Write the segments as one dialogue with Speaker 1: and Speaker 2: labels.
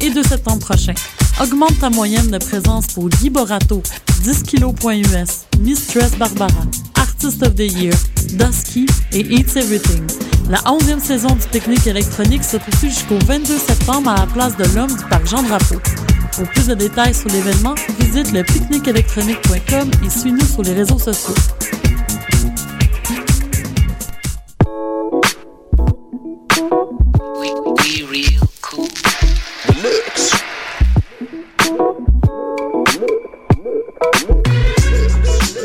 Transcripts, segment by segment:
Speaker 1: et de septembre prochain. Augmente ta moyenne de présence pour Liborato, 10 kg.us, Mistress Barbara, Artist of the Year, Dusky et Eats Everything. La 11e saison du Technique électronique se poursuit jusqu'au 22 septembre à la place de l'Homme du Parc Jean Drapeau. Pour plus de détails sur l'événement, visite le pique-nique-électronique.com et suis-nous sur les réseaux sociaux.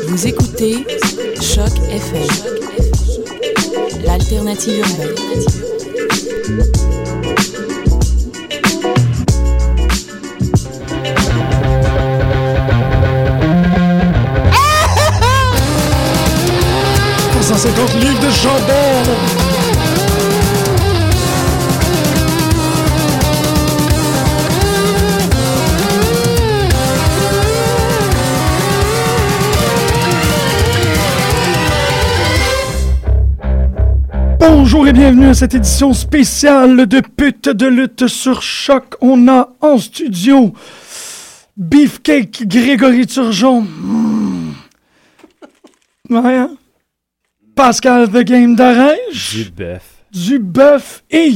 Speaker 2: Vous écoutez Choc FM, l'alternative urbaine.
Speaker 3: livres de chandelle. Bonjour et bienvenue à cette édition spéciale de Pute de lutte sur choc. On a en studio Beefcake Grégory Turgeon. Mmh. Ouais, hein? Pascal The Game d'Arèche.
Speaker 4: Du bœuf.
Speaker 3: Du bœuf et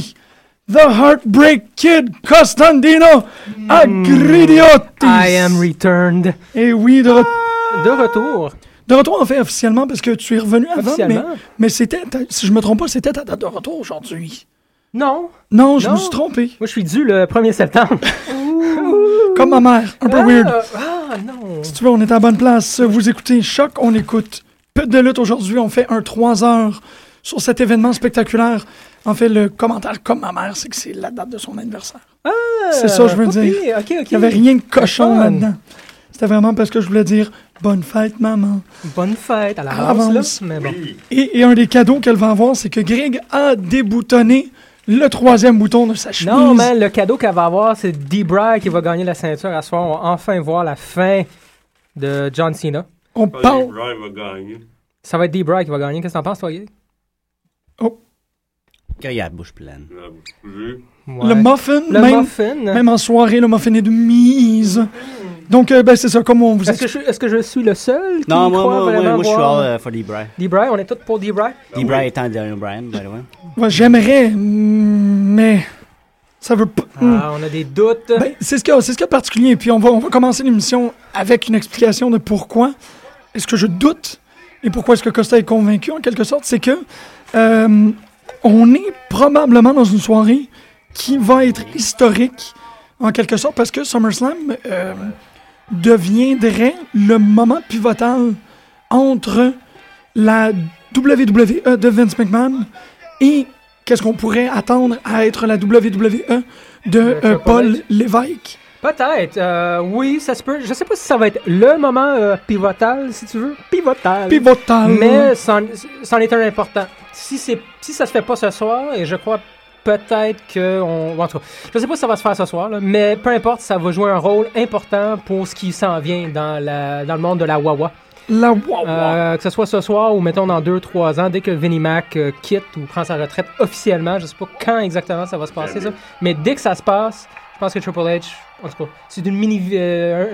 Speaker 3: The Heartbreak Kid Costandino mm. Agridiotis.
Speaker 5: I am returned.
Speaker 3: Et oui, de, re
Speaker 5: ah, de, retour.
Speaker 3: De retour, en fait, officiellement, parce que tu es revenu avant. Mais, mais c'était, si je me trompe pas, c'était ta date de retour aujourd'hui.
Speaker 5: Non.
Speaker 3: Non, je non. me suis trompé.
Speaker 5: Moi, je suis dû le 1er septembre.
Speaker 3: Comme ma mère, un peu ah, weird.
Speaker 5: Ah, non.
Speaker 3: Si tu veux, on est à la bonne place. Vous écoutez Choc, on écoute peu de lutte aujourd'hui. On fait un 3 heures sur cet événement spectaculaire. En fait, le commentaire comme ma mère, c'est que c'est la date de son anniversaire.
Speaker 5: Ah,
Speaker 3: c'est ça, je veux dire.
Speaker 5: Okay, okay.
Speaker 3: Il n'y avait rien de cochon là-dedans. C'était vraiment parce que je voulais dire bonne fête, maman.
Speaker 5: Bonne fête à la avance, mais bon.
Speaker 3: Et, et, un des cadeaux qu'elle va avoir, c'est que Greg a déboutonné le troisième bouton de sa chemise.
Speaker 5: Non, mais le cadeau qu'elle va avoir, c'est Debray qui va gagner la ceinture à soir. On va enfin voir la fin de John Cena.
Speaker 3: On parle.
Speaker 5: Ça va être D-Bry qui va gagner. Qu'est-ce que t'en penses, toi, Guy?
Speaker 3: Oh.
Speaker 4: Guy a la bouche pleine. La bouche
Speaker 3: pleine. Ouais. Le muffin, le même, muffin. même en soirée, le muffin est de mise. Donc, euh, ben, c'est ça, comme on vous
Speaker 5: Est-ce que, je, est que je suis le seul qui
Speaker 4: Non, moi,
Speaker 5: croit
Speaker 4: moi,
Speaker 5: vraiment
Speaker 4: moi, je suis all
Speaker 3: euh,
Speaker 4: uh, for D-Bry.
Speaker 5: D-Bry, on est tous pour D-Bry?
Speaker 4: D-Bry ben oui. étant Daniel Bryan, by the way.
Speaker 3: Ouais, j'aimerais, mais... Ça veut pas.
Speaker 5: Ah, on a des doutes.
Speaker 3: Hmm. Ben, c'est ce qu'il y a, c'est ce qu'il y a de particulier. Et puis, on va, on va commencer l'émission avec une explication de pourquoi est-ce que je doute et pourquoi est-ce que Costa est convaincu, en quelque sorte. C'est que euh, on est probablement dans une soirée qui va être historique, en quelque sorte, parce que SummerSlam euh, deviendrait le moment pivotal entre la WWE de Vince McMahon et qu'est-ce qu'on pourrait attendre à être la WWE de euh, Paul Lévesque?
Speaker 5: Peut-être, euh, oui, ça se peut. Je sais pas si ça va être le moment euh, pivotal, si tu veux. Pivotal.
Speaker 3: Pivotal.
Speaker 5: Mais c'en est un important. Si, si ça se fait pas ce soir, et je crois peut-être que... On, en tout cas, je sais pas si ça va se faire ce soir, là, mais peu importe, ça va jouer un rôle important pour ce qui s'en vient dans, la, dans le monde de la Wawa.
Speaker 3: La wow.
Speaker 5: euh, que ce soit ce soir ou mettons dans 2-3 ans, dès que Vinnie Mac euh, quitte ou prend sa retraite officiellement, je sais pas quand exactement ça va se passer ça, mais dès que ça se passe, je pense que Triple H, en tout cas, c'est une mini. Euh,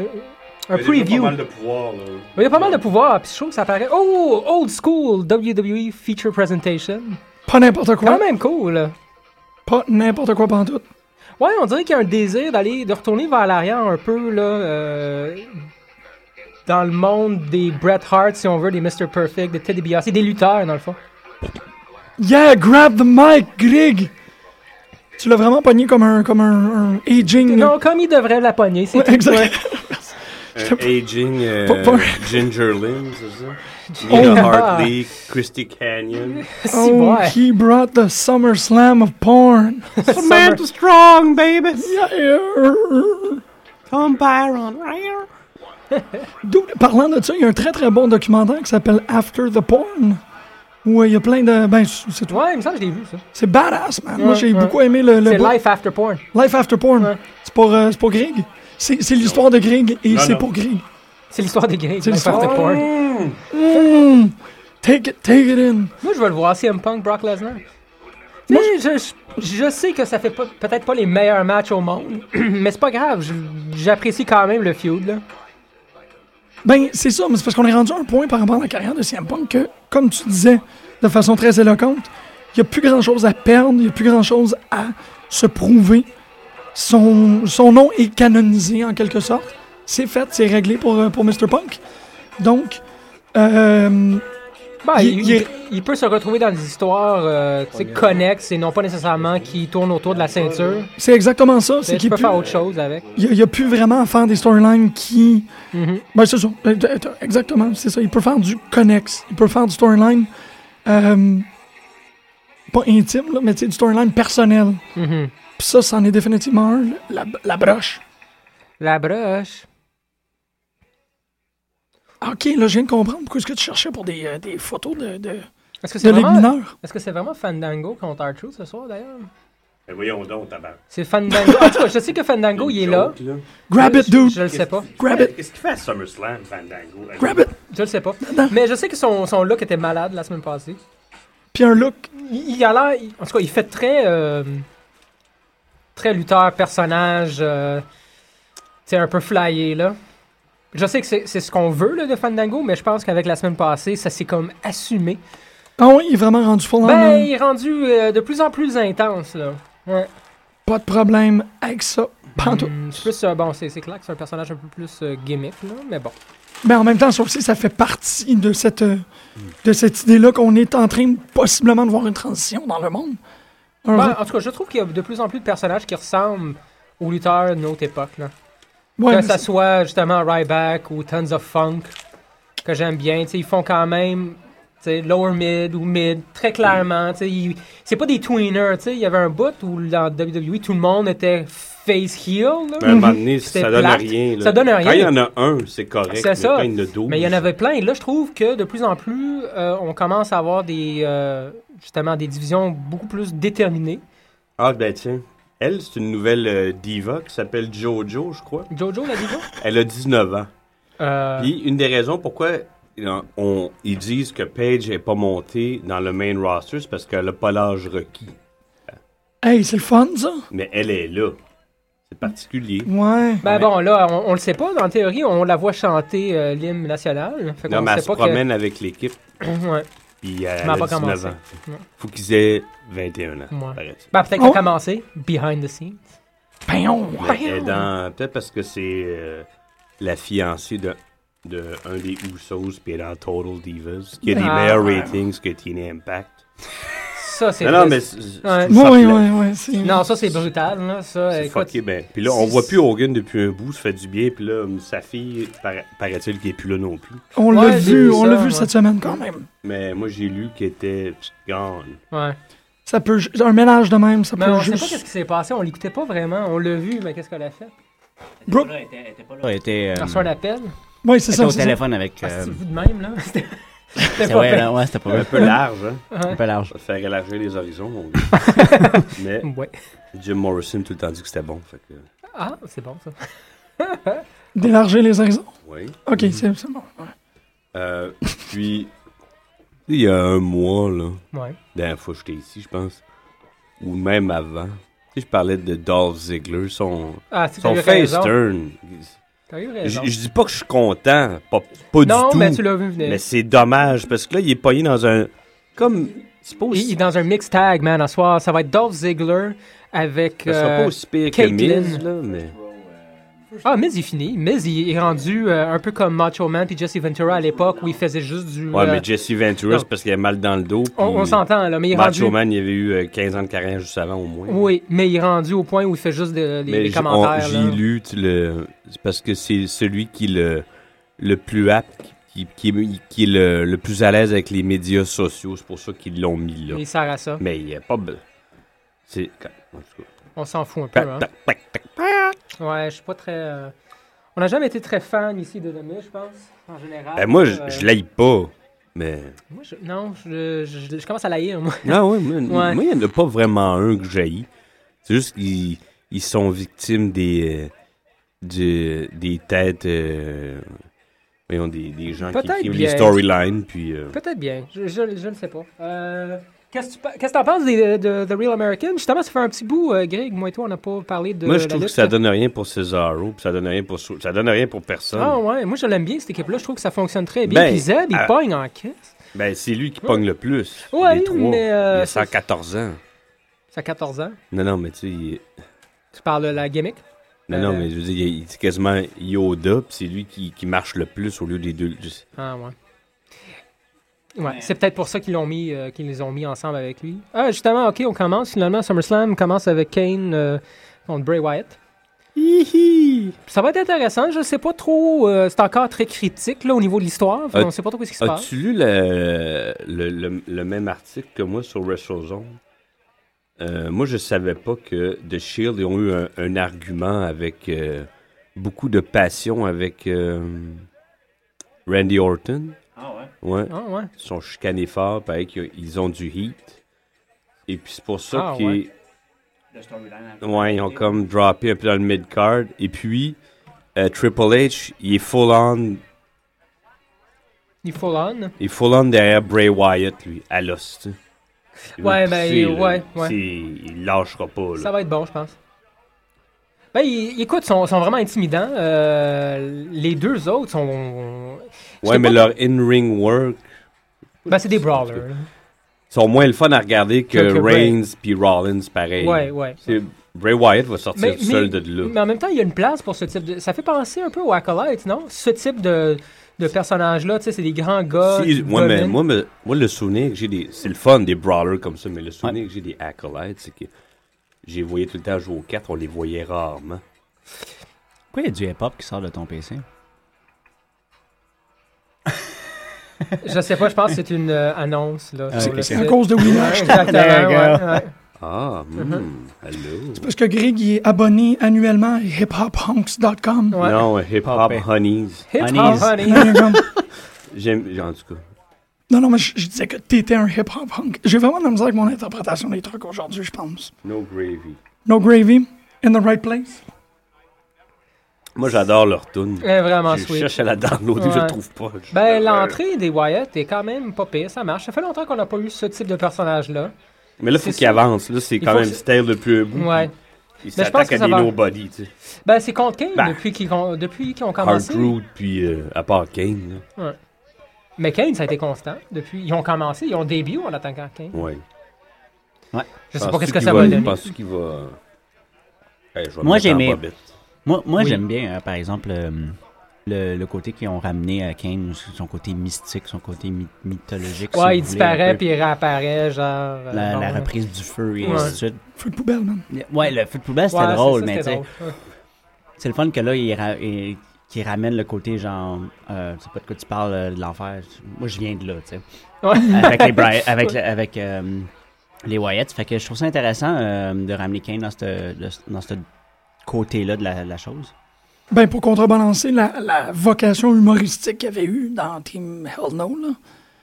Speaker 5: un, un preview. Il
Speaker 6: y a pas mal de pouvoir. Là.
Speaker 5: Il y a pas mal de pouvoir, puis je trouve que ça paraît. Oh, old school WWE feature presentation.
Speaker 3: Pas n'importe quoi.
Speaker 5: Quand même cool.
Speaker 3: Pas n'importe quoi pendant tout.
Speaker 5: Ouais, on dirait qu'il y a un désir d'aller, de retourner vers l'arrière un peu, là euh, dans le monde des Bret Hart, si on veut, des Mr. Perfect, des Teddy DiBiase, des lutteurs, dans le fond.
Speaker 3: Yeah, grab the mic, Grig! Tu l'as vraiment pogné comme un, comme un, un, aging...
Speaker 5: Non, comme il devrait la pogner, c'est
Speaker 3: ouais, Exactement.
Speaker 6: Un aging euh, Ginger Lynn, c'est ça? Nina
Speaker 5: Oh,
Speaker 6: Hartley,
Speaker 5: ah.
Speaker 6: Christy Canyon.
Speaker 3: oh, he brought the Summer Slam of porn.
Speaker 5: Samantha Strong, baby!
Speaker 3: Yeah.
Speaker 5: Come Byron.
Speaker 3: parlant de ça, il y a un très très bon documentaire qui s'appelle After the Porn. Où il y a plein de. Ben, c'est
Speaker 5: toi. Ouais, il me semble que je l'ai vu, ça.
Speaker 3: C'est badass, man. Ouais, Moi, j'ai ouais. beaucoup aimé le. le
Speaker 5: c'est Life After Porn.
Speaker 3: Life After Porn. Ouais. C'est pour, euh, pour Greg. C'est l'histoire de Greg et c'est pour Greg.
Speaker 5: C'est l'histoire de Greg. C'est l'histoire de Porn.
Speaker 3: Mmh. Take, it, take it in.
Speaker 5: Moi, je veux le voir. CM Punk, Brock Lesnar. Moi, je, je, Je sais que ça fait pas- peut-être pas les meilleurs matchs au monde, mais c'est pas grave. je- J'apprécie quand même le feud. Là.
Speaker 3: Ben, c'est ça, mais c'est parce qu'on est rendu à un point par rapport à la carrière de CM Punk que, comme tu disais de façon très éloquente, il n'y a plus grand-chose à perdre, il n'y a plus grand-chose à se prouver. Son, son nom est canonisé, en quelque sorte. C'est fait, c'est réglé pour, euh, pour Mr. Punk. Donc, euh,
Speaker 5: Bah,
Speaker 3: Il-
Speaker 5: il,
Speaker 3: il est-
Speaker 5: il peut se retrouver dans des histoires euh, tu sais, connexes et non pas nécessairement qui tournent autour de la ceinture.
Speaker 3: c'est exactement ça. C'est
Speaker 5: Tu
Speaker 3: qu'il
Speaker 5: peux
Speaker 3: est plus-
Speaker 5: faire autre chose avec.
Speaker 3: il n'y a, plus vraiment à faire des storylines qui...
Speaker 5: Mhm.
Speaker 3: Ben, c'est ça. Euh, t'as- t'as- Exactement, c'est ça. Il peut faire du connexe. Il peut faire du storyline... euh, pas intime, là, mais tu sais, du storyline personnel.
Speaker 5: Mhm.
Speaker 3: Puis ça, c'en est définitivement un, la, la broche.
Speaker 5: La broche.
Speaker 3: Ah, Ok, là, je viens de comprendre pourquoi est-ce que tu cherchais pour des, euh, des photos de, de,
Speaker 5: Est-ce que
Speaker 3: de
Speaker 5: c'est
Speaker 3: Ligue
Speaker 5: vraiment,
Speaker 3: mineure.
Speaker 5: est -ce que c'est vraiment Fandango contre R-Truth ce soir d'ailleurs?
Speaker 6: Ben voyons donc, tabac.
Speaker 5: C'est Fandango. en tout cas, je sais que Fandango, il est là.
Speaker 3: Grab it,
Speaker 5: Je-
Speaker 3: dude!
Speaker 5: Je le sais pas.
Speaker 3: Grab it!
Speaker 6: Qu'est-ce qu'il fait à SummerSlam, Fandango?
Speaker 3: Grab it!
Speaker 5: Je le sais pas. Mais je sais que son, son look était malade la semaine passée.
Speaker 3: Puis un look.
Speaker 5: Il, il a l'air. il- En tout cas, il fait très. euh, très lutteur, personnage. euh, tu sais, un peu flyé, là. Je sais que c'est c'est ce qu'on veut, là, de Fandango, mais je pense qu'avec la semaine passée, ça s'est comme assumé.
Speaker 3: Ah oui, il est vraiment rendu full on,
Speaker 5: Ben,
Speaker 3: hein.
Speaker 5: il est rendu euh, de plus en plus intense, là. Ouais.
Speaker 3: Pas de problème avec ça. Pantoute.
Speaker 5: Hum, c'est plus. euh, bon, c'est c'est clair que c'est un personnage un peu plus euh, gimmick, là, mais bon.
Speaker 3: Mais Ben, en même temps, ça aussi, ça fait partie de cette, euh, de cette idée-là qu'on est en train possiblement de voir une transition dans le monde. Un
Speaker 5: Ben,
Speaker 3: vrai-
Speaker 5: en tout cas, je trouve qu'il y a de plus en plus de personnages qui ressemblent aux lutteurs de notre époque, là.
Speaker 3: ouais,
Speaker 5: que
Speaker 3: mais
Speaker 5: ça
Speaker 3: c'est-
Speaker 5: soit justement Ryback ou Tons of Funk, que j'aime bien, tu sais, ils font quand même tu sais, lower mid ou mid, très clairement. tu sais, ils- C'est pas des tweeners, tu sais, il y avait un bout où dans WWE tout le monde était face heel. là.
Speaker 6: Mais à un moment donné,
Speaker 5: C'était
Speaker 6: ça donne à
Speaker 5: plate.
Speaker 6: rien. là.
Speaker 5: Ça donne à
Speaker 6: Quand il y
Speaker 5: rien.
Speaker 6: en a un, c'est correct.
Speaker 5: C'est
Speaker 6: mais
Speaker 5: ça.
Speaker 6: Quand il y en a 12.
Speaker 5: Mais il y en avait plein. Et là, je trouve que de plus en plus, euh, on commence à avoir des, euh, justement, des divisions beaucoup plus déterminées.
Speaker 6: Ah, ben tiens. Elle, c'est une nouvelle euh, diva qui s'appelle Jojo, je crois.
Speaker 5: Jojo, la division?
Speaker 6: Elle a 19 ans.
Speaker 5: Euh,
Speaker 6: Puis une des raisons pourquoi euh, on- ils disent que Paige n'est pas montée dans le main roster, c'est parce qu'elle n'a pas l'âge requis.
Speaker 3: Hey, c'est le fun, ça?
Speaker 6: Mais elle est là. C'est particulier.
Speaker 3: Ouais.
Speaker 5: ben bon, là, on, on le sait pas. En théorie, on la voit chanter euh, l'hymne national. Fait qu'on
Speaker 6: non, mais
Speaker 5: sait
Speaker 6: elle se
Speaker 5: pas que-
Speaker 6: promène avec l'équipe.
Speaker 5: Ouais.
Speaker 6: Puis elle,
Speaker 5: Mais elle a
Speaker 6: a
Speaker 5: pas
Speaker 6: 19
Speaker 5: commencé.
Speaker 6: ans.
Speaker 5: Ouais.
Speaker 6: Faut qu'ils aient 21 ans,
Speaker 5: Ouais.
Speaker 6: paraît-il.
Speaker 5: Ben, peut-être
Speaker 3: Oh.
Speaker 5: qu'on a commencé, behind the scenes.
Speaker 3: Ben, on-
Speaker 6: Mais elle est dans- Peut-être parce que c'est euh, la fiancée de, de un des Usos, puis elle est dans Total Divas, qui a des
Speaker 5: Ah,
Speaker 6: meilleurs
Speaker 5: ouais.
Speaker 6: ratings que Teen Impact.
Speaker 5: Ça, c'est.
Speaker 6: Non, non,
Speaker 5: vrai.
Speaker 6: mais... c'est- c'est-
Speaker 5: Ouais.
Speaker 6: ça
Speaker 3: Ouais,
Speaker 6: plaît.
Speaker 3: ouais, ouais. c'est-
Speaker 5: Non, ça, c'est brutal, là. Ça,
Speaker 6: C'est
Speaker 5: écoute.
Speaker 6: fucké, ben. Puis là, on
Speaker 5: c'est-
Speaker 6: voit plus Hogan depuis un bout, ça fait du bien. Puis là, euh, sa fille, para- paraît-il, qui est plus là non plus.
Speaker 3: On
Speaker 5: Ouais,
Speaker 3: l'a
Speaker 5: j'ai
Speaker 3: vu,
Speaker 5: vu
Speaker 3: on
Speaker 5: ça,
Speaker 3: l'a vu
Speaker 5: ouais.
Speaker 3: cette semaine quand même.
Speaker 6: Mais moi, j'ai lu qu'elle était gone.
Speaker 5: Ouais.
Speaker 3: Ça peut, ju- un mélange de même, ça
Speaker 5: Mais
Speaker 3: peut
Speaker 5: on sait pas
Speaker 3: juste.
Speaker 5: qu'est-ce qui s'est passé, on l'écoutait pas vraiment. On l'a vu, mais qu'est-ce qu'elle a fait?
Speaker 3: Brooke-
Speaker 4: Elle était, euh,
Speaker 5: Elle reçoit un appel.
Speaker 3: Ouais, c'est
Speaker 4: elle était
Speaker 3: ça.
Speaker 4: au
Speaker 3: c'est ça.
Speaker 4: téléphone avec.
Speaker 5: Ah,
Speaker 4: euh,
Speaker 5: c'est vous de même, là. C'était c'était
Speaker 4: c'est
Speaker 5: pas
Speaker 4: vrai,
Speaker 5: vrai.
Speaker 4: là, ouais, c'était pas
Speaker 6: Un peu large, hein.
Speaker 4: un peu large.
Speaker 6: Ça te fait élargir les horizons, mon gars. Mais
Speaker 5: Ouais.
Speaker 6: Jim Morrison tout le temps dit que c'était bon, fait que...
Speaker 5: Ah, c'est bon, ça.
Speaker 3: D'élargir les horizons.
Speaker 6: Oui.
Speaker 3: Ok,
Speaker 5: Mm-hmm.
Speaker 3: c'est c'est bon. ouais.
Speaker 6: Euh, puis, il y a un mois, là,
Speaker 5: Ouais.
Speaker 6: dernière fois que j'étais ici, je pense, ou même avant, tu sais, je parlais de Dolph Ziggler, son,
Speaker 5: Ah, tu
Speaker 6: son
Speaker 5: as eu
Speaker 6: face
Speaker 5: raison.
Speaker 6: turn.
Speaker 5: T'as eu
Speaker 6: Je
Speaker 5: raison.
Speaker 6: je dis pas que je suis content, pas, pas
Speaker 5: Eh Non,
Speaker 6: du
Speaker 5: mais
Speaker 6: tout,
Speaker 5: tu l'as vu venir.
Speaker 6: mais c'est dommage, parce que là, il est pogné dans un... Comme, c'est pas
Speaker 5: Il il est
Speaker 6: aussi,
Speaker 5: dans un mix tag, man, en soir. Ça va être Dolph Ziggler avec.
Speaker 6: ça sera
Speaker 5: euh,
Speaker 6: pas aussi pire que
Speaker 5: Caitlyn.
Speaker 6: Miz, là, mais...
Speaker 5: Ah, Miz, il finit. Miz, il est rendu euh, un peu comme Macho Man puis Jesse Ventura à l'époque où il faisait juste du.
Speaker 6: Ouais,
Speaker 5: euh,
Speaker 6: mais Jesse Ventura, c'est parce qu'il a mal dans le dos.
Speaker 5: on,
Speaker 6: puis
Speaker 5: on s'entend, là, mais il est
Speaker 6: Macho
Speaker 5: rendu.
Speaker 6: Man, il avait eu euh, 15 ans de carrière juste avant, au moins.
Speaker 5: Oui, mais il est rendu au point où il fait juste de- les,
Speaker 6: Mais
Speaker 5: les
Speaker 6: j-
Speaker 5: commentaires.
Speaker 6: on-
Speaker 5: là.
Speaker 6: J'ai lu tu le, c'est parce que c'est celui qui le le plus apte, qui, qui, est- qui est le, le plus à l'aise avec les médias sociaux. C'est pour ça qu'ils l'ont mis là.
Speaker 5: Il sert à ça.
Speaker 6: Mais il est pas. be- C'est. en tout cas.
Speaker 5: On s'en fout un peu.
Speaker 6: Tac,
Speaker 5: Hein.
Speaker 6: tac, tac, tac.
Speaker 5: Ouais, je suis pas très. euh, On n'a jamais été très fan ici de Demi, je pense, en général.
Speaker 6: Ben, moi, je,
Speaker 5: Euh,
Speaker 6: je l'aille pas. Mais.
Speaker 5: moi, je- Non, je, je- je commence à l'haïr, moi.
Speaker 6: Non, oui, moi,
Speaker 5: Ouais.
Speaker 6: moi, il n'y en a pas vraiment un que j'haïs. C'est juste qu'ils ils sont victimes des. euh, du- des têtes. euh, voyons, des, des gens qui
Speaker 5: Peut-être
Speaker 6: écrivent
Speaker 5: bien.
Speaker 6: les storylines, puis. euh,
Speaker 5: Peut-être bien. Je, je, je ne sais pas. Euh, Qu'est-ce que tu pe- qu'est-ce que t'en penses des- de, de The Real American? Justement, ça fait un petit bout, euh, Greg, moi et toi, on n'a pas parlé de
Speaker 6: Moi, je
Speaker 5: la
Speaker 6: trouve que
Speaker 5: lutte.
Speaker 6: ça donne rien pour Cesaro, puis ça donne rien pour Sou- ça donne rien pour personne.
Speaker 5: Ah ouais, moi je l'aime bien cette équipe-là, je trouve que ça fonctionne très bien.
Speaker 6: Ben,
Speaker 5: Puis Zeb, il
Speaker 6: euh,
Speaker 5: pogne en caisse.
Speaker 6: Ben, c'est lui qui pogne le plus.
Speaker 5: Ouais,
Speaker 6: des trois.
Speaker 5: mais, euh,
Speaker 6: il a
Speaker 5: ça-
Speaker 6: 114 ans.
Speaker 5: Ça a 14 ans.
Speaker 6: Non, non, mais tu sais, il-
Speaker 5: Tu parles de la gimmick?
Speaker 6: non,
Speaker 5: Euh,
Speaker 6: non, mais je veux dire, il- il- c'est quasiment Yoda, puis c'est lui qui, qui marche le plus au lieu des deux. Je-
Speaker 5: Ah ouais. Ouais, c'est peut-être pour ça qu'ils l'ont mis, euh, qu'ils les ont mis ensemble avec lui. Ah, justement, ok, on commence finalement. SummerSlam commence avec Kane euh, contre Bray Wyatt. Ça va être intéressant. Je sais pas trop. euh, c'est encore très cryptique là au niveau de l'histoire.
Speaker 6: Ah,
Speaker 5: On sait pas trop ce qui se passe.
Speaker 6: As-tu lu le, le, le- le même article que moi sur WrestleZone? Euh, moi, je savais pas que The Shield ils ont eu un, un argument avec euh, beaucoup de passion avec euh, Randy Orton. Ah ouais? Ouais.
Speaker 5: Ah ouais.
Speaker 6: Ils sont chicanés fort, pareil qu'ils ils ont du heat. Et puis c'est pour ça
Speaker 5: Ah,
Speaker 6: qu'ils.
Speaker 5: ouais.
Speaker 6: Ouais, ils ont comme droppé un peu dans le mid-card. Et puis, euh, Triple H, il est full-on
Speaker 5: Il full on.
Speaker 6: il est full-on derrière Bray Wyatt, lui, à l'os, tu sais. Il va
Speaker 5: Ouais,
Speaker 6: le
Speaker 5: ben,
Speaker 6: pousser, là.
Speaker 5: ouais, ouais.
Speaker 6: C'est- Il lâchera pas, là.
Speaker 5: Ça va être bon, je pense. Ben, ils- écoute, ils sont, sont vraiment intimidants. Euh, les deux autres sont.
Speaker 6: ouais,
Speaker 5: J'étais
Speaker 6: mais
Speaker 5: pas-
Speaker 6: leur in-ring work
Speaker 5: Ben, c'est des brawlers. là.
Speaker 6: sont moins le fun à regarder que,
Speaker 5: Que- que Bray.
Speaker 6: Reigns puis Rollins, pareil.
Speaker 5: Ouais, ouais.
Speaker 6: C'est- Bray Wyatt va sortir
Speaker 5: Mais,
Speaker 6: seul
Speaker 5: mais-
Speaker 6: de là.
Speaker 5: mais en même temps, il y a une place pour ce type de. Ça fait penser un peu au Acolyte, non? Ce type de, de personnage-là, tu sais, c'est des grands gars.
Speaker 6: Si-
Speaker 5: qui
Speaker 6: moi, mais,
Speaker 5: dominent.
Speaker 6: moi, me- moi, le souvenir que j'ai des. C'est le fun des brawlers comme ça, mais le souvenir que j'ai des acolytes, c'est que j'ai voyé tout le temps jouer aux cartes, on les voyait rarement.
Speaker 4: Pourquoi il y a du hip-hop qui sort de ton PC?
Speaker 5: Je sais pas, je pense que c'est une euh, annonce, là. sur
Speaker 4: ok,
Speaker 5: le
Speaker 4: c'est
Speaker 3: C'est à
Speaker 5: site.
Speaker 3: cause de
Speaker 5: Ouais,
Speaker 3: Winamp.
Speaker 6: hein.
Speaker 4: There you
Speaker 5: Exactement,
Speaker 4: go.
Speaker 5: ouais, ouais.
Speaker 6: Ah,
Speaker 5: Mm-hmm.
Speaker 6: hmm, hello.
Speaker 3: Parce que Greg, il est abonné annuellement à hiphophonks.com.
Speaker 5: Ouais.
Speaker 6: Non, euh, Hip Hop
Speaker 4: Popé.
Speaker 6: Honeys.
Speaker 5: Hip Hop
Speaker 4: Honeys.
Speaker 5: Honey.
Speaker 3: Non, il est comme-
Speaker 6: J'aime, en tout cas.
Speaker 3: non, non, mais je, je disais que t'étais un hip-hop hunk. J'ai vraiment de la misère avec mon interprétation des trucs aujourd'hui, je pense.
Speaker 6: No Gravy.
Speaker 3: No gravy, in the right place.
Speaker 6: Moi, j'adore leur tune.
Speaker 5: Ouais, vraiment
Speaker 6: je
Speaker 5: sweet.
Speaker 6: cherche à la downloader, je
Speaker 5: Ouais.
Speaker 6: la trouve pas. Euh, Je-
Speaker 5: Ben, l'entrée des Wyatt est quand même pas pire, ça marche. Ça fait longtemps qu'on n'a pas eu ce type de personnage-là.
Speaker 6: Mais là,
Speaker 5: c'est
Speaker 6: faut qu'il
Speaker 5: ça.
Speaker 6: avance. Là, c'est
Speaker 5: Il
Speaker 6: quand
Speaker 5: faut
Speaker 6: même
Speaker 5: que-
Speaker 6: style depuis un
Speaker 4: Mhm.
Speaker 6: bout.
Speaker 5: Ouais. Ben,
Speaker 6: Il
Speaker 5: je pense
Speaker 6: s'attaque
Speaker 5: que
Speaker 6: à
Speaker 5: ça
Speaker 6: des
Speaker 5: va-
Speaker 6: nobody, tu sais.
Speaker 5: Ben, c'est contre Kane
Speaker 6: Ben.
Speaker 5: depuis qu'ils ont, depuis qu'ils ont
Speaker 6: Hard
Speaker 5: commencé.
Speaker 6: Root, puis euh, à part Kane, là.
Speaker 5: Mais Kane, ça a été constant. Depuis, ils ont commencé, ils ont début en attaquant Kane.
Speaker 6: Ouais.
Speaker 5: Je
Speaker 4: Ah,
Speaker 5: sais pas
Speaker 6: Penses-tu
Speaker 5: qu'est-ce que
Speaker 6: qu'il
Speaker 5: ça va donner.
Speaker 6: Penses-tu qu'il va. Hey, je vais
Speaker 4: Moi,
Speaker 6: me mettre
Speaker 4: j'ai
Speaker 6: en
Speaker 4: aimé.
Speaker 6: bobette.
Speaker 4: Moi, moi
Speaker 5: Oui.
Speaker 4: j'aime bien, euh, par exemple, euh, le, le côté qu'ils ont ramené à Kane, son côté mystique, son côté my- mythologique. si
Speaker 5: Ouais, il
Speaker 4: vous voulez, un
Speaker 5: disparaît
Speaker 4: peu.
Speaker 5: puis il réapparaît, genre. euh,
Speaker 4: La,
Speaker 5: bon,
Speaker 4: la
Speaker 5: ouais.
Speaker 4: reprise du feu et
Speaker 5: Ouais.
Speaker 4: ainsi de suite.
Speaker 3: Feu de poubelle, man.
Speaker 4: Ouais, le feu de poubelle, c'était
Speaker 5: Ouais, c'est
Speaker 4: drôle,
Speaker 5: ça,
Speaker 4: mais tu
Speaker 5: c'était
Speaker 4: sais,
Speaker 5: drôle. Ouais.
Speaker 4: c'est le fun que là, il, ra- il- qu'il ramène le côté genre, euh, tu sais pas de quoi tu parles, euh, de l'enfer. Moi, je viens de là, tu sais.
Speaker 5: Ouais.
Speaker 4: avec les, Bri- avec, le- avec euh, les Wyatt. Fait que je trouve ça intéressant euh, de ramener Kane dans ce dans ce côté-là de la, la chose.
Speaker 3: Ben, pour contrebalancer la, la vocation humoristique qu'il avait eue dans Team Hell No, là.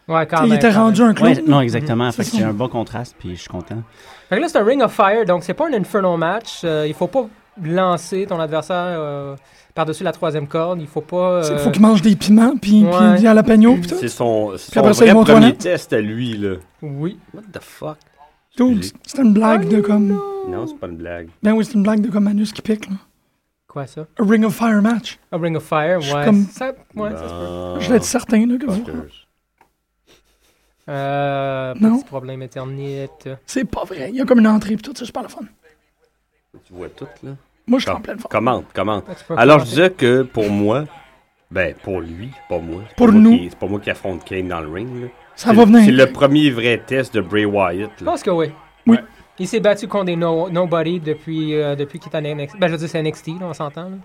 Speaker 5: Ouais, quand
Speaker 3: T'sais, il
Speaker 5: même,
Speaker 3: était
Speaker 5: Ah, ben, quand
Speaker 3: rendu
Speaker 5: même.
Speaker 3: un clown.
Speaker 4: Ouais, non,
Speaker 5: Mm-hmm.
Speaker 4: exactement. Fait que
Speaker 3: C'est
Speaker 4: c'est
Speaker 3: ça.
Speaker 4: un bon contraste, puis je suis content.
Speaker 5: Fait que là, c'est un Ring of Fire, donc c'est pas un Inferno match. euh, il faut pas lancer ton adversaire euh, par-dessus la troisième corde. Il faut pas.
Speaker 3: T'sais,
Speaker 5: euh,
Speaker 3: Il faut qu'il mange des piments, puis
Speaker 5: Ouais.
Speaker 3: puis des jalapenos, puis tout.
Speaker 6: C'est son, c'est son
Speaker 3: après ça,
Speaker 6: vrai
Speaker 3: ils vont aux
Speaker 6: premier
Speaker 5: hein?
Speaker 3: toilettes.
Speaker 6: test à lui, là.
Speaker 5: Oui.
Speaker 6: What the fuck?
Speaker 3: Dude,
Speaker 6: Excusez.
Speaker 3: C'était une blague
Speaker 5: Ah,
Speaker 3: de comme.
Speaker 6: Non, c'est pas une blague.
Speaker 3: Ben oui, c'est une blague de comme Manus qui pique, là.
Speaker 5: Quoi ça
Speaker 3: A Ring of Fire match.
Speaker 5: Un Ring of Fire,
Speaker 3: Je suis
Speaker 5: ouais.
Speaker 3: comme-
Speaker 5: Ça, ouais, ça se peut.
Speaker 6: Non.
Speaker 3: Je l'ai certain, là, que vous.
Speaker 6: Fuckers. Bah.
Speaker 5: Euh,
Speaker 3: Non.
Speaker 5: Petit problème Euh, Eternite.
Speaker 3: C'est pas vrai. Il y a comme une entrée, puis tout, ça, c'est pas le fun.
Speaker 6: Tu vois tout, là?
Speaker 3: Moi, je suis en
Speaker 6: Com-
Speaker 3: pleine forme.
Speaker 6: Commente, commente.
Speaker 5: Ah, tu peux
Speaker 6: Alors, je
Speaker 5: commencer.
Speaker 6: disais que pour moi, ben, pour lui, pas moi. c'est pas
Speaker 3: Pour
Speaker 6: moi
Speaker 3: nous.
Speaker 6: qui- C'est pas moi qui affronte Kane dans le ring, là.
Speaker 3: Ça
Speaker 6: C'est-
Speaker 3: va venir.
Speaker 6: C'est le premier vrai test de Bray Wyatt,
Speaker 5: Je
Speaker 6: là.
Speaker 5: pense que oui.
Speaker 3: Oui.
Speaker 5: Ouais. Il s'est battu contre des no- nobody depuis, euh, depuis qu'il est en NXT. Ben, je veux dire, c'est NXT, là, on s'entend. là.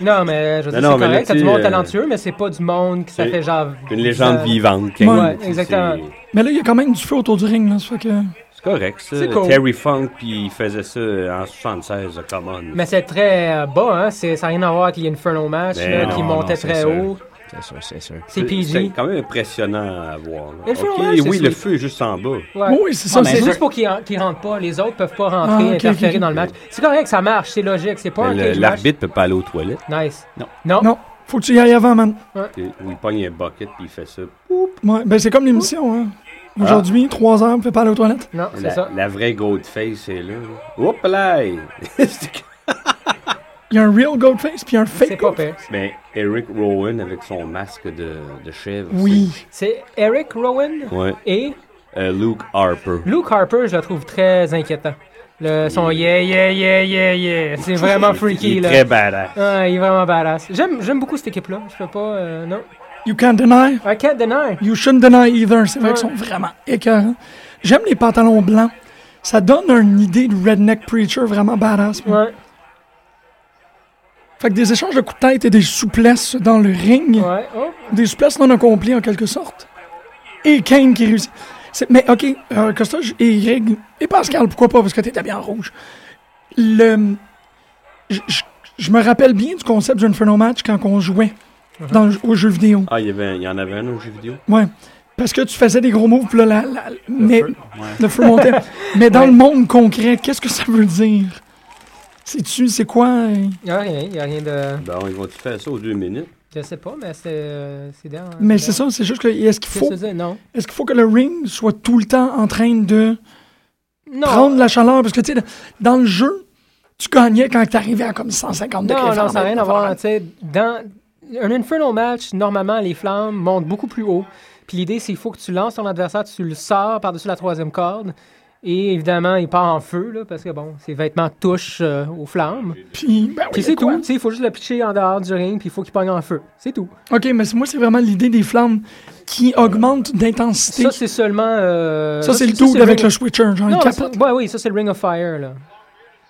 Speaker 5: non, mais je veux dire, c'est
Speaker 6: Non, non, mais là,
Speaker 5: correct. C'est
Speaker 6: tu
Speaker 5: du
Speaker 6: sais,
Speaker 5: monde
Speaker 6: euh,
Speaker 5: talentueux, mais c'est pas du monde qui ça
Speaker 6: c'est
Speaker 5: fait genre.
Speaker 6: Une légende
Speaker 5: euh,
Speaker 6: vivante, Kane.
Speaker 5: Ouais,
Speaker 6: C'est-
Speaker 5: exactement.
Speaker 6: c'est-
Speaker 3: Mais là, il y a quand même du feu autour du ring, là. Ça fait que.
Speaker 6: C'est correct, ça.
Speaker 5: C'est cool.
Speaker 6: Terry Funk, puis il faisait ça en 76, là, come on.
Speaker 5: Mais c'est très euh, bas, hein? c'est- Ça n'a rien à voir avec l'Inferno Match,
Speaker 6: Ben
Speaker 5: là,
Speaker 6: non,
Speaker 5: qui
Speaker 4: non,
Speaker 5: montait
Speaker 4: c'est
Speaker 5: très
Speaker 4: sûr.
Speaker 5: haut.
Speaker 4: C'est sûr, c'est sûr.
Speaker 5: C'est
Speaker 6: C'est
Speaker 5: PG.
Speaker 6: quand même impressionnant à voir. là.
Speaker 5: Mais le feu
Speaker 6: Ok,
Speaker 5: orange, c'est
Speaker 6: oui, le
Speaker 5: sweet.
Speaker 6: feu est juste en bas.
Speaker 5: Ouais.
Speaker 3: Oui, oui, c'est ça.
Speaker 6: Ah,
Speaker 5: C'est
Speaker 3: c'est-
Speaker 5: juste pour qu'ils en- qu'ils rentrent pas. Les autres peuvent pas rentrer,
Speaker 3: Ah, ok, ok,
Speaker 5: interférer
Speaker 3: ok.
Speaker 5: dans le match. C'est correct, ça marche, c'est logique. C'est pas
Speaker 6: Mais
Speaker 5: un
Speaker 6: le-
Speaker 5: cage match.
Speaker 6: L'arbitre peut pas aller aux toilettes.
Speaker 5: Nice.
Speaker 4: Non.
Speaker 5: Non.
Speaker 3: Non, faut que tu y ailles avant, man.
Speaker 6: Ou il pogne un bucket, puis il fait ça.
Speaker 3: Ouais, ben, c'est comme l'émission, hein.
Speaker 5: Ah.
Speaker 3: Aujourd'hui, trois heures, on peut pas aller aux toilettes.
Speaker 5: Non, c'est
Speaker 6: La,
Speaker 5: ça.
Speaker 6: la vraie Goldface est là. Oups là! C'est-
Speaker 3: Il y a un real Goldface puis un
Speaker 5: C'est
Speaker 3: fake.
Speaker 5: pas
Speaker 3: gold-
Speaker 5: pire.
Speaker 6: Mais Eric Rowan avec son masque de, de chèvre.
Speaker 3: Oui.
Speaker 5: C'est Eric Rowan
Speaker 6: c'est- Ouais.
Speaker 5: et
Speaker 6: Euh, Luke Harper.
Speaker 5: Luke Harper, je la trouve très inquiétant. Le, son yeah, yeah, yeah, yeah, yeah. C'est vraiment
Speaker 6: Il
Speaker 5: freaky,
Speaker 6: est
Speaker 5: là.
Speaker 6: très badass.
Speaker 5: Ah, il est vraiment badass. J'aime, j'aime beaucoup cette équipe-là. Je peux pas. euh, non.
Speaker 3: You can't deny.
Speaker 5: I can't deny.
Speaker 3: You shouldn't deny either. C'est vrai
Speaker 5: Ouais.
Speaker 3: qu'ils sont vraiment écœurants. J'aime les pantalons blancs. Ça donne une idée de redneck preacher vraiment badass. moi.
Speaker 5: Ouais,
Speaker 3: Fait que des échanges de coups de tête et des souplesses dans le ring.
Speaker 5: ouais. Oh,
Speaker 3: Des souplesses non accomplies en quelque sorte. Et Kane qui réussit. C'est- Mais ok, euh, Costa j- et Greg et Pascal, pourquoi pas parce que t'étais bien en rouge. Le, j- j- je me rappelle bien du concept d'un Inferno Match quand on jouait dans le- aux jeux vidéo.
Speaker 6: Ah, il y, avait, il y en avait un au jeu vidéo?
Speaker 3: Ouais. Parce que tu faisais des gros moves, puis là, la- la- mais,
Speaker 6: feu,
Speaker 3: le feu montait. mais dans le monde concret, qu'est-ce que ça veut dire? C'est-tu, c'est quoi? euh,
Speaker 5: y a rien, y a rien de.
Speaker 6: Bon, ils vont-tu faire ça aux deux minutes?
Speaker 5: Je sais pas, mais c'est. euh, c'est dans.
Speaker 3: Mais c'est ça, c'est juste que est-ce qu'il
Speaker 5: Qu'est-ce
Speaker 3: faut,
Speaker 5: que tu dis? Non.
Speaker 3: est-ce qu'il faut que le ring soit tout le temps en train de
Speaker 5: Non.
Speaker 3: prendre la chaleur? Parce que, tu sais, dans le jeu, tu gagnais quand t'arrivais à comme 150 degrés.
Speaker 5: Non, non,
Speaker 3: Fahrenheit,
Speaker 5: ça n'a rien à voir.
Speaker 3: Fahrenheit.
Speaker 5: Tu sais, dans un Inferno match, normalement, les flammes montent beaucoup plus haut. Puis l'idée, c'est qu'il faut que tu lances ton adversaire, tu le sors par-dessus la troisième corde. Et évidemment, il part en feu, là, parce que bon, ses vêtements touchent euh, aux flammes.
Speaker 3: Puis, ben oui,
Speaker 5: Puis c'est
Speaker 3: quoi?
Speaker 5: tout, tu sais, il faut juste le pitcher en dehors du ring, puis il faut qu'il pogne en feu. C'est tout.
Speaker 3: OK, mais c'est- moi, c'est vraiment l'idée des flammes qui augmentent d'intensité.
Speaker 5: Ça, c'est seulement. euh,
Speaker 3: Ça, c'est le
Speaker 5: tout
Speaker 3: dude avec le switcher. Genre, il
Speaker 5: Non,
Speaker 3: capote.
Speaker 5: ça- ouais, oui, ça, c'est le Ring of Fire, là.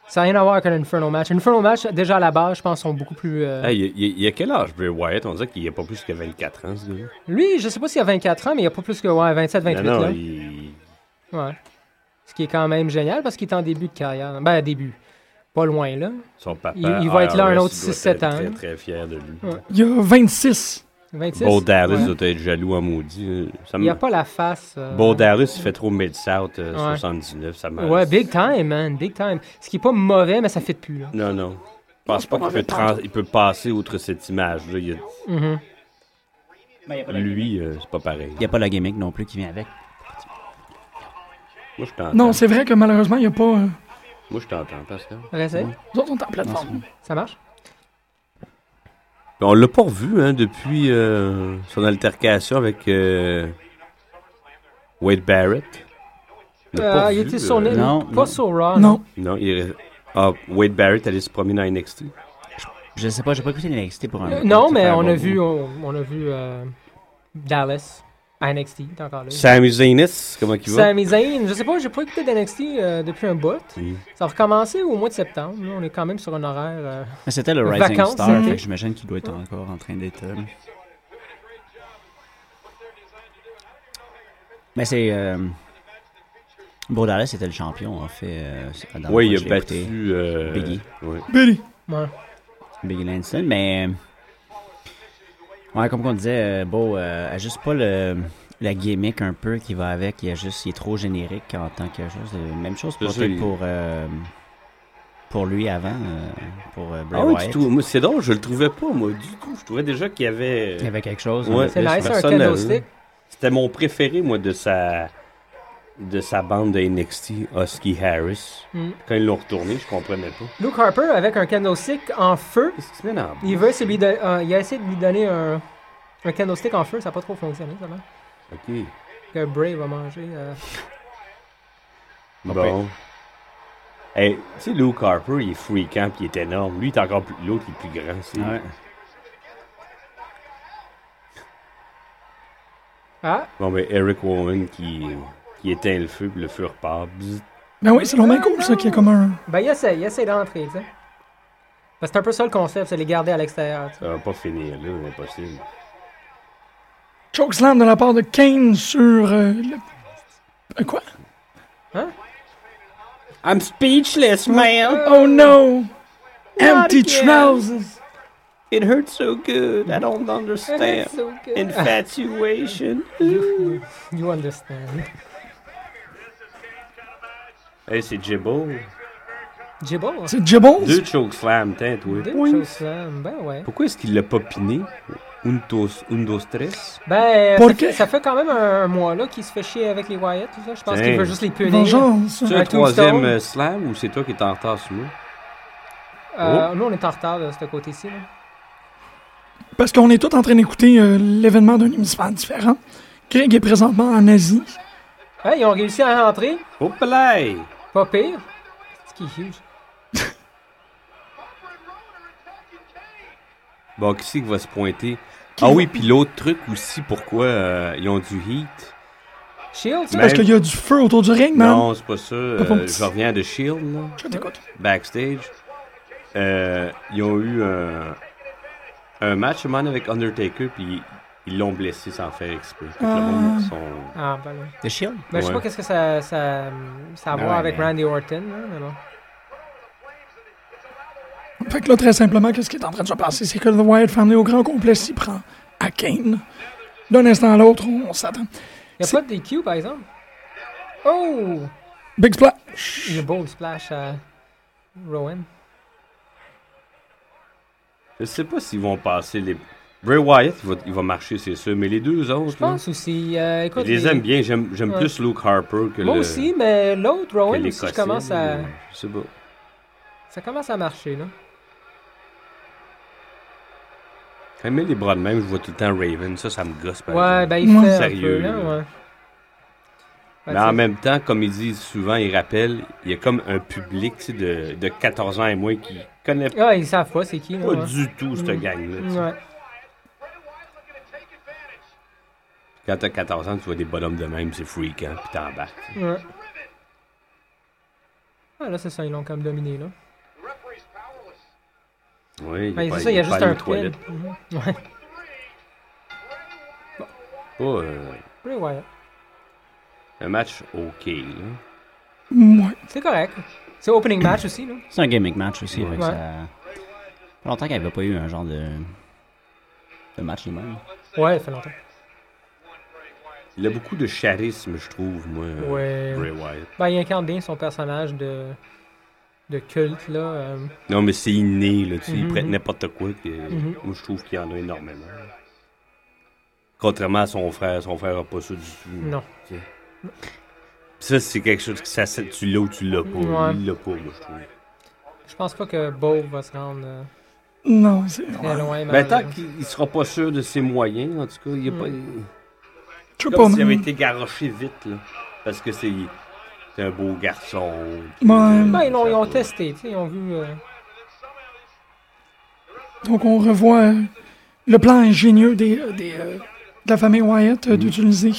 Speaker 5: Ça n'a rien à voir avec un Inferno match. Inferno match, déjà à la base, je pense, sont beaucoup plus. euh,
Speaker 6: Ah, il, y a- il y a quel âge, Bray Wyatt? On dirait qu'il n'y a pas plus que 24 ans, ce gars-là.
Speaker 5: Lui, je sais pas s'il a 24 ans, mais il a pas plus que ouais, 27, 28
Speaker 6: non, non,
Speaker 5: là.
Speaker 6: il...
Speaker 5: Ouais. Ce qui est quand même génial parce qu'il est en début de carrière. Ben, début. Pas loin, là.
Speaker 6: son papa...
Speaker 5: Il- il va être là un
Speaker 6: IRS,
Speaker 5: autre
Speaker 6: il doit
Speaker 5: 6-7
Speaker 6: être
Speaker 5: ans. hein.
Speaker 6: très, très fier de lui.
Speaker 5: Ouais.
Speaker 3: Il y a 26.
Speaker 5: 26.
Speaker 6: Bo Dallas
Speaker 5: Ouais.
Speaker 6: doit être jaloux en maudit. hein. Ça
Speaker 5: Il
Speaker 6: me...
Speaker 5: a pas la face. euh,
Speaker 6: Bo Dallas, il fait trop Mid-South euh,
Speaker 5: Ouais.
Speaker 6: 79, ça m'a...
Speaker 5: Ouais, big time, man. Big time. Ce qui est pas mauvais, mais ça fit plus, là.
Speaker 6: Non, non. Je pense pas qu'il peut, trans- il peut passer outre cette image-là. Il y a-
Speaker 5: Mhm.
Speaker 6: Lui, euh, c'est pas pareil.
Speaker 4: Il n'y a pas la gimmick non plus qui vient avec.
Speaker 6: Moi, je t'entends.
Speaker 3: Non, c'est vrai que malheureusement, il n'y a pas. euh,
Speaker 6: Moi, je t'entends, Pascal.
Speaker 5: Restez.
Speaker 3: Nous autres, on est en plateforme.
Speaker 5: Ça marche?
Speaker 6: On l'a pas revu hein, depuis euh, son altercation avec euh, Wade Barrett. On l'a
Speaker 5: Euh,
Speaker 6: pas
Speaker 5: il
Speaker 6: revu,
Speaker 5: était sur
Speaker 6: euh,
Speaker 5: Nitro,
Speaker 4: non,
Speaker 5: pas
Speaker 4: non.
Speaker 5: sur Raw.
Speaker 3: Non.
Speaker 6: Non, il est- Ah, Wade Barrett allait se promener dans NXT.
Speaker 4: Je sais pas, j'ai pas écouté l'NXT pour un.
Speaker 5: Euh, Non, mais
Speaker 4: pour
Speaker 5: on
Speaker 4: un
Speaker 5: a
Speaker 4: bon
Speaker 5: vu,
Speaker 4: bout.
Speaker 5: on, on a vu euh, Dallas, à NXT, t'es encore là.
Speaker 6: Sami Zainis, comment il va?
Speaker 5: Sami Zayn, je sais pas, j'ai pas écouté d'NXT euh, depuis un bout.
Speaker 6: Mm.
Speaker 5: Ça a recommencé au mois de septembre. là. on est quand même sur un horaire. euh,
Speaker 4: Mais C'était le Rising
Speaker 5: Vacances, hein.
Speaker 4: Star,
Speaker 5: c'était.
Speaker 4: fait que j'imagine qu'il doit être encore en train d'être. euh, Mais c'est. Euh... Bo Dallas était le champion, en fait. euh, c'est- dans le
Speaker 6: Oui,
Speaker 4: fond,
Speaker 6: il
Speaker 4: je
Speaker 6: a
Speaker 4: l'ai
Speaker 6: battu...
Speaker 4: écouté.
Speaker 6: euh,
Speaker 4: Biggie.
Speaker 6: ouais.
Speaker 3: Billy.
Speaker 5: ouais.
Speaker 4: Big Lanston, mais. Ouais, comme on disait, euh, Beau euh, a juste pas le, la gimmick un peu qui va avec. Il, a juste, il est trop générique en tant que chose. Euh, Même chose
Speaker 6: C'est
Speaker 4: peut-être
Speaker 6: ça, il-
Speaker 4: pour, euh, pour lui avant, euh, pour euh, Bray
Speaker 6: Ah oui,
Speaker 4: Wyatt.
Speaker 6: du tout. Moi, c'est drôle, je le trouvais pas, moi. Du tout, je trouvais déjà qu'il y avait...
Speaker 4: Il y avait quelque chose.
Speaker 6: Ouais.
Speaker 4: hein.
Speaker 5: C'est
Speaker 6: Mais
Speaker 5: nice,
Speaker 6: c'est
Speaker 5: un
Speaker 6: personnel, hein.
Speaker 5: candlestick.
Speaker 6: C'était mon préféré, moi, de sa... De sa bande de NXT, Husky Harris.
Speaker 5: Mm.
Speaker 6: Quand ils l'ont retourné, je comprenais pas.
Speaker 5: Luke Harper avec un candlestick en feu.
Speaker 6: Qu'est-ce qui se met dans la bouche?
Speaker 5: Il, veut se lui don- euh, il a essayé de lui donner un, un candlestick en feu. Ça n'a pas trop fonctionné, ça va.
Speaker 6: OK.
Speaker 5: Que Bray va manger. euh.
Speaker 6: Bon. Hey, tu sais, Luke Harper, il est freakant puis il est énorme. Lui, il est encore plus. L'autre, il est plus grand. c'est-
Speaker 4: Ouais.
Speaker 5: Ah,
Speaker 6: Bon, mais Eric Rowan qui, qui éteint le feu puis le feu repart. Bzzz.
Speaker 3: Ben oui, c'est long bien cool, ça, qui est comme un.
Speaker 5: ben il essaie, il essaie d'entrer, tu sais. Ben, c'est un peu ça le concept, c'est les garder à l'extérieur. tu sais.
Speaker 6: Ça va pas finir là, impossible.
Speaker 3: Chokeslam de la part de Kane sur. euh, le... Euh, Quoi?
Speaker 6: I'm speechless, man!
Speaker 3: Oh no! Empty trousers!
Speaker 6: It hurts so good, I don't
Speaker 5: Ah,
Speaker 6: understand.
Speaker 5: it's so good.
Speaker 6: Infatuation.
Speaker 5: You, you understand.
Speaker 6: hey, c'est Jibble.
Speaker 5: Jibble. hein.
Speaker 3: C'est Jibbles?
Speaker 6: Deux choke slam, t'es, toi.
Speaker 5: Deux
Speaker 6: Poing.
Speaker 5: choses, euh, ben ouais.
Speaker 6: Pourquoi est-ce qu'il l'a pas piné? Un, dos, un, dos, tres.
Speaker 5: Ben,
Speaker 3: Pour
Speaker 5: ça,
Speaker 3: que-
Speaker 5: fait, ça fait quand même un, un mois là qu'il se fait chier avec les Wyatt, tout ça. Je pense
Speaker 6: Tiens.
Speaker 5: qu'il veut juste les punir.
Speaker 3: Vengeance.
Speaker 6: Tu as
Speaker 5: Un
Speaker 6: un troisième
Speaker 5: tombstone.
Speaker 6: euh, slam ou c'est toi qui es en retard sur moi?
Speaker 5: Euh,
Speaker 3: Oh.
Speaker 5: Nous, on est en retard de ce côté-ci. là.
Speaker 3: Parce qu'on est tous en train d'écouter euh, l'événement d'un hémisphère différent. Greg est présentement en Asie.
Speaker 5: Ouais, ils ont réussi à rentrer.
Speaker 6: Oh, play!
Speaker 5: Pas pire. Ce qui est huge.
Speaker 6: Bon, qui c'est qui va se pointer? ah oui, puis l'autre truc aussi, pourquoi euh, ils ont du heat?
Speaker 5: Shield, ça?
Speaker 6: Ben,
Speaker 3: Parce qu'il y a du feu autour du ring, man.
Speaker 6: Non, c'est pas ça. Euh,
Speaker 3: ton petit-
Speaker 6: je reviens de Shield, là.
Speaker 3: Je t'écoute.
Speaker 6: backstage, euh, ils ont eu un, un match man avec Undertaker, puis ils l'ont blessé sans faire exprès. Fait que le monde, ils sont-
Speaker 5: Ah, ben là.
Speaker 4: The Shield?
Speaker 5: Ben, je sais
Speaker 6: Ouais.
Speaker 5: pas qu'est-ce que ça, ça, ça a à
Speaker 6: Ben
Speaker 5: voir
Speaker 6: ouais,
Speaker 5: avec
Speaker 6: mais-
Speaker 5: Randy Orton, là, mais bon.
Speaker 3: Fait que là, très simplement, qu'est-ce qui est en train de se passer? C'est que The Wyatt Family au grand complet s'y prend à Kane. D'un instant à l'autre, on, on s'attend.
Speaker 5: Il n'y
Speaker 3: C'est-
Speaker 5: a pas de DQ, par exemple. Oh!
Speaker 3: Big Splash.
Speaker 5: Le beau splash à Rowan.
Speaker 6: Je sais pas s'ils vont passer les. Bray Wyatt, il va, il va marcher, c'est sûr, mais les deux autres,
Speaker 5: Je
Speaker 6: là,
Speaker 5: pense aussi. euh,
Speaker 6: je
Speaker 5: écoute,
Speaker 6: les aime bien. J'aime j'aime
Speaker 5: Ouais.
Speaker 6: plus Luke Harper que
Speaker 5: Moi
Speaker 6: le.
Speaker 5: aussi, mais l'autre,
Speaker 6: que
Speaker 5: Rowan, aussi,
Speaker 6: l'Écossais,
Speaker 5: je commence
Speaker 6: là,
Speaker 5: à...
Speaker 6: mais Je sais pas.
Speaker 5: Ça commence à marcher, là.
Speaker 6: Quand il met les bras de même, je vois tout le temps Raven. Ça, ça me gosse. par
Speaker 5: Ouais,
Speaker 6: exemple.
Speaker 5: ben il
Speaker 3: Moi,
Speaker 5: fait
Speaker 6: sérieux,
Speaker 5: un peu, là,
Speaker 6: là.
Speaker 5: ouais. Ben,
Speaker 6: Mais en
Speaker 5: tu-
Speaker 6: même temps, comme ils disent souvent, ils rappellent, il y a comme un public tu sais, de, de 14 ans et moins qui connaît pas
Speaker 5: Ah, ils savent pas c'est qui, là, ouais. Mm.
Speaker 6: du tout cette gang-là. tu sais.
Speaker 5: Ouais.
Speaker 6: Quand t'as 14 ans, tu vois des bonhommes de même, c'est freakant, puis t'embarques. tu sais.
Speaker 5: Ouais. Ah, là, c'est ça, ils l'ont comme dominé, là.
Speaker 6: Oui,
Speaker 5: Ben,
Speaker 6: pas-
Speaker 5: c'est ça, il y a
Speaker 6: pas
Speaker 5: juste
Speaker 6: allé
Speaker 5: un
Speaker 6: aux
Speaker 5: pin.
Speaker 6: toilettes.
Speaker 5: Mhm. Ouais.
Speaker 6: Pas euh,
Speaker 5: Bray Wyatt.
Speaker 6: un match OK, là.
Speaker 3: Ouais.
Speaker 5: C'est correct. C'est opening match aussi, là.
Speaker 4: C'est un gimmick match aussi.
Speaker 6: Ouais.
Speaker 4: fait que ça... fait longtemps qu'elle avait pas eu un genre de, de match de même.
Speaker 5: Ouais, ça fait longtemps.
Speaker 6: Il a beaucoup de charisme, je trouve, moi,
Speaker 5: Ouais.
Speaker 6: Bray Wyatt.
Speaker 5: Ben, il incarne bien son personnage de, de culte, là. euh,
Speaker 6: Non, mais c'est inné, là, tu sais, il
Speaker 5: Mhm.
Speaker 6: prête n'importe quoi. puis, euh,
Speaker 5: Mhm.
Speaker 6: Moi, je trouve qu'il y en a énormément. Contrairement à son frère, son frère a pas ça du tout.
Speaker 5: Non.
Speaker 6: Ça, c'est quelque chose que ça, ça- tu l'as ou tu l'as pas.
Speaker 5: Ouais. Ben,
Speaker 6: Il l'a pas, moi, je trouve.
Speaker 5: Je pense pas que Bo va se rendre euh,
Speaker 3: Non, c'est.
Speaker 5: très
Speaker 3: Je
Speaker 5: loin.
Speaker 6: Ben, tant
Speaker 5: malheureusement.
Speaker 6: qu'il il sera pas sûr de ses moyens, en tout cas, il y a pas...
Speaker 5: Mm.
Speaker 3: sais pas,
Speaker 6: Comme s'il avait
Speaker 3: man.
Speaker 6: été garoché vite, là. Parce que c'est c'est un beau garçon. Euh,
Speaker 3: Ouais.
Speaker 5: Ben, ils l'ont ils ont testé, tu sais, ils ont vu... euh,
Speaker 3: Donc, on revoit euh, le plan ingénieux des, euh, des, euh, de la famille Wyatt euh, d'utiliser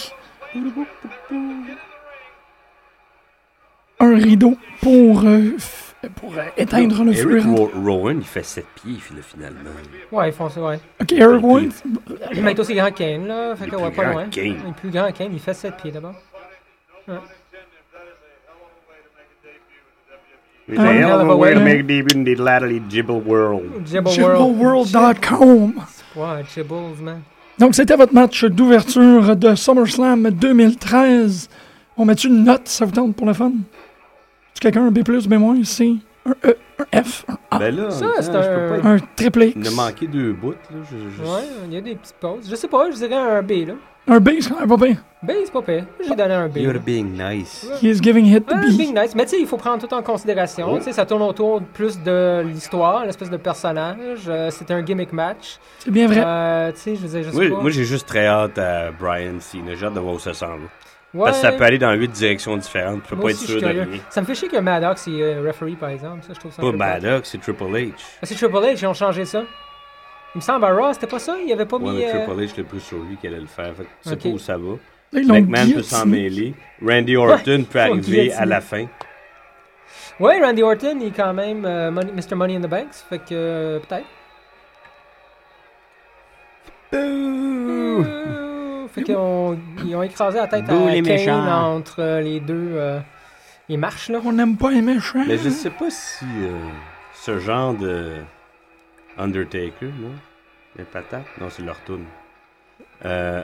Speaker 3: un rideau pour, euh, f- pour euh, éteindre le feu.
Speaker 6: Eric
Speaker 3: et rentrer.
Speaker 6: Ro- Rowan, il fait 7 pieds, il le finalement.
Speaker 5: Ouais, ils font ça, ouais.
Speaker 3: Ok, Eric Wyatt,
Speaker 5: Mais il est aussi grand que Kane, là. Fait
Speaker 6: Il
Speaker 5: que,
Speaker 6: est
Speaker 5: ouais,
Speaker 6: plus
Speaker 5: pas
Speaker 6: grand
Speaker 5: loin.
Speaker 6: que
Speaker 5: Il
Speaker 6: Kane.
Speaker 5: est plus grand que Kane, il fait 7 pieds d'abord.
Speaker 3: Ah, hell
Speaker 5: Oh, of a way hein. to
Speaker 3: make
Speaker 6: world.
Speaker 5: Jibble World.
Speaker 3: JibbleWorld.com.
Speaker 5: Ouais, Jibbles, man.
Speaker 3: Donc, c'était votre match d'ouverture de SummerSlam 2013. On met une note, ça vous tente pour le fun? Est-ce que quelqu'un un B, B-, c'est un E, un F, un A,
Speaker 6: Ben là,
Speaker 5: Ça,
Speaker 6: en même temps,
Speaker 5: c'est
Speaker 6: je peux
Speaker 5: un-
Speaker 6: pas...
Speaker 3: un triple
Speaker 6: Il a
Speaker 3: X?
Speaker 6: manqué deux bouts, là. Je, je-
Speaker 5: Ouais, il y a des petites pauses. Je sais pas, je dirais un B, là.
Speaker 3: Un B, c'est quand même pas bien.
Speaker 5: B, c'est pas pire. J'ai donné un B. là.
Speaker 6: You're being nice.
Speaker 3: He is giving hit the
Speaker 5: Ah,
Speaker 3: B.
Speaker 5: Big Nice. Mais tu sais, il faut prendre tout en considération. Tu sais, ça tourne autour plus de l'histoire, l'espèce de personnage. Euh, c'est un gimmick match.
Speaker 3: C'est bien vrai.
Speaker 5: Euh, tu sais, je veux dire, je sais
Speaker 6: Moi,
Speaker 5: pas.
Speaker 6: moi, j'ai juste très hâte à Brian Cena. J'ai hâte de voir où ça s'en va.
Speaker 5: Ouais,
Speaker 6: Parce que ça peut aller dans huit directions différentes. Tu peux
Speaker 5: moi
Speaker 6: pas
Speaker 5: aussi,
Speaker 6: être
Speaker 5: je suis
Speaker 6: sûr de
Speaker 5: curieux.
Speaker 6: rien.
Speaker 5: Ça me fait chier que Maddox est euh, referee, par exemple. Ça, je trouve ça un
Speaker 6: Pas
Speaker 5: peu plate.
Speaker 6: Maddox, c'est Triple H.
Speaker 5: Ah, C'est Triple H, ils ont changé ça. Il me semble à Raw, c'était pas ça? Il avait pas
Speaker 6: Ouais,
Speaker 5: mis...
Speaker 6: mais
Speaker 5: euh,
Speaker 6: Triple H, l'ai plus sur lui qu'elle allait le faire. Fait que tu sais
Speaker 5: Ok.
Speaker 6: pas où ça va.
Speaker 3: Ils l'ont
Speaker 6: McMahon peut
Speaker 3: guillotiné.
Speaker 6: s'en mêler. Randy Orton peut arriver à
Speaker 5: guillotiner.
Speaker 6: la fin.
Speaker 5: Ouais, Randy Orton, il est quand même euh, Money- Mr. Money in the Banks, fait que euh, peut-être. Euh, Fait qu'ils ont, ils ont écrasé la tête
Speaker 4: Boo,
Speaker 5: à
Speaker 4: les
Speaker 5: Kane
Speaker 4: méchants.
Speaker 5: entre euh, les deux euh, les marches là.
Speaker 3: On n'aime pas les méchants.
Speaker 6: Mais je sais pas si euh, ce genre de Undertaker, non? Les patates? Non, c'est leur tune. Euh,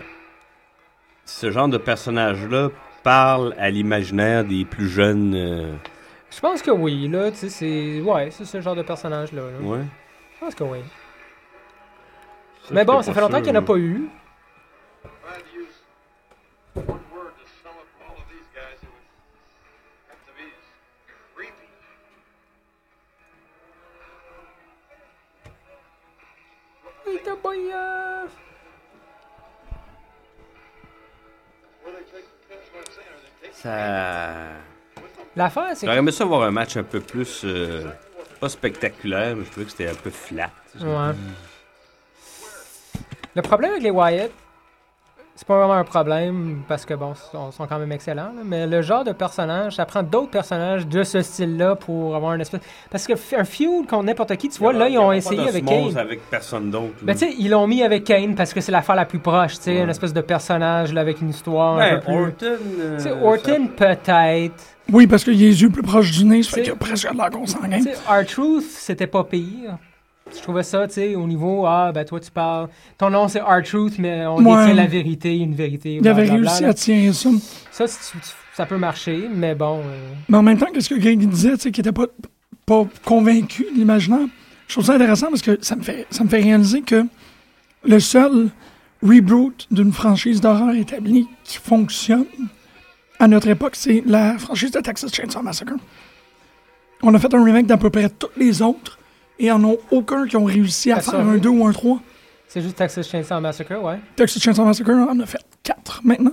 Speaker 6: ce genre de personnage-là parle à l'imaginaire des plus jeunes. euh,
Speaker 5: Je pense que oui, là, tu sais, c'est ouais, c'est ce genre de personnage là. là.
Speaker 6: ouais.
Speaker 5: Je pense que oui. Mais bon, ça
Speaker 6: j'étais
Speaker 5: fait
Speaker 6: pas
Speaker 5: longtemps
Speaker 6: sûr,
Speaker 5: qu'il n'y en a
Speaker 6: là.
Speaker 5: pas eu. Little boy, euh,
Speaker 6: Ça.
Speaker 5: L'affaire, c'est
Speaker 6: J'aurais aimé ça voir un match un peu plus. euh, pas spectaculaire, mais je trouvais que c'était un peu flat. tu sais.
Speaker 5: Ouais.
Speaker 6: Mm.
Speaker 5: Le problème avec les Wyatt, c'est pas vraiment un problème parce que bon, ils sont, sont quand même excellents, là, mais le genre de personnage, ça prend d'autres personnages de ce style-là pour avoir un espèce. Parce que f- un feud contre n'importe qui, tu vois, là, ils ont
Speaker 6: Il y a pas
Speaker 5: essayé avec
Speaker 6: d'osmose
Speaker 5: Kane.
Speaker 6: avec personne d'autre. là.
Speaker 5: Ben, tu sais, ils l'ont mis avec Kane parce que c'est l'affaire la plus proche, tu sais,
Speaker 6: Ouais.
Speaker 5: une espèce de personnage là, avec une histoire un
Speaker 6: Ouais,
Speaker 5: peu plus.
Speaker 6: Orton. euh,
Speaker 5: Tu sais, Orton,
Speaker 6: ça-
Speaker 5: peut-être.
Speaker 3: Oui, parce que les yeux plus proches du nez, ça
Speaker 5: C'est-
Speaker 3: fait qu'il a presque l'air consanguin.
Speaker 5: Tu sais, R-Truth, c'était pas pire. Je trouvais ça, tu sais, au niveau, ah, ben toi, tu parles. Ton nom, c'est R-Truth, mais on
Speaker 3: Ouais.
Speaker 5: détient la vérité, une vérité.
Speaker 3: Il avait
Speaker 5: blablabla,
Speaker 3: réussi
Speaker 5: là.
Speaker 3: à tirer ça.
Speaker 5: Ça, si tu- tu- ça peut marcher, mais bon. euh,
Speaker 3: Mais en même temps, qu'est-ce que Greg disait, tu sais, qu'il était pas, pas convaincu de l'imaginaire. Je trouve ça intéressant parce que ça me fait, ça me fait réaliser que le seul reboot d'une franchise d'horreur établie qui fonctionne à notre époque, c'est la franchise de Texas Chainsaw Massacre. On a fait un remake d'à peu près toutes les autres et en ont aucun qui ont réussi à
Speaker 5: Personne.
Speaker 3: faire un 2 ou un 3.
Speaker 5: c'est juste Texas Chainsaw Massacre, ouais.
Speaker 3: Texas Chainsaw Massacre en a fait 4 maintenant.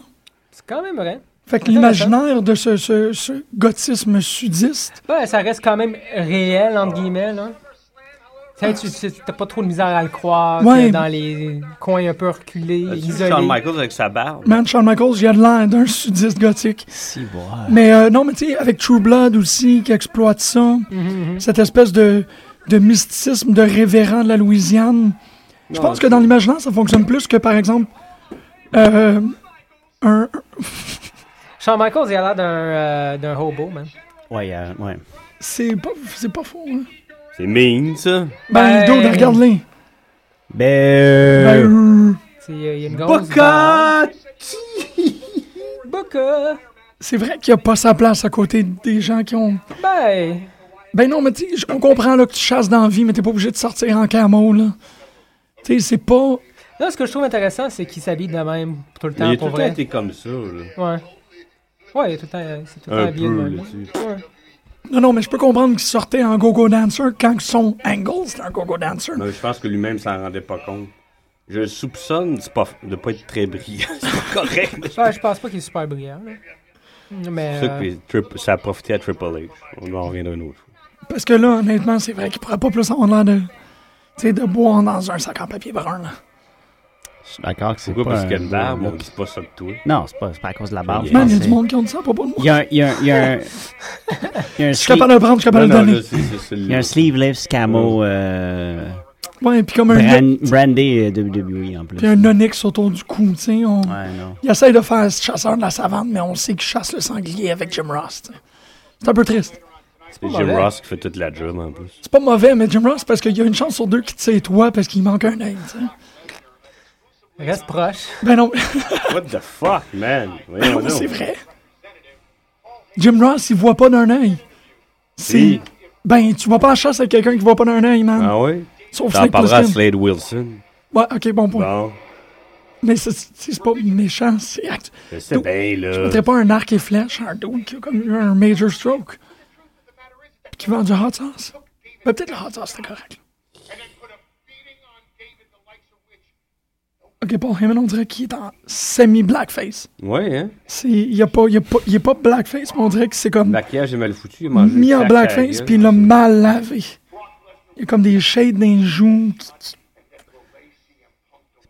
Speaker 5: C'est quand même vrai.
Speaker 3: Fait que
Speaker 5: Intéressant.
Speaker 3: l'imaginaire de ce, ce- ce gothisme sudiste,
Speaker 5: Ben, ça reste quand même réel, entre guillemets, là. Tu sais, tu- tu- t'as pas trop de misère à le croire que
Speaker 3: Ouais.
Speaker 5: dans les coins un peu reculés,
Speaker 6: As-tu vu Shawn
Speaker 5: isolés.
Speaker 6: Michaels avec sa barbe.
Speaker 3: man, Shawn Michaels, il a de l'air d'un sudiste gothique.
Speaker 4: Si, boire.
Speaker 3: Mais euh, non, mais tu sais, avec True Blood aussi, qui exploite ça, cette espèce de, de mysticisme de révérend de la Louisiane. Je pense que dans l'imaginaire, ça fonctionne plus que, par exemple, euh, un...
Speaker 5: Shawn Michaels, il a l'air d'un euh, d'un hobo, man.
Speaker 4: Ouais, euh, ouais.
Speaker 3: C'est pas, c'est pas faux, hein?
Speaker 6: C'est mean, ça.
Speaker 3: Ben,
Speaker 5: Ben-
Speaker 3: le dos, regarde-les.
Speaker 4: Ben.
Speaker 3: Ben, euh,
Speaker 5: Tu sais, Il y a il y a une grosse. barbe.
Speaker 6: Boca!
Speaker 5: Boca!
Speaker 3: c'est vrai qu'il a pas sa place à côté des gens qui ont...
Speaker 5: Ben,
Speaker 3: Ben non, mais tu sais, on comprend là, que tu chasses dans la vie, mais t'es pas obligé de sortir en camo, là. Tu sais, c'est pas...
Speaker 5: là, ce que je trouve intéressant, c'est qu'il s'habille de même tout le
Speaker 6: Mais il
Speaker 5: temps,
Speaker 6: a tout
Speaker 5: pour
Speaker 6: le temps
Speaker 5: vrai.
Speaker 6: été comme ça, là.
Speaker 5: Ouais. Ouais, il est tout le temps, euh, c'est tout le temps
Speaker 6: Un
Speaker 5: habillé de
Speaker 6: peu,
Speaker 5: même.
Speaker 6: là, tu sais.
Speaker 5: Ouais.
Speaker 3: Non, non, mais je peux comprendre qu'il sortait en go-go dancer quand son angle, c'était un go-go dancer.
Speaker 6: Mais je pense que lui-même s'en rendait pas compte. Je soupçonne c'est pas, de pas être très brillant. C'est pas correct. mais
Speaker 5: Ouais, je pense pas qu'il est super brillant, là. Mais.
Speaker 6: C'est pour ça
Speaker 5: euh,
Speaker 6: que les Trip- ça a profité à Triple H. On en reviendra une autre fois.
Speaker 3: Parce que là, honnêtement, c'est vrai qu'il pourrait pas plus avoir l'air de... Tu sais, de boire dans un sac en papier brun, là.
Speaker 4: Je suis d'accord que c'est
Speaker 6: Pourquoi?
Speaker 4: pas
Speaker 6: Parce
Speaker 4: un
Speaker 6: qu'il y a une
Speaker 4: bon
Speaker 6: barbe, on
Speaker 4: look.
Speaker 6: dit pas ça de toi.
Speaker 4: Non, c'est pas, c'est pas à cause de la barbe. je
Speaker 3: Man,
Speaker 4: pense
Speaker 3: il y a
Speaker 4: que
Speaker 3: du monde qui ont dit ça à propos de moi.
Speaker 4: c'est- Il y a un. Il y a un. Il y a un. Il y a
Speaker 3: Je
Speaker 4: un
Speaker 3: suis
Speaker 4: sleeve-
Speaker 3: capable de le prendre, je suis capable de
Speaker 6: Non,
Speaker 3: le
Speaker 6: non, là,
Speaker 3: donner.
Speaker 6: c'est- c'est- c'est
Speaker 4: il y a un sleeveless camo euh,
Speaker 3: Ouais, puis comme un...
Speaker 4: brand- brandé euh, WWE en plus.
Speaker 3: Puis un onyx autour du cou, tu sais. On...
Speaker 4: Ouais, non.
Speaker 3: Il essaye de faire ce chasseur de la savane, mais on sait qu'il chasse le sanglier avec Jim Ross, tu sais. C'est un peu triste.
Speaker 6: C'est
Speaker 5: pas
Speaker 6: Jim
Speaker 5: mauvais.
Speaker 6: Ross qui fait toute la job en plus.
Speaker 3: C'est pas mauvais, mais Jim Ross, parce qu'il y a une chance sur deux qu'il te sait toi parce qu'il manque un œil, tu sais.
Speaker 5: Reste proche.
Speaker 3: Ben non,
Speaker 6: What the fuck, man? Voyons donc.
Speaker 3: c'est vrai. Jim Ross, il voit pas d'un œil. C'est.
Speaker 6: Si.
Speaker 3: Ben, tu vas pas en chasse avec quelqu'un qui voit pas d'un œil, man.
Speaker 6: Ah oui?
Speaker 3: Sauf
Speaker 6: T'en
Speaker 3: Snake
Speaker 6: parleras à
Speaker 3: Plissken.
Speaker 6: Slade Wilson.
Speaker 3: Ouais, ok, bon point.
Speaker 6: Bon.
Speaker 3: Mais c'est- c'est c'est pas méchant, c'est. act-
Speaker 6: Je sais bien,
Speaker 3: Je
Speaker 6: là.
Speaker 3: mettrais pas un arc et flèche à un dude qui a comme eu un major stroke. Puis qui vend du hot sauce. Ben, peut-être le hot sauce, c'était correct. Ok, Paul Heyman, on dirait qu'il est en semi-blackface.
Speaker 6: Ouais, hein?
Speaker 3: C'est- Il, a pas, il, a pas, il est pas blackface, mais on dirait que c'est comme.
Speaker 6: Maquillage est mal foutu. il a mangé
Speaker 3: mis
Speaker 6: une
Speaker 3: en
Speaker 6: claque à la
Speaker 3: blackface,
Speaker 6: gueule.
Speaker 3: puis il l'a mal lavé. Il y a comme des shades dans les joues. qui- qui-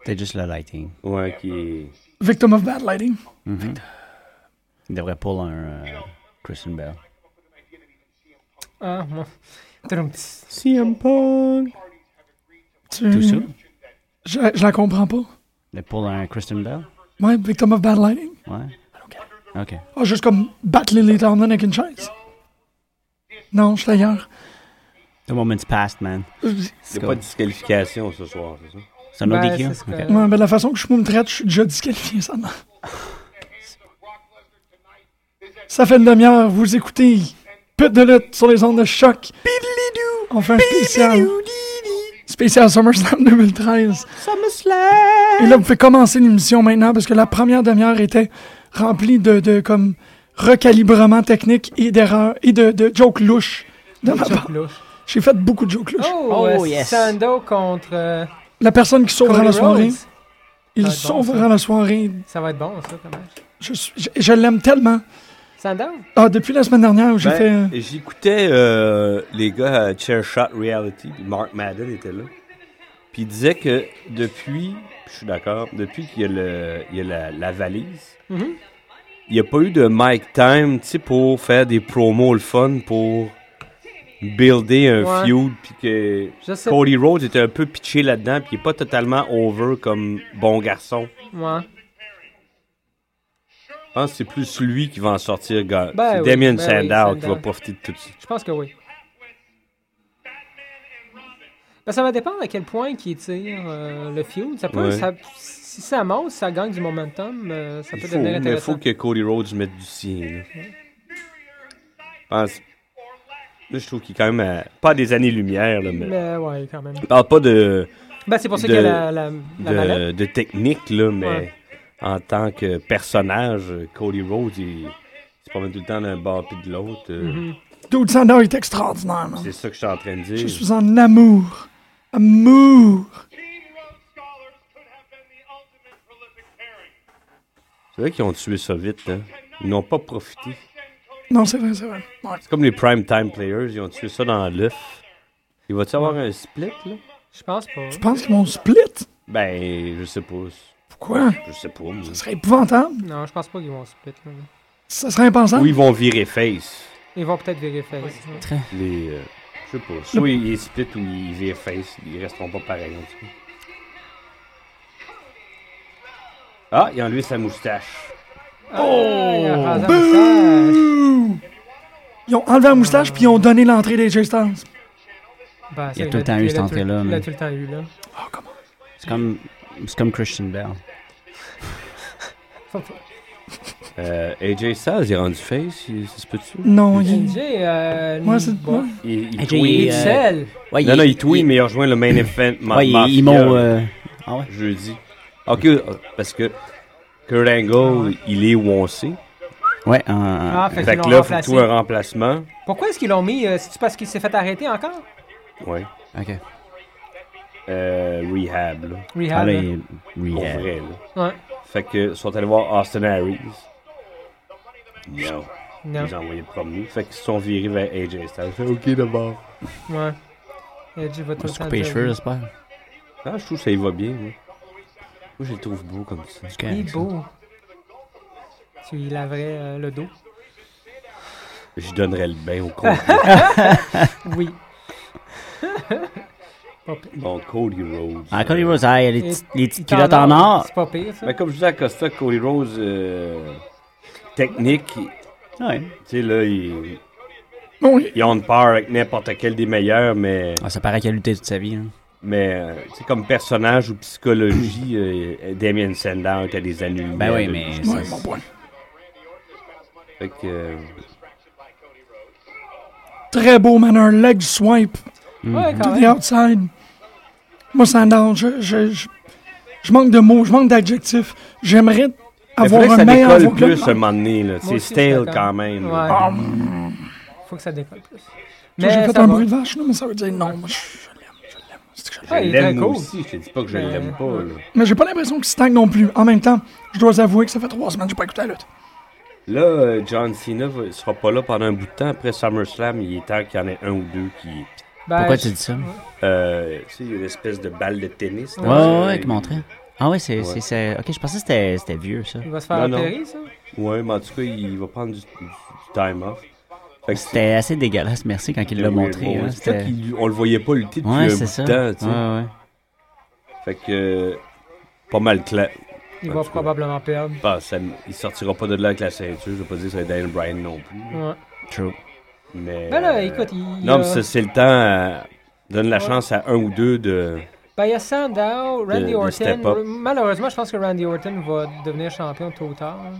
Speaker 4: C'était juste le lighting.
Speaker 6: Ouais, qui est.
Speaker 3: Victim of bad lighting.
Speaker 4: Il devrait pull un euh, Christian Bell.
Speaker 5: Ah, moi. Trum, tss.
Speaker 6: CM Punk.
Speaker 3: Tu-
Speaker 4: Tout ça?
Speaker 3: Je, je la comprends pas.
Speaker 4: Le pull un Christian Bell?
Speaker 3: Ouais, victim of bad lighting.
Speaker 4: Ouais. Ok.
Speaker 3: Ah, juste comme battre Lily Tomlin avec une chaise. Non, je suis ailleurs.
Speaker 4: The moment's past, man.
Speaker 6: Il n'y a pas de disqualification ce soir, c'est ça?
Speaker 4: C'est un no
Speaker 5: Ben,
Speaker 4: DQ?
Speaker 5: c'est ce que-
Speaker 4: Ok.
Speaker 3: Ouais, mais de la façon que je me traite, je suis déjà disqualifié, ça. non. Ça fait une demi-heure, vous écoutez Pute de lutte sur les ondes de choc. On fait un spécial. spécial SummerSlam 2013. Et là, vous pouvez commencer l'émission maintenant parce que la première demi-heure était remplie de, de comme recalibrement technique et d'erreurs et de, de jokes louches de ma part. J'ai fait beaucoup de jokes louches.
Speaker 5: Oh,
Speaker 4: Oh,
Speaker 5: euh,
Speaker 4: yes.
Speaker 5: Sando contre euh,
Speaker 3: La personne qui sauve dans
Speaker 5: Cody
Speaker 3: la soirée,
Speaker 5: Rhodes.
Speaker 3: il
Speaker 5: Ah, bon,
Speaker 3: sauve
Speaker 5: ça.
Speaker 3: dans la soirée.
Speaker 5: Ça va être bon, ça, quand même.
Speaker 3: Je, suis- je, je l'aime tellement.
Speaker 5: Sando?
Speaker 3: Ah, depuis la semaine dernière où j'ai
Speaker 6: Ben,
Speaker 3: fait. euh,
Speaker 6: J'écoutais euh, les gars à Chair Shot Reality, puis Mark Madden était là. Puis il disait que depuis, je suis d'accord, depuis qu'il y a, le, il y a la, la valise,
Speaker 5: Mhm.
Speaker 6: il n'y a pas eu de mic time tu sais, pour faire des promos le fun, pour builder un
Speaker 5: Ouais.
Speaker 6: feud, puis que
Speaker 5: Je sais.
Speaker 6: Cody Rhodes était un peu pitché là-dedans, puis il n'est pas totalement over comme bon garçon.
Speaker 5: Ouais.
Speaker 6: Je pense que c'est plus lui qui va en sortir. gars.
Speaker 5: Ben
Speaker 6: c'est
Speaker 5: oui,
Speaker 6: Damien
Speaker 5: ben oui,
Speaker 6: Sandow qui va
Speaker 5: Sandow.
Speaker 6: profiter de tout ça.
Speaker 5: Je pense que oui. Ben, ça va dépendre à quel point qui tire euh, le feud. Ça peut,
Speaker 6: Ouais.
Speaker 5: ça- si ça monte, si ça gagne du momentum, euh, ça
Speaker 6: Il
Speaker 5: peut
Speaker 6: faut,
Speaker 5: devenir
Speaker 6: mais il
Speaker 5: intéressant.
Speaker 6: faut que Cody Rhodes mette du sien. là. Je pense- Là, je trouve qu'il est quand même à- pas à des années-lumière, là, mais.
Speaker 5: Mais ouais, quand même.
Speaker 6: Je parle pas de,
Speaker 5: Ben, c'est pour ça
Speaker 6: De-
Speaker 5: qu'il y a la, la, la mallette.
Speaker 6: de, de technique, là, mais
Speaker 5: Ouais.
Speaker 6: en tant que personnage, euh, Cody Rhodes, il, il se promène tout le temps d'un bord puis de l'autre. euh,
Speaker 5: Mm-hmm.
Speaker 3: Dude Sandow est extraordinaire, man.
Speaker 6: C'est ça que je suis en train de
Speaker 3: Je
Speaker 6: dire.
Speaker 3: suis en amour. Amour.
Speaker 6: C'est vrai qu'ils ont tué ça vite. hein. Ils n'ont pas profité.
Speaker 3: Non, c'est vrai, c'est vrai. Ouais.
Speaker 6: C'est comme les prime time players, ils ont tué ça dans l'œuf. Il va-tu avoir un split, là?
Speaker 5: Je pense pas.
Speaker 3: Tu penses qu'ils vont split?
Speaker 6: Ben, je sais pas.
Speaker 3: Pourquoi?
Speaker 6: Je sais pas. moi.
Speaker 3: Ce serait épouvantable.
Speaker 5: Non, je pense pas qu'ils vont split. non.
Speaker 3: Ça serait impensable.
Speaker 6: Ou ils vont virer face.
Speaker 5: Ils vont peut-être vérifier. ouais.
Speaker 6: Les. euh, je sais pas. Soit ils ils split ou ils virent face. Ils resteront pas pareils. en tout cas. Ah, il a enlevé sa moustache.
Speaker 5: Ah,
Speaker 6: Oh!
Speaker 5: il y a un rasant moustache.
Speaker 3: Bouh! Ils ont enlevé la moustache puis ils ont donné l'entrée des Jay Styles.
Speaker 5: Ben,
Speaker 4: Il y a
Speaker 5: c'est-
Speaker 4: tout le temps eu
Speaker 5: il
Speaker 4: cette
Speaker 5: l'a tout-
Speaker 4: entrée-là,
Speaker 5: Il l'a
Speaker 4: mais-
Speaker 5: tout le temps eu, là.
Speaker 3: Oh, comment?
Speaker 4: C'est comme, c'est comme Christian Bell.
Speaker 6: Euh, AJ Styles, il est rendu face. il- Ça se peut-tu?
Speaker 3: Non, il...
Speaker 5: NJ, euh.
Speaker 3: Moi, c'est-
Speaker 5: bon.
Speaker 3: ouais.
Speaker 6: Il, il
Speaker 4: AJ,
Speaker 6: tweet.
Speaker 5: Il
Speaker 4: euh,
Speaker 5: scelle.
Speaker 4: Ouais,
Speaker 6: Non, non, il tweet, mais il a rejoint le main event. ma-
Speaker 4: Ouais, ils- ils
Speaker 6: mafia,
Speaker 4: m'ont. euh, Ah ouais?
Speaker 6: Jeudi. Ok, euh, parce que Kurt Angle, il est où on sait.
Speaker 4: Ouais, euh,
Speaker 5: Ah, fait,
Speaker 6: Fait
Speaker 5: qu'ils
Speaker 6: que
Speaker 5: l'ont
Speaker 6: là, faut
Speaker 5: remplacé.
Speaker 6: tout un remplacement.
Speaker 5: Pourquoi est-ce qu'ils l'ont mis euh, C'est-tu parce qu'il s'est fait arrêter encore
Speaker 6: Ouais.
Speaker 4: ok.
Speaker 6: Euh, rehab, là.
Speaker 4: Ah
Speaker 5: Rehab.
Speaker 4: là,
Speaker 5: hein.
Speaker 4: il
Speaker 6: Pour
Speaker 4: rehab.
Speaker 6: vrai, là.
Speaker 5: Ouais.
Speaker 6: Fait que ils sont allés voir Austin Harris. Non.
Speaker 5: Non.
Speaker 6: Ils ont envoyé promener. Fait qu'ils se sont virés vers AJ Styles. Fait, ok d'abord.
Speaker 5: Ouais. NJ va
Speaker 4: On va
Speaker 5: tout le
Speaker 4: se
Speaker 5: temps
Speaker 4: couper les
Speaker 5: dire
Speaker 4: cheveux,
Speaker 5: oui.
Speaker 4: j'espère.
Speaker 6: Ah, je trouve que ça y va bien. Moi, moi je le trouve beau comme ça.
Speaker 4: C'est
Speaker 5: Il
Speaker 4: correct,
Speaker 5: est
Speaker 4: ça.
Speaker 5: beau. Tu lui laverais euh, le dos
Speaker 6: Je donnerais le bain au Cody.
Speaker 5: Oui.
Speaker 6: bon, Cody Rhodes.
Speaker 4: Ah, Cody
Speaker 5: hein.
Speaker 4: Rose, ah, il y a les petites- les petites
Speaker 5: T'en
Speaker 4: culottes en
Speaker 5: as-
Speaker 4: or.
Speaker 5: C'est pas pire, ça.
Speaker 6: Mais Ben, comme je disais à Costa, Cody Rhodes, euh, technique, tu
Speaker 4: Ouais.
Speaker 6: sais, là, il,
Speaker 3: Bon, il-
Speaker 6: il a une part avec n'importe quel des meilleurs, mais,
Speaker 4: Ah, ça paraît qu'il a lutté toute sa vie. hein.
Speaker 6: mais euh, tu sais, comme personnage ou psychologie, euh, Damien Sandow était des années.
Speaker 4: Ben oui, mais.
Speaker 3: ouais,
Speaker 4: ça-
Speaker 3: bon point.
Speaker 6: Fait que, euh,
Speaker 3: Très beau, man. Un leg swipe
Speaker 5: Ah Ouais,
Speaker 3: to
Speaker 5: quand
Speaker 3: the
Speaker 5: même.
Speaker 3: outside. Moi, Sandow, je, je, je, je manque de mots, je manque d'adjectifs. J'aimerais
Speaker 6: Mais
Speaker 3: avoir
Speaker 6: faudrait que
Speaker 3: un
Speaker 6: ça
Speaker 3: meilleur
Speaker 6: décolle
Speaker 3: vocabulaire.
Speaker 6: plus euh, un moment donné.
Speaker 5: Moi
Speaker 6: là. C'est
Speaker 5: aussi, je suis
Speaker 6: stale
Speaker 5: d'accord.
Speaker 6: quand même. là. Ah,
Speaker 5: Ouais. Faut que ça décolle plus. Mais
Speaker 3: Ah. J'ai fait
Speaker 5: ça
Speaker 3: un
Speaker 5: va.
Speaker 3: bruit de vache, là, mais ça veut dire non. Moi, je, je l'aime, je l'aime. C'est que je l'aime.
Speaker 5: Ouais,
Speaker 6: Je
Speaker 5: il est
Speaker 6: l'aime
Speaker 5: très cool.
Speaker 6: aussi. Je te dis pas que je
Speaker 5: Mais-
Speaker 6: l'aime pas. Là,
Speaker 3: Mais j'ai pas l'impression qu'il stagne non plus. En même temps, je dois avouer que ça fait trois semaines que j'ai pas écouté la lutte.
Speaker 6: Là, euh, John Cena va- sera pas là pendant un bout de temps. Après SummerSlam, il est temps qu'il y en ait un ou deux qui.
Speaker 5: Ben,
Speaker 4: Pourquoi
Speaker 5: je-
Speaker 4: tu dis ça?
Speaker 6: Euh, tu sais, il y a une espèce de balle de tennis. là.
Speaker 4: Ouais, ouais, ouais,
Speaker 6: Euh,
Speaker 4: qui montrait. Ah ouais, c'est.
Speaker 6: Ouais.
Speaker 4: c'est- c'est- Ok, je pensais que c'était- c'était vieux, ça.
Speaker 5: Il va se faire
Speaker 6: Non, non.
Speaker 5: opérer, ça
Speaker 6: Ouais, mais en tout cas, il va prendre du, du- du time off. Fait que
Speaker 4: C'était assez dégueulasse, merci, quand il
Speaker 6: c'est-
Speaker 4: l'a
Speaker 6: Eh oui,
Speaker 4: montré.
Speaker 6: bon,
Speaker 4: hein,
Speaker 6: c'est ça
Speaker 4: c'était-
Speaker 6: qu'il- on le voyait pas lutter depuis un
Speaker 4: Ouais,
Speaker 6: bout
Speaker 4: c'est
Speaker 6: de
Speaker 4: ça.
Speaker 6: temps. tu sais.
Speaker 4: Ouais, ouais.
Speaker 6: Fait que. euh, Pas mal clair.
Speaker 5: Il
Speaker 6: En
Speaker 5: va
Speaker 6: tout cas.
Speaker 5: probablement perdre.
Speaker 6: Bah, ça- il sortira pas de là avec la ceinture. Je vais pas dire que ça va être Daniel Bryan non plus.
Speaker 5: Ouais.
Speaker 4: True.
Speaker 6: Mais.
Speaker 5: Ben là,
Speaker 6: euh,
Speaker 5: écoute, il.
Speaker 6: Non,
Speaker 5: il
Speaker 6: mais
Speaker 5: a-
Speaker 6: c'est- c'est le temps. à- Donne la chance à un ou deux de.
Speaker 5: Ben, il y a Sandow,
Speaker 6: de
Speaker 5: Randy Orton.
Speaker 6: step up.
Speaker 5: Malheureusement, je pense que Randy Orton va devenir champion tôt ou tard. hein.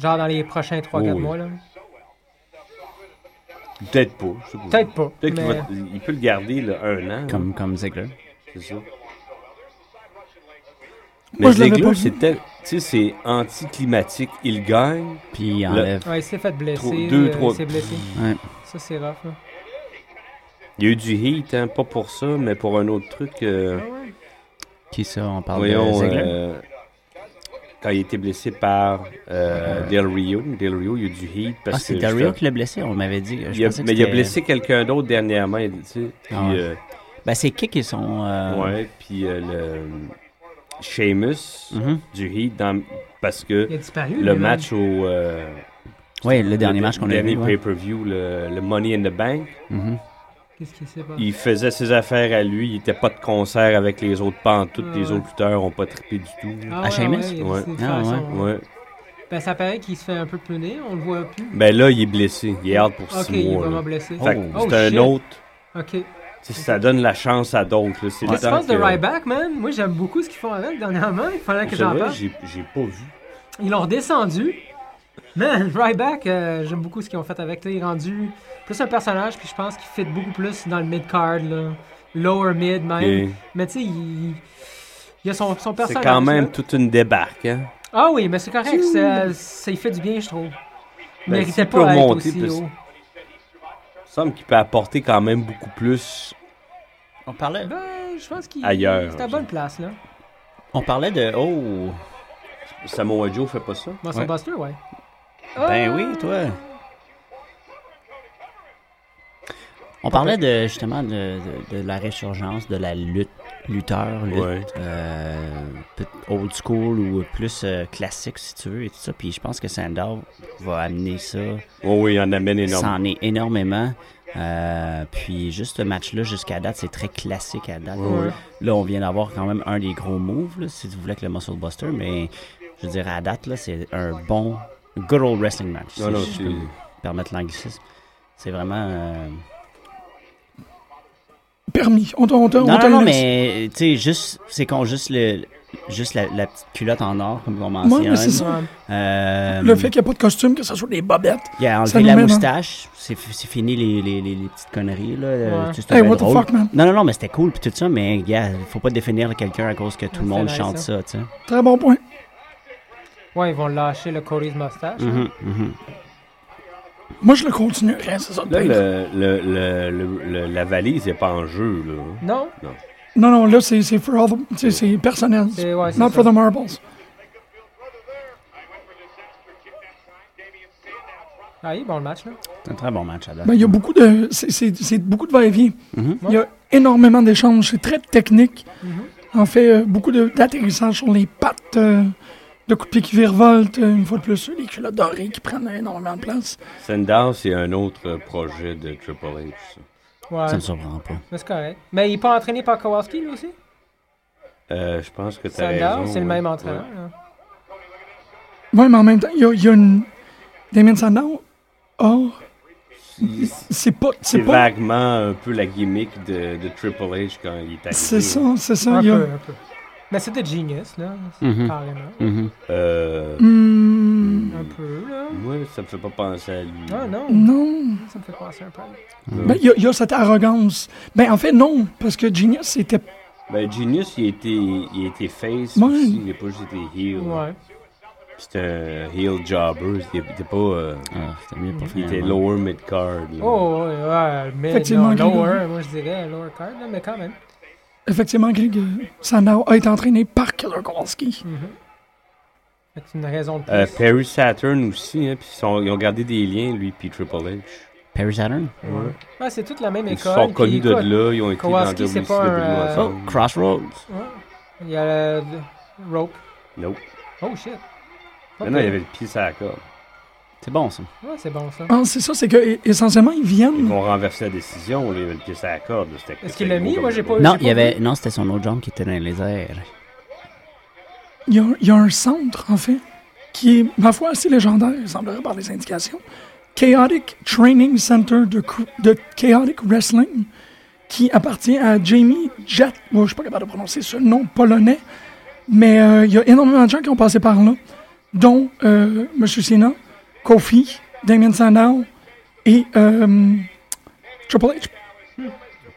Speaker 5: Genre dans les prochains 3-4
Speaker 6: Oh oui.
Speaker 5: mois. Là.
Speaker 6: Peut-être pas. je sais pas.
Speaker 5: Peut-être pas.
Speaker 6: Peut-être qu'il
Speaker 5: mais-
Speaker 6: va- il peut le garder là, un an.
Speaker 4: Comme, comme Ziggler.
Speaker 6: C'est ça.
Speaker 3: Moi,
Speaker 6: Mais
Speaker 3: je l'avais pas
Speaker 6: Ziegler,
Speaker 3: vu.
Speaker 6: c'est tel- tu sais, c'est anticlimatique. Il gagne.
Speaker 4: Puis il enlève.
Speaker 5: Ouais, il s'est fait blesser.
Speaker 6: Trois- deux,
Speaker 5: là,
Speaker 6: trois-
Speaker 5: Il s'est blessé.
Speaker 4: Ouais.
Speaker 5: Ça, c'est rough. là.
Speaker 6: Il y a eu du heat, hein, pas pour ça, mais pour un autre truc. euh,
Speaker 4: Qui ça On parle de
Speaker 6: voyons,
Speaker 4: Ziggler
Speaker 6: euh, quand il a été blessé par euh, Del Rio. Del Rio, il y a eu du heat. Parce
Speaker 4: Ah, c'est
Speaker 6: que,
Speaker 4: Dario
Speaker 6: justement,
Speaker 4: qui l'a blessé, on m'avait dit. Je
Speaker 6: il a-
Speaker 4: pensais que
Speaker 6: mais il a
Speaker 4: c'était-
Speaker 6: blessé quelqu'un d'autre dernièrement. tu sais, puis,
Speaker 4: Ah ouais.
Speaker 6: euh,
Speaker 4: Ben, c'est Kick et son. euh,
Speaker 6: ouais, puis euh, le Sheamus
Speaker 4: mhm.
Speaker 6: du heat dans- parce que
Speaker 5: Il a disparu.
Speaker 6: le
Speaker 5: lui,
Speaker 6: match au euh,
Speaker 4: Ouais, le dernier match qu'on a
Speaker 6: dernier
Speaker 4: vu. ouais.
Speaker 6: pay-per-view, le, le Money in the Bank,
Speaker 4: Mhm.
Speaker 5: même. Qu'est-ce qui s'est passé?
Speaker 6: il faisait ses affaires à lui. Il était pas de concert avec les autres pantoutes. Les
Speaker 5: Ouais.
Speaker 6: autres lutteurs ont pas trippé du tout.
Speaker 5: Ah,
Speaker 4: à Sheamus?
Speaker 5: il a
Speaker 6: Ouais.
Speaker 5: décidé de
Speaker 4: Ah,
Speaker 5: faire
Speaker 4: ouais.
Speaker 5: son-
Speaker 6: Ouais.
Speaker 5: Ben, ça paraît qu'il se fait un peu punir. On le voit plus.
Speaker 6: Ben là, il est blessé. Il est hard pour
Speaker 5: Ok,
Speaker 6: six
Speaker 5: il est
Speaker 6: mois. là.
Speaker 5: vraiment blessé.
Speaker 6: Fait que
Speaker 5: Oh,
Speaker 6: c'est un
Speaker 5: shit.
Speaker 6: autre.
Speaker 5: Ok.
Speaker 6: tu sais, Ça donne la chance à d'autres. là. C'est le
Speaker 5: Qu'est-ce que tu
Speaker 6: temps
Speaker 5: penses de
Speaker 6: que-
Speaker 5: Ryback, man? Moi, j'aime beaucoup ce qu'ils font avec dernièrement. Il fallait que
Speaker 6: C'est
Speaker 5: j'en
Speaker 6: vrai,
Speaker 5: parle.
Speaker 6: J'ai j'ai pas vu.
Speaker 5: Ils l'ont redescendu. Man, Ryback, euh, j'aime beaucoup ce qu'ils ont fait avec. T'sais, Il est rendu plus un personnage, puis je pense qu'il fit beaucoup plus dans le mid-card, là. Lower mid, même.
Speaker 6: Et
Speaker 5: Mais tu sais, il... il a son, son
Speaker 6: C'est
Speaker 5: personnage.
Speaker 6: quand même
Speaker 5: là.
Speaker 6: toute une débarque. Hein?
Speaker 5: Ah oui, mais c'est correct. Ça, ça y fait du bien, je trouve. Il
Speaker 6: Ben,
Speaker 5: méritait
Speaker 6: s'il
Speaker 5: pas
Speaker 6: peut
Speaker 5: à être
Speaker 6: remonter,
Speaker 5: aussi
Speaker 6: parce-
Speaker 5: haut.
Speaker 6: Il semble qu'il peut apporter quand même beaucoup plus.
Speaker 4: On, parlait,
Speaker 5: Ben, je pense qu'il
Speaker 6: Ailleurs,
Speaker 5: C'est à
Speaker 6: ça.
Speaker 5: bonne place, là.
Speaker 4: on parlait de. Oh
Speaker 6: Samoa Joe fait pas ça.
Speaker 5: Dans son
Speaker 4: Ouais.
Speaker 5: Buster, ouais.
Speaker 4: Ben oui, toi On parlait de justement de, de- de la résurgence de la lutte, lutteur, lutte
Speaker 6: Ouais.
Speaker 4: euh, peut- old school ou plus euh, classique si tu veux et tout ça. Puis je pense que Sandow va amener ça,
Speaker 6: Oh oui, il en amène énormément.
Speaker 4: s'en est énormément. Euh, puis juste ce match-là jusqu'à date, c'est très classique à date.
Speaker 5: Ouais.
Speaker 4: Là, on vient d'avoir quand même un des gros moves, là, si tu voulais, que le Muscle Buster, mais je veux dire, à date, là, c'est un bon good old wrestling match.
Speaker 6: Non,
Speaker 4: si
Speaker 6: non,
Speaker 4: je
Speaker 6: c'est-
Speaker 4: peux me permettre l'anglicisme. C'est vraiment. euh,
Speaker 3: Permis. On, te- on, te- on
Speaker 4: Non,
Speaker 3: te
Speaker 4: non, non,
Speaker 3: laisse.
Speaker 4: mais tu sais, juste, c'est qu'on juste le. Juste la, la petite culotte en or, comme on mentionne.
Speaker 3: Ouais, mais c'est ça.
Speaker 6: hein.
Speaker 4: Euh,
Speaker 3: Le fait qu'il n'y a pas de costume, que ce soit des bobettes.
Speaker 4: Il a
Speaker 3: ça
Speaker 4: enlevé
Speaker 3: nous
Speaker 4: la
Speaker 3: mène, hein.
Speaker 4: moustache. C'est fi- c'est fini les, les, les, les petites conneries, là. Euh,
Speaker 5: Ouais.
Speaker 4: tu sais, c'était
Speaker 3: Hey,
Speaker 4: bien
Speaker 3: what the
Speaker 4: drôle.
Speaker 3: fuck, man.
Speaker 4: Non, non, non, mais c'était cool, puis tout ça, mais, gars, faut pas définir quelqu'un à cause que tout le
Speaker 5: Ouais,
Speaker 4: monde
Speaker 5: c'est
Speaker 4: chante
Speaker 5: nice,
Speaker 4: ça, tu sais.
Speaker 3: Très bon point.
Speaker 5: Ouais, ils vont lâcher le Cody's mustache.
Speaker 6: Mm-hmm.
Speaker 4: Mhm, mhm.
Speaker 3: Moi, je le continuerais, c'est ça. le
Speaker 6: Là,
Speaker 3: pire.
Speaker 6: le, le- le- le- le- la valise n'est pas en jeu. Là.
Speaker 5: Non?
Speaker 3: Non, non, là, c'est c'est for all the- c'est- c'est personnel.
Speaker 5: C'est- ouais, c'est
Speaker 3: Not
Speaker 5: ça.
Speaker 3: for the marbles.
Speaker 5: Ah, il est bon le match, là.
Speaker 4: C'est un très bon match, à date.
Speaker 3: Ben, il y a beaucoup de. c'est- C'est c'est beaucoup de va-et-vient.
Speaker 4: Mhm.
Speaker 3: Il y a énormément d'échanges. C'est très technique. En fait, euh, beaucoup de- d'atterrissage sur les pattes, euh, de coups de pied qui virevoltent, euh, une fois de plus, les culottes dorées qui prennent énormément de place.
Speaker 6: Sandow, c'est un autre projet de Triple H. ça.
Speaker 5: Ouais.
Speaker 4: Ça me surprend pas.
Speaker 5: Mais c'est correct. Mais il n'est pas entraîné par Kowalski, lui aussi?
Speaker 6: Euh, je pense que tu as
Speaker 5: Sandow,
Speaker 6: raison.
Speaker 5: c'est le
Speaker 6: ouais.
Speaker 5: même entraîneur.
Speaker 6: Ouais.
Speaker 5: là.
Speaker 3: Oui, mais en même temps, il y a, il y a une. Damien Sandow, oh,
Speaker 6: Il-
Speaker 3: c'est pas.
Speaker 6: C'est
Speaker 3: C'est pas.
Speaker 6: vaguement un peu la gimmick de, de Triple H quand il est arrivé.
Speaker 3: C'est ça, c'est ça.
Speaker 5: Un
Speaker 3: il y a-
Speaker 5: peu, un peu. Mais c'est de genius, là. C'est
Speaker 6: Mm-hmm.
Speaker 4: Mhm.
Speaker 5: Carrément.
Speaker 4: Mhm.
Speaker 6: Euh,
Speaker 3: Mm. Hmm,
Speaker 5: Un peu, là.
Speaker 6: Moi, ça me fait pas penser à lui.
Speaker 5: Ah non,
Speaker 3: non.
Speaker 5: ça me fait penser un peu.
Speaker 3: Ben, il y, a- il y a cette arrogance. Ben, en fait, non, parce que Genius, c'était.
Speaker 6: Ben, Genius, il était, il était face
Speaker 3: Ouais.
Speaker 6: aussi. Il n'a pas juste été heel.
Speaker 5: Ouais.
Speaker 6: C'était un heel jobber. Il était pas. euh,
Speaker 4: Ah, c'était mieux pas
Speaker 6: il était
Speaker 4: finalement.
Speaker 6: lower mid-card. là.
Speaker 5: Oh, ouais, ouais, mais
Speaker 3: Effectivement,
Speaker 5: non,
Speaker 3: Guillaume.
Speaker 5: lower, moi je dirais lower card, là, mais quand même.
Speaker 3: Effectivement, Greg euh, Sandow a été entraîné par Killer Kowalski.
Speaker 5: C'est une raison de plus.
Speaker 6: Euh, Perry Saturn aussi. Hein, puis ils, sont- ils ont gardé des liens, lui, puis Triple H.
Speaker 4: Perry Saturn?
Speaker 5: ouais. Ouais, c'est toute la même
Speaker 6: Ils
Speaker 5: école.
Speaker 6: se sont
Speaker 5: puis
Speaker 6: connus de
Speaker 5: écoute,
Speaker 6: là. Ils ont été
Speaker 5: Kowalski,
Speaker 6: dans
Speaker 5: c'est
Speaker 6: WCW
Speaker 5: pas un, euh,
Speaker 4: Oh,
Speaker 6: ensemble.
Speaker 4: Crossroads.
Speaker 5: ouais. Il y a le le rope.
Speaker 6: Nope.
Speaker 5: Oh shit. Pas
Speaker 6: Non, non, il
Speaker 5: pire.
Speaker 6: avait le pied sur la corde.
Speaker 4: C'est bon, ça.
Speaker 5: Ouais, c'est bon ça.
Speaker 3: Ah, c'est ça, c'est que é- essentiellement, ils
Speaker 6: Ils
Speaker 3: viennent.
Speaker 6: vont renverser la décision. Là, il avait le pied sur la corde. là, c'était-
Speaker 5: Est-ce
Speaker 6: c'était
Speaker 5: qu'il l'a
Speaker 6: gros
Speaker 5: mis?
Speaker 6: comme
Speaker 5: Moi,
Speaker 6: le
Speaker 5: j'ai
Speaker 6: bras.
Speaker 5: pas-
Speaker 4: Non,
Speaker 5: j'ai
Speaker 4: il y
Speaker 5: vu.
Speaker 4: avait... Non, c'était son autre jambe qui était dans les airs.
Speaker 3: Il y, a, un- il y a un centre, en fait, qui est, ma foi, assez légendaire, il semblerait, par les indications. Chaotic Training Center de, cou- de Chaotic Wrestling, qui appartient à Jamie Jat. Moi, je suis pas capable de prononcer ce nom polonais, mais euh, il y a énormément de gens qui ont passé par là, dont euh, M. Sina, Kofi, Damien Sandow, et euh, Triple H
Speaker 6: Ok.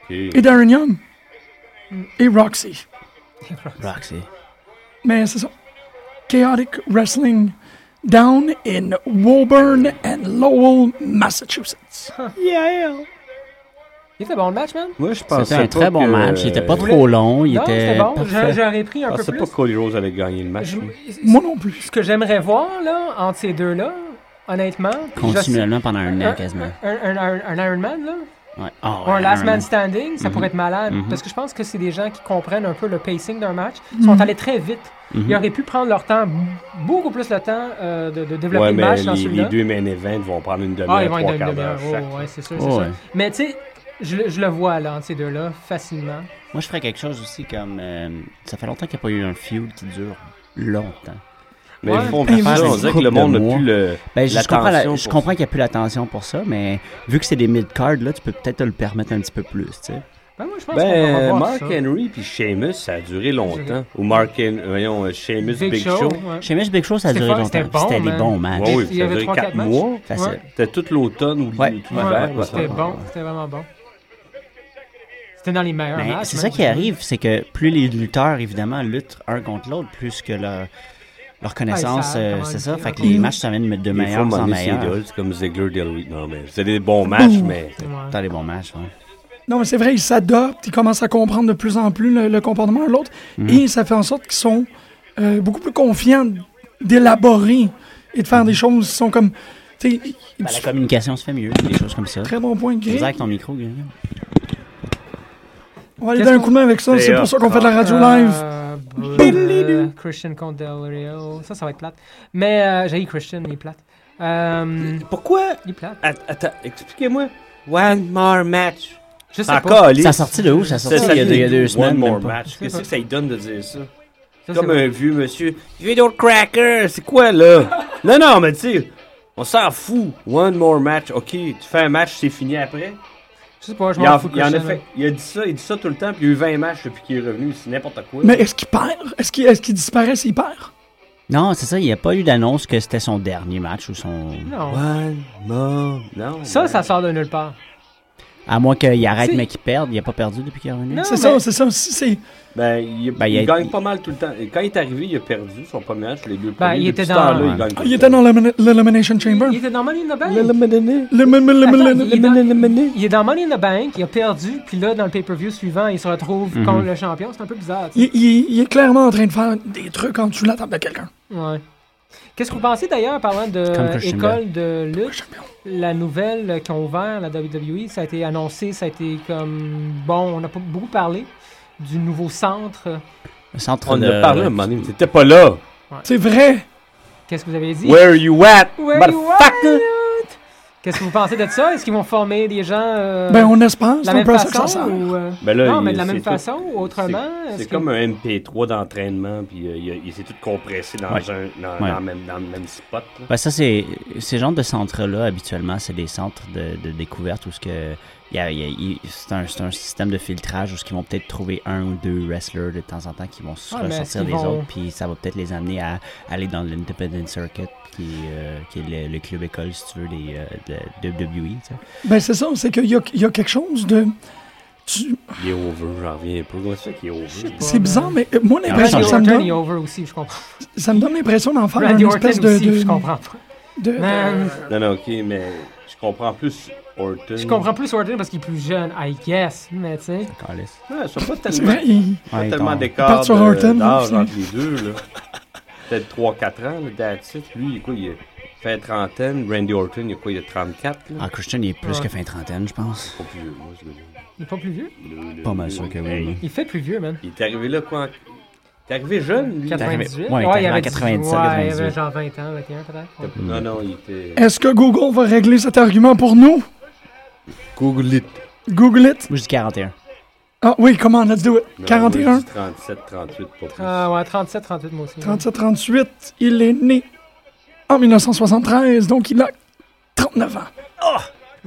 Speaker 3: et Darren Young et Roxy.
Speaker 4: Roxy.
Speaker 3: Mais c'est ça. Chaotic Wrestling down in Woburn and Lowell, Massachusetts.
Speaker 5: Il était bon le match, man.
Speaker 6: Moi, je pensais
Speaker 4: C'était un
Speaker 6: pas
Speaker 4: très bon
Speaker 6: que-
Speaker 4: match. Il était pas
Speaker 5: Vous
Speaker 4: trop
Speaker 5: voulez-
Speaker 4: long. Il
Speaker 5: non,
Speaker 4: était
Speaker 5: c'était bon. J'a-
Speaker 4: parfait.
Speaker 5: J'aurais pris
Speaker 6: Je
Speaker 5: un peu
Speaker 6: pensais
Speaker 5: plus.
Speaker 6: pas que Cody Rose allait gagner le match.
Speaker 5: Je-
Speaker 6: moi.
Speaker 3: Moi non plus.
Speaker 5: Ce que j'aimerais voir, là, entre ces deux-là, honnêtement... je-
Speaker 4: Continuellement pendant un an quasiment.
Speaker 5: Un, un- un- un Iron Man, là,
Speaker 4: Ouais. Oh,
Speaker 5: ou un Last
Speaker 4: Iron
Speaker 5: Man
Speaker 4: Man.
Speaker 5: Standing, ça
Speaker 6: Mm-hmm.
Speaker 4: Mhm.
Speaker 5: pourrait être malade.
Speaker 4: Mhm.
Speaker 5: Parce que je pense que c'est des gens qui comprennent un peu le pacing d'un match. Ils sont allés très vite.
Speaker 6: Mm-hmm.
Speaker 5: Ils auraient pu prendre leur temps, beaucoup plus le temps euh, de, de développer
Speaker 6: Ouais,
Speaker 5: le
Speaker 6: mais
Speaker 5: match
Speaker 6: les,
Speaker 5: dans
Speaker 6: les
Speaker 5: celui-là.
Speaker 6: deux main events vont prendre une demi-heure,
Speaker 5: Ah, ils vont être
Speaker 6: trois
Speaker 5: dans
Speaker 6: quarts
Speaker 5: une
Speaker 6: d'heure
Speaker 5: demi-heure.
Speaker 6: chaque.
Speaker 5: Oh, ouais, c'est sûr,
Speaker 4: Oh,
Speaker 5: c'est
Speaker 4: ouais.
Speaker 5: sûr. Mais tu sais, je, le- je le vois, là, entre ces deux-là, facilement.
Speaker 4: Moi, je ferais quelque chose aussi comme. euh, ça fait longtemps qu'il n'y a pas eu un feud qui dure longtemps.
Speaker 6: Mais
Speaker 5: Ouais.
Speaker 6: ils font
Speaker 3: Et
Speaker 6: ça,
Speaker 4: vous-
Speaker 6: on dirait que le
Speaker 4: couple de
Speaker 6: monde n'a
Speaker 4: mois.
Speaker 6: plus le.
Speaker 4: Ben, je, je comprends, la-
Speaker 6: l'attention
Speaker 4: je
Speaker 6: pour
Speaker 4: comprends qu'il n'y a plus l'attention pour ça, mais vu que c'est des mid-cards, là, tu peux peut-être te le permettre un petit peu plus, tu sais.
Speaker 5: Ben, moi, je pense qu'on va
Speaker 6: Ben,
Speaker 5: voir
Speaker 6: Mark
Speaker 5: ça.
Speaker 6: Henry puis Sheamus, ça a duré longtemps. Ou Mark Henry, voyons, euh, Sheamus, Big, Show.
Speaker 5: ouais.
Speaker 4: Chez Mesh Big Show, ça a
Speaker 5: C'était
Speaker 4: duré
Speaker 5: fun,
Speaker 4: longtemps.
Speaker 5: c'était bon,
Speaker 4: C'était des
Speaker 5: man.
Speaker 4: bons matchs.
Speaker 6: Ouais, oui,
Speaker 5: Il y
Speaker 6: ça a
Speaker 5: avait
Speaker 6: duré
Speaker 5: trois,
Speaker 6: 4
Speaker 5: quatre matchs.
Speaker 6: mois.
Speaker 4: Facile.
Speaker 5: Ouais.
Speaker 6: C'était tout l'automne ou
Speaker 4: Ouais.
Speaker 6: tout
Speaker 4: Ouais,
Speaker 6: l'hiver.
Speaker 4: ouais,
Speaker 6: ouais.
Speaker 5: C'était bon, c'était vraiment bon. C'était dans les meilleurs
Speaker 4: Mais
Speaker 5: matchs.
Speaker 4: c'est
Speaker 5: man.
Speaker 4: ça qui arrive, c'est que plus les lutteurs, évidemment, luttent un contre l'autre, plus que leur, leur connaissance,
Speaker 5: savent
Speaker 4: euh,
Speaker 5: comment
Speaker 4: c'est
Speaker 5: lutter,
Speaker 4: ça. Fait que
Speaker 5: ouais.
Speaker 4: les matchs s'amènent de
Speaker 6: Il faut
Speaker 4: meilleurs en
Speaker 6: m'emmener ses
Speaker 4: meilleurs.
Speaker 6: idoles, c'est comme Ziggler, Del Reed. Non, mais c'est des bons matchs, mais.
Speaker 5: Ouais.
Speaker 4: T'as des bons matchs, ouais.
Speaker 3: Non, mais c'est vrai, ils s'adoptent, ils commencent à comprendre de plus en plus le, le comportement de l'autre et ça fait en sorte qu'ils sont euh, beaucoup plus confiants d'élaborer et de faire des choses qui sont comme. tu sais, ils- ils-
Speaker 4: Ben, la communication se fait mieux, des choses comme ça.
Speaker 3: Très bon point, Greg.
Speaker 4: Exact, ton micro, Guillaume.
Speaker 3: On va aller
Speaker 5: Qu'est-ce
Speaker 3: d'un
Speaker 5: qu'on-
Speaker 3: coup de main avec ça.
Speaker 6: C'est
Speaker 3: C'est pour
Speaker 6: hot,
Speaker 3: ça qu'on
Speaker 6: ça.
Speaker 3: fait de la radio live.
Speaker 5: Euh,
Speaker 3: Billy-doo.
Speaker 5: euh, Christian contre Del Rio. Ça, ça va être plate. Mais euh, j'ai eu Christian, il est plate. Euh,
Speaker 6: Pourquoi?
Speaker 5: il est plate.
Speaker 6: Att- Attends, expliquez-moi. One more match.
Speaker 5: Je sais pas.
Speaker 6: Encore,
Speaker 4: Ça a sorti de où? Ça a sorti il y a deux, il y a deux semaines.
Speaker 6: One
Speaker 4: même
Speaker 6: more
Speaker 4: pas.
Speaker 6: match. Qu'est-ce que ça lui donne de dire ça?
Speaker 5: Ça, c'est
Speaker 6: Comme
Speaker 5: vrai.
Speaker 6: un vieux monsieur. Vieux d'autres crackers, c'est quoi là? non, non, mais tu sais, on s'en fout. One more match. Ok, tu fais un match, c'est fini après.
Speaker 4: Ah,
Speaker 5: Je sais pas, je
Speaker 6: Il, en-
Speaker 5: m'en fous.
Speaker 6: il en a
Speaker 5: Christian,
Speaker 6: fait,
Speaker 5: là.
Speaker 6: il a dit ça, il dit ça tout le temps, puis il y a eu 20 matchs depuis qu'il est revenu, c'est n'importe quoi.
Speaker 3: Mais est-ce qu'il perd Est-ce qu'il est qu'il disparaît s'il perd
Speaker 4: Non, c'est ça, il n'y a pas eu d'annonce que c'était son dernier match ou son.
Speaker 5: Non.
Speaker 6: One more. Non.
Speaker 5: Ça,
Speaker 6: man.
Speaker 5: ça sort de nulle part.
Speaker 4: À moins qu'il arrête,
Speaker 5: C'est-
Speaker 4: mais qu'il perde. Il n'a pas perdu depuis qu'il est revenu.
Speaker 5: Non.
Speaker 3: C'est
Speaker 5: mais-
Speaker 3: ça, c'est ça. Si c'est-
Speaker 6: Ben, il,
Speaker 4: Ben,
Speaker 6: il
Speaker 4: il a-
Speaker 6: gagne pas mal tout le temps. Et quand il est arrivé, il a perdu son premier match, les deux
Speaker 5: Ben,
Speaker 6: premiers.
Speaker 5: il
Speaker 6: Depuis
Speaker 5: était
Speaker 6: ce
Speaker 5: dans-
Speaker 6: temps-là, il gagne
Speaker 3: Ah,
Speaker 6: tout
Speaker 3: il
Speaker 6: le
Speaker 3: était dans
Speaker 6: temps.
Speaker 3: l'Elimina- l'Elimination Chamber.
Speaker 5: Il était dans Money in the Bank.
Speaker 3: Le- le- le- le- le-
Speaker 5: Attends, il, est dans, il est dans Money in the Bank, il a perdu, puis là, dans le pay-per-view suivant, il se retrouve
Speaker 4: Mhm.
Speaker 5: contre le champion. C'est un peu bizarre. tu sais.
Speaker 3: il, il- il est clairement en train de faire des trucs en dessous de la table de quelqu'un.
Speaker 5: Ouais. Qu'est-ce que vous pensez d'ailleurs, parlant de
Speaker 4: Comme
Speaker 5: euh,
Speaker 4: Christian
Speaker 5: école de lutte, la nouvelle euh, qu'ils ont ouvert, la WWE, ça a été annoncé, ça a été comme. Bon, on n'a pas beaucoup parlé du nouveau centre. euh,
Speaker 4: Le centre
Speaker 6: On en
Speaker 4: de...
Speaker 6: a parlé un moment donné, mais t'étais pas là.
Speaker 3: C'est vrai.
Speaker 5: Qu'est-ce que vous avez dit?
Speaker 6: Where you at?
Speaker 5: Where you
Speaker 6: motherfucker?
Speaker 5: at? Qu'est-ce que vous pensez de ça? Est-ce qu'ils vont former des gens euh,
Speaker 3: Ben, on espère.
Speaker 5: de
Speaker 3: C'est
Speaker 5: la
Speaker 3: un
Speaker 5: même
Speaker 3: peu à ça que ça
Speaker 5: façon?
Speaker 3: sert.
Speaker 5: ou, euh,
Speaker 6: Ben là,
Speaker 5: non,
Speaker 6: il-
Speaker 5: mais de la
Speaker 6: c'est
Speaker 5: même
Speaker 6: tout-
Speaker 5: façon ou autrement?
Speaker 6: C'est
Speaker 5: Est-ce que-
Speaker 6: comme un MP3 d'entraînement, puis euh, il, a- il s'est tout compressé dans,
Speaker 4: Ouais.
Speaker 6: un, dans,
Speaker 4: Ouais.
Speaker 6: dans le même, dans le même spot. là.
Speaker 4: Ben, ça, c'est. Ces genres de centres-là, habituellement, c'est des centres de, de découverte où ce que. il y a- il y a- il- c'est, un, c'est un système de filtrage où ce qu'ils vont peut-être trouver un ou deux wrestlers de temps en temps qui vont se
Speaker 5: Ouais, Ah, mais est-ce
Speaker 4: ressortir
Speaker 5: qu'ils
Speaker 4: des
Speaker 5: vont-
Speaker 4: autres, puis ça va peut-être les amener à aller dans l'Independent Circuit, qui, est, euh, qui est le, le club école, si tu veux, des, euh, de, de WWE. tu sais.
Speaker 3: Ben, c'est ça. C'est qu'il y a, il y a quelque chose de. tu-
Speaker 6: Il est over, j'en reviens pas. Comment ça qu'il est over?
Speaker 3: C'est bizarre, mais euh, moi, l'impression
Speaker 5: Randy
Speaker 3: que ça me
Speaker 5: Orton est
Speaker 3: donne,
Speaker 5: over aussi, je comprends.
Speaker 3: ça me donne l'impression d'en faire
Speaker 5: Randy
Speaker 3: une
Speaker 5: Orton
Speaker 3: espèce de.
Speaker 5: aussi,
Speaker 3: de- Euh,
Speaker 5: je comprends pas.
Speaker 3: de- de-
Speaker 5: Man.
Speaker 6: Non, non, ok, mais je comprends plus Orton.
Speaker 5: Je comprends plus Orton parce qu'il est plus jeune, I guess, mais tu sais.
Speaker 4: Calisse.
Speaker 6: Ah, c'est pas
Speaker 3: C'est
Speaker 6: tellement,
Speaker 3: vrai, il-
Speaker 6: pas
Speaker 4: Ouais,
Speaker 6: tellement
Speaker 4: ton-
Speaker 6: d'écart
Speaker 3: part sur
Speaker 6: de-
Speaker 3: Orton, hein,
Speaker 6: d'âge
Speaker 3: c'est-
Speaker 6: entre les deux. là. Peut-être 3-4 ans, là, that's it. Lui, il, est quoi, il fait trentaine. Randy Orton, il, a quoi, il a 34. Là.
Speaker 4: Ah, Christian, il est plus
Speaker 5: Ouais.
Speaker 4: que fin trentaine, je pense.
Speaker 6: Pas plus vieux, moi, je le dis.
Speaker 5: Il est pas plus vieux?
Speaker 6: Le- le-
Speaker 4: Pas mal sûr que oui.
Speaker 6: Hey,
Speaker 4: non.
Speaker 5: Il fait plus vieux, man.
Speaker 6: Il est arrivé là, quoi? en- Il est arrivé jeune, lui.
Speaker 5: 98?
Speaker 4: Ouais, il est arrivé en 97,
Speaker 5: ouais, il avait
Speaker 4: 98.
Speaker 5: genre 20 ans, 21 peut-être. Ouais.
Speaker 6: Non, non, il était...
Speaker 5: Euh,
Speaker 3: Est-ce que Google va régler cet argument pour nous?
Speaker 6: Google it.
Speaker 3: Google it.
Speaker 4: Moi, je dis 41.
Speaker 3: Ah oui, come on, let's do it.
Speaker 6: Non,
Speaker 3: 41,
Speaker 6: moi, je dis 37, 38, pas plus.
Speaker 5: Ah ouais, 37, 38 moi aussi.
Speaker 3: 37, 38. Il est né en 1973, donc il a 39 ans.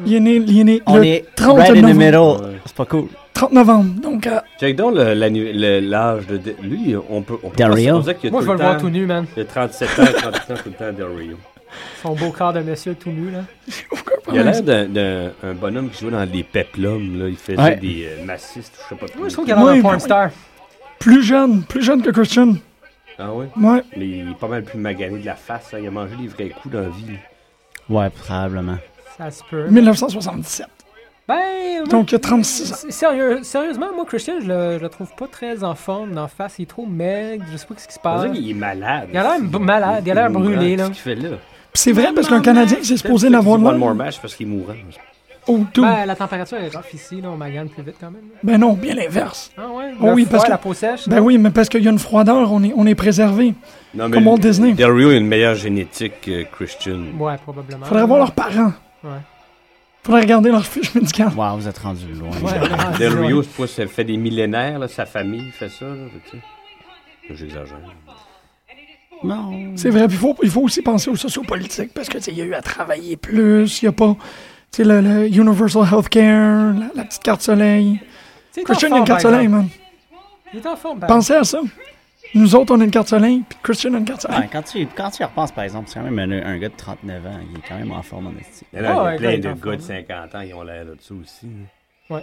Speaker 3: Il est né, il est né
Speaker 4: On
Speaker 3: le
Speaker 4: est
Speaker 3: 30
Speaker 4: right in the
Speaker 3: novembre.
Speaker 4: middle. C'est pas cool.
Speaker 3: 30 novembre. Donc, euh,
Speaker 6: Check donc le- l'annu- le- l'âge de... de- Lui, on peut... On peut pas-
Speaker 4: Dario?
Speaker 6: on dirait qu'il y a
Speaker 5: Moi,
Speaker 6: tout
Speaker 5: je vais le
Speaker 6: temps-
Speaker 5: voir tout nu, Ah, man.
Speaker 6: Il y a 37 ans, 38 ans, tout le temps Del Rio.
Speaker 5: Son beau corps de monsieur tout nu, là.
Speaker 3: aucun
Speaker 6: Il a l'air d'un- d'un un bonhomme qui jouait dans des peplums, là. Il faisait
Speaker 4: Ouais.
Speaker 6: des euh, massistes, je sais pas
Speaker 5: Moi, je
Speaker 6: trop.
Speaker 5: trouve qu'il y a l'air
Speaker 3: Oui,
Speaker 5: d'un
Speaker 3: ben
Speaker 5: porn
Speaker 3: oui.
Speaker 5: star.
Speaker 3: Plus jeune, plus jeune que Christian.
Speaker 6: Ah ouais?
Speaker 3: Ouais.
Speaker 6: Mais il est pas mal plus magané de la face, hein. Il a mangé des vrais coups dans la vie. là.
Speaker 4: Ouais, probablement.
Speaker 5: Ça se peut.
Speaker 3: 1977.
Speaker 5: Ben, oui.
Speaker 3: Donc, il a 36 ans.
Speaker 5: S- sérieux- sérieusement, moi, Christian, je le, je le trouve pas très en forme d'en face. Il est trop maigre. Je sais pas ce qui se
Speaker 6: On
Speaker 5: passe.
Speaker 6: dirait qu'il est malade.
Speaker 5: Ah, Il a l'air b- malade, il a l'air
Speaker 6: mourant.
Speaker 5: brûlé, là.
Speaker 6: Qu'est-ce qu'il fait là?
Speaker 3: Puis c'est vrai parce qu'un Canadien, c'est supposé
Speaker 6: Peut-être
Speaker 3: n'avoir
Speaker 6: qu'il dit One
Speaker 3: l'air.
Speaker 6: more match parce qu'il est mourant.
Speaker 3: Oh, tout.
Speaker 5: Ben, la température est rough ici, là, on magane plus vite quand même. là.
Speaker 3: Ben non, bien l'inverse.
Speaker 5: Ah ouais?
Speaker 3: Oh
Speaker 5: le
Speaker 3: oui,
Speaker 5: froid,
Speaker 3: parce que-
Speaker 5: la peau sèche.
Speaker 3: Ben oui, mais parce qu'il y a une froideur, on est, on est préservé.
Speaker 6: Non,
Speaker 3: Comme Walt Disney.
Speaker 6: Del Rio a une meilleure génétique que Christian.
Speaker 5: Ouais, probablement.
Speaker 3: Faudrait voir leurs parents.
Speaker 5: Ouais.
Speaker 3: Faudrait regarder leur fiche médicale.
Speaker 4: Wow, vous êtes rendu loin.
Speaker 5: Ouais, on est rendu
Speaker 6: Del
Speaker 5: loin.
Speaker 6: Rio, c'est pas- ça fait des millénaires, là, sa famille fait ça. là, tu sais. J'exagère.
Speaker 4: Non.
Speaker 3: C'est vrai, puis il faut, il faut aussi penser aux sociopolitiques parce que tu sais, il y a eu à travailler plus, il y a pas. Tu sais, le, le Universal Healthcare, la, la petite carte soleil.
Speaker 5: Tu sais, il est
Speaker 3: Christian,
Speaker 5: en
Speaker 3: il a une
Speaker 5: forme,
Speaker 3: carte
Speaker 5: par
Speaker 3: soleil,
Speaker 5: exemple.
Speaker 3: man.
Speaker 5: Il est en forme, par
Speaker 3: Pensez à ça. Nous autres, on a une carte soleil, puis Christian a une carte soleil.
Speaker 4: Ouais, quand, tu, quand tu y repenses, par exemple, c'est quand même un, un gars de 39 ans. Il est quand même en forme, en esti.
Speaker 6: Il y en a
Speaker 5: Ah ouais,
Speaker 6: plein
Speaker 5: quand il est
Speaker 6: de
Speaker 5: en
Speaker 6: gars de
Speaker 5: forme.
Speaker 6: 50 ans, ils ont l'air là-dessus aussi. hein. là.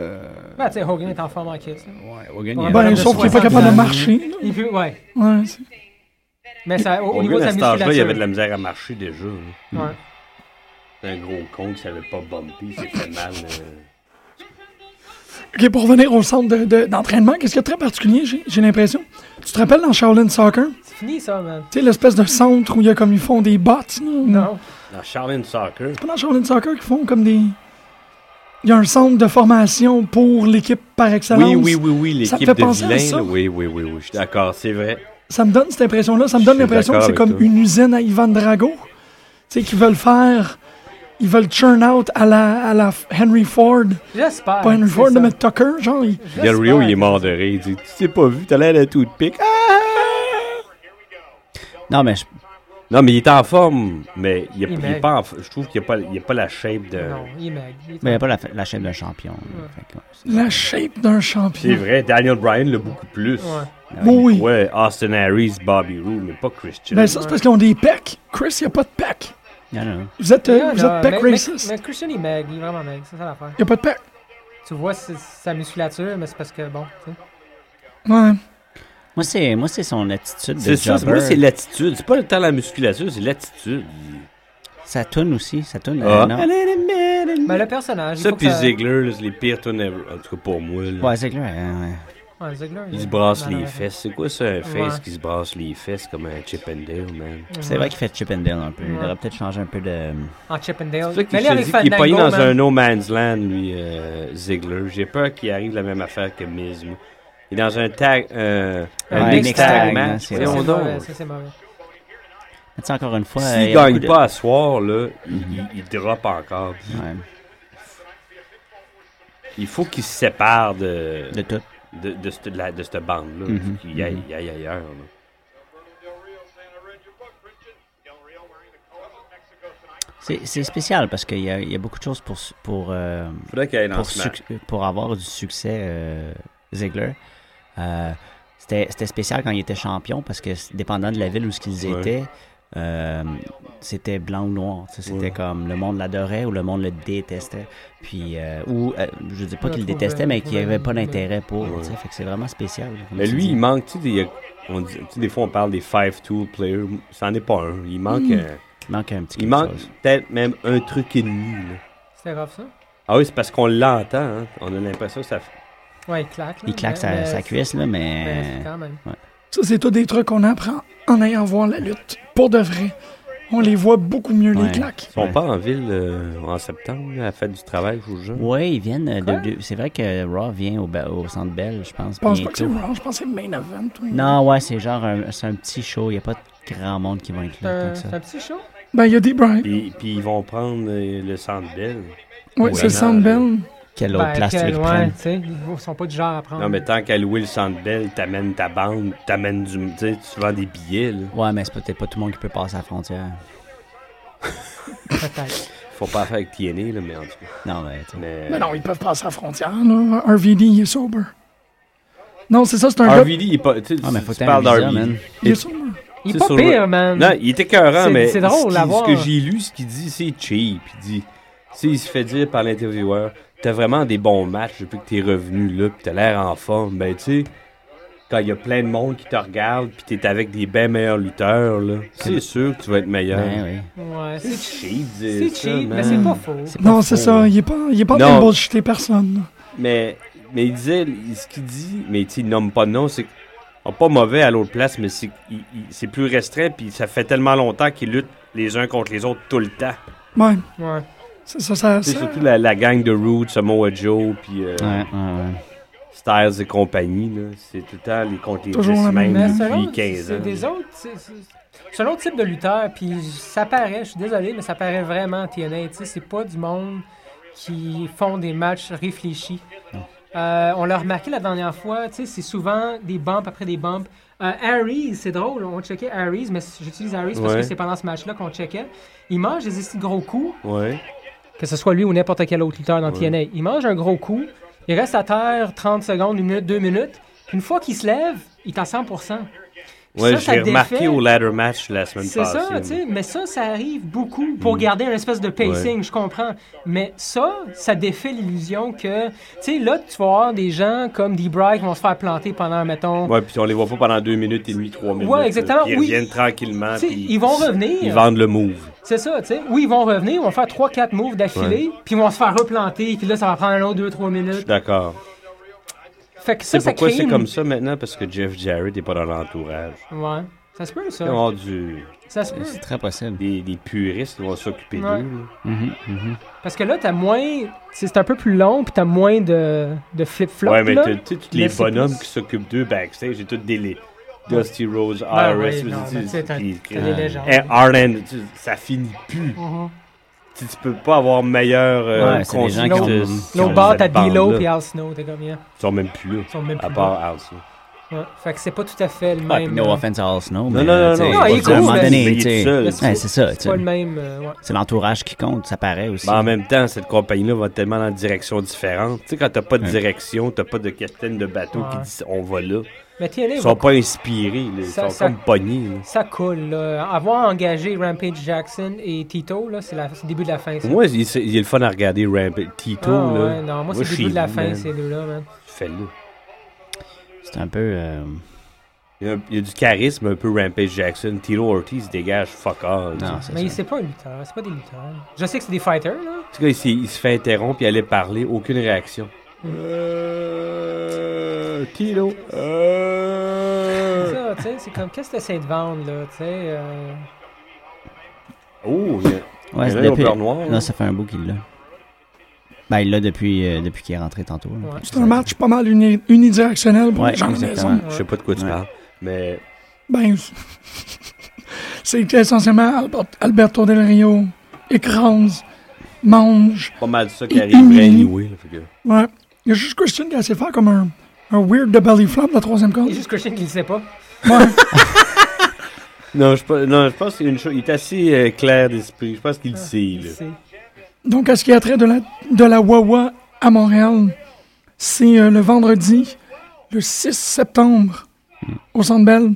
Speaker 4: Euh,
Speaker 5: exemple. Ben, tu sais, Hogan est en forme en crise. là.
Speaker 4: Ouais,
Speaker 5: il y a
Speaker 3: Ben,
Speaker 5: un
Speaker 3: sauf qu'il n'est pas
Speaker 5: 60
Speaker 3: capable de
Speaker 5: ans.
Speaker 3: marcher.
Speaker 5: Il peut, ouais.
Speaker 3: Ouais, c'est-
Speaker 5: Mais ça, au, au
Speaker 6: Au
Speaker 5: niveau de
Speaker 6: à
Speaker 5: sa
Speaker 6: cet âge-là,
Speaker 5: musculature.
Speaker 6: il y avait de la misère à marcher déjà. là.
Speaker 5: Ouais.
Speaker 6: C'est un gros con qui savait pas bumper, c'est fait mal. euh.
Speaker 3: OK, pour revenir au centre de- de- d'entraînement, qu'est-ce qu'il y a de très particulier, j'ai j'ai l'impression? Tu te rappelles dans Shaolin Soccer?
Speaker 5: C'est fini, ça, man.
Speaker 3: Tu sais, l'espèce de centre où il y a comme ils font des bots, là?
Speaker 5: Non.
Speaker 6: Dans Charlene Soccer,
Speaker 3: C'est pas dans Shaolin Soccer qu'ils font comme des... Il y a un centre de formation pour l'équipe par excellence.
Speaker 6: Oui, oui, oui, oui,
Speaker 3: Ça te
Speaker 6: l'équipe
Speaker 3: fait
Speaker 6: de
Speaker 3: penser à
Speaker 6: vilains.
Speaker 3: ça?
Speaker 6: là, Oui, oui, oui, oui, je suis d'accord, c'est vrai.
Speaker 3: Ça me donne cette impression-là. Ça me
Speaker 6: Je
Speaker 3: donne
Speaker 6: suis
Speaker 3: l'impression que
Speaker 6: d'accord
Speaker 3: c'est
Speaker 6: avec
Speaker 3: comme
Speaker 6: toi.
Speaker 3: une usine à Ivan Drago. Tu sais, qu'ils veulent faire... Ils veulent churn out à la, à la Henry Ford.
Speaker 5: J'espère.
Speaker 3: Pas Henry
Speaker 5: c'est
Speaker 3: Ford,
Speaker 5: ça.
Speaker 3: mais Tucker, genre. il-
Speaker 5: J'espère.
Speaker 6: Del Rio, il est mort de rire. Il dit Tu t'es pas vu, t'as l'air d'un tout de pique. Ah!
Speaker 4: Non, mais je-
Speaker 6: Non, mais il est en forme. Mais il est,
Speaker 5: Il
Speaker 6: il est
Speaker 5: maigre.
Speaker 6: pas en f- Je trouve qu'il n'y a, pas- il y a pas la shape de.
Speaker 5: Non, il est maigre. Il est
Speaker 4: mais il n'y a pas la, fa- la chaîne de champion. là.
Speaker 5: Ouais.
Speaker 4: Fait que, ouais, c'est-
Speaker 3: La shape d'un
Speaker 6: C'est
Speaker 3: champion.
Speaker 6: vrai, Daniel Bryan l'a beaucoup plus.
Speaker 5: Ouais.
Speaker 3: Oui, oui.
Speaker 6: Ouais, Austin Harris, Bobby Roode, mais pas Christian.
Speaker 3: Ben ça, c'est parce qu'ils ont des pecs. Chris, il n'y a pas de pecs.
Speaker 4: Il y en a un.
Speaker 3: Vous êtes,
Speaker 5: Il y
Speaker 3: euh,
Speaker 5: en
Speaker 3: vous
Speaker 5: a,
Speaker 3: êtes pec
Speaker 5: mais,
Speaker 3: racist.
Speaker 5: mais, mais Christian, il est maigre. Il est vraiment maigre. C'est ça l'affaire.
Speaker 3: Il n'y a pas de pec.
Speaker 5: Tu vois c'est- sa musculature, mais c'est parce que, bon, tu sais.
Speaker 3: Ouais.
Speaker 4: Moi, c'est, moi, c'est son attitude de
Speaker 6: c'est ça, c'est-
Speaker 4: jobber.
Speaker 6: moi, c'est l'attitude. C'est pas le temps de la musculature, c'est l'attitude.
Speaker 4: Ça tourne aussi. Ça tourne.
Speaker 6: Ah.
Speaker 4: euh, non.
Speaker 5: Mais le personnage. il
Speaker 6: Ça,
Speaker 5: Ben, faut que
Speaker 6: puis Ziggler, là, c'est les pires tunes ever. En tout cas, pour moi. là.
Speaker 4: Ouais, c'est clair. euh, ouais.
Speaker 5: Ouais, Ziggler,
Speaker 6: Il
Speaker 5: est-
Speaker 6: se brasse
Speaker 5: non,
Speaker 6: les
Speaker 5: non,
Speaker 6: fesses. C'est quoi ça, un face
Speaker 5: Ouais.
Speaker 6: qui se brasse les fesses comme un Chip and Dale, man?
Speaker 4: C'est vrai qu'il fait Chip and Dale un peu. Il
Speaker 5: Ouais.
Speaker 4: devrait peut-être changer un peu de.
Speaker 5: En Chip and Dale.
Speaker 6: C'est ça qu'il
Speaker 5: Mais
Speaker 6: se
Speaker 5: là, avec
Speaker 6: dit qu'il est pogné
Speaker 5: Fandango,
Speaker 6: dans
Speaker 5: man.
Speaker 6: un no man's land, lui, euh, Ziggler. J'ai peur qu'il arrive la même affaire que Miz. moi. Il est dans un tag, euh, un
Speaker 5: Ouais,
Speaker 6: mixed
Speaker 5: mixed
Speaker 6: tag
Speaker 5: tag,
Speaker 4: hein,
Speaker 6: match.
Speaker 4: c'est
Speaker 5: Ça,
Speaker 4: vrai.
Speaker 6: Voyons
Speaker 5: c'est
Speaker 6: donc.
Speaker 5: mauvais, ça, c'est mauvais.
Speaker 4: Mais tu sais, encore une fois. euh, il
Speaker 6: S'il
Speaker 4: y a
Speaker 6: gagne
Speaker 4: beaucoup de-
Speaker 6: pas à soir, là, il, il drop encore.
Speaker 4: Ouais,
Speaker 6: Il faut qu'il se sépare de,
Speaker 4: de tout.
Speaker 6: de, de, cette- de la- de cette bande-là. Il faut
Speaker 4: Mhm.
Speaker 6: qu'il aille, il aille ailleurs. là.
Speaker 4: C'est, c'est spécial parce qu'il y a, il y a beaucoup de choses pour, su- pour, euh,
Speaker 6: faudrait qu'il aille dans
Speaker 4: pour,
Speaker 6: ce match.
Speaker 4: suc- pour avoir du succès, euh, Ziegler. Euh, c'était, c'était spécial quand il était champion parce que c- dépendant de la ville où ce qu'ils
Speaker 6: Ouais.
Speaker 4: étaient, euh, c'était blanc ou noir. tu sais, C'était
Speaker 6: Ouais.
Speaker 4: comme le monde l'adorait ou le monde le détestait. Puis, euh, ou euh, je dis pas
Speaker 5: Le
Speaker 4: qu'il le
Speaker 5: trouver,
Speaker 4: détestait, mais
Speaker 5: le
Speaker 4: qu'il n'y avait
Speaker 5: trouver,
Speaker 4: pas
Speaker 5: ouais.
Speaker 4: d'intérêt pour. tu sais,
Speaker 6: Ouais.
Speaker 4: Fait que c'est vraiment spécial. comme
Speaker 6: Mais
Speaker 4: tu
Speaker 6: lui,
Speaker 4: dis.
Speaker 6: il manque, tu sais, des, on dit- tu sais, des fois on parle des five tool players, c'en est pas un. Il manque, un-
Speaker 4: il manque un petit
Speaker 6: il
Speaker 4: quelque
Speaker 6: manque
Speaker 4: chose.
Speaker 6: peut-être même un truc et demi. là.
Speaker 5: C'était grave, ça.
Speaker 6: Ah oui, c'est parce qu'on l'entend. hein. On a l'impression que ça. fait-
Speaker 5: Ouais, il claque. là,
Speaker 4: Il claque
Speaker 5: mais-
Speaker 4: sa,
Speaker 5: mais-
Speaker 4: sa cuisse, là,
Speaker 5: mais
Speaker 4: mais.
Speaker 5: c'est quand même.
Speaker 3: Ça, c'est tout des trucs qu'on apprend en ayant voir la lutte. Pour de vrai. On les voit beaucoup mieux,
Speaker 4: Ouais.
Speaker 3: les claques.
Speaker 6: Ils sont
Speaker 4: Ouais.
Speaker 6: pas en ville euh, en septembre, là, à la fête du travail, je vous jure.
Speaker 4: Oui, ils viennent euh,
Speaker 5: Quoi?
Speaker 4: de, de- C'est vrai que Raw vient au, ba- au Centre Bell, je pense.
Speaker 3: Je pense pas
Speaker 4: bientôt.
Speaker 3: que c'est Raw, je pense que c'est Main Event. oui.
Speaker 4: Non, ouais, c'est genre un, c'est un petit show. Il n'y a pas de grand monde qui va être
Speaker 5: C'est
Speaker 4: là. tant
Speaker 5: un,
Speaker 4: que ça.
Speaker 5: c'est un petit show.
Speaker 3: Ben, il y a des Brian.
Speaker 6: Puis, puis ils vont prendre euh, le centre belle.
Speaker 3: Oui,
Speaker 4: Ouais.
Speaker 3: c'est le Sound Bell.
Speaker 4: Quelle autre
Speaker 5: Ben,
Speaker 4: place tu veux
Speaker 5: quel-
Speaker 4: qu'ils
Speaker 5: ouais,
Speaker 4: prennent?
Speaker 5: tu sais, Ils sont pas du genre à
Speaker 4: Ah.
Speaker 5: prendre.
Speaker 6: Non, mais tant qu'à louer le centre belle, t'amènes ta bande, t'amènes du. Tu sais, tu vends des billets, là.
Speaker 4: Ouais, mais c'est peut-être pas tout le monde qui peut passer la frontière.
Speaker 5: Peut-être.
Speaker 6: Faut pas faire avec TNA, là, mais en tout cas.
Speaker 4: Non, mais tu sais.
Speaker 6: Mais,
Speaker 3: Mais Ben non, ils peuvent passer la frontière, là. RVD, il est sober. Non, c'est ça, c'est un gars.
Speaker 6: RVD, il est pas. Tu sais,
Speaker 4: Ah, mais
Speaker 6: tu-
Speaker 4: faut
Speaker 6: tu parles
Speaker 4: t'aimer ça,
Speaker 6: d'RVD.
Speaker 4: man.
Speaker 3: Il est sober.
Speaker 5: Il est
Speaker 6: C'est
Speaker 5: pas
Speaker 6: sur-
Speaker 5: pire, man.
Speaker 6: Non, il est écœurant,
Speaker 5: C'est-
Speaker 6: mais
Speaker 5: c'est drôle
Speaker 6: ce, qui-
Speaker 5: à voir.
Speaker 6: ce que j'ai lu, ce qu'il dit, c'est cheap. Il dit, tu sais, il se fait dire par l'intervieweur, t'as vraiment des bons matchs depuis que t'es revenu là, pis t'as l'air en forme. Ben, tu sais, quand il y a plein de monde qui te regarde, pis t'es avec des bien meilleurs lutteurs, là, c'est sûr que tu vas être meilleur.
Speaker 4: Ben oui.
Speaker 5: Ouais,
Speaker 6: C'est
Speaker 5: c'est
Speaker 6: cheap,
Speaker 5: c'est
Speaker 6: dire ça,
Speaker 5: cheap, mais
Speaker 6: man.
Speaker 5: c'est pas faux.
Speaker 4: C'est pas
Speaker 3: Non, c'est
Speaker 4: faux,
Speaker 3: ça.
Speaker 4: là.
Speaker 3: Il est pas, il est pas en
Speaker 6: Non.
Speaker 3: train de bullshitter personne.
Speaker 6: Mais, mais il disait, il- ce qu'il dit, mais tu sais, il nomme pas de nom, c'est que- ah, pas mauvais à l'autre place, mais c'est il- il- c'est plus restreint, puis ça fait tellement longtemps qu'ils luttent les uns contre les autres tout le temps.
Speaker 3: Ouais.
Speaker 5: Ouais.
Speaker 3: C'est ça, ça,
Speaker 6: C'est
Speaker 3: ça-
Speaker 6: surtout la, la gang de Rude, Samoa Joe, puis euh,
Speaker 4: Ouais, ouais, ouais.
Speaker 6: Styles et compagnie. là. C'est tout le temps les contre les
Speaker 3: Toujours
Speaker 6: 10
Speaker 3: la même
Speaker 6: même
Speaker 5: Mais
Speaker 6: depuis
Speaker 5: selon,
Speaker 6: 15 ans.
Speaker 5: c'est des autres, c'est- c'est c'est un autre type de lutteur, puis ça paraît, je suis désolé, mais ça paraît vraiment à TNA, tu sais, c'est pas du monde qui font des matchs réfléchis. Euh, on l'a remarqué la dernière fois, tu sais, c'est souvent des bumps après des bumps. Euh, Aries, c'est drôle, on checkait Aries, mais j'utilise Aries parce
Speaker 6: Ouais.
Speaker 5: que c'est pendant ce match-là qu'on checkait. Il mange des esti de gros coups,
Speaker 6: Ouais.
Speaker 5: que ce soit lui ou n'importe quel autre lutteur dans TNA. Il mange un gros coup, il reste à terre 30 secondes, une minute, deux minutes. Puis une fois qu'il se lève, il est à 100 Puis
Speaker 6: Ouais,
Speaker 5: ça,
Speaker 6: je
Speaker 5: ça
Speaker 6: l'ai remarqué
Speaker 5: défait-
Speaker 6: au ladder match la semaine
Speaker 5: C'est
Speaker 6: passée.
Speaker 5: ça, tu sais, mais ça, ça arrive beaucoup
Speaker 6: Mm.
Speaker 5: pour garder un espèce de pacing, je comprends. Mais ça, ça défait l'illusion que, tu sais, là, tu vas avoir des gens comme D-Bry qui vont se faire planter pendant, mettons,
Speaker 6: Ouais, puis on les voit pas pendant 2 minutes et demie, 3 minutes. là.
Speaker 5: exactement,
Speaker 6: Puis Ils
Speaker 5: oui.
Speaker 6: reviennent tranquillement.
Speaker 5: Tu sais,
Speaker 6: puis
Speaker 5: ils vont revenir.
Speaker 6: Ils vendent le move.
Speaker 5: C'est ça, tu sais. Oui, ils vont revenir, ils vont faire 3-4 moves d'affilée, puis ils vont se faire replanter, puis là, ça va prendre un autre 2-3
Speaker 6: Je suis
Speaker 5: minutes.
Speaker 6: d'accord.
Speaker 5: Fait que ça,
Speaker 6: C'est
Speaker 5: ça
Speaker 6: pourquoi
Speaker 5: crée.
Speaker 6: c'est
Speaker 5: une-
Speaker 6: comme ça maintenant, parce que Jeff Jarrett est pas dans l'entourage.
Speaker 5: Ouais. Ça se peut, ça.
Speaker 6: Ils vont avoir du-
Speaker 5: Ça se peut.
Speaker 4: C'est très possible.
Speaker 6: des, des puristes qui vont s'occuper
Speaker 5: Ouais.
Speaker 6: d'eux. là.
Speaker 4: Mhm, mhm.
Speaker 5: Parce que là, t'as moins. C'est c'est un peu plus long, puis t'as moins de, de flip-flop.
Speaker 6: Ouais, mais
Speaker 5: là.
Speaker 6: t'as- tu sais, tous les
Speaker 5: Mais c'est
Speaker 6: bonhommes
Speaker 5: plus-
Speaker 6: qui s'occupent d'eux backstage, j'ai tous des les- Dusty Rose, IRS,
Speaker 5: Ah ouais,
Speaker 6: tu
Speaker 5: non,
Speaker 6: sais,
Speaker 5: mais tu sais, t'as-
Speaker 6: puis-
Speaker 5: t'as des légendes.
Speaker 6: Eh, Arlen, tu sais, ça finit plus.
Speaker 5: Mhm.
Speaker 6: Tu, sais, tu peux pas avoir meilleur euh,
Speaker 4: Ouais, c'est des gens qui ont-
Speaker 6: conscience de-
Speaker 4: qui
Speaker 6: sur
Speaker 5: No
Speaker 4: ont
Speaker 6: cette
Speaker 5: Bat, t'as
Speaker 6: bande-là.
Speaker 5: D-Lo, puis Al Snow, t'es comme, yeah.
Speaker 6: Ils sont même plus là,
Speaker 5: Ils sont même
Speaker 6: à
Speaker 5: plus
Speaker 6: part House.
Speaker 5: là. Ouais. Fait que c'est pas tout à fait le
Speaker 4: Ah, puis
Speaker 5: même.
Speaker 4: no
Speaker 5: euh,
Speaker 4: offense à All Snow. euh,
Speaker 6: non, non, non,
Speaker 5: non, il est
Speaker 4: À un
Speaker 5: cool,
Speaker 4: moment
Speaker 5: mais-
Speaker 4: donné,
Speaker 6: mais il est
Speaker 4: tu sais,
Speaker 6: seul.
Speaker 4: ouais, c'est ça. tu
Speaker 5: C'est pas
Speaker 4: sais.
Speaker 5: le même. euh, ouais.
Speaker 4: C'est l'entourage qui compte, ça paraît aussi.
Speaker 6: Mais en même temps, cette compagnie-là va tellement dans des directions différentes. Tu sais, quand t'as pas de
Speaker 4: Ouais.
Speaker 6: direction, t'as pas de capitaine de bateau qui
Speaker 5: Ouais.
Speaker 6: dit on va là.
Speaker 5: Mais TNA,
Speaker 6: Ils
Speaker 5: va-
Speaker 6: sont pas inspirés, là. ils
Speaker 5: Ça-
Speaker 6: sont
Speaker 5: ça-
Speaker 6: comme pognés. là.
Speaker 5: ça coule, là. Avoir engagé Rampage Jackson et Tito, là, c'est la- c'est le début de la fin, ça.
Speaker 6: Moi, il, c'est- il est le fun à regarder Rampage.
Speaker 5: Ah,
Speaker 6: Tito, là.
Speaker 5: ouais, non, moi, c'est le
Speaker 6: chez
Speaker 5: début de la
Speaker 6: vous,
Speaker 5: fin,
Speaker 6: man,
Speaker 5: ces deux-là, man.
Speaker 6: Fais-le.
Speaker 4: C'est un peu. euh,
Speaker 6: Il y, a, il y a du charisme un peu Rampage Jackson. Tito Ortiz dégage fuck all.
Speaker 4: Non, c'est
Speaker 5: Mais il-
Speaker 4: ça.
Speaker 5: c'est pas un lutteur, c'est pas des lutteurs. Je sais que c'est des fighters, là.
Speaker 6: En tout cas, il, s'est- il se fait interrompre et allait parler. Aucune réaction. Tito.
Speaker 5: C'est
Speaker 6: Euh.
Speaker 5: ça, tu sais, c'est comme, qu'est-ce que t'essaies de vendre, là, tu sais. euh,
Speaker 6: Oh, il y a-
Speaker 4: Ouais,
Speaker 6: il y
Speaker 4: c'est
Speaker 6: en a un au
Speaker 4: depuis.
Speaker 6: beurre noir.
Speaker 4: Non, ça fait un bout qu'il l'a. Ben, il l'a depuis, euh, depuis qu'il est rentré tantôt. là.
Speaker 5: Ouais.
Speaker 3: C'est un match pas mal uni- unidirectionnel pour
Speaker 4: Ouais,
Speaker 3: les gens de la
Speaker 4: exactement.
Speaker 3: maison.
Speaker 6: Je sais pas de quoi tu
Speaker 4: Ouais.
Speaker 6: parles. Mais
Speaker 3: Ben, c'est essentiellement Albert- Alberto Del Rio, écrase, mange.
Speaker 6: pas mal ça qui arriverait anyway. là, fait que-
Speaker 3: Ouais. Il y a juste Christian qui a essayé de faire comme un, un weird de belly flop de la troisième
Speaker 5: Il y
Speaker 3: corde.
Speaker 5: a juste Christian qui le sait pas.
Speaker 3: Ouais.
Speaker 6: Non, je, pe- non, je pense qu'il y a une chose- il est assez euh, clair d'esprit. Je pense qu'il le sait. là.
Speaker 5: C'est-
Speaker 3: Donc, à ce qui a trait de la, de la Wawa à Montréal, c'est euh, le vendredi, le 6 septembre, au Centre Bell,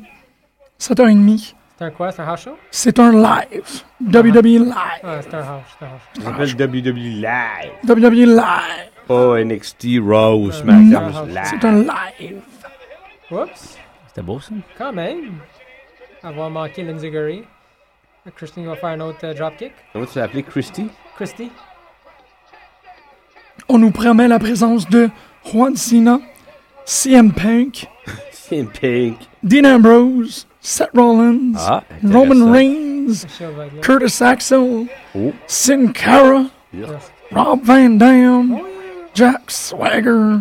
Speaker 3: 7h30.
Speaker 5: C'est un quoi? C'est un house show?
Speaker 3: C'est un live. WWE Live.
Speaker 5: Ah, c'est un house, c'est un house.
Speaker 6: Ça
Speaker 4: Ah,
Speaker 6: s'appelle WWE Live.
Speaker 3: WWE E Live.
Speaker 6: Pas NXT, Raw ou SmackDown.
Speaker 5: Mm.
Speaker 6: Live.
Speaker 3: Euh, C'est un live.
Speaker 5: Oups,
Speaker 4: C'était beau, ça.
Speaker 5: quand même. Avoir manqué l'Enziguri. Christine va faire un autre euh, dropkick.
Speaker 6: Comment tu l'as appelé Christy?
Speaker 5: Christy,
Speaker 3: On nous promet la présence de Juan Cena, CM Punk,
Speaker 6: C'est Pink.
Speaker 3: Dean Ambrose, Seth Rollins,
Speaker 6: Ah,
Speaker 3: Roman
Speaker 6: intéressant.
Speaker 3: Reigns,
Speaker 5: Michelle va être là.
Speaker 3: Curtis Axel,
Speaker 6: Oh.
Speaker 3: Sin Cara, Rob Van Dam, Jack Swagger,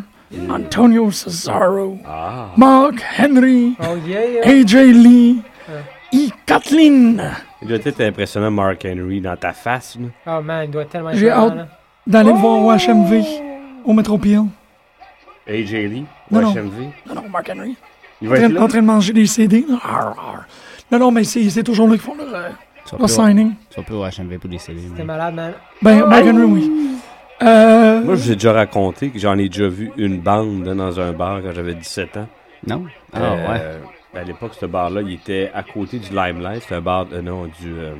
Speaker 3: Antonio Cesaro,
Speaker 6: Ah.
Speaker 3: Mark Henry,
Speaker 5: Oh yeah, yeah.
Speaker 3: AJ Lee, E. Kathleen.
Speaker 6: Il doit être impressionnant, Mark Henry, dans ta face. là.
Speaker 5: Oh man, il doit être tellement être
Speaker 3: J'ai
Speaker 5: malade,
Speaker 3: hâte.
Speaker 5: hein.
Speaker 3: D'aller le voir au HMV, au Metropole.
Speaker 6: AJ Lee,
Speaker 3: Non, non.
Speaker 6: HMV.
Speaker 3: Non, non, Mark Henry.
Speaker 6: Il
Speaker 3: En
Speaker 6: va être
Speaker 3: train, en
Speaker 6: là.
Speaker 3: train de manger des CD. Arr, arr. Non, non, mais c'est c'est toujours là qu'ils font leur, euh,
Speaker 4: Tu
Speaker 3: leur
Speaker 4: vas plus au-
Speaker 3: signing.
Speaker 4: tu vas plus au HMV pour des cellules.
Speaker 5: T'es malade, man.
Speaker 3: Ben, Mark Henry, oui. Euh,
Speaker 6: Moi, je vous ai déjà raconté que j'en ai déjà vu une bande là, dans un bar quand j'avais 17 ans.
Speaker 4: Non? Ah,
Speaker 6: Euh,
Speaker 4: ouais.
Speaker 6: à l'époque, ce bar-là, il était à côté du Limelight. C'était un bar, euh, non, du. euh,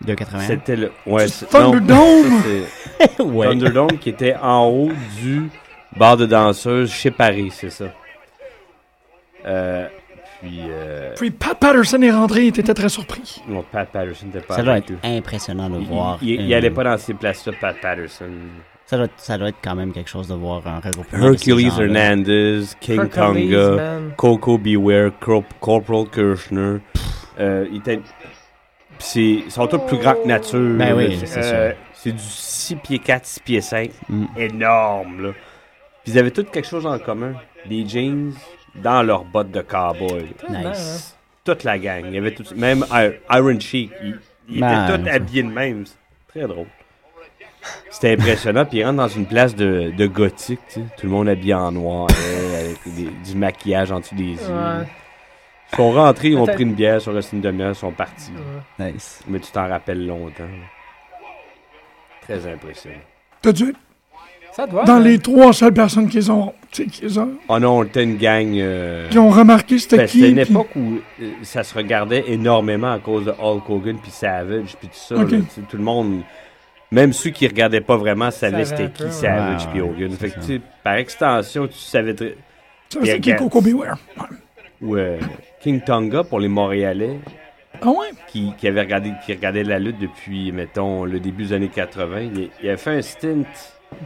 Speaker 4: De 80.
Speaker 6: C'était le. Ouais,
Speaker 3: Du
Speaker 6: c'est-
Speaker 3: Thunderdome!
Speaker 6: non, ça, c'est
Speaker 4: Ouais.
Speaker 6: Thunderdome qui était en haut du bar de danseuses chez Paris, c'est ça. Euh, puis. euh,
Speaker 3: Puis Pat Patterson est rentré, il était très surpris.
Speaker 6: non, Pat Patterson n'était pas
Speaker 4: Ça doit
Speaker 6: avec
Speaker 4: être
Speaker 6: eux.
Speaker 4: impressionnant de
Speaker 6: Il-
Speaker 4: voir.
Speaker 6: Il, il,
Speaker 4: une-
Speaker 6: allait pas dans ces places-là, Pat Patterson.
Speaker 4: ça, doit être, ça doit être quand même quelque chose de voir un regroupement. de ces
Speaker 6: Hercules
Speaker 4: gens-là.
Speaker 6: Hernandez, King
Speaker 5: Hercules,
Speaker 6: Tonga.
Speaker 5: man.
Speaker 6: Coco Beware, Corp- Corporal Kirchner. Euh, ils étaient- Pis c'est- Ils sont tous plus grands que nature.
Speaker 4: Ben oui,
Speaker 6: là,
Speaker 4: c'est
Speaker 6: euh,
Speaker 4: sûr.
Speaker 6: C'est du 6 pieds 4, 6 pieds 5.
Speaker 4: Mm.
Speaker 6: Énorme, là. Pis ils avaient tous quelque chose en commun. Des jeans dans leurs bottes de cowboy.
Speaker 5: hein.
Speaker 4: Nice.
Speaker 6: Toute la gang. Il y avait tous- Même Ir- Iron Sheik. Ils, ils
Speaker 4: Ben,
Speaker 6: étaient tous
Speaker 4: ça.
Speaker 6: habillés de même. C'est Très drôle. C'était impressionnant. Puis ils rentrent dans une place de, de gothique. tu sais. Tout le monde habillé en noir. hein, avec des- du maquillage en dessous des yeux.
Speaker 5: Ouais.
Speaker 6: Ils sont rentrés, ils ont
Speaker 5: Attends.
Speaker 6: pris une bière, ils sont restés une demi-heure, ils sont partis.
Speaker 4: Nice.
Speaker 6: Mais tu t'en rappelles longtemps. Très impressionnant.
Speaker 3: T'as dû être
Speaker 5: Ça doit.
Speaker 3: dans
Speaker 5: hein.
Speaker 3: les trois seules personnes qu'ils ont, tu sais, qu'ils ont,
Speaker 6: Oh non, on était une gang. euh,
Speaker 3: qui ont remarqué c'était
Speaker 6: ben,
Speaker 3: qui.
Speaker 6: C'était une
Speaker 3: puis-
Speaker 6: époque où euh, ça se regardait énormément à cause de Hulk Hogan puis Savage puis tout ça.
Speaker 3: Ok.
Speaker 6: là. Tu sais, tout le monde, même ceux qui regardaient pas vraiment, savaient
Speaker 5: Savaient
Speaker 6: c'était
Speaker 5: un
Speaker 6: qui
Speaker 5: peu, ouais.
Speaker 6: Savage
Speaker 4: Ouais,
Speaker 6: puis
Speaker 4: ouais,
Speaker 6: Hogan.
Speaker 4: c'est
Speaker 6: Fait que,
Speaker 4: ça.
Speaker 6: tu sais, par extension, tu savais très-
Speaker 3: Ça, c'est qui
Speaker 6: Pierre
Speaker 3: Coco Beware? Ouais.
Speaker 6: Ou euh, King Tonga pour les Montréalais.
Speaker 3: Ah ouais?
Speaker 6: qui, qui avait regardé, qui regardait la lutte depuis, mettons, le début des années 80. Il, il avait fait un stint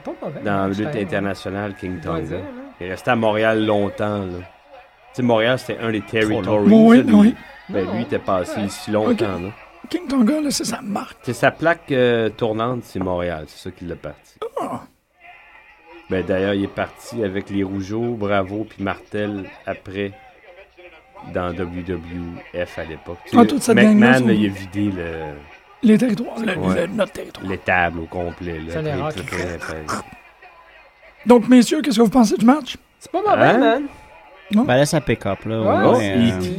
Speaker 5: Pas mauvais,
Speaker 6: dans la
Speaker 5: hein,
Speaker 6: lutte
Speaker 5: c'est-
Speaker 6: internationale, King
Speaker 5: on va
Speaker 6: Tonga.
Speaker 5: dire, hein.
Speaker 6: Il est resté à Montréal longtemps, là. Tu sais, Montréal, c'était un des territories.
Speaker 3: long. Oui,
Speaker 6: ça, lui.
Speaker 3: oui.
Speaker 6: Ben, lui, il était passé ici longtemps, là.
Speaker 3: King Tonga, là, c'est sa marque.
Speaker 6: C'est sa plaque euh, tournante, c'est Montréal. C'est ça qui l'a parti. Ben, d'ailleurs, il est parti avec les Rougeaux, Bravo, puis Martel après dans WWF à l'époque. Tu
Speaker 3: Ah,
Speaker 6: sais,
Speaker 3: toute cette gang-là,
Speaker 6: McMahon,
Speaker 3: sont-
Speaker 6: là, il a vidé le...
Speaker 3: Les territoires, le- le-
Speaker 6: Ouais.
Speaker 3: notre territoire.
Speaker 6: l'étable au complet. Là,
Speaker 5: Ça a l'air
Speaker 6: Après,
Speaker 5: rock.
Speaker 6: tout est fait.
Speaker 3: Donc, messieurs, qu'est-ce que vous pensez du match?
Speaker 5: C'est pas mauvais,
Speaker 6: Hein?
Speaker 5: man.
Speaker 4: Ben là, ça pick up,
Speaker 3: Ah,
Speaker 4: là.
Speaker 5: Ouais,
Speaker 6: Oh,
Speaker 4: au moins, euh,
Speaker 6: E.T.,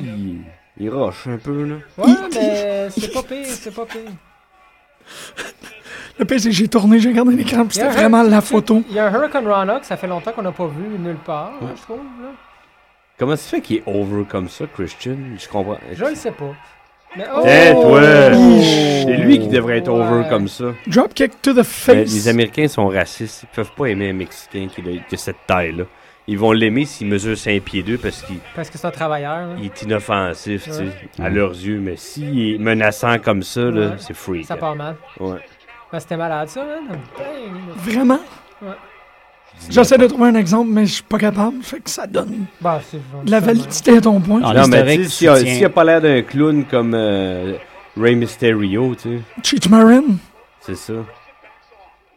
Speaker 6: il, roche un peu, là.
Speaker 5: Ouais,
Speaker 3: Il-
Speaker 5: mais c'est pas pire, c'est pas pire.
Speaker 3: Le pire, c'est que j'ai tourné, j'ai regardé l'écran, puis c'était
Speaker 5: Il y a un-
Speaker 3: vraiment la photo.
Speaker 5: Il y a un Hurricane Rana que ça fait longtemps qu'on n'a pas vu nulle part, là,
Speaker 6: Ouais.
Speaker 5: je trouve. là.
Speaker 6: Comment ça fait qu'il est over comme ça, Christian? Je comprends.
Speaker 5: Je le sais pas. Mais oh!
Speaker 6: Eh, toi!
Speaker 3: Oh!
Speaker 6: C'est lui qui devrait être over
Speaker 5: Ouais.
Speaker 6: comme ça.
Speaker 3: Dropkick to the
Speaker 6: Mais
Speaker 3: face.
Speaker 6: Ben, les Américains sont racistes. Ils peuvent pas aimer un Mexicain qui a qui a cette taille-là. Ils vont l'aimer s'il mesure 5 pieds 2 parce qu'il
Speaker 5: Parce que c'est un travailleur. là.
Speaker 6: il est inoffensif, tu sais,
Speaker 4: Ouais.
Speaker 6: à leurs yeux. Mais s'il est menaçant comme ça, là,
Speaker 5: Ouais.
Speaker 6: c'est freak.
Speaker 5: Ça
Speaker 6: hein.
Speaker 5: part mal.
Speaker 6: Ouais.
Speaker 5: Ben, c'était malade, ça, man. Dang.
Speaker 3: Vraiment? J'essaie de trouver un exemple, mais je suis pas capable. Fait que ça donne
Speaker 5: Bah, c'est
Speaker 3: de la validité à ton point.
Speaker 4: Ah,
Speaker 6: Non, mais
Speaker 4: l'historique
Speaker 6: tu sais, s'il a-
Speaker 4: soutient-
Speaker 6: s'il a pas l'air d'un clown comme euh, Ray Mysterio, tu sais.
Speaker 3: Cheech Marin.
Speaker 6: C'est ça.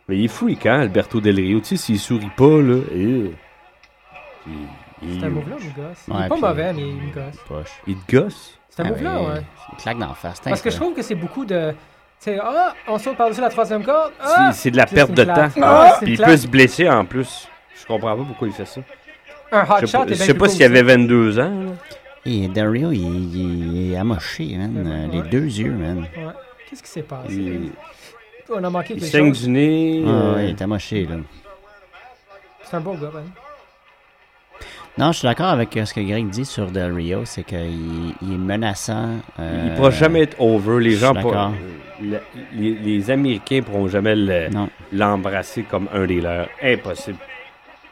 Speaker 6: Mais il est freak, hein, Alberto Del Rio. Tu sais, s'il sourit pas, là. eh, il, il,
Speaker 5: C'est un move-là, il me gosse. Il
Speaker 4: ouais,
Speaker 5: est pas
Speaker 4: puis-
Speaker 5: mauvais, mais il me gosse.
Speaker 4: Poche.
Speaker 6: il te gosse.
Speaker 5: C'est un
Speaker 4: Ah
Speaker 5: move-là,
Speaker 4: ouais.
Speaker 5: ouais.
Speaker 4: Une claque d'en face.
Speaker 5: Parce que je trouve que c'est beaucoup de. Tu sais, ah, on saute par-dessus la troisième corde. Ah!
Speaker 6: C'est- c'est de la
Speaker 5: Puis
Speaker 6: perte
Speaker 5: c'est
Speaker 6: de
Speaker 5: claque.
Speaker 6: temps.
Speaker 5: Ah, c'est
Speaker 6: Puis il
Speaker 5: claque.
Speaker 6: peut se blesser en plus. Je comprends pas pourquoi il fait ça.
Speaker 5: Un hot shot est
Speaker 6: Je sais pas, je
Speaker 5: Ah, bien
Speaker 6: sais
Speaker 5: plus
Speaker 6: pas
Speaker 5: cool Ah,
Speaker 6: s'il
Speaker 5: que ça.
Speaker 6: avait 22 ans. là.
Speaker 4: Et Dario, il, il est amoché, man. euh, Les
Speaker 5: Ouais.
Speaker 4: deux yeux, man.
Speaker 5: Ouais. Qu'est-ce qui s'est passé?
Speaker 6: Il,
Speaker 5: On a manqué
Speaker 6: il
Speaker 5: quelque
Speaker 6: saigne
Speaker 5: chose.
Speaker 6: du nez.
Speaker 4: Ah,
Speaker 6: euh,
Speaker 4: ouais, il est amoché, là.
Speaker 5: C'est un beau gars, hein. man.
Speaker 4: Non, je suis d'accord avec euh, ce que Greg dit sur Del Rio, c'est qu'il il est menaçant. euh,
Speaker 6: Il pourra jamais être over. Les
Speaker 4: je suis
Speaker 6: gens, pour-
Speaker 4: d'accord.
Speaker 6: le- les, les Américains pourront jamais le-
Speaker 4: Non.
Speaker 6: l'embrasser comme un des leurs. Impossible.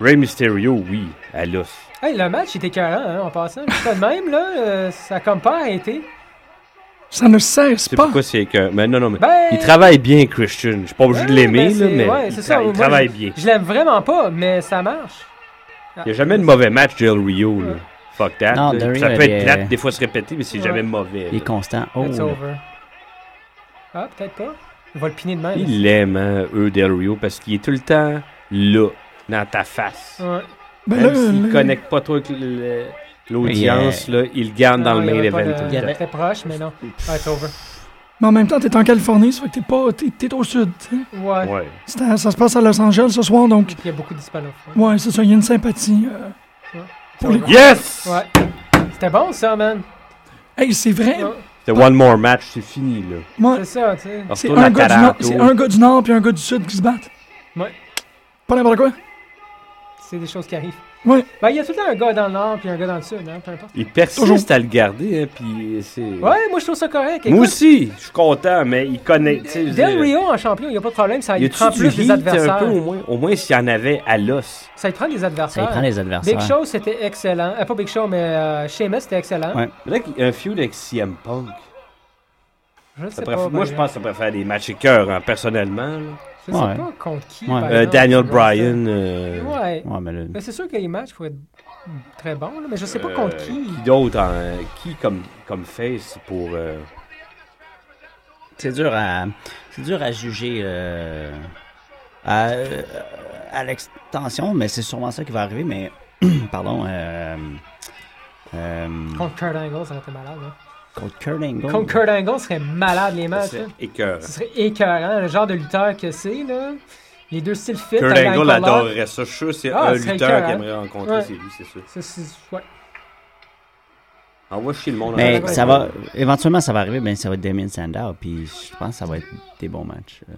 Speaker 6: Ray Mysterio, oui, à l'os.
Speaker 5: Hey, le match était carré, hein, en passant. Juste de même, là, euh, ça a comme pas arrêté.
Speaker 3: Ça ne cesse
Speaker 6: C'est
Speaker 3: pas.
Speaker 6: pourquoi c'est que. Mais non, non, mais.
Speaker 5: Ben-
Speaker 6: Il travaille bien, Christian. Je suis pas obligé de
Speaker 5: Ouais,
Speaker 6: l'aimer,
Speaker 5: ben,
Speaker 6: là,
Speaker 5: c'est-
Speaker 6: mais.
Speaker 5: ouais,
Speaker 6: il,
Speaker 5: c'est
Speaker 6: tra-
Speaker 5: ça,
Speaker 6: il
Speaker 5: moi,
Speaker 6: travaille bien.
Speaker 5: Je l'aime vraiment pas, mais ça marche.
Speaker 6: Il n'y a jamais de mauvais match, Del Rio, là. Fuck that.
Speaker 4: Non,
Speaker 6: là.
Speaker 4: Del Rio,
Speaker 6: ça
Speaker 4: elle
Speaker 6: peut être
Speaker 4: est-
Speaker 6: plate, des fois se répéter, mais c'est
Speaker 5: Ouais.
Speaker 6: jamais mauvais.
Speaker 4: Il est
Speaker 6: là.
Speaker 4: constant. Oh,
Speaker 5: It's over. Ah, peut-être pas. Il va le piner de même.
Speaker 6: Il l'aime, hein, eux, Del Rio, parce qu'il est tout le temps là, dans ta face.
Speaker 5: Ouais.
Speaker 3: Ben
Speaker 6: Même
Speaker 3: là,
Speaker 6: s'il ne
Speaker 3: là,
Speaker 6: connecte pas trop avec le- l'audience, là, il le garde dans
Speaker 5: Non,
Speaker 6: le
Speaker 5: il y
Speaker 6: main
Speaker 5: avait pas
Speaker 6: event
Speaker 5: de-
Speaker 6: tout
Speaker 5: Il
Speaker 6: le
Speaker 5: était
Speaker 6: temps.
Speaker 5: très proche, mais non. Ah, it's over.
Speaker 3: mais en même temps, t'es en Californie, ça fait que t'es pas. T'es, t'es au sud. tu sais.
Speaker 5: Ouais.
Speaker 6: Ouais.
Speaker 3: C'est à- ça se passe à Los Angeles ce soir, donc.
Speaker 5: Puis Il y a beaucoup d'hispanophones.
Speaker 3: Ouais, c'est ça, il y a une sympathie. euh. Pour les-
Speaker 6: Yes!
Speaker 5: Ouais. C'était bon, ça, man.
Speaker 3: Hey, c'est vrai.
Speaker 5: Ouais.
Speaker 6: C'est one more match, c'est fini, là.
Speaker 3: Moi,
Speaker 5: C'est ça, tu sais.
Speaker 6: On
Speaker 3: c'est
Speaker 6: retourne à
Speaker 3: un, gars du nord,
Speaker 6: Taranto.
Speaker 3: c'est un gars du Nord puis un gars du Sud qui se battent.
Speaker 5: Ouais.
Speaker 3: Pas n'importe quoi.
Speaker 5: C'est des choses qui arrivent.
Speaker 3: Ouais.
Speaker 5: Ben, il y a tout le temps un gars dans le nord puis un gars dans le sud, hein, peu importe.
Speaker 6: Il persiste à le garder, hein, puis c'est...
Speaker 5: Ouais, moi je trouve ça correct.
Speaker 6: Moi aussi, je suis content, mais il connaît. tu sais, je
Speaker 5: Del
Speaker 6: veux dire,
Speaker 5: Rio en champion, il n'y a pas de problème, ça
Speaker 6: y
Speaker 5: il
Speaker 6: a-tu
Speaker 5: prend
Speaker 6: du
Speaker 5: plus des
Speaker 6: heat un peu,
Speaker 5: adversaires.
Speaker 6: au moins? Au moins, s'il y en avait à l'os.
Speaker 5: Ça il prend des
Speaker 4: Ça y
Speaker 5: adversaires.
Speaker 4: prend les
Speaker 5: Big
Speaker 4: adversaires.
Speaker 5: Show, c'était excellent. Euh, pas Big Show, mais euh, Sheamus, c'était excellent.
Speaker 4: Ouais.
Speaker 6: Il y qu'il y a un feud avec CM Punk.
Speaker 5: Je
Speaker 6: Ça
Speaker 5: sais
Speaker 6: préfère-
Speaker 5: pas.
Speaker 6: moi, je
Speaker 5: ben,
Speaker 6: pense que ça préfère des matchs écœurs, hein, personnellement. là.
Speaker 5: Je sais
Speaker 4: Ouais.
Speaker 5: pas contre qui.
Speaker 4: Ouais.
Speaker 5: par
Speaker 4: Euh,
Speaker 6: Euh,
Speaker 5: exemple,
Speaker 6: Daniel
Speaker 5: je
Speaker 6: Bryan. euh,
Speaker 5: sais pas. Ouais.
Speaker 4: Ouais, mais le-
Speaker 5: Mais c'est sûr que les matchs pourraient être très bons, là, mais je sais pas
Speaker 6: euh,
Speaker 5: contre qui.
Speaker 6: Qui d'autre en- Qui comme, comme face pour. euh,
Speaker 4: C'est dur à, c'est dur à juger euh, à, euh, à l'extension, mais c'est sûrement ça qui va arriver. Mais pardon, euh, euh,
Speaker 5: Contre Kurt Angle, ça aurait été malade. hein.
Speaker 4: contre Kurt Angle.
Speaker 5: Contre Kurt Angle, ce serait malade les matchs.
Speaker 6: C'est
Speaker 5: là.
Speaker 6: écœurant.
Speaker 5: Ce serait écœurant, le genre de lutteur que c'est. là. Les deux styles fit.
Speaker 6: Kurt
Speaker 5: un
Speaker 6: Angle
Speaker 5: ankle lock.
Speaker 6: adorerait ça. Je suis sûr c'est
Speaker 5: Ah,
Speaker 6: un
Speaker 5: ce serait
Speaker 6: lutteur
Speaker 5: écœurant.
Speaker 6: qu'il aimerait rencontrer,
Speaker 5: Ouais.
Speaker 6: c'est lui, c'est sûr.
Speaker 5: Ça, c'est- ouais.
Speaker 6: Envoie chier le monde.
Speaker 4: Mais
Speaker 6: en-
Speaker 4: ça va, éventuellement, ça va arriver, mais ça va être Damien Sandow, puis je pense que ça va être des bons matchs. euh,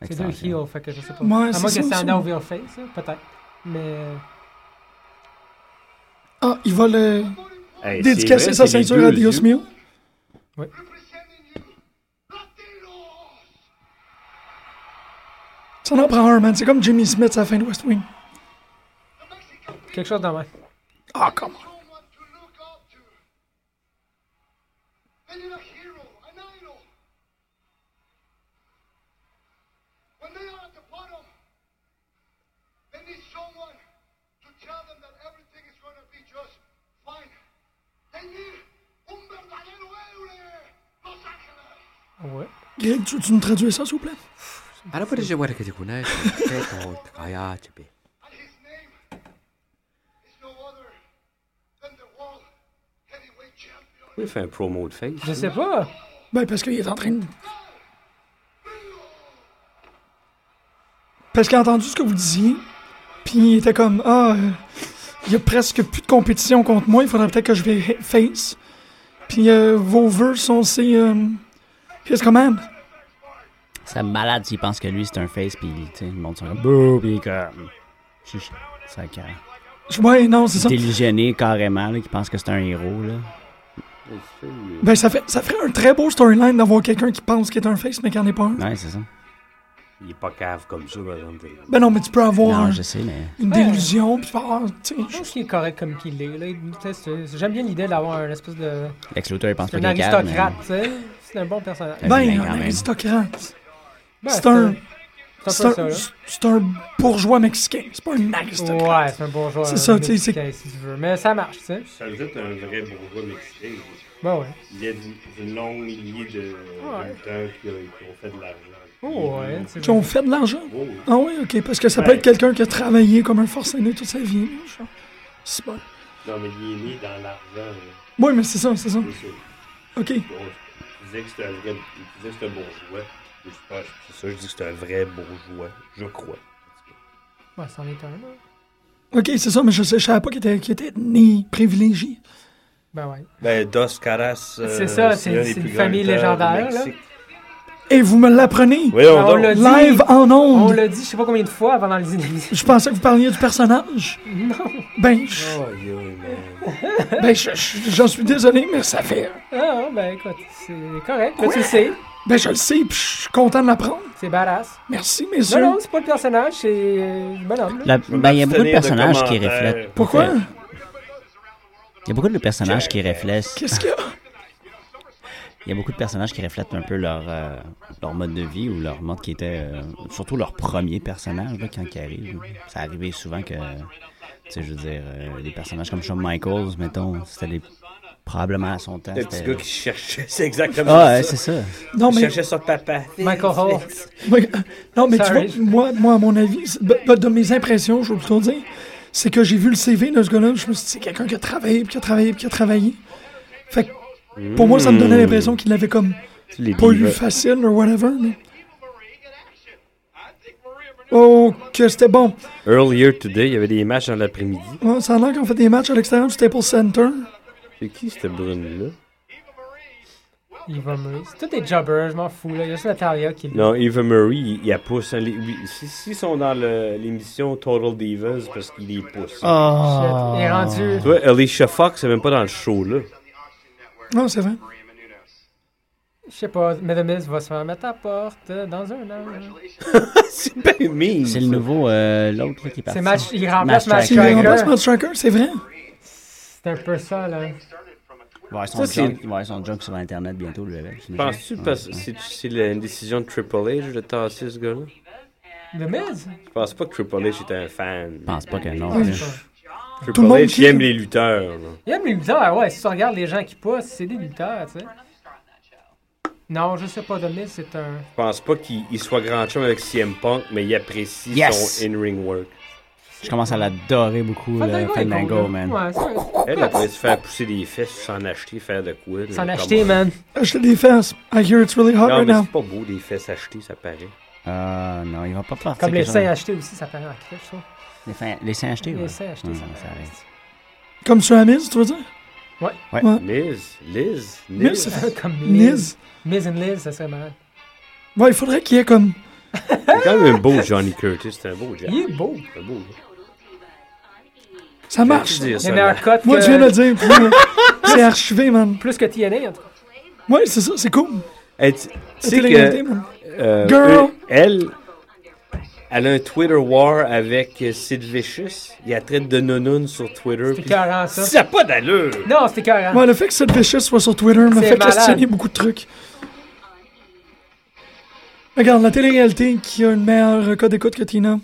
Speaker 5: C'est deux
Speaker 4: extension.
Speaker 5: heels, fait que je sais pas.
Speaker 3: Ouais, c'est
Speaker 5: à moins que
Speaker 3: ça,
Speaker 5: c'est
Speaker 3: c'est-
Speaker 5: un over face, hein, peut-être. Mais. euh,
Speaker 3: Ah, il va le
Speaker 6: Hey, c'est
Speaker 3: dédicacer
Speaker 6: vrai,
Speaker 3: sa
Speaker 6: c'est les
Speaker 3: ceinture à
Speaker 6: deux
Speaker 3: Dios
Speaker 6: yeux.
Speaker 3: Mio. Ça en prend un, man. C'est comme Jimmy Smith à la fin de West Wing.
Speaker 5: Quelque chose dans même.
Speaker 3: Ah, come on.
Speaker 5: Ouais.
Speaker 3: Greg, tu, tu nous traduis ça, s'il vous plaît?
Speaker 6: Il fait un promo de face.
Speaker 5: Je sais pas.
Speaker 3: Ben, parce qu'il est en train de. Parce qu'il a entendu ce que vous disiez, puis il était comme Ah, euh, il y a presque plus de compétition contre moi, il faudrait peut-être que je vais he- face. Puis euh, vos vœux sont ces. Euh, his command.
Speaker 4: C'est malade s'il pense que lui, c'est un face, puis tu sais, le monde sont comme bouh, puis il est comme. Chiche. Ça carré.
Speaker 3: Je- Ouais, non, c'est ça.
Speaker 4: Délusionné carrément, là, qui pense que c'est un héros, là.
Speaker 3: Ben, ça, fait, ça ferait un très beau storyline d'avoir quelqu'un qui pense qu'il est un face, mais qui en est pas un.
Speaker 4: Ouais, c'est ça.
Speaker 6: Il est pas cave comme ça, par exemple.
Speaker 3: Ben non, mais tu peux avoir
Speaker 4: Non,
Speaker 3: un-
Speaker 4: je sais, mais.
Speaker 3: une
Speaker 5: Ouais.
Speaker 3: délusion, puis faire, ah, tu sais,
Speaker 5: Je pense qu'il est correct comme qu'il est. là. Il- tu sais, c'est- J'aime bien l'idée d'avoir un espèce de.
Speaker 4: Lex Luthor, il pense pas
Speaker 5: Un
Speaker 4: qu'il est capable, mais-
Speaker 5: aristocrate, tu sais. C'est un bon personnage.
Speaker 4: Ouais.
Speaker 3: ben,
Speaker 4: vilain, quand
Speaker 3: un
Speaker 4: même.
Speaker 3: aristocrate.
Speaker 5: Ben,
Speaker 3: C'est un.
Speaker 5: C'est
Speaker 3: C'est
Speaker 5: un peu ça,
Speaker 3: un,
Speaker 5: là.
Speaker 3: c'est un bourgeois mexicain, c'est pas un aristocrate.
Speaker 5: Ouais, c'est un bourgeois.
Speaker 3: C'est ça, tu sais,
Speaker 5: mexicain, Si tu veux. Mais ça marche, tu sais.
Speaker 6: Ça veut dire que t'es un vrai bourgeois mexicain.
Speaker 5: Ben ouais.
Speaker 6: Il y a d'une longue lignée de
Speaker 5: Ouais.
Speaker 6: lutteurs qui ont fait de l'argent.
Speaker 5: Oh, ouais. c'est
Speaker 3: Qui ont fait de l'argent. Ah oui, ok, parce que ça peut
Speaker 6: Ouais.
Speaker 3: être quelqu'un qui a travaillé comme un forcené toute sa vie. là, genre. C'est bon.
Speaker 6: Non, mais il est né dans l'argent.
Speaker 3: Oui, mais c'est ça, c'est ça.
Speaker 6: C'est sûr.
Speaker 3: Ok.
Speaker 6: Je disais que c'était un vrai. Je disais que c'était un bourgeois. Je sais pas, c'est ça, je dis que c'est un vrai bourgeois, je crois.
Speaker 5: Ouais, c'en est un, là.
Speaker 3: Ok, c'est ça, mais je, sais- je savais pas qu'il était, qu'il était né privilégié.
Speaker 5: Ben ouais.
Speaker 6: Ben, Dos Caras. euh,
Speaker 5: C'est ça, c'est-
Speaker 6: l'un
Speaker 5: c'est
Speaker 6: des plus
Speaker 5: une
Speaker 6: grands
Speaker 5: famille
Speaker 6: lutteurs du
Speaker 5: légendaire, là.
Speaker 6: Mexique.
Speaker 3: Et vous me l'apprenez
Speaker 6: Voyons
Speaker 5: Ah, on
Speaker 6: donc.
Speaker 5: l'a dit.
Speaker 3: live en
Speaker 5: On
Speaker 3: ondes.
Speaker 5: l'a dit, je sais pas combien de fois avant dans les émissions.
Speaker 3: Je pensais que vous parliez du personnage. Non. Ben, je-
Speaker 6: Oh, yo, man.
Speaker 3: ben, je- je- j'en suis désolé, mais ça fait.
Speaker 5: Ah, ben écoute, c'est correct. Là, tu le sais.
Speaker 3: Ben, je le sais, puis je suis content de l'apprendre.
Speaker 5: C'est badass.
Speaker 3: Merci,
Speaker 5: Non,
Speaker 3: messieurs.
Speaker 5: non, c'est pas le personnage, c'est euh, le bonhomme. là.
Speaker 4: La- ben, il y a beaucoup de
Speaker 6: Tenir
Speaker 4: personnages qui
Speaker 6: commentaires.
Speaker 4: reflètent.
Speaker 3: Pourquoi
Speaker 4: Il y a beaucoup de personnages qui reflètent.
Speaker 3: Qu'est-ce qu'il y a
Speaker 4: Il y a beaucoup de personnages qui reflètent un peu leur, euh, leur mode de vie ou leur mode qui était. euh, surtout leur premier personnage là, quand ils arrivent. Ça arrivait souvent que. Tu sais, je veux dire, euh, des personnages comme Shawn Michaels, mettons, c'était des- probablement à son temps.
Speaker 6: Le petit
Speaker 4: c'était-
Speaker 6: gars qui cherchait, c'est exactement
Speaker 4: Ah, ouais,
Speaker 6: ça.
Speaker 4: c'est ça.
Speaker 3: Non,
Speaker 6: Il
Speaker 3: mais.
Speaker 6: cherchait son papa.
Speaker 5: Michael Hall.
Speaker 3: Oui, euh, Non, mais
Speaker 5: Sorry.
Speaker 3: tu vois, moi, moi, à mon avis, c'est- ben, ben, de mes impressions, je veux plutôt dire, c'est que j'ai vu le CV de ce gars-là, je me suis dit, c'est quelqu'un qui a travaillé, puis qui a travaillé, puis qui a travaillé. Fait que, pour moi, ça me
Speaker 6: Hmm.
Speaker 3: donnait l'impression qu'il l'avait comme
Speaker 6: Les
Speaker 3: pas eu
Speaker 6: divas.
Speaker 3: facile, ou whatever. mais- Oh, que c'était bon.
Speaker 6: Earlier today, il y avait des matchs dans l'après-midi.
Speaker 3: Ouais, ça a l'air qu'on fait des matchs à l'extérieur du Staples Center.
Speaker 6: C'est qui, cette brune-là?
Speaker 5: Eva Marie. C'est tous des jobbers, je m'en fous. Là. Il y a juste Natalia qui est là.
Speaker 6: Non, Eva Murray, il, il a pousse. hein, les- oui, si- S'ils sont dans le- l'émission Total Divas, parce qu'il les pousse.
Speaker 4: Ah.
Speaker 5: Shit, Il est rendu.
Speaker 6: Tu vois, Alicia Fox, c'est même pas dans le show, là.
Speaker 3: Non, c'est vrai.
Speaker 5: Je sais pas, Madame Mills va se faire mettre à la porte euh, dans un an. là.
Speaker 6: C'est bien mime.
Speaker 4: C'est le nouveau, euh, l'autre là, qui est parti.
Speaker 5: C'est match, il
Speaker 4: Match
Speaker 5: remplace Match
Speaker 3: C'est le
Speaker 4: Striker.
Speaker 5: Striker.
Speaker 3: remplacement de Striker, c'est vrai.
Speaker 5: C'est un peu ça, là.
Speaker 4: Il va y avoir son
Speaker 6: Ça, c'est-
Speaker 4: junk- il va y avoir son junk sur Internet bientôt, le avec. j'imagine.
Speaker 6: Penses-tu
Speaker 4: Ouais,
Speaker 6: que
Speaker 4: ouais.
Speaker 6: c'est c'est la- une décision de Triple H de tasser ce gars-là?
Speaker 5: The Miz?
Speaker 6: Je pense pas que Triple H était un fan.
Speaker 4: Je pense pas que non.
Speaker 3: Ouais,
Speaker 4: là.
Speaker 3: je-
Speaker 6: Triple
Speaker 3: Tout le monde
Speaker 6: H,
Speaker 3: qui-
Speaker 6: il aime les lutteurs. là.
Speaker 5: Il aime les lutteurs, ouais. Si tu regardes les gens qui poussent, c'est des lutteurs, tu sais. Non, je sais pas, The Miz, c'est un.
Speaker 6: Je pense pas qu'il il soit grand chum avec CM Punk, mais il apprécie
Speaker 4: Yes!
Speaker 6: son in-ring work.
Speaker 4: Je commence à l'adorer beaucoup, le
Speaker 5: Ah, est
Speaker 4: Fandango,
Speaker 5: cool,
Speaker 4: man.
Speaker 5: là. Ouais, c'est-
Speaker 6: Elle, elle pourrait se faire pousser des fesses, s'en acheter, faire de quoi. là,
Speaker 5: S'en
Speaker 6: comme-
Speaker 5: acheter, man.
Speaker 3: Acheter des fesses. I hear it's really hot
Speaker 6: Non,
Speaker 3: right
Speaker 6: mais
Speaker 3: now.
Speaker 6: c'est pas beau, des fesses achetées, ça paraît.
Speaker 4: Ah, non, il va pas partir.
Speaker 5: Comme les
Speaker 4: quelque chose-
Speaker 5: seins achetés aussi, ça paraît en crèche, ça.
Speaker 4: Les, fins- les seins achetés, ouais.
Speaker 5: Les seins achetés,
Speaker 4: Ouais,
Speaker 5: ça
Speaker 4: ça
Speaker 5: paraît.
Speaker 4: arrive.
Speaker 3: Comme sur Amiz, tu veux dire?
Speaker 6: Liz, Liz,
Speaker 3: Miz,
Speaker 6: Liz.
Speaker 3: ça fait
Speaker 5: Comme Miz.
Speaker 3: Miz.
Speaker 5: Miz and Liz, ça serait malade.
Speaker 3: Ouais, il faudrait qu'il y ait comme.
Speaker 6: C'est quand même un beau Johnny Curtis, c'est un beau Jack.
Speaker 5: Il est beau.
Speaker 6: C'est un beau.
Speaker 3: Ça marche.
Speaker 6: J'ai dit
Speaker 5: Il a
Speaker 6: ça,
Speaker 5: un
Speaker 6: là.
Speaker 5: meilleur cut
Speaker 3: Moi, tu viens de le
Speaker 5: que...
Speaker 3: dire. puis, euh, c'est archivé, man.
Speaker 5: Plus que TNA, en tout cas.
Speaker 3: Ouais, c'est ça, c'est cool.
Speaker 6: Hey, tu- tu
Speaker 3: La
Speaker 6: sais
Speaker 3: télé-réalité,
Speaker 6: que,
Speaker 3: man.
Speaker 6: euh,
Speaker 3: Girl.
Speaker 6: eux- elle, elle a un Twitter war avec euh, Sid Vicious. Il a traite de nonoun sur Twitter.
Speaker 5: C'est
Speaker 6: puis-
Speaker 5: écœurant, ça.
Speaker 6: Ça a pas d'allure!
Speaker 5: Non, c'est écœurant.
Speaker 3: Ouais, le fait que cette Vicious soit sur Twitter m'a
Speaker 5: C'est
Speaker 3: fait
Speaker 5: malade.
Speaker 3: questionner beaucoup de trucs. Regarde, la télé-réalité qui a une meilleure euh, code d'écoute que Tina.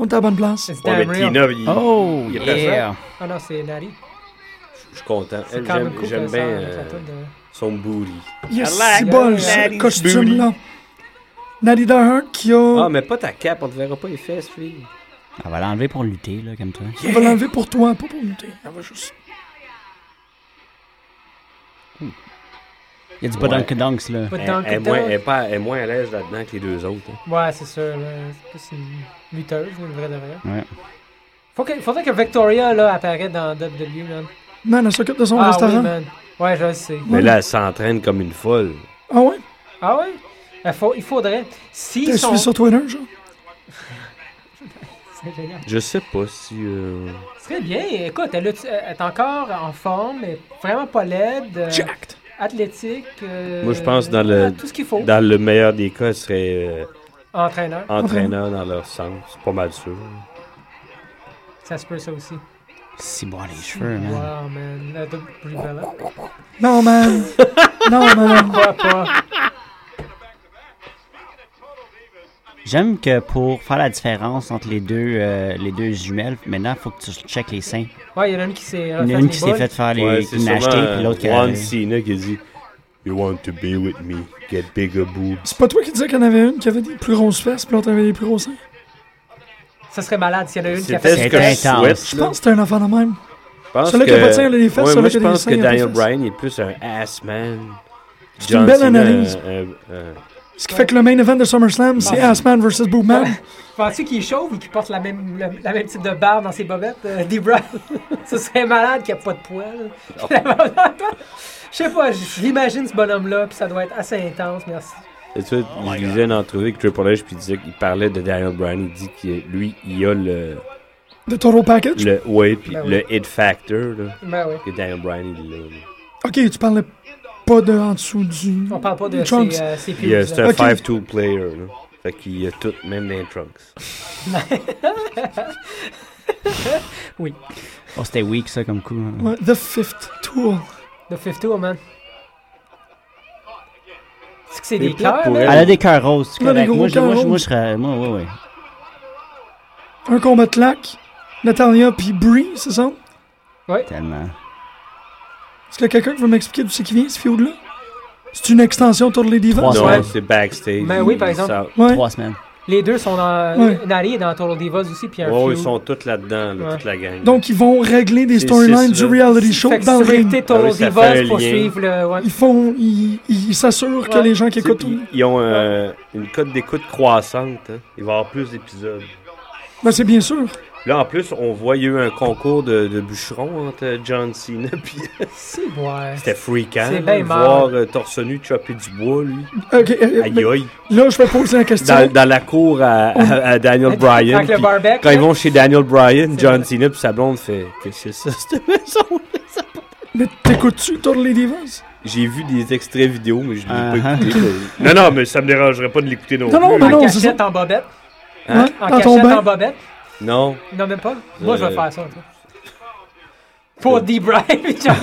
Speaker 3: On est à la bonne place.
Speaker 5: C'est
Speaker 6: Ouais,
Speaker 5: damn
Speaker 6: mais
Speaker 5: real.
Speaker 6: Tina, il-
Speaker 4: Oh,
Speaker 6: Il y a
Speaker 4: yeah!
Speaker 5: Ah non, c'est Nari.
Speaker 6: je suis content.
Speaker 5: C'est
Speaker 6: Elle,
Speaker 5: quand même
Speaker 6: J'aime
Speaker 5: cool
Speaker 6: j'aime
Speaker 5: que ça,
Speaker 6: bien
Speaker 5: avec la
Speaker 6: euh,
Speaker 5: toune de-
Speaker 6: son booty.
Speaker 5: Oh.
Speaker 3: Yes,
Speaker 6: I like
Speaker 3: c'est bol,
Speaker 5: that
Speaker 3: ce
Speaker 6: daddy's
Speaker 3: costume-là. Nadida Hart qui
Speaker 6: Ah,
Speaker 3: a...
Speaker 6: mais pas ta cape, on te verra pas les fesses, fille.
Speaker 4: Elle Ah, va l'enlever pour lutter, là, comme toi.
Speaker 3: On va l'enlever pour toi, pas pour nous. Elle va juste...
Speaker 4: Il y a du badunk dunks là.
Speaker 5: Pas de
Speaker 6: Elle,
Speaker 5: dunk,
Speaker 6: elle
Speaker 5: pas de
Speaker 6: est moins,
Speaker 5: dunk.
Speaker 6: elle est pas, elle est moins à l'aise là-dedans que les deux autres. hein.
Speaker 5: Ouais, c'est sûr. là. C'est plus une lutteuse, une vraie de vraie.
Speaker 4: Ouais.
Speaker 5: Faut que, faudrait que Victoria là, apparaisse dans WWE, man.
Speaker 3: Man, elle s'occupe de son
Speaker 5: ah oui,
Speaker 3: restaurant.
Speaker 5: man. Ouais, je le sais.
Speaker 6: Mais là, elle s'entraîne comme une folle.
Speaker 3: ah ouais?
Speaker 5: Ah ouais? Il, faut, il faudrait. Si
Speaker 3: T'as
Speaker 5: son...
Speaker 3: suivi sur Twitter, genre?
Speaker 5: C'est génial.
Speaker 6: Je sais pas si. euh,
Speaker 5: Ce serait bien. Écoute, elle, a- elle est encore en forme, mais vraiment pas laide. euh,
Speaker 3: Jacked!
Speaker 5: athlétique. euh,
Speaker 6: Moi, je pense dans le-
Speaker 5: Tout ce qu'il faut.
Speaker 6: Dans le meilleur des cas, elle serait euh,
Speaker 5: Entraîneur.
Speaker 6: entraîneur dans leur sens. C'est pas mal sûr.
Speaker 5: Ça se peut, ça aussi.
Speaker 4: Si bon les cheveux, man.
Speaker 5: Wow, man. La WWE. Pourquoi
Speaker 3: Non, man! non, man!
Speaker 5: pas?
Speaker 4: J'aime que pour faire la différence entre les deux, euh, les deux jumelles, maintenant, faut que tu checkes les seins.
Speaker 5: Ouais, il y en a une qui s'est.
Speaker 4: Il y en a
Speaker 5: refaite
Speaker 4: une
Speaker 5: les
Speaker 4: qui s'est
Speaker 5: boules.
Speaker 4: faite faire les.
Speaker 6: Ouais,
Speaker 4: qui l'a acheté,
Speaker 6: sûrement,
Speaker 4: puis l'autre qui
Speaker 6: euh,
Speaker 4: a.
Speaker 6: John Cena qui dit You want to be with me, get bigger boobs.
Speaker 3: C'est pas toi qui disais qu'il y en avait une qui avait des plus grosses fesses, puis l'autre avait des plus gros seins?
Speaker 5: Ça serait malade s'il y en a une qui a
Speaker 6: C'était
Speaker 5: fait
Speaker 6: ce
Speaker 4: C'est
Speaker 6: que je
Speaker 4: intense.
Speaker 6: souhaite.
Speaker 3: Je
Speaker 6: là.
Speaker 3: pense que c'était un enfant de même.
Speaker 6: Je pense
Speaker 3: Celui qui a pas de seins, il a des fesses,
Speaker 6: Ouais,
Speaker 3: celui
Speaker 6: moi,
Speaker 3: qui
Speaker 6: je
Speaker 3: a des
Speaker 6: pense
Speaker 3: seins,
Speaker 6: que
Speaker 3: il a pas de
Speaker 6: Daniel
Speaker 3: fesses.
Speaker 6: Bryan est plus un ass man.
Speaker 3: C'est une belle analyse.
Speaker 6: euh, euh,
Speaker 3: Ce qui fait que le main event de SummerSlam, c'est
Speaker 6: Ah.
Speaker 3: Assman vs. Boobman.
Speaker 5: Penses-tu qu'il est chauve ou qu'il porte la même, la, la même type de barbe dans ses bobettes, euh, des bras? Ce serait malade qu'il n'y a pas de poils. Je sais pas, je l'imagine ce bonhomme-là, puis ça doit être assez intense, merci.
Speaker 6: Et tu sais,
Speaker 4: Oh
Speaker 6: je lisais une entrevue avec Triple H, puis il disait qu'il parlait de Daniel Bryan. Il dit que lui, il a le.
Speaker 3: The Total Package.
Speaker 6: le ouais, puis
Speaker 5: Ben
Speaker 6: le hit factor, là.
Speaker 5: Ben oui.
Speaker 6: Que Daniel Bryan, il l'a. là.
Speaker 3: Ok, tu parlais pas de en dessous du.
Speaker 5: On parle pas de
Speaker 3: du trunks.
Speaker 5: ses, euh, ses pubs,
Speaker 6: Il a- C'est un
Speaker 5: là.
Speaker 3: Ok.
Speaker 6: 5-2 player, là. Fait qu'il a tout, même dans les trunks.
Speaker 4: Oh, c'était weak, ça, comme coup. hein.
Speaker 3: Ouais, The Fifth Tool.
Speaker 5: The Fifth Tour, man. C'est que c'est
Speaker 6: Les
Speaker 5: des
Speaker 6: plates
Speaker 5: cœurs, hein?
Speaker 6: pour
Speaker 5: là?
Speaker 4: Elle a des cœurs roses, tu
Speaker 3: Elle a des
Speaker 4: correct.
Speaker 3: gros
Speaker 4: Moi, je- moi, je-
Speaker 3: cœurs
Speaker 4: moi, je serais. Moi, ouais, ouais.
Speaker 3: Un combat de lac. Natalia puis Brie, c'est ça?
Speaker 4: Tellement.
Speaker 3: Est-ce que quelqu'un veut m'expliquer d'où c'est qui vient, ce feud-là? C'est une extension autour les divas?
Speaker 4: Trois
Speaker 6: Non,
Speaker 4: semaines.
Speaker 6: c'est backstage.
Speaker 5: Ben oui,
Speaker 6: Ils-
Speaker 5: par
Speaker 6: ils
Speaker 5: exemple.
Speaker 6: savent-
Speaker 3: Ouais.
Speaker 4: Trois semaines.
Speaker 5: Les deux sont dans...
Speaker 3: Ouais.
Speaker 5: Nari est dans Total Divas aussi, puis un
Speaker 6: Ouais,
Speaker 5: few.
Speaker 6: ils sont tous là-dedans, là,
Speaker 5: Ouais.
Speaker 6: toute la gang.
Speaker 3: Donc, ils vont régler des
Speaker 6: C'est-
Speaker 3: storylines
Speaker 6: c'est
Speaker 3: du
Speaker 6: ça.
Speaker 3: reality show
Speaker 5: Fait que
Speaker 3: dans
Speaker 5: si
Speaker 3: le
Speaker 5: tu veux
Speaker 3: ring.
Speaker 5: écouter Total
Speaker 6: Ah oui, ça
Speaker 5: Divas,
Speaker 6: fait un
Speaker 5: faut
Speaker 6: lien.
Speaker 5: suivre le... ouais.
Speaker 3: Ils font. Ils ils s'assurent que
Speaker 5: Ouais.
Speaker 3: les gens qui
Speaker 6: Tu sais,
Speaker 3: écoutent.
Speaker 6: ils, ils ont euh, une cote d'écoute croissante. hein. Il va y avoir plus d'épisodes.
Speaker 3: Ben, c'est bien sûr.
Speaker 6: Là, en plus, on voit, il y a eu un concours de, de bûcherons entre euh, John Cena puis
Speaker 5: C'est ouais.
Speaker 6: c'était freakant.
Speaker 5: C'est
Speaker 6: là,
Speaker 5: bien
Speaker 6: de
Speaker 5: mal.
Speaker 6: voir euh, torse nu chopper du bois, lui.
Speaker 3: Ok, euh,
Speaker 6: Aïe
Speaker 3: mais
Speaker 6: aïe.
Speaker 3: là, je vais poser la question.
Speaker 6: Dans, dans la cour à, à- à Daniel
Speaker 5: Avec-
Speaker 6: Bryan.
Speaker 5: avec le
Speaker 6: puis
Speaker 5: barbec,
Speaker 6: Quand
Speaker 5: là.
Speaker 6: ils vont chez Daniel Bryan,
Speaker 5: C'est
Speaker 6: John
Speaker 5: vrai.
Speaker 6: Cena puis sa blonde fait Qu'est-ce que c'est ça, cette maison
Speaker 3: Mais t'écoutes-tu toutes les divas?
Speaker 6: J'ai vu des extraits vidéo, mais je l'ai
Speaker 4: Ah,
Speaker 6: pas
Speaker 4: ah.
Speaker 6: écouté. mais- non, non, mais ça me dérangerait pas de l'écouter non,
Speaker 3: Non, non,
Speaker 6: plus.
Speaker 3: mais
Speaker 5: En
Speaker 3: non, c'est
Speaker 5: cachette en bobette.
Speaker 6: Hein?
Speaker 3: Ouais,
Speaker 5: En
Speaker 3: dans ton
Speaker 5: cachette
Speaker 3: bain.
Speaker 5: en bobette.
Speaker 6: Non.
Speaker 5: Non, même pas. Moi, je vais
Speaker 6: Euh.
Speaker 5: faire ça. toi. Pour D-Bribe, genre.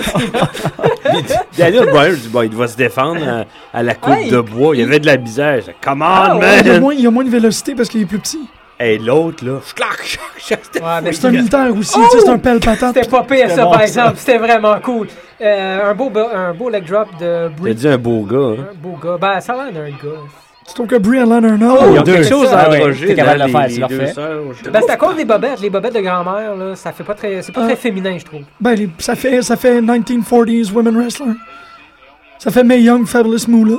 Speaker 6: Daniel Bryan, je dis, bon, il va se défendre à, à la coupe
Speaker 5: Ouais,
Speaker 6: de bois. Il y avait de la misère. Je dis, Come on,
Speaker 5: Ah, ouais,
Speaker 3: Il y, a
Speaker 6: man!
Speaker 3: moins, il y a moins de vélocité parce qu'il est plus petit.
Speaker 6: Et l'autre, là, schlac, schlac, schlac, c'était-
Speaker 5: Ouais, mais
Speaker 3: C'est un militaire aussi, tu sais, c'est un pelle patate.
Speaker 5: Oh! C'était pas pire, ça,
Speaker 4: bon,
Speaker 5: par
Speaker 4: ça.
Speaker 5: exemple. C'était vraiment cool. Euh, un, beau, bo- un beau leg drop de
Speaker 6: T'as
Speaker 5: Brie.
Speaker 6: dit un beau gars, hein?
Speaker 5: Un beau gars. Ben, ça a l'air d'un gars.
Speaker 3: Tu trouves que Brian Allen un homme?
Speaker 4: Il
Speaker 6: Ils
Speaker 4: y
Speaker 6: ont
Speaker 4: a
Speaker 6: quelque chose à
Speaker 4: Ah ouais,
Speaker 6: abroger,
Speaker 4: t'es capable
Speaker 6: là,
Speaker 4: de le faire,
Speaker 6: les-
Speaker 4: tu
Speaker 6: les
Speaker 4: le
Speaker 6: deux
Speaker 4: refais.
Speaker 6: sœurs, je-
Speaker 5: Ben, c'est à cause des bobettes. Les bobettes de grand-mère, là, ça fait pas très... C'est pas très féminin, je trouve.
Speaker 3: Ben, les- ça fait, ça fait 1940s women wrestler. Ça fait May Young, Fabulous Moolah.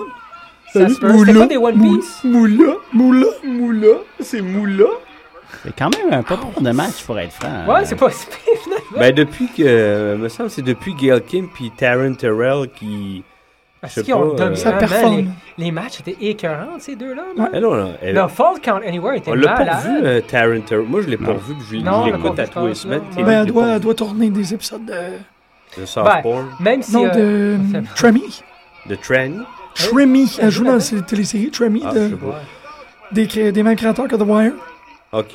Speaker 5: Ça
Speaker 3: Salut,
Speaker 5: se peut. C'était
Speaker 3: Moolah,
Speaker 5: pas des One Piece?
Speaker 3: Moolah, Moolah, Moolah, c'est Moolah.
Speaker 4: C'est quand même un pas pour de match, pour être
Speaker 6: Euh.
Speaker 4: franc. hein.
Speaker 5: Ouais, c'est pas si pire, finalement.
Speaker 6: Ben, depuis que. euh, me semble, c'est depuis Gail Kim puis Taryn Terrell qui.
Speaker 5: Parce
Speaker 6: sais
Speaker 5: qu'ils ont
Speaker 6: pas, euh,
Speaker 5: dominé.
Speaker 3: Ça
Speaker 5: man,
Speaker 3: performe.
Speaker 5: Les, les matchs étaient écœurants, ces deux-là. man.
Speaker 3: Ouais.
Speaker 6: Elle, on l'a- eh elle-
Speaker 5: Le Fall Count Anywhere était
Speaker 6: on l'a pas
Speaker 5: malade.
Speaker 6: vu, euh, Taryn Terrell. Moi, je l'ai pas
Speaker 4: Non.
Speaker 6: vu, puis je l'ai-
Speaker 5: Non, on l'a
Speaker 6: je
Speaker 5: pas
Speaker 6: l'écoute
Speaker 5: vu,
Speaker 6: à
Speaker 5: je
Speaker 6: tous les
Speaker 5: pense,
Speaker 6: semaines.
Speaker 5: non.
Speaker 6: puis
Speaker 3: Ben,
Speaker 6: je
Speaker 3: elle
Speaker 6: l'ai
Speaker 3: doit,
Speaker 6: pas
Speaker 3: elle
Speaker 6: vu.
Speaker 3: doit tourner des épisodes de.
Speaker 6: De softball.
Speaker 5: Même si...
Speaker 3: Non,
Speaker 5: euh,
Speaker 3: de.
Speaker 5: c'est-
Speaker 3: Tremmy.
Speaker 6: De tranny.
Speaker 3: Tremmy. Elle joue dans la télésérie Tremmy,
Speaker 6: Ah,
Speaker 3: de-
Speaker 6: je sais pas.
Speaker 5: ouais.
Speaker 3: des, cré- des mêmes créateurs que The Wire.
Speaker 6: Ok.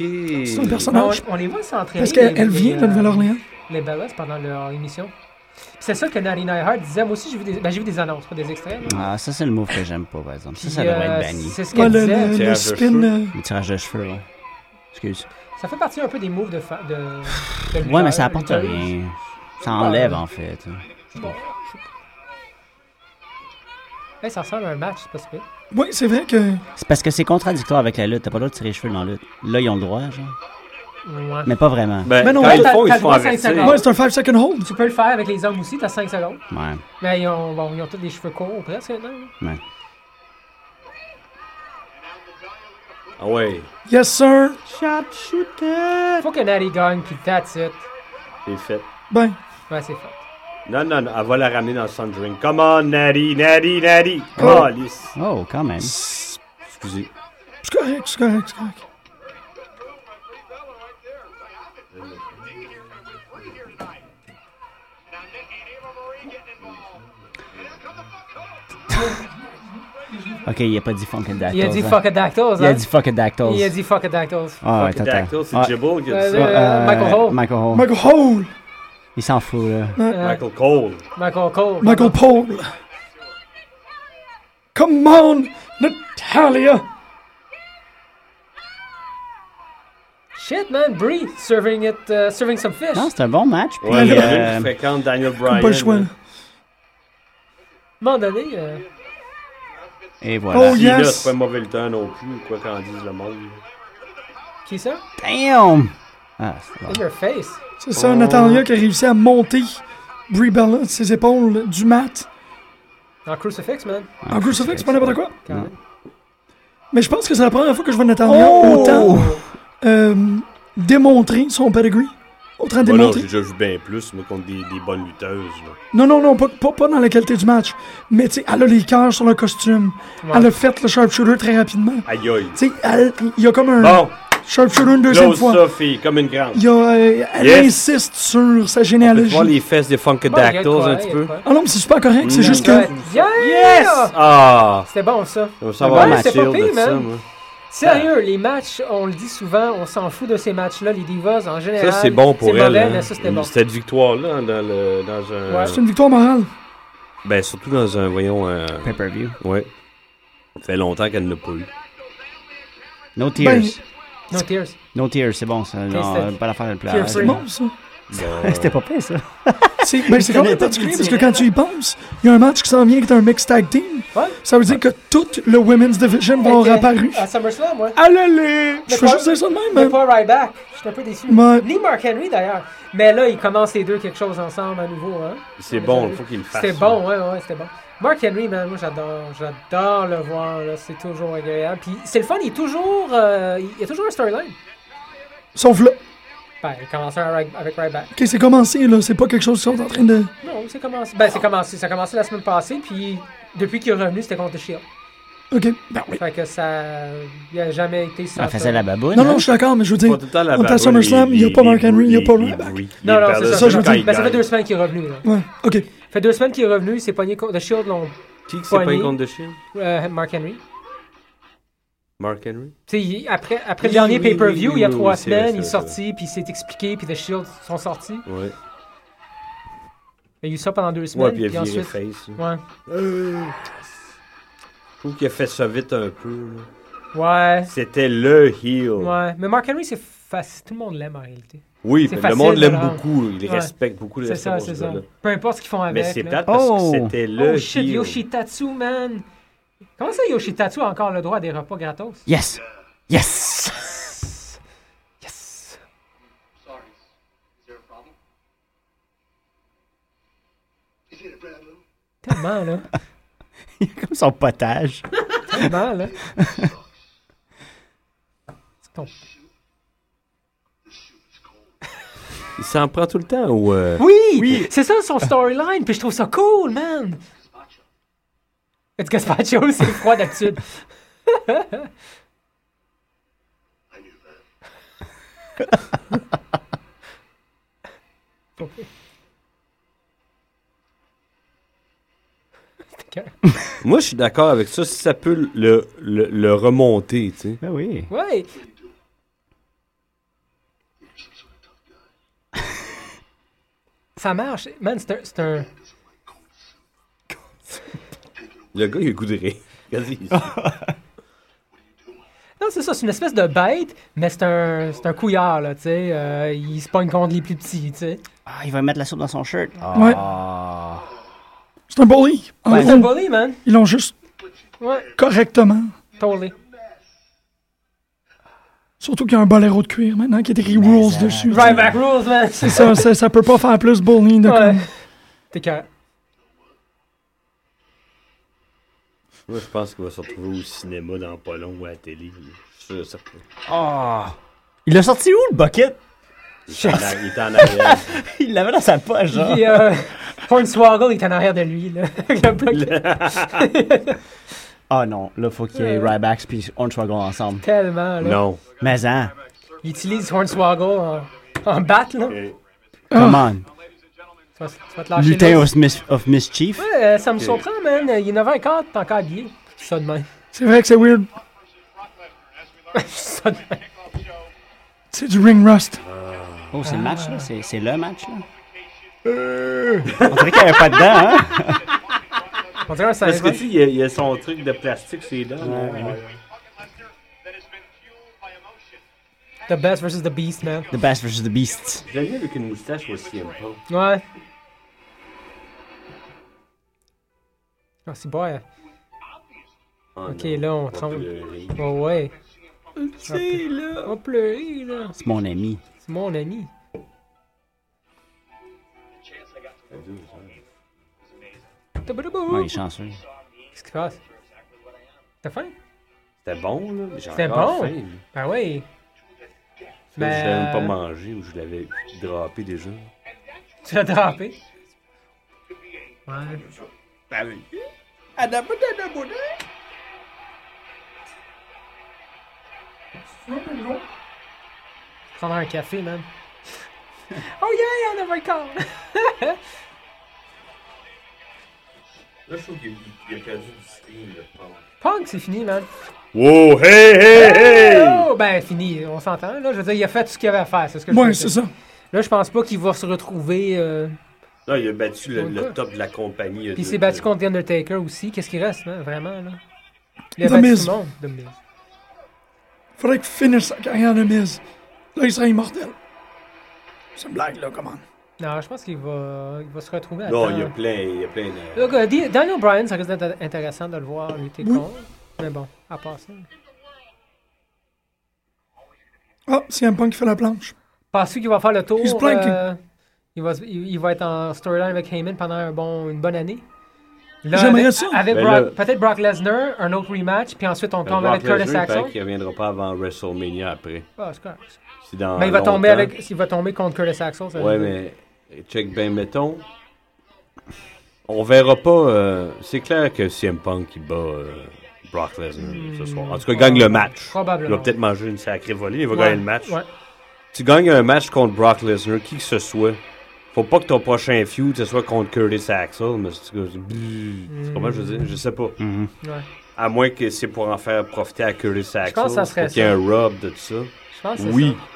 Speaker 3: C'est un
Speaker 5: On,
Speaker 3: personnage.
Speaker 5: on les voit s'entraîner.
Speaker 3: Parce qu'elle
Speaker 5: les-
Speaker 3: elle
Speaker 5: les,
Speaker 3: vient de
Speaker 5: euh,
Speaker 3: Nouvelle-Orléans.
Speaker 5: Les Bellas pendant leur émission. Puis C'est ça que Narina Hart disait. Moi aussi, j'ai vu des, ben, j'ai vu des annonces, pas des extraits. là.
Speaker 4: Ah, ça, c'est le move que j'aime pas, par exemple. Ça,
Speaker 5: Puis,
Speaker 4: ça devrait
Speaker 5: euh,
Speaker 4: être banni.
Speaker 5: C'est ce
Speaker 3: Ouais,
Speaker 5: qu'elle
Speaker 3: le,
Speaker 5: disait.
Speaker 3: le- le
Speaker 6: tirage de
Speaker 3: spin.
Speaker 6: cheveux.
Speaker 3: euh,
Speaker 4: Le tirage de cheveux, là. Excuse.
Speaker 5: Ça fait partie un peu des moves de. fa- de, de
Speaker 4: Ouais,
Speaker 5: lutteur,
Speaker 4: mais ça apporte
Speaker 5: lutteuse.
Speaker 4: rien. Ça enlève, en fait. hein.
Speaker 5: Hey, ça ressemble à un match, c'est pas si pire.
Speaker 3: Oui, euh, c'est vrai que.
Speaker 4: C'est parce que c'est contradictoire avec la lutte. T'as pas le droit de tirer les cheveux dans la lutte. Là, ils ont le droit, genre.
Speaker 5: Ouais.
Speaker 4: Mais pas vraiment.
Speaker 6: Ben,
Speaker 3: Mais non,
Speaker 6: quand
Speaker 3: ouais,
Speaker 6: ils le
Speaker 5: t'as-
Speaker 6: font, ils
Speaker 5: t'as
Speaker 6: se font
Speaker 5: le droit à cinq
Speaker 6: avertir.
Speaker 5: secondes.
Speaker 3: Ouais, c'est un 5 second hold.
Speaker 5: Tu peux le faire avec les hommes aussi, t'as 5 secondes.
Speaker 4: Ouais.
Speaker 5: Mais ils ont, bon, ils ont tous les cheveux courts ou presque maintenant. là.
Speaker 4: ouais.
Speaker 6: Ah ouais.
Speaker 3: Yes, sir.
Speaker 5: Faut que Nari gagne, puis that's it.
Speaker 6: C'est fait.
Speaker 3: Ben,
Speaker 5: Ouais, c'est fait.
Speaker 6: Non, non, non, elle va la ramener dans le Sundering. Come on, Natty, Natty, Natty.
Speaker 3: Oh.
Speaker 6: Calice.
Speaker 4: Oh, quand même.
Speaker 6: Excusez.
Speaker 3: c'est correct, c'est correct, c'est correct.
Speaker 4: Ok, il a pas dit Funkadactyls.
Speaker 5: Il a dit
Speaker 4: hein.
Speaker 5: fuckadactyls,
Speaker 4: Il a
Speaker 5: hein?
Speaker 4: dit Funkadactyls.
Speaker 5: Il a dit fuckadactyls.
Speaker 4: Ah, ouais,
Speaker 6: Dactyl,
Speaker 4: t'attends.
Speaker 6: c'est Jibble qui a dit
Speaker 5: Euh,
Speaker 6: ça.
Speaker 5: euh, Michael Hall.
Speaker 4: Michael Hall.
Speaker 3: Michael Hole.
Speaker 4: Il s'en fout, là.
Speaker 5: Euh,
Speaker 6: Michael Cole.
Speaker 5: Michael Cole.
Speaker 3: Michael Paul. Come on, Natalia.
Speaker 5: Shit, man, Bree, serving it, uh, serving some fish.
Speaker 4: Non, c'est un bon match. Puis,
Speaker 6: Ouais, le
Speaker 4: euh,
Speaker 6: gars qui fréquente Daniel Bryan.
Speaker 3: Pas le choix.
Speaker 6: là.
Speaker 3: là.
Speaker 5: À un moment donné, euh,
Speaker 4: et voilà.
Speaker 3: Oh,
Speaker 6: Puis là,
Speaker 3: Yes. Ah,
Speaker 6: c'est pas mauvais le temps non plus, quoi qu'en dise le monde.
Speaker 5: qui ça?
Speaker 4: Damn! Ah, c'est bon.
Speaker 5: In your face.
Speaker 3: C'est ça, Natalia qui a réussi à monter Brie Bella de ses épaules du mat.
Speaker 5: En crucifix, man.
Speaker 3: En gros, ça fait que c'est pas n'importe quoi.
Speaker 5: Quand
Speaker 4: Non.
Speaker 5: même.
Speaker 3: Mais je pense que c'est la première fois que je vois Natalia
Speaker 4: Oh!
Speaker 3: autant euh, démontrer son pedigree. Autant
Speaker 6: Bon, non,
Speaker 3: démontrer.
Speaker 6: j'ai déjà vu bien plus, moi, contre des, des bonnes lutteuses. là.
Speaker 3: Non, non, non, pas, pas, pas dans la qualité du match. Mais tu sais, elle a les cœurs sur le costume.
Speaker 5: Ouais.
Speaker 3: Elle a fait le sharpshooter très rapidement.
Speaker 6: Aïe, aïe.
Speaker 3: Tu sais, elle- il y a comme un
Speaker 6: Bon,
Speaker 3: sharpshooter une deuxième
Speaker 6: close
Speaker 3: fois.
Speaker 6: ça, fille, comme une grande.
Speaker 3: Il y a, euh, elle
Speaker 6: Yes.
Speaker 3: insiste sur sa
Speaker 6: Tu
Speaker 3: généalogie.
Speaker 6: vois les Mm. fesses des
Speaker 5: Bon, il y a
Speaker 6: Funkadactyls
Speaker 5: de quoi, il
Speaker 6: un
Speaker 5: y
Speaker 6: petit
Speaker 5: a de
Speaker 6: peu?
Speaker 5: quoi.
Speaker 3: Ah non, mais c'est super correct, c'est juste que.
Speaker 5: Ouais. Yeah!
Speaker 6: Ah!
Speaker 5: C'était bon, ça.
Speaker 6: Ça va savoir
Speaker 5: Ouais,
Speaker 6: ma
Speaker 5: c'est pas
Speaker 6: shield
Speaker 5: pire,
Speaker 6: de ça,
Speaker 5: man.
Speaker 6: moi.
Speaker 5: Sérieux, les matchs, on le dit souvent, on s'en fout de ces matchs-là, les divas en général.
Speaker 6: Ça, c'est bon pour
Speaker 5: c'est
Speaker 6: elle.
Speaker 5: mauvais,
Speaker 6: hein.
Speaker 5: mais ça, c'était bon.
Speaker 6: Cette victoire-là, hein, dans, le, dans un.
Speaker 5: Ouais.
Speaker 3: C'est une victoire morale.
Speaker 6: Ben, surtout dans un, voyons, un.
Speaker 4: Pay-per-view.
Speaker 6: Ouais. Ça fait longtemps qu'elle n'a pas eu.
Speaker 4: No tears.
Speaker 3: Ben-
Speaker 5: No tears.
Speaker 4: No tears, c'est bon, ça. Non,
Speaker 5: c'était-
Speaker 4: pas l'affaire de le plus.
Speaker 6: Ah,
Speaker 5: Tears,
Speaker 3: C'est bon, ça.
Speaker 4: C'était pas pire, ça.
Speaker 3: C'est ben, c'est quand même particulier parce que quand tu y penses, il y a un match qui s'en vient qui est un mixed tag team.
Speaker 5: Ouais.
Speaker 3: Ça veut dire que toute le women's division va
Speaker 5: Ok.
Speaker 3: avoir apparu.
Speaker 6: Ah,
Speaker 5: À SummerSlam, ouais.
Speaker 3: Allez, allez! Je
Speaker 5: Mais
Speaker 3: veux
Speaker 5: pas-
Speaker 3: juste dire ça de
Speaker 5: Ah, Mais
Speaker 3: même. hein.
Speaker 5: pas right back. Je suis un peu déçu.
Speaker 3: Ouais.
Speaker 5: Ni Mark Henry, d'ailleurs. Mais là, ils commencent les deux quelque chose ensemble à nouveau, hein.
Speaker 6: C'est bon, il faut qu'il le fasse.
Speaker 5: C'était bon, ouais, ouais, c'était bon. Mark Henry, man, moi j'adore, j'adore le voir, là, c'est toujours agréable. Puis c'est le fun, il est toujours, euh, il y a toujours un storyline.
Speaker 3: Sauf là.
Speaker 5: Ben, il commençait avec, avec Ryback.
Speaker 3: Ok, c'est commencé, là. C'est pas quelque chose qu'ils sont en train de.
Speaker 5: Non, c'est commencé. Ben, c'est commencé. Ça a commencé la semaine passée, puis depuis qu'il est revenu, c'était contre The Shield.
Speaker 3: Ok, ben oui.
Speaker 5: Fait que ça. Il a jamais été sans.
Speaker 4: Elle
Speaker 5: ça.
Speaker 4: faisait la baboune.
Speaker 3: Non,
Speaker 4: hein?
Speaker 3: non, je suis d'accord, mais je veux
Speaker 6: Pas
Speaker 3: dire.
Speaker 6: tout le temps la
Speaker 3: On est à
Speaker 6: baboune,
Speaker 3: SummerSlam,
Speaker 6: les-
Speaker 3: il y a pas
Speaker 6: les-
Speaker 3: Mark Henry, il y a
Speaker 6: les-
Speaker 3: pas
Speaker 6: les-
Speaker 3: Ryback.
Speaker 6: oui,
Speaker 5: Non,
Speaker 6: les
Speaker 5: non,
Speaker 6: parles
Speaker 5: c'est
Speaker 6: de
Speaker 5: ça, je
Speaker 6: quand
Speaker 5: veux dire.
Speaker 6: il
Speaker 5: Ben, ça fait
Speaker 6: gagne.
Speaker 5: deux semaines qu'il est revenu, là.
Speaker 3: Ouais, ok.
Speaker 5: fait deux semaines qu'il est revenu, c'est pogné contre The Shield, l'ont.
Speaker 6: Qui qui s'est pas
Speaker 5: Poigné.
Speaker 6: contre de Shield?
Speaker 5: euh, Mark Henry.
Speaker 6: Mark Henry?
Speaker 5: Tu sais, il- après, après le
Speaker 6: Oui,
Speaker 5: dernier
Speaker 6: oui,
Speaker 5: pay-per-view,
Speaker 6: oui,
Speaker 5: il y a
Speaker 6: oui,
Speaker 5: trois
Speaker 6: oui, c'est vrai,
Speaker 5: semaines,
Speaker 6: c'est
Speaker 5: il est
Speaker 6: vrai,
Speaker 5: sorti, puis il s'est expliqué, puis The Shield sont sortis.
Speaker 6: Ouais.
Speaker 5: Il y a eu ça pendant deux semaines,
Speaker 6: Ouais, puis il
Speaker 5: puis
Speaker 6: a viré
Speaker 5: ensuite.
Speaker 6: face. là.
Speaker 5: Ouais.
Speaker 6: Euh, Je trouve qu'il a fait ça vite un peu. là.
Speaker 5: Ouais.
Speaker 6: C'était le heel.
Speaker 5: Ouais. Mais Mark Henry, c'est facile. Tout le monde l'aime en réalité.
Speaker 6: Oui,
Speaker 5: C'est
Speaker 6: mais le
Speaker 5: facile
Speaker 6: monde
Speaker 5: de
Speaker 6: l'aime
Speaker 5: le rendre.
Speaker 6: beaucoup. Il
Speaker 5: Ouais.
Speaker 6: respecte beaucoup le
Speaker 5: C'est ça,
Speaker 6: respect
Speaker 5: c'est
Speaker 6: pour ce
Speaker 5: ça.
Speaker 6: gars-là.
Speaker 5: Peu importe ce qu'ils font avec.
Speaker 6: Mais c'est
Speaker 5: là.
Speaker 6: plate parce
Speaker 4: Oh!
Speaker 6: que c'était le euh,
Speaker 5: Oh shit,
Speaker 6: heel.
Speaker 5: Yoshitatsu, man! Comment ça, Yoshitatsu a encore le droit à des repas gratos?
Speaker 4: Yes! Yes!
Speaker 5: Yes! Tellement, là.
Speaker 4: Il a comme son potage.
Speaker 5: Tellement, là. C'est ton-
Speaker 6: Il s'en prend tout le temps. Ou euh,
Speaker 5: Oui! C'est ça son storyline, puis je trouve ça cool, man! It's Gaspacho, c'est froid d'habitude. Pas pire. C'était cœur.
Speaker 6: Moi, je suis d'accord avec ça. Si ça peut le, le, le remonter, tu sais.
Speaker 4: Ben oui.
Speaker 5: Ouais! Ça marche, man, c'est un- c'est un.
Speaker 6: Le gars, il a le goût de rire. Vas-y.
Speaker 5: Non, c'est ça, c'est une espèce de bête, mais c'est un, c'est un couillard, là, tu sais. euh, il se pogne contre les plus petits, tu sais.
Speaker 4: Ah, il va mettre la soupe dans son shirt.
Speaker 3: Ouais.
Speaker 4: Ah.
Speaker 3: C'est un bully. En
Speaker 5: Ouais,
Speaker 3: gros,
Speaker 5: c'est un bully, man.
Speaker 3: ils l'ont juste
Speaker 5: Ouais,
Speaker 3: correctement.
Speaker 5: totally.
Speaker 3: Surtout qu'il y a un boléro de cuir maintenant qui a des rules
Speaker 4: ça-
Speaker 3: dessus.
Speaker 5: Right back rules, man. C'est ça.
Speaker 3: Ça, ça, ça peut pas faire plus bullying de
Speaker 5: Ouais.
Speaker 3: comme-
Speaker 5: T'es carré.
Speaker 6: Moi, je pense qu'il va se retrouver au cinéma dans pas long ou à la télé. là. Je suis sûr, certain.
Speaker 4: Ah. Il l'a sorti où, le bucket?
Speaker 6: Il est en arri- Il est en arrière.
Speaker 4: Il l'avait dans sa poche, genre.
Speaker 5: Puis, euh, Hornswoggle, il est en arrière de lui, là. Avec le bloc.
Speaker 4: Ah non, là, faut qu'il y ait Ryback puis Hornswoggle ensemble.
Speaker 5: Tellement, là.
Speaker 6: non.
Speaker 4: Mais hein,
Speaker 5: Il utilise Hornswoggle en, en batte, là.
Speaker 4: come on.
Speaker 5: Tu vas, tu vas te lâcher.
Speaker 4: Lutin
Speaker 5: là.
Speaker 4: of, mis- of Mischief.
Speaker 5: Ouais, euh, ça me surprend, man. Il est 9h15, t'es encore habillé. Ça de même.
Speaker 3: C'est vrai que c'est weird.
Speaker 5: Ça de même.
Speaker 3: C'est du ring rust.
Speaker 4: Oh, c'est le match, là? C'est, c'est le match, là? Euh. On dirait qu'il n'y avait pas dedans, hein?
Speaker 5: On dirait un
Speaker 6: Parce que
Speaker 5: Saint-Jean.
Speaker 6: tu sais, il y a- il y a son truc de plastique sur les dents. là.
Speaker 5: The best versus the beast, man.
Speaker 4: The Best vs. The Beast.
Speaker 6: J'aime bien avec une moustache aussi, aime pas.
Speaker 5: Ouais. Ah, c'est bon. hein.
Speaker 6: Ah,
Speaker 5: Ok,
Speaker 6: non.
Speaker 5: là, on
Speaker 6: Pas
Speaker 5: tombe.
Speaker 6: pleurer.
Speaker 5: Oh, ouais. C'est là. On pleurer, là.
Speaker 4: C'est mon ami.
Speaker 5: C'est mon ami.
Speaker 4: Ouais, il
Speaker 5: Tabarabou.
Speaker 4: est chanceux.
Speaker 5: Qu'est-ce qui se passe? T'as faim?
Speaker 6: C'était bon, là. mais j'ai
Speaker 5: C'était
Speaker 6: encore
Speaker 5: bon.
Speaker 6: faim, là.
Speaker 5: Ben oui.
Speaker 6: Je l'avais même pas
Speaker 5: Ben-
Speaker 6: mangé ou je l'avais drapé déjà.
Speaker 5: Tu l'as drapé. Ouais.
Speaker 3: Bah
Speaker 5: Ah, Prendre un café, man. oh yeah, on a un corps.
Speaker 6: Là, je trouve qu'il a perdu du style, le
Speaker 5: Punk, c'est fini, man.
Speaker 6: Wow, hey, hey, hey!
Speaker 5: Oh, ben fini, on s'entend. Là, je veux dire, il a fait tout ce qu'il avait à faire. C'est ce que je
Speaker 3: Ouais,
Speaker 5: veux
Speaker 3: c'est
Speaker 5: dire.
Speaker 3: ça.
Speaker 5: Là, je pense pas qu'il va se retrouver. euh,
Speaker 6: Là, il a battu le, le
Speaker 5: Ouais.
Speaker 6: top de la compagnie.
Speaker 5: Puis il s'est battu contre The Undertaker aussi. Qu'est-ce qui reste, hein, vraiment, là? Il a
Speaker 3: The
Speaker 5: battu
Speaker 3: Miz.
Speaker 5: tout le monde, The Miz.
Speaker 3: Faudrait qu'il finisse sa carrière de mise. Là, il serait immortel. C'est une blague, là, comment?
Speaker 5: Non, je pense qu'il va, il va se retrouver à
Speaker 6: Non,
Speaker 5: temps.
Speaker 6: il y a plein, il y a plein de...
Speaker 5: Donc, euh, Di- Daniel Bryan, ça risque d'être intéressant de le voir lutter
Speaker 3: Oui.
Speaker 5: contre. Mais bon, à part ça.
Speaker 3: Ah, c'est un punk qui fait la planche.
Speaker 5: Penses-tu qu'il va faire le tour?
Speaker 3: Il se plaint qu'il-
Speaker 5: euh, il, va, se- il, il va être en storyline avec Heyman pendant un bon, une bonne année? Là,
Speaker 3: J'aimerais
Speaker 5: avec-
Speaker 3: ça.
Speaker 5: avec
Speaker 6: Ben
Speaker 5: Brock-
Speaker 6: le-
Speaker 5: Peut-être Brock Lesnar, un autre rematch, puis ensuite on tombe avec Curtis Axel.
Speaker 6: Il ne reviendra pas avant WrestleMania après.
Speaker 5: Ah, c'est correct.
Speaker 6: C'est- C'est dans
Speaker 5: Mais il va
Speaker 6: longtemps.
Speaker 5: tomber avec. S'il va tomber contre Curtis Axel, ça
Speaker 6: Ouais, mais check ben, mettons. On verra pas. euh, c'est clair que CM Punk il bat euh, Brock Lesnar ce soir. En tout cas, il gagne le match. Il
Speaker 5: Hmm. Probablement.
Speaker 6: va peut-être manger une sacrée volée, il va
Speaker 5: Ouais,
Speaker 6: gagner le match.
Speaker 5: ouais.
Speaker 6: Tu gagnes un match contre Brock Lesnar, qui que ce soit. Faut pas que ton prochain feud ce soit contre Curtis Axel, mais c'est
Speaker 5: Hmm.
Speaker 6: c'est comment je veux dire, je sais pas.
Speaker 4: Mhm.
Speaker 6: À moins que c'est pour en faire profiter à Curtis Axel,
Speaker 5: pense que ça serait
Speaker 6: pour qu'il y ait
Speaker 5: ça.
Speaker 6: un rub de tout ça.
Speaker 5: Je pense que c'est
Speaker 6: Oui,
Speaker 5: ça.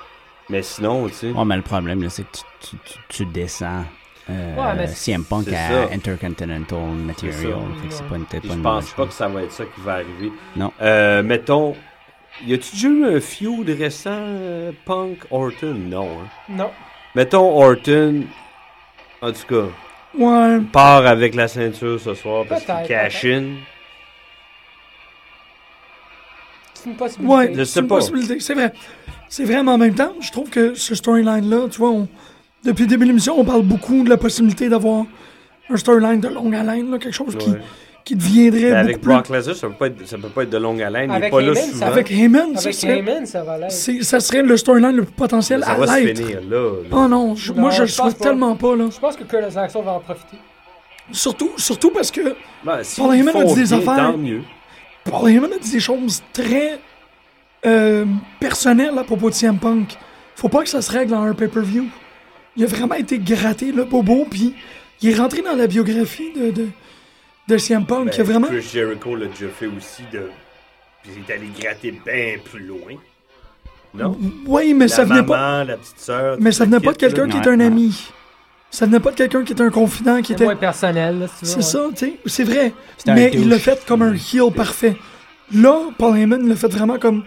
Speaker 6: mais sinon, tu sais.
Speaker 4: Ouais, mais le problème, là, c'est que tu, tu- tu- tu descends euh,
Speaker 5: Ouais, mais
Speaker 4: CM Punk
Speaker 6: c'est
Speaker 4: à
Speaker 6: ça.
Speaker 4: Intercontinental
Speaker 6: C'est
Speaker 4: Material.
Speaker 6: ça.
Speaker 4: Fait que c'est pas une- peut-être
Speaker 6: Puis
Speaker 4: pas
Speaker 6: je
Speaker 4: une
Speaker 6: pense pas
Speaker 4: bonne
Speaker 6: que ça va être ça qui va arriver.
Speaker 4: Non.
Speaker 6: Euh, mettons, y a-tu déjà eu un feud récent euh, Punk Orton Non. hein.
Speaker 5: Non.
Speaker 6: Mettons Orton, en tout cas,
Speaker 3: Ouais.
Speaker 6: part avec la ceinture ce soir parce qu'il
Speaker 5: Peut-être,
Speaker 6: cash in.
Speaker 5: C'est une possibilité.
Speaker 3: Ouais, c'est
Speaker 6: Je sais
Speaker 3: une
Speaker 6: pas.
Speaker 3: possibilité, c'est vrai. C'est vrai, mais en même temps, je trouve que ce storyline-là, tu vois, on- depuis le début de l'émission, on parle beaucoup de la possibilité d'avoir un storyline de longue haleine, là, quelque chose qui,
Speaker 6: Ouais.
Speaker 3: qui deviendrait
Speaker 6: Mais
Speaker 3: beaucoup
Speaker 6: avec
Speaker 3: plus...
Speaker 6: Brock Lesnar, ça peut pas être, ça peut pas être de longue haleine. Il est
Speaker 5: Avec
Speaker 6: pas là
Speaker 5: Heyman, ça
Speaker 6: souvent.
Speaker 3: Avec Heyman, ça
Speaker 5: Avec
Speaker 3: serait,
Speaker 5: Heyman, ça va l'être.
Speaker 3: c'est- ça serait le storyline le plus potentiel
Speaker 6: Ça
Speaker 3: à
Speaker 6: va se
Speaker 3: l'être.
Speaker 6: finir là. là.
Speaker 3: Oh non, je- moi
Speaker 5: Non,
Speaker 3: je le
Speaker 5: je pense
Speaker 3: souhaite
Speaker 5: pas.
Speaker 3: tellement pas, là.
Speaker 5: Je pense que Curtis Axel va en profiter.
Speaker 3: Surtout, surtout parce que
Speaker 6: Ben, si
Speaker 3: Paul
Speaker 6: ils
Speaker 3: Heyman a dit
Speaker 6: font
Speaker 3: des
Speaker 6: bien,
Speaker 3: affaires.
Speaker 6: Tant mieux.
Speaker 3: Paul Heyman a dit des choses très euh, personnelles à propos de CM Punk. Faut pas que ça se règle en un pay-per-view. Il a vraiment été gratté, le bobo, puis il est rentré dans la biographie de, de, de CM Punk. il a
Speaker 6: Ben,
Speaker 3: vraiment...
Speaker 6: Chris Jericho l'a déjà fait aussi. De... Puis il est allé gratter bien plus loin. Non?
Speaker 3: Oui, mais ça
Speaker 6: la
Speaker 3: venait
Speaker 6: maman,
Speaker 3: pas...
Speaker 6: la petite sœur.
Speaker 3: Mais
Speaker 6: tout
Speaker 3: ça
Speaker 6: le
Speaker 3: venait pas de
Speaker 6: kit, là.
Speaker 3: quelqu'un qui
Speaker 4: Ouais,
Speaker 3: est un
Speaker 4: ouais.
Speaker 3: ami. Ça venait pas de quelqu'un qui est un confident, qui
Speaker 5: C'est
Speaker 3: était...
Speaker 5: moins personnel, là, si tu veux.
Speaker 3: C'est
Speaker 5: ouais.
Speaker 3: ça, tu sais. C'est vrai.
Speaker 4: C'était un
Speaker 3: Mais il l'a
Speaker 4: douche.
Speaker 3: fait comme un heel parfait. Là, Paul Heyman l'a fait vraiment comme.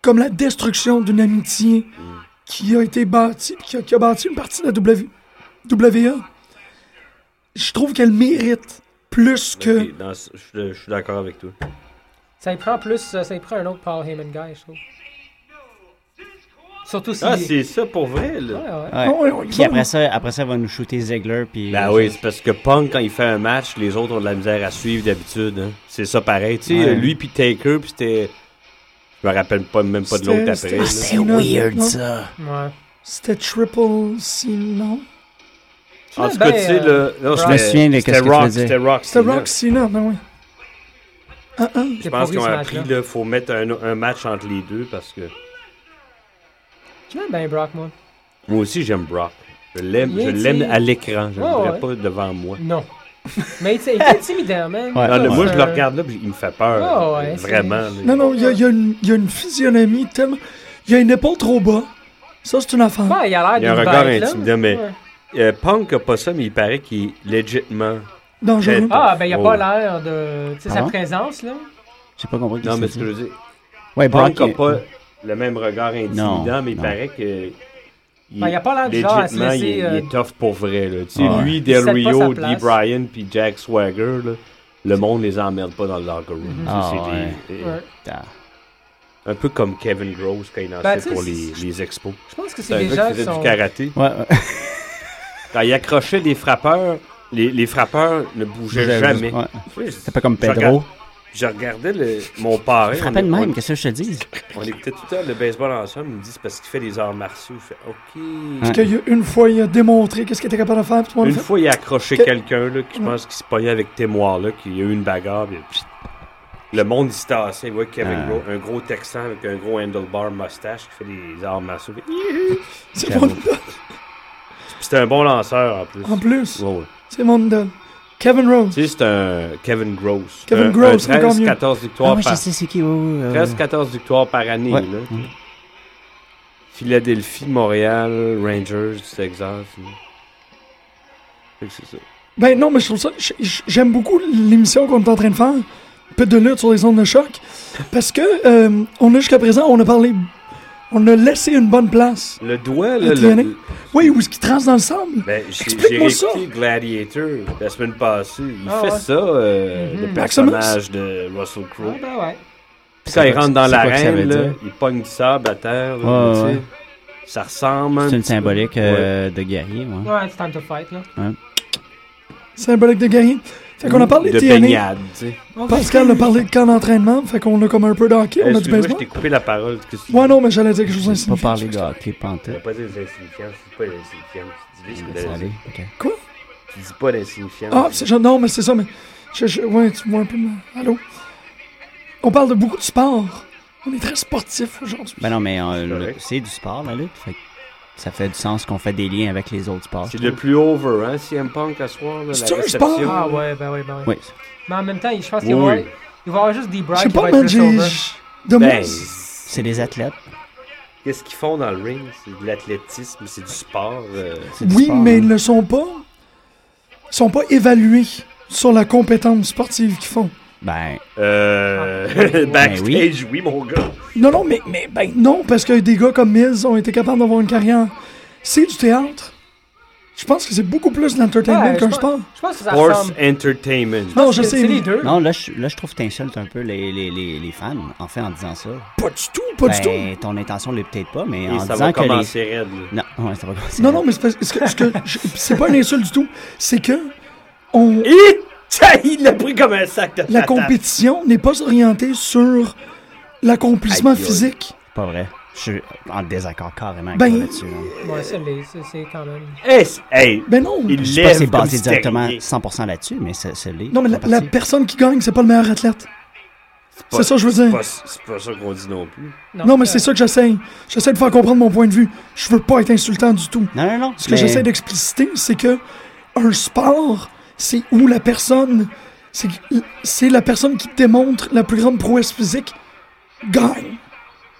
Speaker 3: comme la destruction d'une amitié qui a été bâtie, qui a, qui a bâti une partie de la W- WWE. Je trouve qu'elle mérite plus que.
Speaker 6: Ok, dans ce- je, je suis d'accord avec toi.
Speaker 5: Ça y prend plus, euh, ça y prend un autre Paul Heyman guy, je trouve. Surtout si.
Speaker 6: Ah, c'est ça pour vrai, là.
Speaker 5: Ouais, ouais.
Speaker 4: Ouais.
Speaker 3: Oh, ouais, ouais,
Speaker 4: Puis
Speaker 3: voilà.
Speaker 4: après ça, après ça, elle va nous shooter Ziegler. Puis
Speaker 6: Ben oui, c'est parce que Punk, quand il fait un match, les autres ont de la misère à suivre d'habitude. hein. C'est ça pareil. Tu sais,
Speaker 4: Ouais.
Speaker 6: lui puis Taker, puis c'était. Je me rappelle pas, même pas de l'autre
Speaker 3: C'était-
Speaker 6: après.
Speaker 3: c'était-
Speaker 6: là.
Speaker 3: Ah, c'est weird,
Speaker 4: ça.
Speaker 3: Ah.
Speaker 5: Ouais.
Speaker 3: C'était Triple C, non?
Speaker 6: En tout
Speaker 5: Ben,
Speaker 6: cas, tu sais,
Speaker 5: euh,
Speaker 6: là. non,
Speaker 5: Je
Speaker 6: c'était-
Speaker 4: souviens
Speaker 5: me
Speaker 4: de
Speaker 6: c'était
Speaker 4: qu'est-ce que tu
Speaker 6: Rock,
Speaker 4: veux dire.
Speaker 6: C'était Rock.
Speaker 3: C'était
Speaker 6: Cena.
Speaker 3: Rock Cena, ben oui. Ah, ah.
Speaker 5: j'ai
Speaker 6: Je
Speaker 5: pas
Speaker 6: pense
Speaker 5: vu
Speaker 6: qu'ils ont
Speaker 5: ce
Speaker 6: appris,
Speaker 5: match-là.
Speaker 6: là, faut mettre un, un match entre les deux parce que.
Speaker 5: J'aime bien Brock, moi.
Speaker 6: Moi aussi, j'aime Brock. Je l'aime, je
Speaker 5: Bien dit.
Speaker 6: l'aime à l'écran. Je ne
Speaker 5: Ouais,
Speaker 6: l'aimerais
Speaker 5: ouais.
Speaker 6: pas devant moi.
Speaker 5: Non. Mais tu sais, il est intimidant, man.
Speaker 4: Ouais.
Speaker 6: Non, le- moi, je le
Speaker 5: Euh,
Speaker 6: regarde là, puis il me fait peur. euh,
Speaker 5: Ah ouais, c'est-
Speaker 6: Vraiment. là.
Speaker 3: Non, non, il y a, il y a une- il y a une physionomie tellement. Il y a une épaule trop bas. Ça, c'est une affaire.
Speaker 5: Ouais, il a l'air
Speaker 6: Il y a un
Speaker 5: d'une
Speaker 6: regard
Speaker 5: bête, là.
Speaker 6: intimidant, mais-
Speaker 5: Ouais.
Speaker 6: Euh, Punk a pas ça, mais il paraît qu'il est légitimement.
Speaker 3: Dangereux.
Speaker 5: Ah, ben, il a
Speaker 6: Oh.
Speaker 5: pas l'air de. Tu sais,
Speaker 4: Ah
Speaker 5: sa
Speaker 4: bon?
Speaker 5: présence, là.
Speaker 4: J'ai pas compris.
Speaker 6: Non, mais ce
Speaker 4: c'est
Speaker 6: que je veux dire,
Speaker 4: Ouais,
Speaker 6: Punk
Speaker 4: Brock.
Speaker 6: n'a
Speaker 4: il-
Speaker 6: pas le même regard intimidant,
Speaker 4: Non,
Speaker 6: mais il
Speaker 4: non.
Speaker 6: paraît que.
Speaker 5: Ben, il a pas l'air du genre à se
Speaker 6: légitimement, il, est-
Speaker 5: laisser, euh,
Speaker 6: il est tough pour vrai. Là. Tu sais,
Speaker 4: Ouais.
Speaker 6: Lui,
Speaker 5: cède
Speaker 6: Del
Speaker 5: pas sa
Speaker 6: Rio, Dee
Speaker 5: place.
Speaker 6: Bryan, puis Jack Swagger, là, le monde les emmerde pas dans le locker room. Ça,
Speaker 4: Ah,
Speaker 6: c'est des-
Speaker 5: Mhm. Ouais.
Speaker 4: Ah.
Speaker 6: euh, Un peu comme Kevin Groves quand il en
Speaker 5: Ben,
Speaker 6: fait
Speaker 5: tu sais,
Speaker 6: pour
Speaker 5: c'est-
Speaker 6: les, les expos.
Speaker 5: Je pense que
Speaker 6: C'est
Speaker 5: c'est
Speaker 6: un
Speaker 5: des
Speaker 6: gars
Speaker 5: gens
Speaker 6: qui
Speaker 5: qui
Speaker 6: faisait
Speaker 5: sont.
Speaker 6: du karaté.
Speaker 4: Ouais, ouais.
Speaker 6: Quand il accrochait des frappeurs, les, les frappeurs ne bougeaient jamais.
Speaker 4: Ouais.
Speaker 6: Oui,
Speaker 4: C'est pas comme
Speaker 6: je regarde-
Speaker 4: Pedro.
Speaker 6: Je regardais le- mon parrain.
Speaker 4: Frappez de
Speaker 6: on- on-
Speaker 4: même, qu'est-ce que je te dis? Ah,
Speaker 6: On écoutait tout le temps le baseball ensemble. Il me dit c'est parce qu'il fait des arts martiaux. Je fais OK.
Speaker 4: Ouais.
Speaker 3: Parce qu'il y a une fois, il a démontré qu'est-ce qu'il était capable de faire. Puis tout le monde
Speaker 6: Une
Speaker 3: a fait,
Speaker 6: fois, il a accroché
Speaker 3: Que-
Speaker 6: quelqu'un, là, qui je pense qu'il se pognait avec témoin, là, qu'il y a eu une bagarre. puis pfft. le monde, il se tassait. Il voit qu'il y avait
Speaker 4: Ah.
Speaker 6: un gros- un gros texan avec un gros handlebar moustache qui fait des arts martiaux. Puis
Speaker 3: C'est Mondale.
Speaker 6: c'est un bon lanceur, en plus.
Speaker 3: En plus,
Speaker 6: Ouais, ouais.
Speaker 3: c'est Mondale. Kevin Rose.
Speaker 6: Tu sais, c'est un Kevin Gross.
Speaker 3: Kevin
Speaker 6: Un- un
Speaker 3: Gross, c'est encore mieux.
Speaker 6: 13-14
Speaker 4: Ah,
Speaker 6: victoires
Speaker 4: ouais, je
Speaker 6: par
Speaker 4: sais c'est qui. ouais, ouais, ouais.
Speaker 6: 13-14 victoires par année.
Speaker 4: Ouais.
Speaker 6: Là,
Speaker 4: Mhm.
Speaker 6: Philadelphie, Montréal, Rangers, du Texas. là. Fait que C'est ça.
Speaker 3: Ben non, mais je trouve ça. j- j- J'aime beaucoup l'émission qu'on est en train de faire. Peu de lutte sur les ondes de choc. Parce que, euh, on a jusqu'à présent, on a parlé. On a laissé une bonne place.
Speaker 6: Le doigt,
Speaker 3: Le
Speaker 6: là. le-
Speaker 3: TNA. Oui, où est-ce qui transe dans le sable?
Speaker 6: Ben, j'ai j'ai
Speaker 3: Explique-moi ça.
Speaker 6: réécouté Gladiator la semaine passée. Il
Speaker 5: Ah
Speaker 6: fait
Speaker 5: ouais.
Speaker 6: ça, euh,
Speaker 5: Mhm.
Speaker 6: le
Speaker 3: Maximus.
Speaker 6: personnage de Russell Crowe.
Speaker 5: Ouais, ben, ouais.
Speaker 6: Puis quand il rentre dans
Speaker 4: C'est quoi que ça veut
Speaker 6: l'arène, là,
Speaker 4: dire?
Speaker 6: il pogne du sable à terre. là,
Speaker 4: Ouais,
Speaker 6: tu sais.
Speaker 4: ouais.
Speaker 6: Ça ressemble. un
Speaker 4: C'est une
Speaker 6: petit peu.
Speaker 3: euh,
Speaker 4: symbolique euh, de guerrier. ouais.
Speaker 5: Ouais, it's time to fight, là.
Speaker 3: Symbolique de gagner. Fait qu'on a parlé de
Speaker 6: de
Speaker 3: TNA.
Speaker 6: baignade, tu sais.
Speaker 3: Pascal a parlé de camp d'entraînement. Fait qu'on a comme un peu d'hockey. On a du
Speaker 6: Euh, Excuse-moi, je
Speaker 3: baseball.
Speaker 6: t'ai coupé la parole. qu'est-ce que tu-
Speaker 3: Ouais, non, mais j'allais dire quelque chose
Speaker 4: Pas
Speaker 3: d'insignifiant.
Speaker 4: parler de hockey, pantoute.
Speaker 6: T'as pas dit des insignifiants, c'est pas des insignifiants. Tu dis ce que
Speaker 4: Ça
Speaker 6: t'as
Speaker 4: allait,
Speaker 6: dit.
Speaker 4: ok.
Speaker 3: Quoi?
Speaker 6: Tu dis pas d'insignifiants.
Speaker 3: Ah, c'est genre- non, mais c'est ça, mais. Je, je- ouais, tu vois un peu. mais- Allô? On parle de beaucoup de sport. On est très sportif aujourd'hui.
Speaker 4: Ben non, mais euh, le-
Speaker 6: correct.
Speaker 4: c'est du sport, la lutte. Fait que ça fait du sens qu'on fait des liens avec les autres sports.
Speaker 6: C'est le plus over, hein, CM Punk à soir, là, la
Speaker 3: C'est un
Speaker 6: réception.
Speaker 3: sport.
Speaker 5: Ah ouais, ben ouais, ben ouais.
Speaker 4: Oui.
Speaker 5: Mais en même temps, je pense
Speaker 6: Oui,
Speaker 5: qu'il va,
Speaker 6: oui.
Speaker 5: il va y avoir juste des
Speaker 3: Je
Speaker 5: brags
Speaker 3: sais
Speaker 5: qui vont
Speaker 3: pas,
Speaker 5: être
Speaker 3: man,
Speaker 5: plus
Speaker 3: j'ai.
Speaker 5: over.
Speaker 3: j'ai- De moi,
Speaker 6: Ben,
Speaker 3: c'est-
Speaker 4: C'est des athlètes.
Speaker 6: qu'est-ce qu'ils font dans le ring? C'est de l'athlétisme, c'est du sport. euh,
Speaker 4: c'est du
Speaker 3: oui,
Speaker 4: sport,
Speaker 3: mais
Speaker 4: hein.
Speaker 3: ils ne sont pas. Ils sont pas évalués sur la compétence sportive qu'ils font.
Speaker 4: Ben,
Speaker 6: Euh.
Speaker 4: Ben oui.
Speaker 6: backstage, oui. mon gars.
Speaker 3: Non, non, mais, mais ben non, parce que des gars comme Miz ont été capables d'avoir une carrière. C'est du théâtre. Je pense que c'est beaucoup plus d'entertainment
Speaker 5: Ouais,
Speaker 3: qu'un
Speaker 5: je
Speaker 3: sport.
Speaker 5: Je pense que ça
Speaker 6: Force
Speaker 5: ressemble.
Speaker 6: Entertainment.
Speaker 3: Non, je
Speaker 5: C'est-
Speaker 3: sais,
Speaker 5: C'est
Speaker 3: mais
Speaker 5: les deux.
Speaker 4: non, là, je, là, je trouve que t'insultes un peu les, les, les, les fans, en fait, en disant ça.
Speaker 3: pas du tout, pas du tout.
Speaker 4: ben, ton intention l'est peut-être pas, mais
Speaker 6: Et
Speaker 4: en
Speaker 6: ça
Speaker 4: disant
Speaker 6: va
Speaker 4: que les-
Speaker 6: commencer raide, là.
Speaker 4: Non, ouais, ça va commencer.
Speaker 3: Non, non, mais c'est parce- c'est que- c'est que- je- c'est pas une insulte du tout. C'est que on,
Speaker 6: Et tchai, il l'a pris comme un sac de
Speaker 3: la
Speaker 6: patates.
Speaker 3: compétition n'est pas orientée sur l'accomplissement
Speaker 6: Aïe, aïe.
Speaker 3: physique.
Speaker 4: Pas vrai. Je suis en désaccord carrément avec
Speaker 3: Ben-
Speaker 4: toi là-dessus. hein.
Speaker 5: Ouais, ça l'est, c'est c'est quand même.
Speaker 6: Hey, c'est- Eh, hey,
Speaker 3: Ben non.
Speaker 6: il
Speaker 4: Je sais pas si
Speaker 6: lève
Speaker 4: c'est
Speaker 6: comme
Speaker 4: basé
Speaker 6: si
Speaker 4: directement
Speaker 6: c'était rien.
Speaker 4: 100% là-dessus, mais c'est c'est l'est.
Speaker 3: Non, mais la,
Speaker 4: en
Speaker 3: la
Speaker 4: partie.
Speaker 3: personne qui gagne, c'est pas le meilleur athlète.
Speaker 6: pas-
Speaker 3: C'est ça que je veux
Speaker 6: C'est
Speaker 3: dire.
Speaker 6: pas, c'est pas ça qu'on dit non plus.
Speaker 3: Non, mais c'est ça que j'essaye. J'essaie de faire comprendre mon point de vue. Je veux pas être insultant du tout.
Speaker 4: Non, non, non.
Speaker 3: Ce que j'essaie d'expliciter, c'est que un sport, c'est où la personne, c'est c'est la personne qui démontre la plus grande prouesse physique gagne.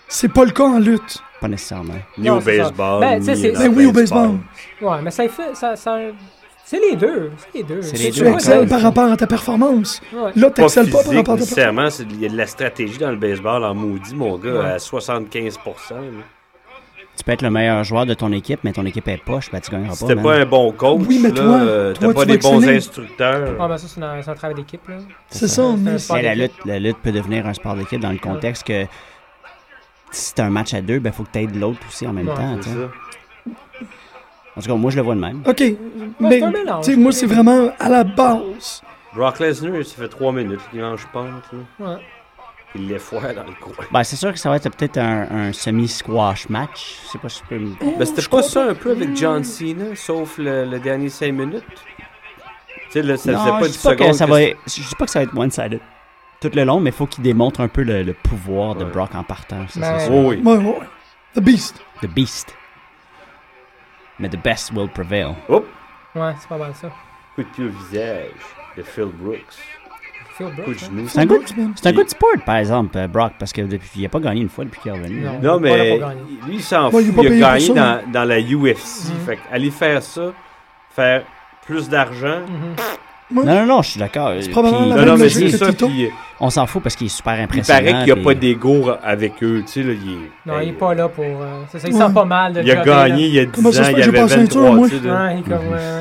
Speaker 3: C'est pas le cas en lutte.
Speaker 4: Pas nécessairement.
Speaker 6: Ni
Speaker 5: Non,
Speaker 6: au
Speaker 5: c'est ça.
Speaker 6: baseball.
Speaker 5: Ben,
Speaker 6: ni
Speaker 5: tu sais, c'est-
Speaker 6: dans
Speaker 5: Ben
Speaker 6: plein
Speaker 3: oui, au
Speaker 6: de sports.
Speaker 3: baseball.
Speaker 5: Ouais, mais ça fait. Ça, ça... C'est les deux. C'est les deux.
Speaker 4: C'est les
Speaker 3: Tu
Speaker 4: deux,
Speaker 3: excelles
Speaker 4: encore.
Speaker 3: par rapport à ta performance.
Speaker 5: Ouais.
Speaker 3: Là,
Speaker 6: Pas
Speaker 3: t'excelles
Speaker 6: physique,
Speaker 3: pas, par rapport à ta performance.
Speaker 6: nécessairement. c'est- Il y a de la stratégie dans le baseball en maudit, mon gars,
Speaker 5: Ouais.
Speaker 6: à 75%. là.
Speaker 4: Tu peux être le meilleur joueur de ton équipe, mais ton équipe est poche, ben tu gagneras pas.
Speaker 6: Si t'as
Speaker 4: man.
Speaker 6: pas un bon coach,
Speaker 3: Oui, mais
Speaker 6: là,
Speaker 3: toi,
Speaker 6: euh,
Speaker 3: toi,
Speaker 6: t'as pas
Speaker 3: tu
Speaker 6: des
Speaker 3: vas
Speaker 6: bons
Speaker 3: exceller.
Speaker 6: instructeurs.
Speaker 5: Ah, ben ça, c'est un, c'est un travail d'équipe, là.
Speaker 3: C'est ça, mais
Speaker 5: C'est
Speaker 4: Mais la
Speaker 5: d'équipe.
Speaker 4: lutte, la lutte peut devenir un sport d'équipe dans le contexte que si c'est un match à deux, ben faut que tu aides l'autre aussi en même
Speaker 5: Ouais,
Speaker 4: temps. tu
Speaker 6: C'est
Speaker 4: sais.
Speaker 6: ça.
Speaker 4: En tout cas, moi je le vois de même.
Speaker 3: OK, mais
Speaker 5: c'est un mélange.
Speaker 3: tu sais, moi, c'est vraiment à la base.
Speaker 6: Brock Lesnar, ça fait 3 minutes qu'il mange pente. là.
Speaker 5: Ouais.
Speaker 6: Il les foire dans le coin.
Speaker 4: Ben, c'est sûr que ça va être peut-être un, un semi-squash match. Je sais pas si je peux me.
Speaker 6: Ben, c'était pas ça un peu avec John Cena, sauf le, le dernier 5 minutes? Tu sais, là, ça faisait
Speaker 4: Non,
Speaker 6: pas
Speaker 4: je
Speaker 6: une
Speaker 4: dis pas
Speaker 6: seconde.
Speaker 4: que ça
Speaker 6: que
Speaker 4: va être- je dis pas que ça va être one-sided tout le long, mais faut qu'il démontre un peu le, le pouvoir de
Speaker 6: Ouais.
Speaker 4: Brock en partant. ça,
Speaker 5: Ben-
Speaker 4: c'est sûr.
Speaker 6: Oh oui.
Speaker 3: Ouais, ouais, ouais. The Beast.
Speaker 4: The Beast. Mais the best will prevail.
Speaker 6: Hop!
Speaker 5: Ouais, c'est pas mal ça.
Speaker 6: Coup de pied au visage de Phil Brooks.
Speaker 5: Phil Brooks,
Speaker 6: Coup de
Speaker 5: hein.
Speaker 6: genou.
Speaker 4: C'est un
Speaker 3: Bon,
Speaker 4: good, c'est un good sport, par exemple, euh, Brock, parce que depuis, il a pas gagné une fois depuis qu'il est revenu.
Speaker 5: Non.
Speaker 6: Non, mais
Speaker 5: On l'a pas gagné.
Speaker 6: lui, il s'en
Speaker 3: Ouais,
Speaker 6: fout.
Speaker 3: il est pas
Speaker 6: Il a
Speaker 3: payé pour
Speaker 6: gagné
Speaker 3: ça,
Speaker 6: dans, dans la UFC. Fait aller faire ça, faire plus d'argent.
Speaker 4: Non, non, non, je suis d'accord. euh,
Speaker 3: probablement
Speaker 4: puis-
Speaker 3: la
Speaker 6: Non, non,
Speaker 3: même
Speaker 6: mais
Speaker 3: logique
Speaker 6: c'est
Speaker 3: que
Speaker 6: ça.
Speaker 3: Tito.
Speaker 6: Puis, euh,
Speaker 4: On s'en fout parce qu'il est super
Speaker 6: il
Speaker 4: impressionnant.
Speaker 6: paraît qu'il n'y a
Speaker 4: puis-
Speaker 6: pas d'ego avec eux. Tu sais, là, il est.
Speaker 5: Non, il est
Speaker 6: euh,
Speaker 5: pas là pour. euh, c'est ça, il
Speaker 3: Ouais.
Speaker 5: sent pas mal de
Speaker 6: Il a
Speaker 5: jobber,
Speaker 6: gagné il y a 10
Speaker 3: Comment ça se
Speaker 6: ans,
Speaker 3: fait
Speaker 6: il
Speaker 3: que j'ai
Speaker 6: avait
Speaker 3: pas la ceinture,
Speaker 6: 23,
Speaker 3: moi?
Speaker 6: tu sais, là.
Speaker 5: là. Ouais, il est comme. euh,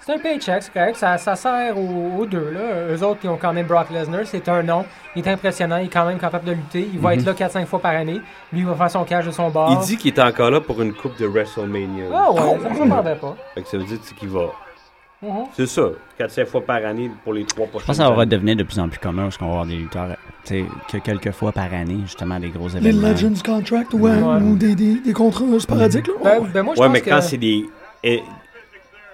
Speaker 5: C'est un paycheck, c'est correct. Ça, ça sert aux, aux deux, là. Eux autres, ils ont quand même Brock Lesnar. C'est un nom. Il est impressionnant. Il est quand même capable de lutter. Il va être là 4-5 fois par année. Lui, il va faire son cash de son bar.
Speaker 6: Il dit qu'il est encore là pour une coupe de WrestleMania.
Speaker 5: Ah ouais, ça me surprendrait pas.
Speaker 6: Fait que ça veut dire tu sais, qu'il va.
Speaker 5: Mhm.
Speaker 6: C'est ça, 4-5 fois par année pour les trois prochaines
Speaker 4: Je pense que ça va
Speaker 6: années.
Speaker 4: redevenir de plus en plus commun parce qu'on va avoir des lutteurs, euh, tu sais, que quelques fois par année, justement, des gros
Speaker 3: Les
Speaker 4: événements.
Speaker 3: Legends Contract, ouais,
Speaker 5: Ouais.
Speaker 3: ou des, des, des contrats sporadiques, là.
Speaker 5: Ben,
Speaker 3: ouais.
Speaker 5: ben moi, je
Speaker 6: Ouais,
Speaker 5: pense
Speaker 6: mais
Speaker 5: que...
Speaker 6: quand c'est des eh,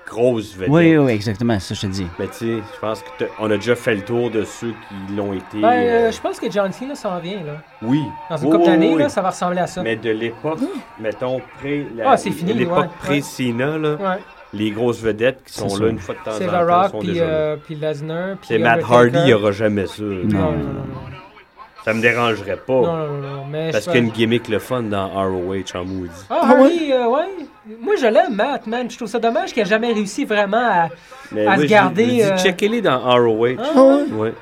Speaker 6: grosses vedettes.
Speaker 4: Oui, oui, oui, exactement, c'est ça que je te dis.
Speaker 6: Mais tu sais, je pense qu'on a déjà fait le tour de ceux qui l'ont été.
Speaker 5: Ben, euh,
Speaker 6: euh,
Speaker 5: je pense que John Cena s'en vient, là.
Speaker 6: Oui.
Speaker 5: Dans une
Speaker 6: Oui,
Speaker 5: couple
Speaker 6: oui,
Speaker 5: d'années,
Speaker 6: oui.
Speaker 5: là, ça va ressembler à ça.
Speaker 6: Mais de l'époque, mettons, pré la-
Speaker 5: Ah, c'est fini, ouais,
Speaker 6: l'époque
Speaker 5: ouais.
Speaker 6: pré-Sina, là,
Speaker 5: Ouais.
Speaker 6: les grosses vedettes qui
Speaker 4: C'est
Speaker 6: sont
Speaker 4: ça.
Speaker 6: là une fois de temps en
Speaker 5: C'est
Speaker 6: temps.
Speaker 5: The Rock,
Speaker 6: sont
Speaker 5: puis,
Speaker 6: déjà là.
Speaker 5: euh, puis Lesnar, puis...
Speaker 6: c'est Matt
Speaker 5: Undertaker.
Speaker 6: Hardy, il n'y aura jamais ça.
Speaker 5: Non, non, non, non.
Speaker 6: Ça me dérangerait pas.
Speaker 5: Non, non, non, non, mais...
Speaker 6: parce
Speaker 5: je-
Speaker 6: qu'il y a une gimmick le fun dans ROH en maudit.
Speaker 5: Ah,
Speaker 3: Ah,
Speaker 5: Hardy, euh, ouais. Moi, je l'aime, Matt, man. Je trouve ça dommage qu'il a jamais réussi vraiment à...
Speaker 6: Mais
Speaker 5: À
Speaker 6: moi,
Speaker 5: se
Speaker 6: je-
Speaker 5: garder,
Speaker 6: je dis,
Speaker 5: euh,
Speaker 6: checkez-les dans ROH.
Speaker 3: Ah ouais.
Speaker 6: Ouais.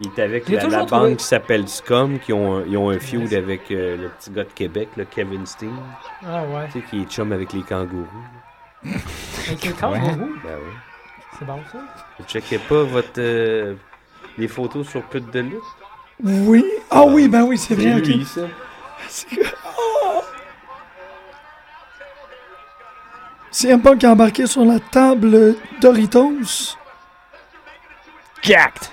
Speaker 6: Il est avec
Speaker 5: J'ai
Speaker 6: la,
Speaker 5: toujours
Speaker 6: la
Speaker 5: trouvé-
Speaker 6: bande qui s'appelle Scum, qui ont un, ils ont un feud avec euh, le petit gars de Québec, le Kevin Steen,
Speaker 5: Ah, ouais.
Speaker 6: tu sais, qui est chum avec les kangourous.
Speaker 5: Avec le camp,
Speaker 4: Ouais.
Speaker 5: vous,
Speaker 6: Ben ouais.
Speaker 5: C'est bon, ça.
Speaker 6: Vous checkez pas votre, euh, les photos sur Pute de lutte?
Speaker 3: Oui. Ah oui, ben oui, c'est
Speaker 6: C'est
Speaker 3: vrai. ok.
Speaker 6: lui, ça.
Speaker 3: C'est un Punk qui a embarqué sur la table Doritos.
Speaker 4: jacked!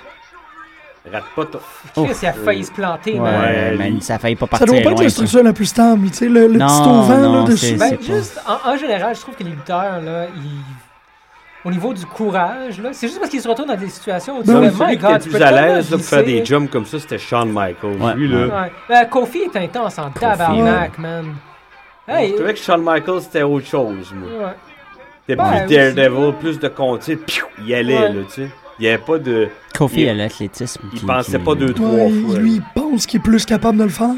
Speaker 6: Rate pas ton.
Speaker 5: Chris, il a failli se planter,
Speaker 4: Ouais,
Speaker 5: man.
Speaker 6: Ouais,
Speaker 4: man,
Speaker 6: lui.
Speaker 4: ça a failli pas
Speaker 3: Ça
Speaker 4: partir
Speaker 3: doit pas être
Speaker 4: loin,
Speaker 3: la
Speaker 4: ça.
Speaker 3: structure la plus stable, tu sais, le, le petit
Speaker 4: Non,
Speaker 3: auvent
Speaker 4: non,
Speaker 3: là dessus.
Speaker 4: c'est-
Speaker 5: Ben, juste, en, en général, je trouve que les lutteurs, là, ils- au niveau du courage, là, c'est juste parce qu'ils se retrouvent dans des situations où tu
Speaker 3: Non,
Speaker 5: dis,
Speaker 3: mais
Speaker 5: mais
Speaker 6: Celui
Speaker 5: my
Speaker 6: qui était
Speaker 5: God, tu
Speaker 6: plus
Speaker 5: peux
Speaker 6: à
Speaker 5: tellement
Speaker 6: l'aise là, pour faire
Speaker 5: glisser.
Speaker 6: des jumps comme ça, c'était Shawn Michaels.
Speaker 4: Ouais,
Speaker 6: lui, là.
Speaker 5: Ouais. Ben, Kofi est intense en tabarnak, man. Hey,
Speaker 6: Je trouvais que Shawn Michaels, c'était autre chose, moi.
Speaker 5: ouais.
Speaker 6: C'était
Speaker 5: Ben,
Speaker 6: plus
Speaker 5: aussi.
Speaker 6: Daredevil, plus de compter, piou, il allait,
Speaker 5: Ouais.
Speaker 6: là, tu sais. Il n'y avait pas de...
Speaker 4: Kofi
Speaker 6: Il-
Speaker 4: a l'athlétisme.
Speaker 6: Il
Speaker 4: qui-
Speaker 6: pensait
Speaker 4: qui-
Speaker 6: pas deux, trois
Speaker 3: Ouais,
Speaker 6: fois.
Speaker 3: lui, il pense qu'il est plus capable de le faire.
Speaker 4: Ben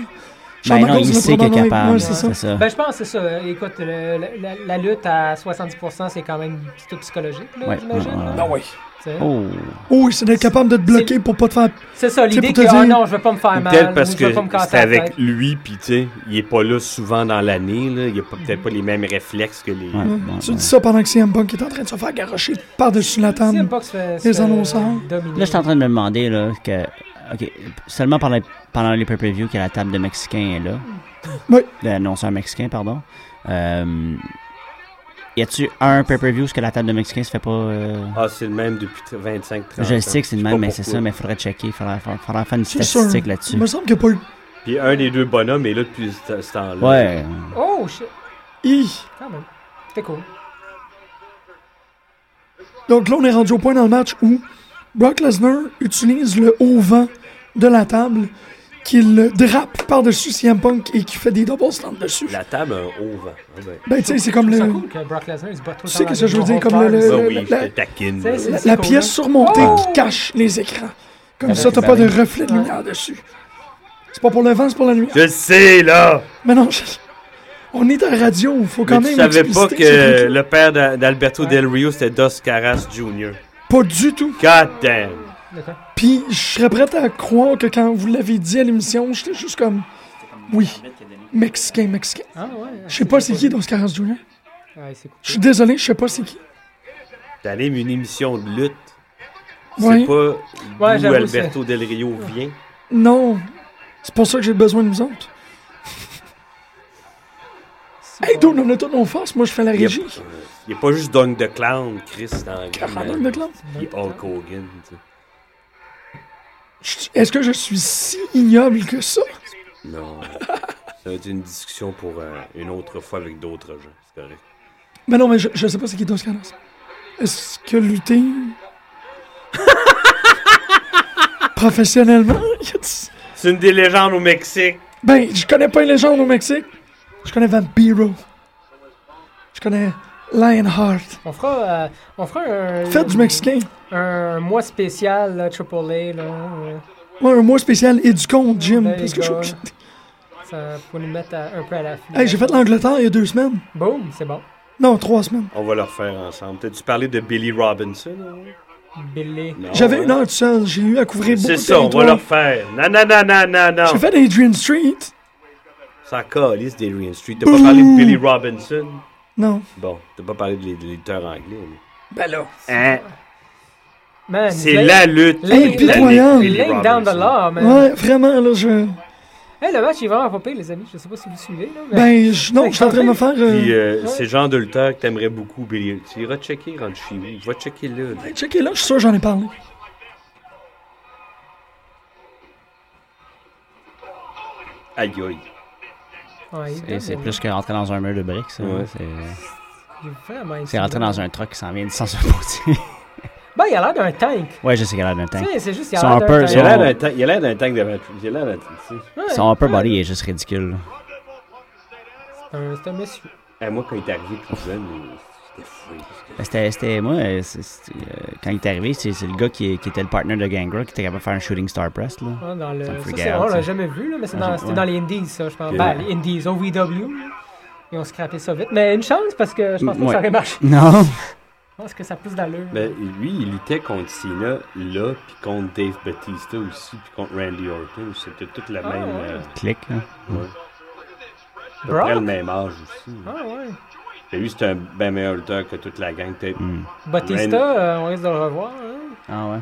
Speaker 3: Shawn
Speaker 4: non,
Speaker 3: Michaels
Speaker 4: il
Speaker 3: l'a
Speaker 4: sait qu'il est
Speaker 3: probablement- ouais,
Speaker 4: capable.
Speaker 3: c'est ça.
Speaker 4: C'est ça.
Speaker 5: Ben, je pense que c'est ça. Euh, Écoute, le- le- la, la lutte à 70%, c'est quand même plutôt psychologique, là,
Speaker 4: Ouais,
Speaker 5: j'imagine.
Speaker 4: ouais,
Speaker 5: là.
Speaker 6: Ah
Speaker 4: ouais.
Speaker 3: oui.
Speaker 5: Tu sais.
Speaker 4: Oh,
Speaker 3: Oh, c'est d'être capable de te bloquer pour pas te faire.
Speaker 5: C'est ça, l'idée
Speaker 3: pour
Speaker 5: que,
Speaker 3: te
Speaker 5: ah
Speaker 3: dire-
Speaker 5: non, je veux pas me faire
Speaker 6: Ou
Speaker 5: mal,
Speaker 6: peut-être parce
Speaker 5: ou je veux
Speaker 6: que
Speaker 5: pas me casser
Speaker 6: c'était
Speaker 5: la
Speaker 6: avec
Speaker 5: tête.
Speaker 6: lui, puis tu sais, il est pas là souvent dans l'année, là. Il a pas-
Speaker 5: Mhm.
Speaker 6: peut-être pas les mêmes réflexes que les...
Speaker 4: ouais,
Speaker 3: Ouais.
Speaker 4: ouais,
Speaker 3: Hmm. tu
Speaker 4: ouais.
Speaker 3: dis ça pendant que CM Punk est en train de se faire garrocher par-dessus la
Speaker 5: Si
Speaker 3: table.
Speaker 5: Box se fait- se
Speaker 3: les
Speaker 5: fait
Speaker 3: annonceurs.
Speaker 5: dominer.
Speaker 4: Là, je suis en train de me demander, là, que. Ok, seulement pendant, pendant les pay-per-view que la table de Mexicains est là.
Speaker 3: Oui.
Speaker 4: L'annonceur mexicain, pardon. Euh, y a-tu un pay-per-view où ce que la table de Mexicains se fait pas. euh,
Speaker 6: Ah, c'est le même depuis 25-30
Speaker 4: je le sais que c'est le même, mais c'est ça, mais
Speaker 6: mais...
Speaker 4: faudrait checker. Faudrait, faudrait- faudrait faire une
Speaker 3: C'est
Speaker 4: statistique
Speaker 3: sûr.
Speaker 4: là-dessus.
Speaker 3: Il me semble qu'il n'y a pas eu.
Speaker 6: Puis un des deux bonhommes est là depuis ce ce temps-là.
Speaker 4: Ouais.
Speaker 5: Oh, shit,
Speaker 3: Hi.
Speaker 5: quand même. C'était cool.
Speaker 3: Donc là, on est rendu au point dans le match où Brock Lesnar utilise le haut vent de la table qu'il drape par-dessus CM Punk et qui fait des double stands dessus.
Speaker 6: La table a un haut vent. Ah ben.
Speaker 3: Ben, tu sais, c'est
Speaker 5: Je trouve
Speaker 3: comme
Speaker 5: ça
Speaker 3: le.
Speaker 5: cool que Brock Lesnar, il se bat tout le
Speaker 3: Tu
Speaker 5: temps
Speaker 3: sais
Speaker 5: dans
Speaker 3: qu'est-ce
Speaker 5: des
Speaker 3: que je veux dire,
Speaker 5: gros
Speaker 3: comme le-
Speaker 5: bars.
Speaker 3: le-
Speaker 6: Ah oui,
Speaker 3: Euh, la-
Speaker 6: je te taquine.
Speaker 5: C'est- c'est-
Speaker 3: La,
Speaker 5: c'est
Speaker 3: la
Speaker 5: cool,
Speaker 3: pièce
Speaker 5: hein.
Speaker 3: surmontée
Speaker 5: Oh!
Speaker 3: qui cache les écrans. Comme
Speaker 4: Ouais,
Speaker 3: ça, t'as
Speaker 4: ben
Speaker 3: pas
Speaker 4: oui.
Speaker 3: de reflet de lumière dessus. C'est pas pour le vent, c'est pour la nuit.
Speaker 6: Je le sais, là!
Speaker 3: Mais non, je- on est à la radio, faut quand
Speaker 6: mais
Speaker 3: même.
Speaker 6: tu savais pas
Speaker 3: expliciter ce
Speaker 6: que
Speaker 3: truc-là.
Speaker 6: le père d'A- d'Alberto
Speaker 5: Ouais.
Speaker 6: Del Rio, c'était Dos Caras Jr.
Speaker 3: Pas du tout.
Speaker 6: God damn!
Speaker 5: D'accord.
Speaker 3: Puis je serais prêt à croire que quand vous l'avez dit à l'émission, j'étais juste comme. Oui, Mexicain, Mexicain.
Speaker 5: Ah ouais.
Speaker 3: Je sais pas c'est qui Dos Caras Jr.
Speaker 5: Ouais, c'est cool.
Speaker 3: Je suis désolé, je sais pas c'est qui.
Speaker 6: T'animes une émission de lutte.
Speaker 3: Ouais.
Speaker 6: C'est pas
Speaker 5: Ouais,
Speaker 6: d'où
Speaker 5: j'avoue,
Speaker 6: Alberto Del Rio vient.
Speaker 3: Non. C'est pour ça que j'ai besoin de nous autres.
Speaker 5: C'est
Speaker 3: Hey,
Speaker 5: bon.
Speaker 3: dude, on a toutes nos forces. Moi, je fais la
Speaker 6: Il y a-
Speaker 3: régie.
Speaker 6: Il n'y a pas juste Dunk the Clown, Chris, dans la vie,
Speaker 3: Crap,
Speaker 6: man.
Speaker 3: Arnold McLeod.
Speaker 6: Il est Hulk Hogan. tu sais.
Speaker 3: Je- Est-ce que je suis si ignoble que ça?
Speaker 6: Non. Ça va être une discussion pour euh, une autre fois avec d'autres gens. C'est correct.
Speaker 3: Mais Ben non, mais je, je sais pas c'est qui Dos Caras. Est-ce que lutter. professionnellement? y a-t-il-
Speaker 6: C'est une des légendes au Mexique.
Speaker 3: Ben, je connais pas les légendes au Mexique. Je connais Vampiro. Je connais Lionheart.
Speaker 5: On fera, euh, on fera un,
Speaker 3: Faites du Mexicain.
Speaker 5: un mois spécial, là, Triple A, là. euh,
Speaker 3: Moi, un mot spécial et du
Speaker 6: Ah,
Speaker 3: compte, Jim.
Speaker 6: ben,
Speaker 5: There
Speaker 3: Parce
Speaker 5: you
Speaker 3: que je,
Speaker 5: go.
Speaker 3: je-
Speaker 5: Ça, pour nous mettre à- un peu à la fin.
Speaker 3: Hey, j'ai fait l'Angleterre il y a deux semaines.
Speaker 5: Boom, c'est bon.
Speaker 3: Non, trois semaines.
Speaker 6: On va le refaire ensemble. T'as-tu parlé de Billy Robinson? hein?
Speaker 5: Billy.
Speaker 6: Non,
Speaker 3: J'avais
Speaker 6: hein?
Speaker 3: une heure tout seul. J'ai eu à couvrir beaucoup de
Speaker 6: C'est ça, on va
Speaker 3: territoires.
Speaker 6: le refaire. Non, non, non, non, non, non.
Speaker 3: J'ai fait Adrian Street.
Speaker 6: Ça calisse d'Adrian Street. T'as pas parlé de Billy Robinson?
Speaker 3: Non.
Speaker 6: Bon, t'as pas parlé de l'é- de l'éditeur anglais. mais-
Speaker 3: Ben là.
Speaker 6: Hein?
Speaker 5: Man,
Speaker 6: C'est
Speaker 5: les-
Speaker 6: la lutte.
Speaker 5: Hey,
Speaker 3: pitoyable.
Speaker 5: les lignes down the law, man.
Speaker 3: Ouais, vraiment, là, je.
Speaker 6: Ben,
Speaker 5: Hey, le match est vraiment pas pire, les amis. Je sais pas si vous suivez, là. mais-
Speaker 3: Ben, je... non, je suis en train de me faire. euh,
Speaker 6: Puis, euh,
Speaker 5: Ouais.
Speaker 6: c'est le genre de lutteur que t'aimerais beaucoup, Billy. Tu iras checker, rentre chez vous. Va checker là. là.
Speaker 3: Hey, checker là, je suis sûr que j'en ai parlé.
Speaker 6: Aïe, aïe.
Speaker 3: Ben,
Speaker 5: Ouais, il
Speaker 4: C'est-
Speaker 5: donne,
Speaker 4: C'est
Speaker 5: euh,
Speaker 4: plus que rentrer dans un mur de briques, ça.
Speaker 6: Ouais.
Speaker 4: C'est-
Speaker 5: il est vraiment
Speaker 4: C'est rentrer dans un truc qui s'en vient du sens opposé.
Speaker 5: Ben, il a l'air d'un tank.
Speaker 4: ouais, je sais qu'elle a d'un
Speaker 5: Tu
Speaker 4: tank.
Speaker 5: sais, c'est juste, il
Speaker 4: Ils sont
Speaker 5: a l'air
Speaker 4: un peu-
Speaker 5: d'un
Speaker 6: Il a
Speaker 5: tank.
Speaker 6: l'air d'un tank- il a l'air d'un tank de Matrix. Il a l'air d'un tank, tu sais.
Speaker 5: Ouais,
Speaker 4: Son upper body est juste ridicule. là.
Speaker 5: C'est un, c'est un monsieur.
Speaker 6: Eh, Moi, quand il est arrivé plus jeune, euh, j'étais fou.
Speaker 4: Ben, C'était, c'était moi, euh, c'est- c'est, euh, quand il est arrivé, c'est, c'est le gars qui, est- qui était le partner de Gangrel qui était capable de faire un shooting star press. Là.
Speaker 5: hein, dans le...
Speaker 4: Ça
Speaker 5: Ça,
Speaker 4: me freak
Speaker 5: c'est-
Speaker 4: out,
Speaker 5: on l'a
Speaker 4: ça.
Speaker 5: jamais vu, là, mais c'est
Speaker 4: Ah,
Speaker 5: dans,
Speaker 4: j'ai-
Speaker 5: c'était
Speaker 4: ouais.
Speaker 5: dans les Indies, ça, je pense.
Speaker 6: Ok.
Speaker 5: Ben, les Indies, OVW. là. Ils ont scrappé ça vite. Mais une chance, parce que je pense pas que
Speaker 4: Ouais.
Speaker 5: ça aurait marché.
Speaker 4: Non!
Speaker 5: Je pense que ça a plus d'allure.
Speaker 6: Ben, lui, il luttait contre Cena, là, puis contre Dave Batista aussi, puis contre Randy Orton. C'était toute la
Speaker 5: Ah,
Speaker 6: même.
Speaker 5: ouais.
Speaker 6: euh,
Speaker 4: Clic. là.
Speaker 6: ouais. À peu
Speaker 5: Brock?
Speaker 6: près le même âge aussi.
Speaker 5: Ah, ouais.
Speaker 6: Et lui, c'était un bien meilleur lutteur que toute la gang. Peut-être
Speaker 4: Hmm.
Speaker 5: Batista,
Speaker 6: Rain-
Speaker 5: euh, on risque de le revoir. hein.
Speaker 4: Ah ouais.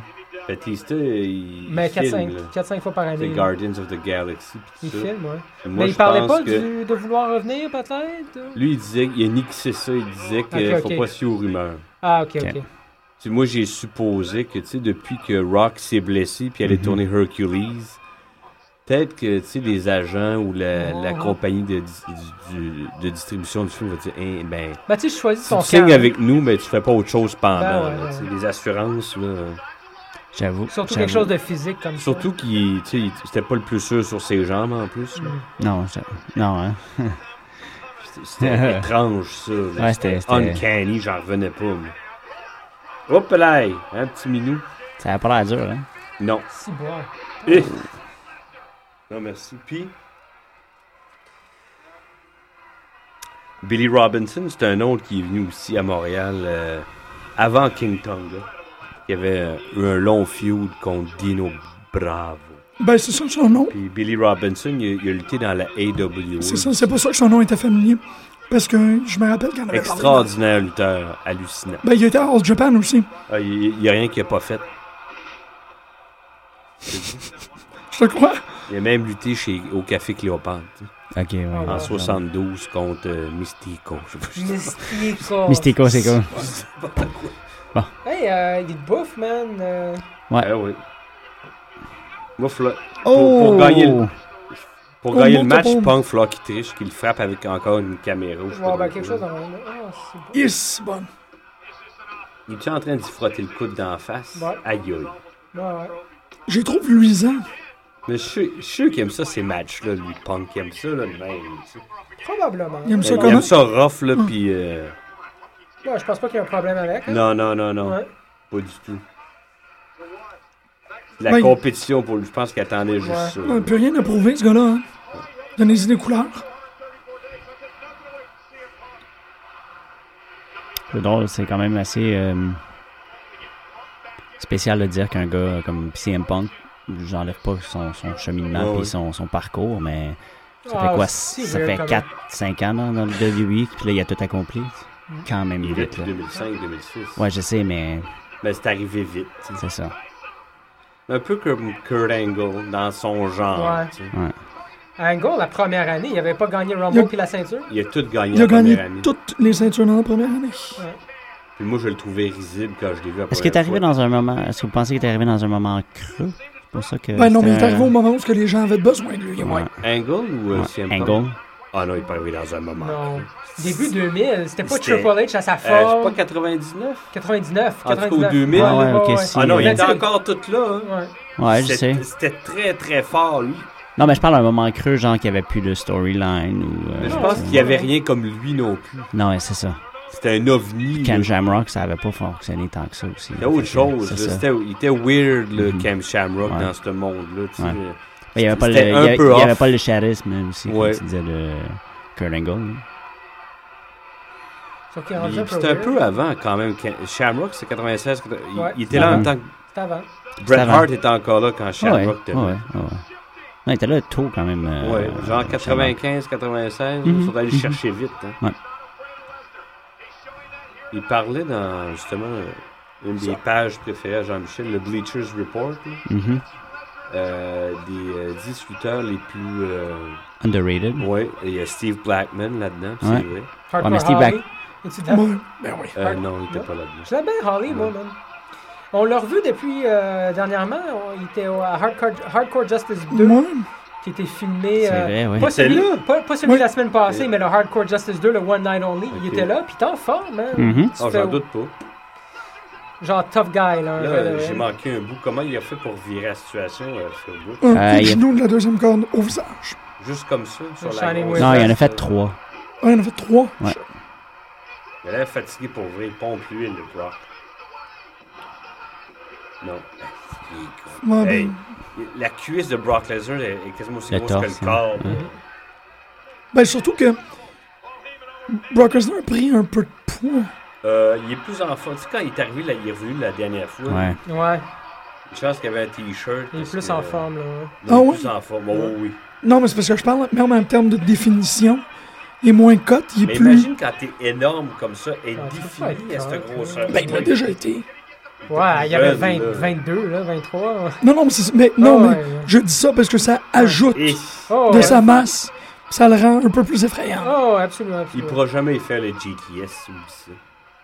Speaker 6: Batista, il.
Speaker 5: Mais
Speaker 6: il filme,
Speaker 5: 4-5
Speaker 6: là.
Speaker 5: 4-5 fois par
Speaker 6: The
Speaker 5: année. là.
Speaker 6: Guardians of the Galaxy, puis
Speaker 5: Il
Speaker 6: tout ça.
Speaker 5: filme, ouais.
Speaker 6: Et moi,
Speaker 5: mais il
Speaker 6: je
Speaker 5: parlait
Speaker 6: pense
Speaker 5: pas
Speaker 6: que-
Speaker 5: du, de vouloir revenir, peut-être?
Speaker 6: Lui, il disait, il a niqué ça, il disait qu'il
Speaker 5: Ok,
Speaker 6: faut
Speaker 5: ok.
Speaker 6: pas suivre aux rumeurs.
Speaker 5: Ah, ok, ok.
Speaker 4: Ok.
Speaker 6: Tu sais, moi, j'ai supposé que, tu sais, depuis que Rock s'est blessé puis allait
Speaker 4: Mhm.
Speaker 6: tourner Hercules, peut-être que, tu sais, les agents ou la, la
Speaker 5: Mhm.
Speaker 6: compagnie de, dis- du- de distribution du film va dire, Hein, ben,
Speaker 5: Bah, tu sais, je choisis
Speaker 6: si
Speaker 5: son
Speaker 6: tu signes
Speaker 5: camp.
Speaker 6: avec nous, mais tu fais pas autre chose pendant.
Speaker 5: Ben ouais,
Speaker 6: là,
Speaker 5: ouais.
Speaker 6: tu sais, Les assurances, là.
Speaker 4: J'avoue.
Speaker 5: Surtout quelque
Speaker 4: j'avoue.
Speaker 5: chose de physique comme
Speaker 6: Surtout qu'il, tu sais, il- c'était pas le plus sûr sur ses jambes, en plus.
Speaker 5: ça.
Speaker 6: là.
Speaker 5: Mm.
Speaker 4: Non, je- non, hein.
Speaker 6: C'était- C'était étrange, ça. là.
Speaker 4: Ouais, c'était-
Speaker 6: uncanny, j'en revenais pas, moi. Hop là, un petit minou.
Speaker 4: Ça a pas l'air dur, hein.
Speaker 6: Non.
Speaker 5: Si bon.
Speaker 6: Eh. Non, merci. Puis. Billy Robinson, c'est un autre qui est venu aussi à Montréal euh, avant King Tonga. Il y avait euh, eu un long feud contre Dino Bravo.
Speaker 3: Ben, c'est ça son nom.
Speaker 6: Puis Billy Robinson, il, a- il a lutté dans la AWA.
Speaker 3: C'est ça, c'est pour ça que son nom était familier. Parce que je me rappelle qu'il en avait parlé.
Speaker 6: Extraordinaire lutteur, hallucinant.
Speaker 3: Ben, il était à All Japan aussi.
Speaker 6: Ah, Il n'y a rien qu'il n'a pas fait.
Speaker 3: Je te crois.
Speaker 6: Il a même lutté chez, au Café Cléopâtre
Speaker 4: Ok, ouais.
Speaker 5: Ah,
Speaker 6: en
Speaker 5: ouais.
Speaker 6: 72 contre euh, Mystico. Je sais pas, je sais pas.
Speaker 5: Mystico.
Speaker 4: Mystico, c'est quoi?
Speaker 5: Hey, euh, il te bouffe, man. euh.
Speaker 6: Ah oui. Moi, Flo-
Speaker 4: Oh!
Speaker 6: pour gagner le- pour
Speaker 3: Oh,
Speaker 6: gagner
Speaker 3: mon
Speaker 6: le match,
Speaker 3: tapon.
Speaker 6: je pense qu'il qui triche, qu'il frappe avec encore une caméra. ou je sais
Speaker 5: Ouais,
Speaker 6: pas
Speaker 5: ben,
Speaker 6: trop
Speaker 5: quelque
Speaker 6: quoi.
Speaker 5: chose dans le Ah, c'est bon.
Speaker 3: Yes, bon.
Speaker 6: Il est en train d'y frotter le coude d'en face.
Speaker 5: Ouais.
Speaker 6: Aïe aïe.
Speaker 5: Ouais, ouais.
Speaker 3: J'ai trouve luisant.
Speaker 6: Mais je suis- je suis sûr qu'il aime ça, ces matchs-là, lui, Punk. Il aime ça, là, de même. tu sais.
Speaker 5: Probablement.
Speaker 3: Il aime ça
Speaker 6: Il
Speaker 3: comment?
Speaker 6: aime ça rough,
Speaker 5: Ah.
Speaker 6: là, puis... euh,
Speaker 5: Ouais, Bah, je pense pas qu'il y a un problème avec. hein.
Speaker 6: Non, non, non, non.
Speaker 5: Ouais.
Speaker 6: Pas du tout. La
Speaker 3: Ben, il-
Speaker 6: compétition pour lui, je pense qu'il attendait juste
Speaker 5: Ouais.
Speaker 6: ça.
Speaker 3: Il peut rien à prouver, ce gars-là. Hein. Donnez-y des couleurs.
Speaker 4: C'est drôle, c'est quand même assez euh, spécial de dire qu'un gars comme CM Punk, j'enlève pas son, son
Speaker 6: Ouais,
Speaker 4: cheminement
Speaker 6: ouais.
Speaker 4: puis son, son parcours, mais ça
Speaker 5: Ah,
Speaker 4: fait quoi?
Speaker 5: si,
Speaker 4: Ça
Speaker 5: weird
Speaker 4: fait
Speaker 5: quand même.
Speaker 4: 4-5 ans dans, dans le WWE, puis là, il a tout accompli. Quand même
Speaker 6: Il est
Speaker 4: vite,
Speaker 6: depuis
Speaker 4: là.
Speaker 6: 2005-2006.
Speaker 4: Ouais, je sais, mais
Speaker 6: Mais c'est arrivé vite. tu sais.
Speaker 4: c'est ça.
Speaker 6: Un peu comme Kurt Angle dans son genre.
Speaker 5: Ouais.
Speaker 6: tu sais.
Speaker 5: Angle, la première année, il avait pas gagné le
Speaker 3: Il a-
Speaker 5: Rumble puis la ceinture.
Speaker 6: Il a tout gagné
Speaker 3: Il
Speaker 6: la
Speaker 3: a gagné
Speaker 6: première année.
Speaker 3: toutes les ceintures dans la première année.
Speaker 6: Puis moi, je le trouvais risible quand je l'ai vu la
Speaker 4: Est-ce qu'il est
Speaker 6: première
Speaker 4: arrivé
Speaker 6: fois.
Speaker 4: dans un moment. Est-ce que vous pensez qu'il est arrivé dans un moment creux? Euh, C'est pour ça que.
Speaker 3: Ben non, mais il est
Speaker 4: c'était-
Speaker 3: arrivé au moment où ce que les gens avaient besoin de lui.
Speaker 4: Ouais,
Speaker 3: Ouais.
Speaker 6: Angle ou euh,
Speaker 4: ouais.
Speaker 6: CM Punk?
Speaker 4: Angle.
Speaker 6: Ah non, il est pas arrivé dans un moment.
Speaker 5: Non.
Speaker 6: Euh,
Speaker 5: Début 2000, c'était pas
Speaker 6: C'était-
Speaker 5: Triple H à sa
Speaker 6: c'est pas
Speaker 5: forme.
Speaker 6: 99?
Speaker 5: 99,
Speaker 6: En tout cas, au
Speaker 5: 99.
Speaker 6: 2000,
Speaker 5: Ouais,
Speaker 4: ouais,
Speaker 5: ouais,
Speaker 4: ok,
Speaker 5: ouais.
Speaker 4: si.
Speaker 6: Ah non, il
Speaker 5: Mais
Speaker 6: était
Speaker 5: tu sais-
Speaker 6: encore tout là. hein.
Speaker 5: Ouais.
Speaker 4: Ouais, je sais.
Speaker 6: C'était- C'était très, très fort, lui.
Speaker 4: Non, mais je parle d'un moment creux, genre qu'il n'y avait plus de storyline ou. euh,
Speaker 6: Mais je
Speaker 5: Non,
Speaker 6: pense
Speaker 5: c'est-
Speaker 6: qu'il n'y avait rien comme lui non plus.
Speaker 4: Non, ouais, c'est ça.
Speaker 6: C'était un ovni. là.
Speaker 4: Cam Shamrock, ça avait pas fonctionné tant que ça aussi.
Speaker 6: C'était autre chose.
Speaker 4: C'est
Speaker 6: là.
Speaker 4: ça.
Speaker 6: C'était- Il était weird, le
Speaker 4: Mhm.
Speaker 6: Cam Shamrock,
Speaker 4: Ouais.
Speaker 6: dans ce monde-là. tu sais.
Speaker 4: Ouais. Mais Il n'y avait, pas le-
Speaker 6: C'était
Speaker 4: il y
Speaker 6: un
Speaker 4: avait-
Speaker 6: peu
Speaker 4: il y avait
Speaker 6: off.
Speaker 4: pas le charisme hein, aussi,
Speaker 6: Ouais.
Speaker 4: comme tu disais, de Kurt Angle. hein.
Speaker 5: Sauf qu'il est
Speaker 6: Puis
Speaker 5: rendu
Speaker 6: C'était un
Speaker 5: weird.
Speaker 6: peu avant, quand même. Cam- Shamrock, c'est 96. Il,
Speaker 5: Ouais.
Speaker 6: il était là en
Speaker 4: Mhm.
Speaker 6: tant que
Speaker 5: C'était avant.
Speaker 6: Bret
Speaker 4: avant.
Speaker 6: Hart était encore là quand Shamrock
Speaker 4: ouais,
Speaker 6: était
Speaker 4: ouais,
Speaker 6: là.
Speaker 4: ouais, ouais. Non, il était là tôt quand même. euh,
Speaker 6: Ouais, genre
Speaker 4: Shamrock.
Speaker 6: 95, 96,
Speaker 4: Mhm.
Speaker 6: ils sont allés
Speaker 4: Mhm.
Speaker 6: chercher vite. hein.
Speaker 4: Ouais.
Speaker 6: Il parlait dans, justement, euh, une des pages préférées à Jean-Michel, le Bleachers Report, là,
Speaker 4: Mhm.
Speaker 6: euh, des euh, 10 lutteurs les plus... euh,
Speaker 4: Underrated.
Speaker 6: ouais, il y a Steve Blackman là-dedans, c'est
Speaker 4: Mm. Ouais.
Speaker 6: vrai.
Speaker 5: Hardcore
Speaker 4: mais Steve
Speaker 5: Harley. Es-tu dedans?
Speaker 3: Ouais, ben oui.
Speaker 6: Euh, non, il était pas là-dedans.
Speaker 5: Je l'aime bien Harley, moi, man. On l'a revu depuis euh, dernièrement. On- il était au- à Hardcore, Hardcore Justice 2,
Speaker 3: Moi,
Speaker 5: qui était filmé.
Speaker 4: C'est
Speaker 5: euh,
Speaker 4: vrai, ouais.
Speaker 5: Pas celui,
Speaker 6: là?
Speaker 5: pas, pas celui
Speaker 3: Oui.
Speaker 5: de la semaine passée,
Speaker 6: Oui.
Speaker 5: mais le Hardcore Justice 2, le One Night Only, il
Speaker 6: Ok.
Speaker 5: était là, puis t'es en forme, man.
Speaker 4: Mhm.
Speaker 5: Tu
Speaker 6: Ah,
Speaker 5: fais-
Speaker 6: j'en doute pas.
Speaker 5: Genre tough guy, là. un
Speaker 6: Là,
Speaker 5: vrai
Speaker 6: euh,
Speaker 5: de
Speaker 6: j'ai
Speaker 5: vrai.
Speaker 6: manqué un bout. Comment il a fait pour virer la situation euh, sur le bout?
Speaker 3: un
Speaker 4: Euh,
Speaker 3: coup de
Speaker 4: il y a-
Speaker 3: genou de la deuxième corde au visage.
Speaker 6: Juste comme ça, sur la Euh,
Speaker 5: Shining
Speaker 6: grosse
Speaker 5: Wizard.
Speaker 4: Non, il y en a
Speaker 6: face,
Speaker 4: fait
Speaker 6: là.
Speaker 4: trois.
Speaker 3: Ouais, Ah, il en a fait trois.
Speaker 4: Ouais.
Speaker 6: Il a l'air fatigué pour vrai, il pompe l'huile, le Brock. Non. Il est con.
Speaker 3: Ouais, ben,
Speaker 6: Hey, la cuisse de Brock Lesnar est est quasiment aussi
Speaker 4: Le
Speaker 6: grosse
Speaker 4: torse,
Speaker 6: que le corps.
Speaker 4: hein.
Speaker 3: ben, surtout que Brock Lesnar a pris un peu de poids.
Speaker 6: Euh, il est plus en forme. Tu sais, quand il est arrivé, là, il est revenu la dernière fois.
Speaker 4: Ouais.
Speaker 5: Ouais,
Speaker 6: Une chance qu'il avait un t-shirt.
Speaker 5: il est
Speaker 6: parce
Speaker 5: plus
Speaker 6: que- euh,
Speaker 5: en forme, là. ouais.
Speaker 6: Il est
Speaker 3: Ah
Speaker 6: plus
Speaker 3: ouais?
Speaker 6: en forme. Oh, oui.
Speaker 3: Non, mais c'est parce que je parle même en termes de définition. Il est moins cote, il est
Speaker 6: Mais
Speaker 3: plus.
Speaker 6: imagine quand t'es énorme comme ça et
Speaker 5: Ah, tu peux pas
Speaker 6: défini
Speaker 5: être
Speaker 6: à cette
Speaker 5: correct,
Speaker 6: grosseur.
Speaker 3: Ben, il l'a déjà été.
Speaker 5: Ouais, il y avait 20
Speaker 6: là.
Speaker 5: 22, là, 23. ouais.
Speaker 3: Non, non, mais, c'est ça. mais, non,
Speaker 5: Ah,
Speaker 3: mais
Speaker 5: ouais, ouais.
Speaker 3: je dis ça parce que ça ajoute
Speaker 6: Et
Speaker 5: Oh,
Speaker 3: de
Speaker 5: ouais.
Speaker 3: sa masse. Ça le rend un peu plus effrayant.
Speaker 5: Oh, absolument,
Speaker 6: il
Speaker 5: absolument.
Speaker 6: pourra jamais faire le GTS ou ça.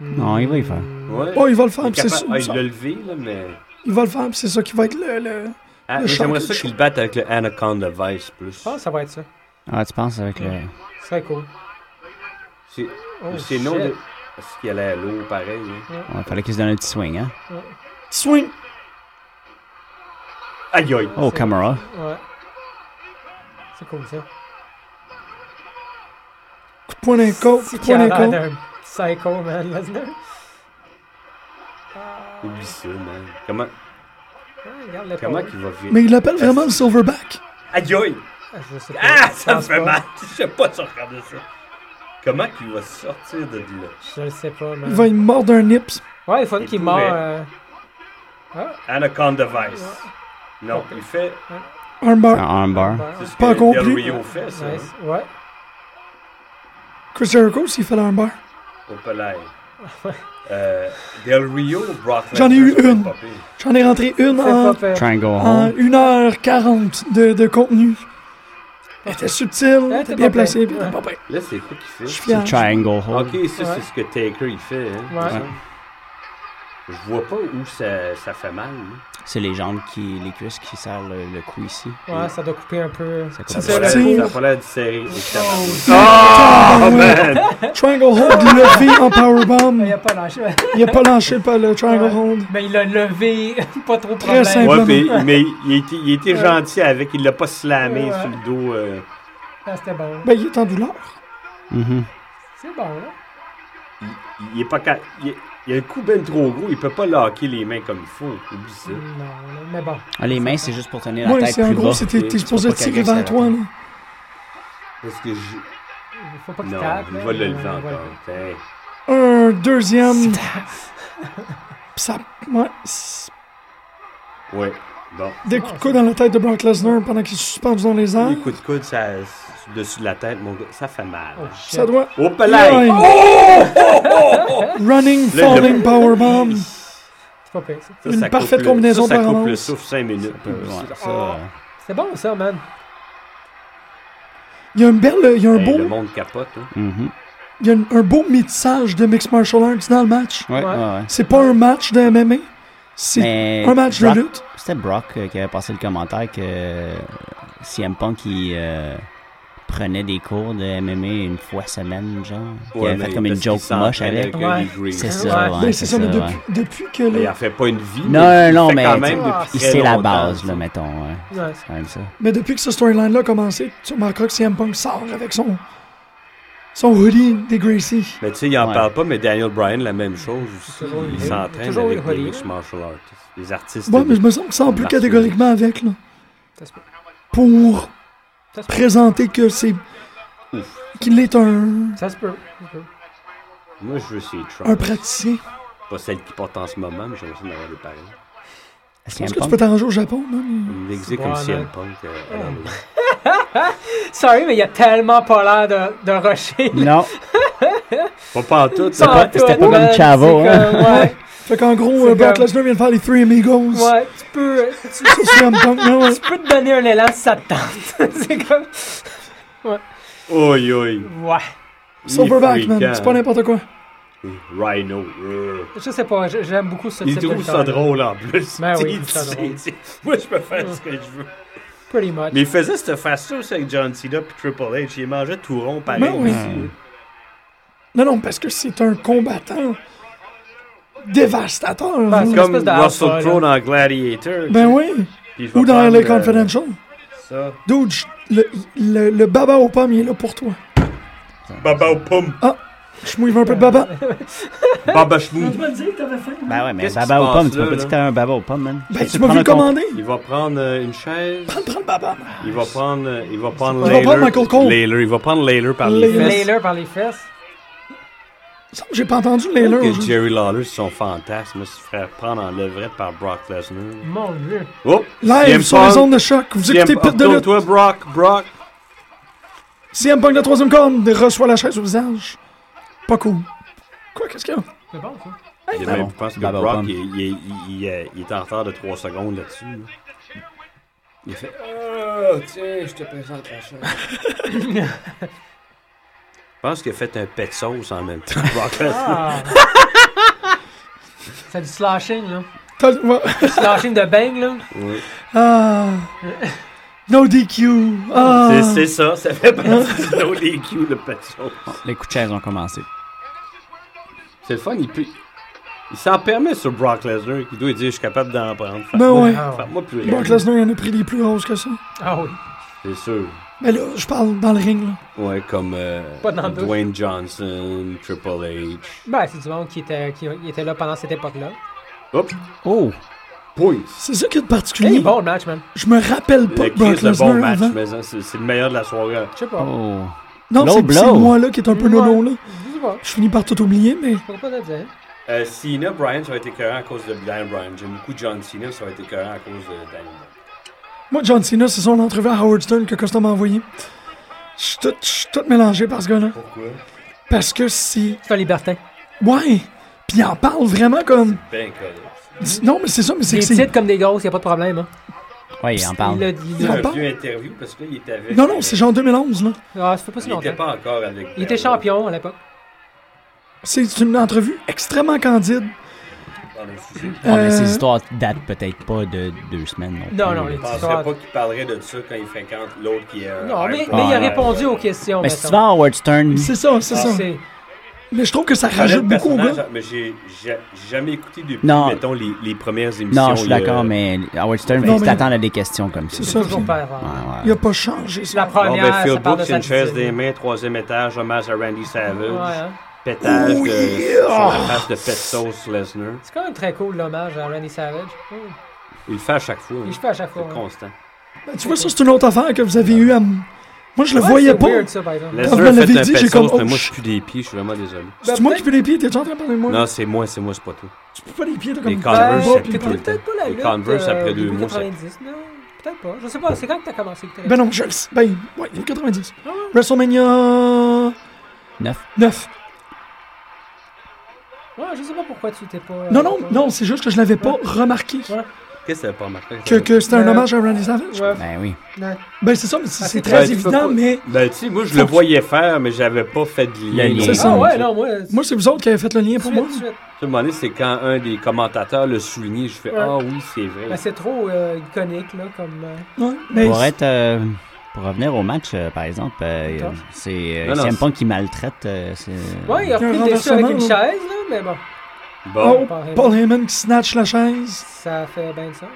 Speaker 4: Non, il va y faire.
Speaker 6: Ouais.
Speaker 3: Oh, il va le faire,
Speaker 6: Il est
Speaker 3: puis c'est
Speaker 6: capable-
Speaker 3: sûr.
Speaker 6: ah, il l'a levé, là, mais.
Speaker 3: Il va le faire, puis c'est ça qui va être le. le-
Speaker 6: Ah,
Speaker 3: Le
Speaker 6: mais j'aimerais
Speaker 3: choc-
Speaker 6: ça qu'il le batte avec le Anaconda Vice plus.
Speaker 5: Je pense que ça va être ça.
Speaker 4: Ah, tu penses avec le.
Speaker 5: Ce serait cool.
Speaker 6: C'est
Speaker 5: Oh,
Speaker 6: c'est
Speaker 5: shit.
Speaker 6: non de. Parce qu'il allait à l'eau, pareil. hein.
Speaker 4: Ouais, fallait qu'il se donne un petit swing, hein?
Speaker 3: Swing!
Speaker 6: Aïe aïe.
Speaker 4: Oh, camera.
Speaker 5: Ouais. C'est cool ça.
Speaker 3: Coup de poing d'un côte, coup
Speaker 5: C'est
Speaker 3: de
Speaker 5: qui a
Speaker 3: poing
Speaker 5: l'air
Speaker 3: d'un côte.
Speaker 5: d'un psycho, man, Lesnar.
Speaker 6: Oublie ça, man. Comment,
Speaker 5: Ouais, regarde le
Speaker 6: comment
Speaker 5: pauvre.
Speaker 6: qu'il va virer?
Speaker 3: Mais il l'appelle vraiment le Silverback.
Speaker 6: Aïe aïe!
Speaker 5: Ah, je sais pas.
Speaker 6: Ah,
Speaker 5: Je
Speaker 6: ça me
Speaker 5: pense
Speaker 6: fait
Speaker 5: pas.
Speaker 6: mal! Je sais pas si regarder ça. Comment qu'il va sortir de là?
Speaker 5: Je le sais pas, man.
Speaker 3: Il va y mordre un nips.
Speaker 5: Ouais, il faut
Speaker 6: Il
Speaker 5: qu'il
Speaker 6: pourrait.
Speaker 5: meure. euh,
Speaker 6: Anaconda Vice. Non, il fait.
Speaker 4: Un
Speaker 3: Armbar.
Speaker 4: armbar.
Speaker 5: ben,
Speaker 6: C'est ce
Speaker 3: Pas
Speaker 6: que
Speaker 3: compris.
Speaker 6: Del Rio fait, ça. hein?
Speaker 5: nice. Ouais.
Speaker 3: Chris Jericho, s'il fait l'armbar.
Speaker 6: Au palais. Euh, Del Rio, Brock
Speaker 3: J'en ai eu
Speaker 6: Lesnar, ça
Speaker 3: une.
Speaker 6: fait pas pire.
Speaker 3: J'en ai rentré une
Speaker 5: Fais
Speaker 3: en,
Speaker 5: pas peur.
Speaker 4: Triangle
Speaker 3: en
Speaker 4: hold.
Speaker 3: 1h40 de, de contenu. Elle était subtile, elle était
Speaker 5: t'es
Speaker 3: bien
Speaker 5: pas
Speaker 3: placée,
Speaker 5: prêt.
Speaker 3: puis t'es pas prêt.
Speaker 6: Là, c'est quoi qu'il
Speaker 3: Je
Speaker 6: fait?
Speaker 3: suis
Speaker 4: C'est le
Speaker 3: fier.
Speaker 4: triangle hold.
Speaker 6: Ok, ça,
Speaker 5: Ouais.
Speaker 6: c'est ce que Taker, il fait. Hein?
Speaker 5: Ouais.
Speaker 4: Ouais.
Speaker 6: Je vois pas où ça, ça fait mal. hein. là.
Speaker 4: C'est les jambes qui. les cuisses qui serrent le, le cou ici.
Speaker 5: Ouais, ça doit couper un peu.
Speaker 4: Ça
Speaker 3: Ça
Speaker 4: coupe
Speaker 3: fait Tire.
Speaker 4: pas.
Speaker 6: Ça Oh. a l'air- ça a pas l'air de serrer.
Speaker 3: Ah, Trianglehold levé en powerbomb.
Speaker 5: Il a pas lâché.
Speaker 3: Il a pas lâché par le Trianglehold.
Speaker 5: Mais il l'a levé, pas trop de
Speaker 3: Très
Speaker 5: problème.
Speaker 3: simple.
Speaker 6: Ouais, puis- mais il était, il était gentil avec, il l'a pas slamé sur le dos. euh.
Speaker 5: Ah, C'était bon.
Speaker 3: Ben, il est en douleur.
Speaker 4: Mhm.
Speaker 5: C'est bon, hein? là.
Speaker 6: Il est pas ca- il, est- il a un coup ben trop gros, il peut pas locker les mains comme il faut. Oublie ça.
Speaker 5: Non, là, mais bon.
Speaker 4: Ah, les mains, c'est juste pour tenir la
Speaker 3: Ouais,
Speaker 4: tête
Speaker 3: c'est
Speaker 4: plus
Speaker 3: en gros,
Speaker 4: bas.
Speaker 3: c'était- t'es
Speaker 4: Tu
Speaker 3: supposé
Speaker 4: peux pas
Speaker 3: tirer
Speaker 4: caresser
Speaker 3: vers
Speaker 4: la
Speaker 3: toi,
Speaker 4: tête.
Speaker 3: là.
Speaker 6: Parce que je...
Speaker 5: Il faut pas qu'il
Speaker 6: Non,
Speaker 5: tape. hein.
Speaker 6: il
Speaker 5: là,
Speaker 6: va le
Speaker 5: mais
Speaker 6: lever
Speaker 5: on va le-
Speaker 6: encore. Tiens.
Speaker 3: Un deuxième. Pis Ça, ouais, c'est-
Speaker 6: Ouais. Bon.
Speaker 3: des coups de coude dans la tête de Brock Lesnar pendant qu'il est suspendu dans les airs.
Speaker 6: Les coups de coude, Hein? ça, dessus de la tête, mon gars, ça fait mal.
Speaker 5: Oh, shit.
Speaker 3: Ça doit.
Speaker 6: Hop là!
Speaker 3: Line. Running,
Speaker 6: Là, il a-
Speaker 3: falling, powerbomb.
Speaker 5: C'est pas pire, ça.
Speaker 6: Ça,
Speaker 3: Une
Speaker 6: ça coupe
Speaker 3: parfaite
Speaker 6: le-
Speaker 3: combinaison
Speaker 6: ça, ça
Speaker 3: par
Speaker 6: coupe
Speaker 3: avance.
Speaker 6: le souffle 5 minutes.
Speaker 4: Ça peut- ouais, ça, euh,
Speaker 5: C'est bon, ça, man.
Speaker 3: Il y a un bel, il y a un
Speaker 6: Hey, Ben, le
Speaker 3: beau,
Speaker 6: monde capote. Hein.
Speaker 4: mhm.
Speaker 3: il y a un, un beau métissage de mixed martial arts dans le match.
Speaker 4: Ouais,
Speaker 5: Ouais.
Speaker 4: ouais, ouais.
Speaker 3: C'est pas un match de MMA, c'est
Speaker 4: Mais
Speaker 3: un match de
Speaker 4: Brock-
Speaker 3: lutte.
Speaker 4: C'était Brock euh, qui avait passé le commentaire que euh, CM Punk il, euh, prenait des cours de MMA une fois semaine, genre. il
Speaker 6: Ouais,
Speaker 4: avait fait
Speaker 6: mais
Speaker 4: comme une
Speaker 6: parce
Speaker 4: joke
Speaker 6: qu'il s'entraîne
Speaker 4: moche avec.
Speaker 6: un
Speaker 5: Ouais.
Speaker 6: degree.
Speaker 4: C'est
Speaker 5: Ouais.
Speaker 4: ça, ouais.
Speaker 3: Ben, c'est ça, mais
Speaker 4: ouais.
Speaker 3: depuis, depuis que
Speaker 6: Mais il
Speaker 3: le,
Speaker 6: en fait pas une vie.
Speaker 4: Non, non,
Speaker 6: il fait
Speaker 4: mais
Speaker 6: quand
Speaker 4: tu-
Speaker 6: même depuis
Speaker 4: il
Speaker 6: très
Speaker 4: sait la
Speaker 6: longtemps,
Speaker 4: base,
Speaker 6: ça.
Speaker 4: là, mettons. ouais.
Speaker 5: Ouais.
Speaker 4: C'est quand même ça.
Speaker 3: mais depuis que ce storyline là a commencé, tu remarqueras que CM Punk sort avec son son hoodie des Gracie.
Speaker 6: Mais tu sais, il en
Speaker 4: Ouais.
Speaker 6: parle pas, mais Daniel Bryan, la même chose aussi.
Speaker 5: Toujours
Speaker 6: Il
Speaker 5: une-
Speaker 6: s'entraîne
Speaker 5: toujours
Speaker 6: avec
Speaker 5: une
Speaker 6: les
Speaker 5: hoodie.
Speaker 6: mixed martial artists. Les artistes.
Speaker 3: Ouais,
Speaker 6: de-
Speaker 3: mais je me sens que ça en plus
Speaker 6: Marqué.
Speaker 3: catégoriquement avec là
Speaker 5: Ça se peut.
Speaker 3: pour
Speaker 5: Ça se peut.
Speaker 3: présenter que c'est qu'il est un
Speaker 5: Ça se peut. Ça se peut.
Speaker 6: Moi, je veux ces
Speaker 3: un
Speaker 6: Trump.
Speaker 3: praticien.
Speaker 6: Pas celle qui porte en ce moment, mais j'aimerais ça en avoir des pareils.
Speaker 3: Je
Speaker 4: CM
Speaker 3: pense que tu peux
Speaker 4: Punk,
Speaker 3: t'arranger au Japon, non? mais-
Speaker 6: Une exé
Speaker 5: Bon,
Speaker 6: comme
Speaker 5: non.
Speaker 6: CM Punk. euh, à l'envers.
Speaker 5: Sorry, mais il a tellement pas l'air de, de rusher.
Speaker 4: non,
Speaker 6: Pas pantoute.
Speaker 5: Pas
Speaker 6: hein.
Speaker 5: en tout,
Speaker 4: c'était pas
Speaker 5: man.
Speaker 4: comme Chavo,
Speaker 5: C'est
Speaker 4: hein.
Speaker 5: comme, ouais,
Speaker 3: Fait qu'en gros,
Speaker 5: C'est
Speaker 3: euh, Brock
Speaker 5: comme-
Speaker 3: Lesnar vient de faire les Three Amigos
Speaker 5: ouais, tu peux, tu,
Speaker 3: sur CM Punk, non? ouais.
Speaker 5: tu peux te donner un élan si ça te tente. c'est comme,
Speaker 6: Oi, oi.
Speaker 5: ouais.
Speaker 6: Il est
Speaker 3: Silverback, man,
Speaker 6: fréquent.
Speaker 3: c'est pas n'importe quoi.
Speaker 6: Rhino. euh.
Speaker 5: Je sais pas, je- j'aime beaucoup ce
Speaker 6: Il
Speaker 5: type de
Speaker 6: trouve ça
Speaker 5: lutteur.
Speaker 6: drôle en plus.
Speaker 5: Ben oui,
Speaker 6: Tu sais,
Speaker 5: il trouve ça
Speaker 6: tu sais,
Speaker 5: drôle.
Speaker 6: tu sais, Moi, je peux faire ce que je veux.
Speaker 5: Pretty much.
Speaker 6: Mais il faisait cette face-là aussi avec John Cena puis Triple H. Il mangeait tout rond pareil.
Speaker 3: Ben oui.
Speaker 6: aussi.
Speaker 3: Non, non, parce que c'est un combattant dévastateur.
Speaker 5: Ben,
Speaker 3: hein.
Speaker 5: Une
Speaker 6: Comme
Speaker 5: espèce de
Speaker 6: Russell
Speaker 5: alpha,
Speaker 6: Crowe dans Gladiator.
Speaker 3: Ben oui.
Speaker 6: Puis je vais
Speaker 3: Ou dans
Speaker 6: prendre,
Speaker 3: les
Speaker 6: euh,
Speaker 3: Confidential.
Speaker 6: ça.
Speaker 3: Dude, je- le, le, le baba aux pommes, il est là pour toi.
Speaker 6: Baba au poum.
Speaker 3: Je mouille un peu de baba.
Speaker 6: Baba chmou.
Speaker 4: Ben ouais, mais
Speaker 6: Qu'est-ce qui
Speaker 4: baba
Speaker 6: se
Speaker 4: aux
Speaker 6: passe
Speaker 4: pommes, tu
Speaker 6: là,
Speaker 4: m'as pas
Speaker 6: là?
Speaker 4: dit que t'avais un baba aux pommes, man.
Speaker 3: Ben,
Speaker 4: Peux-tu
Speaker 3: tu m'as
Speaker 4: prendre
Speaker 3: vu
Speaker 4: un compte?
Speaker 3: commander.
Speaker 6: Il va prendre euh, une chaise.
Speaker 3: Prends, prends le baba. man.
Speaker 6: Il va prendre. euh, Il va
Speaker 3: Il
Speaker 6: prendre
Speaker 3: va prendre
Speaker 6: Layler.
Speaker 3: Michael Cole.
Speaker 6: Layler. Il va prendre Layler par
Speaker 3: Layler.
Speaker 6: les fesses.
Speaker 5: Layler par les fesses.
Speaker 3: Il semble que J'ai pas entendu les leurs.
Speaker 6: Que
Speaker 3: je-
Speaker 6: Jerry Lawler, c'est son fantasme, se ferait prendre en levrette par Brock Lesnar.
Speaker 5: Mon dieu.
Speaker 6: Oh!
Speaker 3: Live
Speaker 6: CM
Speaker 3: sur les
Speaker 6: Punk.
Speaker 3: zones de choc. Vous écoutez Pit de lutte.
Speaker 6: toi Brock, Brock.
Speaker 3: CM Punk, la troisième corne, reçoit la chaise au visage. Pas cool. Quoi, qu'est-ce qu'il y a?
Speaker 5: C'est bon, ça.
Speaker 6: Il
Speaker 4: Ah
Speaker 6: même,
Speaker 4: bon.
Speaker 6: je pense que
Speaker 4: Baba
Speaker 6: Brock,
Speaker 4: Pump.
Speaker 6: il, il- il- il, euh, il est en retard de 3 secondes là-dessus. là. Il
Speaker 5: Oh,
Speaker 6: fait « Ah, tiens, je te présente la chaise. » pense qu'il a fait un pet de sauce en même temps.
Speaker 5: Ah! C'est du slashing, là.
Speaker 3: T'as- ouais.
Speaker 5: Du slashing de bang, là.
Speaker 6: Oui.
Speaker 3: Ah. No DQ. Ah.
Speaker 6: C'est- C'est ça, ça fait partie du no DQ, le pet de sauce.
Speaker 4: Bon, les coups de chaise ont commencé.
Speaker 6: C'est le fun, il peut. Il s'en permet sur Brock Lesnar, qui doit dire je suis capable d'en prendre. Fait-
Speaker 3: Ben ouais.
Speaker 5: Ah,
Speaker 6: fait-
Speaker 5: ouais.
Speaker 6: moi, plus
Speaker 3: Brock Lesnar, il en a pris des plus grosses que ça.
Speaker 5: Ah oui.
Speaker 6: C'est sûr.
Speaker 3: Mais là, je parle dans le ring, là.
Speaker 6: Ouais, comme euh,
Speaker 5: Pas dans la douche.
Speaker 6: Dwayne Johnson, Triple H.
Speaker 5: Ben, c'est du monde qui était, qui, qui était là pendant cette époque-là.
Speaker 6: Hop,
Speaker 4: Oh!
Speaker 6: point.
Speaker 3: C'est ça qui est de particulier.
Speaker 5: Hey, bon le match, man.
Speaker 3: Je me rappelle pas
Speaker 6: Le
Speaker 3: de Brock
Speaker 6: Chris, le
Speaker 3: Lesnar
Speaker 6: bon match,
Speaker 3: avant.
Speaker 6: mais hein, c'est c'est le meilleur de la soirée.
Speaker 5: Je sais pas.
Speaker 4: Oh!
Speaker 3: Non,
Speaker 4: Low
Speaker 3: c'est c'est
Speaker 4: blow.
Speaker 3: moi, là, qui est un peu nono, là.
Speaker 5: Je sais pas.
Speaker 3: Je finis par tout oublier, mais...
Speaker 5: Je peux pas te dire.
Speaker 6: Euh, Cena, Bryan, ça va être écœurant à cause de Daniel Bryan. J'aime beaucoup John Cena, ça va être écœurant à cause de Daniel Bryan.
Speaker 3: Moi, John Cena, c'est son entrevue à Howard Stern que Costa m'a envoyé. Je suis tout, je suis tout mélangé par ce gars-là.
Speaker 6: Pourquoi?
Speaker 3: Parce que c'est...
Speaker 5: C'est un libertin.
Speaker 3: Ouais! Puis il en parle vraiment comme...
Speaker 6: Ben, correct.
Speaker 3: Non, mais c'est ça, mais c'est
Speaker 5: Des
Speaker 3: que c'est...
Speaker 5: titres comme des grosses, y a pas de problème, hein.
Speaker 4: Ouais, il en parle.
Speaker 5: Il a dit.
Speaker 3: Il
Speaker 6: C'est
Speaker 3: en
Speaker 6: un
Speaker 3: parle?
Speaker 6: vieux interview parce que là, il était avec. euh,
Speaker 3: Non, non, c'est genre 2011, là.
Speaker 5: Ah, ça fait pas si
Speaker 6: Il était
Speaker 5: longtemps.
Speaker 6: pas encore avec. euh,
Speaker 5: Il était champion à l'époque.
Speaker 3: C'est une entrevue extrêmement candide.
Speaker 6: Dans le souci.
Speaker 4: Ouais, Oh, mais
Speaker 3: Euh,
Speaker 4: ces histoires datent peut-être pas de deux semaines.
Speaker 5: Non,
Speaker 4: plus,
Speaker 5: non,
Speaker 4: là.
Speaker 5: les-
Speaker 6: Je penserais pas qu'il parlerait de ça quand il fréquente l'autre qui est. euh, un
Speaker 5: Non, mais, mais
Speaker 6: hardcore.
Speaker 5: il a
Speaker 4: ouais.
Speaker 5: répondu aux questions.
Speaker 4: Mais si
Speaker 5: mettons.
Speaker 4: tu vas à Howard Stern,
Speaker 3: C'est ça, c'est ça.
Speaker 5: Ah, C'est-
Speaker 3: Mais je trouve que ça
Speaker 6: Je connais le
Speaker 3: rajoute beaucoup au
Speaker 6: personnage,
Speaker 3: gars.
Speaker 6: Mais j'ai j'ai jamais écouté depuis,
Speaker 4: Non.
Speaker 6: mettons, les, les premières émissions.
Speaker 4: non, je suis
Speaker 6: il y a-
Speaker 4: d'accord, mais Howard Stern,
Speaker 3: Non,
Speaker 4: faut
Speaker 3: mais-
Speaker 4: t'attendre à des questions comme ça.
Speaker 3: C'est
Speaker 5: c'est
Speaker 3: ça,
Speaker 5: toujours
Speaker 3: puis-
Speaker 5: faire.
Speaker 4: Ouais,
Speaker 5: hein.
Speaker 4: ouais.
Speaker 3: Il a pas changé, ça.
Speaker 5: La
Speaker 6: Bon,
Speaker 5: première,
Speaker 6: ben,
Speaker 5: ça
Speaker 6: Phil
Speaker 5: parle de
Speaker 6: Brooks, une chaise des
Speaker 5: Ouais,
Speaker 6: mains, troisième étage, hommage à Randy Savage.
Speaker 5: hein.
Speaker 6: Pétage de, sur la face de Pet Sauce Lesnar.
Speaker 5: C'est quand même très cool l'hommage à Randy Savage. Hum.
Speaker 6: Il le fait à chaque fois. hein.
Speaker 5: Il le fait à chaque fois,
Speaker 6: C'est
Speaker 5: ouais.
Speaker 6: constant.
Speaker 3: Ben, tu vois, ça, c'est une autre affaire que vous
Speaker 6: Ah.
Speaker 3: avez eue à... m- Moi, je le
Speaker 5: Ouais,
Speaker 3: voyais
Speaker 5: c'est
Speaker 3: pas.
Speaker 5: weird, ça, par exemple.
Speaker 3: Quand vous me
Speaker 6: Lesnar fait
Speaker 3: l'avez
Speaker 6: un
Speaker 3: dit,
Speaker 6: Pet
Speaker 3: j'ai comme,
Speaker 6: Sauce, mais
Speaker 3: oh,
Speaker 6: moi,
Speaker 3: shit.
Speaker 6: je suis des pieds, je suis vraiment désolé.
Speaker 3: C'est
Speaker 5: Ben,
Speaker 3: moi qui
Speaker 5: peut-être-
Speaker 3: fais les pieds, t'es en train de parler de moi?
Speaker 6: Non, c'est moi, c'est moi, c'est pas toi.
Speaker 3: Tu peux pas les pieds, t'as
Speaker 6: Les
Speaker 3: comme... Ben,
Speaker 6: Converse,
Speaker 3: Ouais,
Speaker 6: c'est
Speaker 3: puis-
Speaker 6: plus tout le temps.
Speaker 5: Peut-être pas la
Speaker 6: Les
Speaker 5: lutte.
Speaker 6: Converse,
Speaker 5: euh,
Speaker 6: après deux
Speaker 5: début
Speaker 6: mois, ça-
Speaker 5: 90, non, peut-être pas. Je sais pas, c'est quand que t'as commencé que t'as-
Speaker 3: Ben non, je le sais. Ben, ouais, il est 90.
Speaker 5: Ah
Speaker 3: WrestleMania
Speaker 4: Neuf.
Speaker 3: 9.
Speaker 5: Ouais, je sais pas pourquoi tu t'es pas.
Speaker 3: Non, non, non, c'est juste que je l'avais pas remarqué.
Speaker 6: Qu'est-ce que t'as pas remarqué?
Speaker 3: Que, que c'était un
Speaker 5: Ben-
Speaker 3: hommage à Randy Savage.
Speaker 5: Ouais.
Speaker 4: Ben oui.
Speaker 5: non.
Speaker 3: Ben c'est ça, mais c'est
Speaker 5: Ah,
Speaker 3: c'est
Speaker 5: c'est-
Speaker 3: très
Speaker 6: Ben, tu peux
Speaker 3: évident,
Speaker 6: pas-
Speaker 3: mais
Speaker 6: Ben, tu sais, moi, je
Speaker 3: Faut
Speaker 6: le
Speaker 3: que-
Speaker 6: voyais faire, mais j'avais pas fait de lien.
Speaker 4: Le lien.
Speaker 6: non
Speaker 3: C'est
Speaker 5: Ah
Speaker 3: ça.
Speaker 6: plus.
Speaker 5: ouais, non, moi.
Speaker 3: moi, c'est vous autres qui avez fait le lien pour
Speaker 5: suite,
Speaker 3: moi.
Speaker 5: suite.
Speaker 6: Tu me demandais, c'est quand un des commentateurs le soulignait, je fais
Speaker 5: Ouais.
Speaker 6: Ah oui, c'est vrai.
Speaker 5: Ben, c'est trop euh, iconique, là, comme. euh,
Speaker 3: Ouais, mais
Speaker 4: Pour être, euh, pour revenir au match, euh, par exemple, euh,
Speaker 5: Attends.
Speaker 4: c'est
Speaker 6: Non,
Speaker 4: euh,
Speaker 6: non,
Speaker 4: CM
Speaker 6: c'est-
Speaker 4: Punk qui maltraite. euh, c'est-
Speaker 5: Ouais, il a
Speaker 3: Il y a un
Speaker 5: repris des dessus avec une
Speaker 3: renversement,
Speaker 5: chaise,
Speaker 3: là.
Speaker 5: là, mais bon,
Speaker 3: oh,
Speaker 6: Bon,
Speaker 5: pareil.
Speaker 3: Paul Heyman qui snatch la chaise.
Speaker 5: ça fait bien de sens.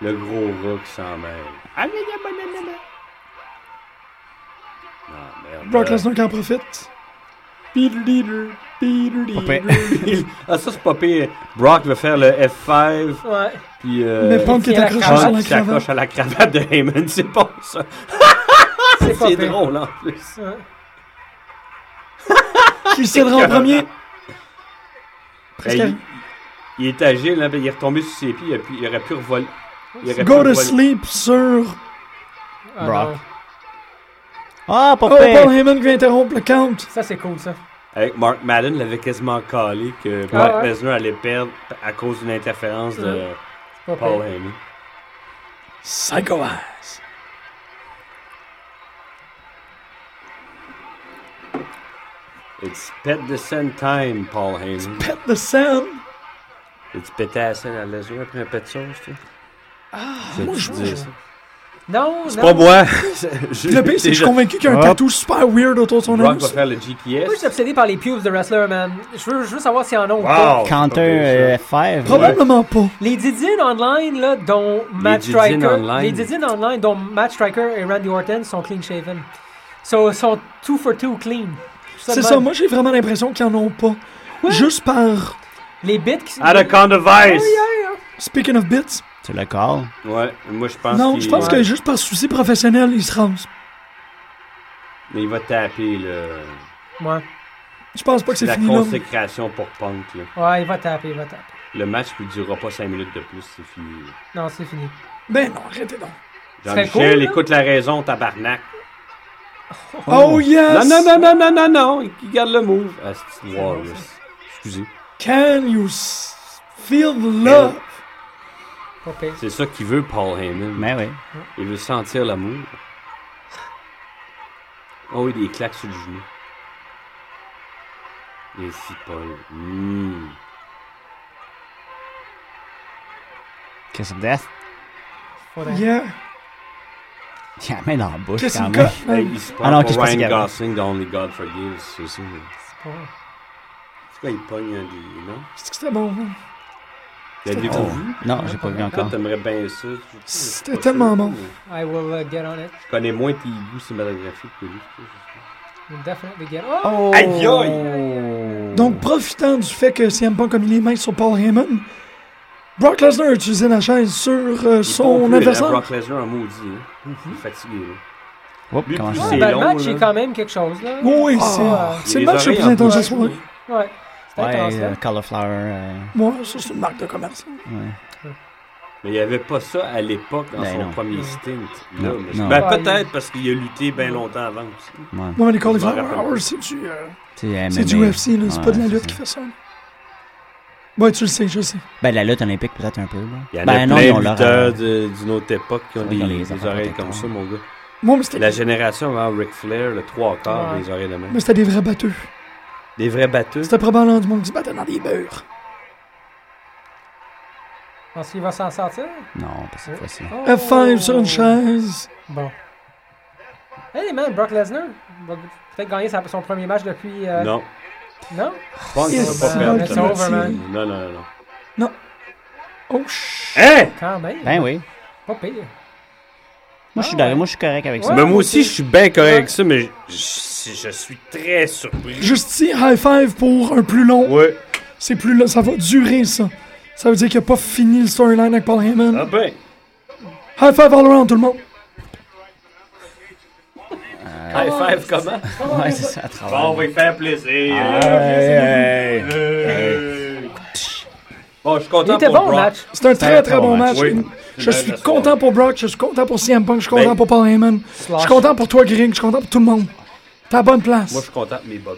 Speaker 6: le gros rat qui s'en mêle. Ah, mais y'a pas de- de- de-
Speaker 3: Brock
Speaker 6: de- Non, Ah, merde. euh,
Speaker 3: Lesnar qui en profite.
Speaker 6: Peter Leader, Peter
Speaker 4: Pas
Speaker 6: Leader. Ah, ça, c'est pas pire. Brock veut faire le F5,
Speaker 5: Ouais.
Speaker 6: puis. Euh,
Speaker 3: Mais Punk
Speaker 5: il
Speaker 3: est
Speaker 5: a la
Speaker 3: accroché
Speaker 5: cravate
Speaker 3: sur la
Speaker 6: qui s'accroche
Speaker 3: cravate.
Speaker 6: à la cravate de Heyman, c'est bon ça.
Speaker 5: C'est pas
Speaker 6: C'est
Speaker 5: pire.
Speaker 6: drôle en plus.
Speaker 5: Ouais.
Speaker 3: Qui cédera en premier? Presque.
Speaker 6: Ben, il, il est agile, hein, ben, il est retombé sur ses pieds, il, a pu- il aurait pu revoler. Il aurait pu
Speaker 3: Go to
Speaker 6: revoler.
Speaker 3: sleep sur...
Speaker 5: Ah,
Speaker 4: Brock.
Speaker 5: non.
Speaker 3: Oh,
Speaker 4: Ah, pas pire.
Speaker 3: Paul Heyman qui vient interrompre le count.
Speaker 5: Ça, c'est cool, ça.
Speaker 6: Avec Mark Madden l'avait quasiment calé que
Speaker 5: Ah
Speaker 6: Brock
Speaker 5: ouais.
Speaker 6: Lesnar allait perdre à cause d'une interférence de
Speaker 5: Ouais. C'est pas
Speaker 6: Paul
Speaker 5: pire.
Speaker 6: Heyman.
Speaker 3: Psycho Ass.
Speaker 6: It's pet the sand time, Paul Heyman.
Speaker 3: Pet the sand.
Speaker 6: As-tu pété à la scène à Lesnar après un pet de sauce, toi? Ah,
Speaker 3: moi, je-
Speaker 5: Non, non.
Speaker 6: C'est pas moi!
Speaker 3: Le pire, c'est que je suis convaincu qu'il y a un
Speaker 4: Hop.
Speaker 3: tatou super weird autour de son
Speaker 6: Brock va
Speaker 3: anus.
Speaker 6: faire le
Speaker 5: Moi, je suis
Speaker 6: GPS.
Speaker 5: obsédé par les pubs de Wrestler, man. Je veux, je veux savoir s'il y en a ou pas.
Speaker 6: Wow!
Speaker 4: Counter euh, F5. ouais.
Speaker 3: Probablement pas.
Speaker 5: Les didines online, là, dont Matt
Speaker 6: didines
Speaker 5: Striker.
Speaker 6: online.
Speaker 5: Les didines online, dont Matt Striker et Randy Orton sont clean shaven. So, sont two for two clean.
Speaker 3: C'est ça, moi j'ai vraiment l'impression qu'ils en ont pas. Juste par.
Speaker 5: Les bits qui.
Speaker 6: Anaconda Vice!
Speaker 3: Speaking of bits,
Speaker 4: Tu le calls.
Speaker 6: Ouais, moi je pense
Speaker 3: non,
Speaker 6: qu'il-
Speaker 3: je pense que juste par souci professionnel, ils se ramassent.
Speaker 6: Mais il va taper, là.
Speaker 5: Ouais.
Speaker 3: Je pense pas que c'est
Speaker 6: La
Speaker 3: fini là.
Speaker 6: consécration pour Punk, là.
Speaker 5: Ouais, il va taper, il va taper.
Speaker 6: Le match ne durera pas 5 minutes de plus, c'est fini.
Speaker 5: Non, c'est fini.
Speaker 3: Ben non, arrêtez donc.
Speaker 6: Jean-Michel,
Speaker 5: cool, là.
Speaker 6: écoute la raison, tabarnak.
Speaker 3: Oh, yes!
Speaker 6: Non, non, non, non, non, non, non, il garde le move. Ah, c'est Warriors. Excusez.
Speaker 3: Can you s- feel the love?
Speaker 5: Pas pire.
Speaker 6: C'est ça qu'il veut, Paul Heyman.
Speaker 4: Mais Ben oui.
Speaker 6: Il Ah veut sentir l'amour. Oh oui, des claques sur le genou. Les cipolles. Hmm.
Speaker 4: Kiss of Death.
Speaker 5: Faudrait-
Speaker 3: Yeah.
Speaker 4: Il a la main dans la bouche
Speaker 3: Kiss
Speaker 4: quand
Speaker 3: of
Speaker 4: même.
Speaker 3: God.
Speaker 6: Hey,
Speaker 3: man.
Speaker 6: il se
Speaker 4: Ah non,
Speaker 6: prend
Speaker 4: ok, je pensais
Speaker 6: pour Ryan
Speaker 4: qu'il y avait-
Speaker 6: Gosling dans Only God Forgives aussi.
Speaker 5: C'est pas-
Speaker 6: C'est quoi, il pogne un des. Non?
Speaker 3: C'est que c'était bon. hein?
Speaker 6: L'avez-vous
Speaker 4: Oh.
Speaker 6: vu?
Speaker 4: Non, j'ai pas vu
Speaker 6: Toi,
Speaker 4: encore.
Speaker 6: t'aimerais bien ça.
Speaker 3: C'était tellement bon.
Speaker 5: I will uh, get on it.
Speaker 6: Je connais moins tes goûts cinématographiques que lui. je sais.
Speaker 5: We'll definitely get on
Speaker 4: Oh!
Speaker 6: Aïe,
Speaker 3: Donc, profitant du fait que CM Punk a mis les mains sur Paul Heyman, Brock Lesnar a utilisé la chaise sur euh,
Speaker 6: Il est pas
Speaker 3: son
Speaker 6: plus,
Speaker 3: adversaire.
Speaker 6: hein, Brock Lesnar en maudit. hein. Il est fatigué. là.
Speaker 4: Oups,
Speaker 6: Lui,
Speaker 4: Oh, comment
Speaker 6: plus
Speaker 4: je
Speaker 5: Ouais,
Speaker 6: c'est
Speaker 4: sais?
Speaker 5: ben,
Speaker 6: long,
Speaker 5: le match
Speaker 6: là.
Speaker 5: est quand même quelque chose, là.
Speaker 3: Oui, oui, c'est
Speaker 5: Ah.
Speaker 3: c'est le
Speaker 6: Il
Speaker 3: match le
Speaker 6: oreilles
Speaker 3: plus
Speaker 6: en
Speaker 3: intense de la
Speaker 6: poche,
Speaker 3: soirée.
Speaker 5: Ouais. C'est intense,
Speaker 4: Ouais,
Speaker 5: là.
Speaker 4: euh, Cauliflower. euh,
Speaker 3: Moi, ça, c'est une marque de commerce.
Speaker 4: ouais.
Speaker 6: Mais il n'y avait pas ça à l'époque dans
Speaker 4: Ben
Speaker 6: son
Speaker 4: non.
Speaker 6: premier stint. là,
Speaker 4: Non,
Speaker 6: mais-
Speaker 4: non.
Speaker 6: Ben,
Speaker 5: Ouais.
Speaker 6: peut-être parce qu'il a lutté bien longtemps avant aussi.
Speaker 4: Ouais.
Speaker 3: Moi, les
Speaker 6: Je m'en
Speaker 3: Cauliflower
Speaker 6: rappelle.
Speaker 3: Hour, c'est du, euh,
Speaker 4: C'est
Speaker 3: c'est du
Speaker 4: MMA.
Speaker 3: UFC, là. C'est pas de la
Speaker 4: Ouais,
Speaker 3: lutte
Speaker 4: c'est
Speaker 3: qui
Speaker 4: ça.
Speaker 3: fait ça. Ouais, tu le sais, je sais.
Speaker 4: Ben, de la lutte olympique, peut-être un peu. Là.
Speaker 6: Il y en
Speaker 4: ben,
Speaker 6: a
Speaker 4: non,
Speaker 6: plein
Speaker 4: ils
Speaker 6: de
Speaker 4: ont leur,
Speaker 6: lutteurs de- d'une autre époque qui ont
Speaker 4: Ouais,
Speaker 6: des,
Speaker 4: ils ont les
Speaker 6: des
Speaker 4: affaires
Speaker 6: oreilles comme
Speaker 4: protecteurs.
Speaker 6: ça, mon gars.
Speaker 3: Moi, mais c'était
Speaker 6: La génération avant Ric Flair, le trois quarts
Speaker 5: Ouais.
Speaker 6: des oreilles de même.
Speaker 3: mais c'était des vrais batteux.
Speaker 6: Des vrais batteux.
Speaker 3: C'était probablement du monde qui se battait dans des beurres.
Speaker 6: euh.
Speaker 5: Pense qu'il va s'en sortir.
Speaker 4: Non, pas cette fois-ci.
Speaker 5: Oh.
Speaker 3: F5 sur une chaise.
Speaker 5: Bon. Hey, man, Brock Lesnar va peut-être gagner sa- son premier match depuis... euh,
Speaker 6: Non.
Speaker 5: Non?
Speaker 6: Punk ne
Speaker 3: Yes,
Speaker 6: va Oh, pas perdre
Speaker 5: it's
Speaker 6: ce match.
Speaker 5: over, man.
Speaker 6: Non, non, non, non.
Speaker 3: Oh, ch...
Speaker 6: Hein?
Speaker 5: Quand même.
Speaker 4: Ben oui.
Speaker 5: Pas pire.
Speaker 4: Moi, je suis
Speaker 5: Ah,
Speaker 4: d'accord.
Speaker 5: ouais.
Speaker 4: Moi, je suis correct avec ça.
Speaker 5: Ouais.
Speaker 6: Mais moi aussi, je suis bien correct
Speaker 5: Ouais.
Speaker 6: avec ça, mais je, je- je suis très surpris.
Speaker 3: Juste ici, high five pour un plus long.
Speaker 6: Ouais.
Speaker 3: C'est plus long, ça va durer, ça. Ça veut dire qu'il a pas fini le storyline avec Paul Heyman.
Speaker 6: Ah ben.
Speaker 3: High five all around, tout le monde.
Speaker 5: Ah
Speaker 6: High five comment? Ah.
Speaker 4: Ouais, c'est ça, à travers.
Speaker 6: Bon, on va y faire plaisir.
Speaker 4: Hey, hey.
Speaker 6: Hey. Bon, je suis content
Speaker 5: Il était
Speaker 6: pour
Speaker 5: bon, le
Speaker 6: Brock.
Speaker 5: match.
Speaker 3: C'est un très très bon match.
Speaker 6: Oui.
Speaker 3: Je suis
Speaker 6: J'espère.
Speaker 3: content pour Brock, je suis content pour CM Punk, je suis content
Speaker 6: Ben-
Speaker 3: pour Paul Heyman. Je suis content pour toi, Greg, je suis content pour tout le monde. T'as la bonne place.
Speaker 6: Moi, je suis content de mes bugs.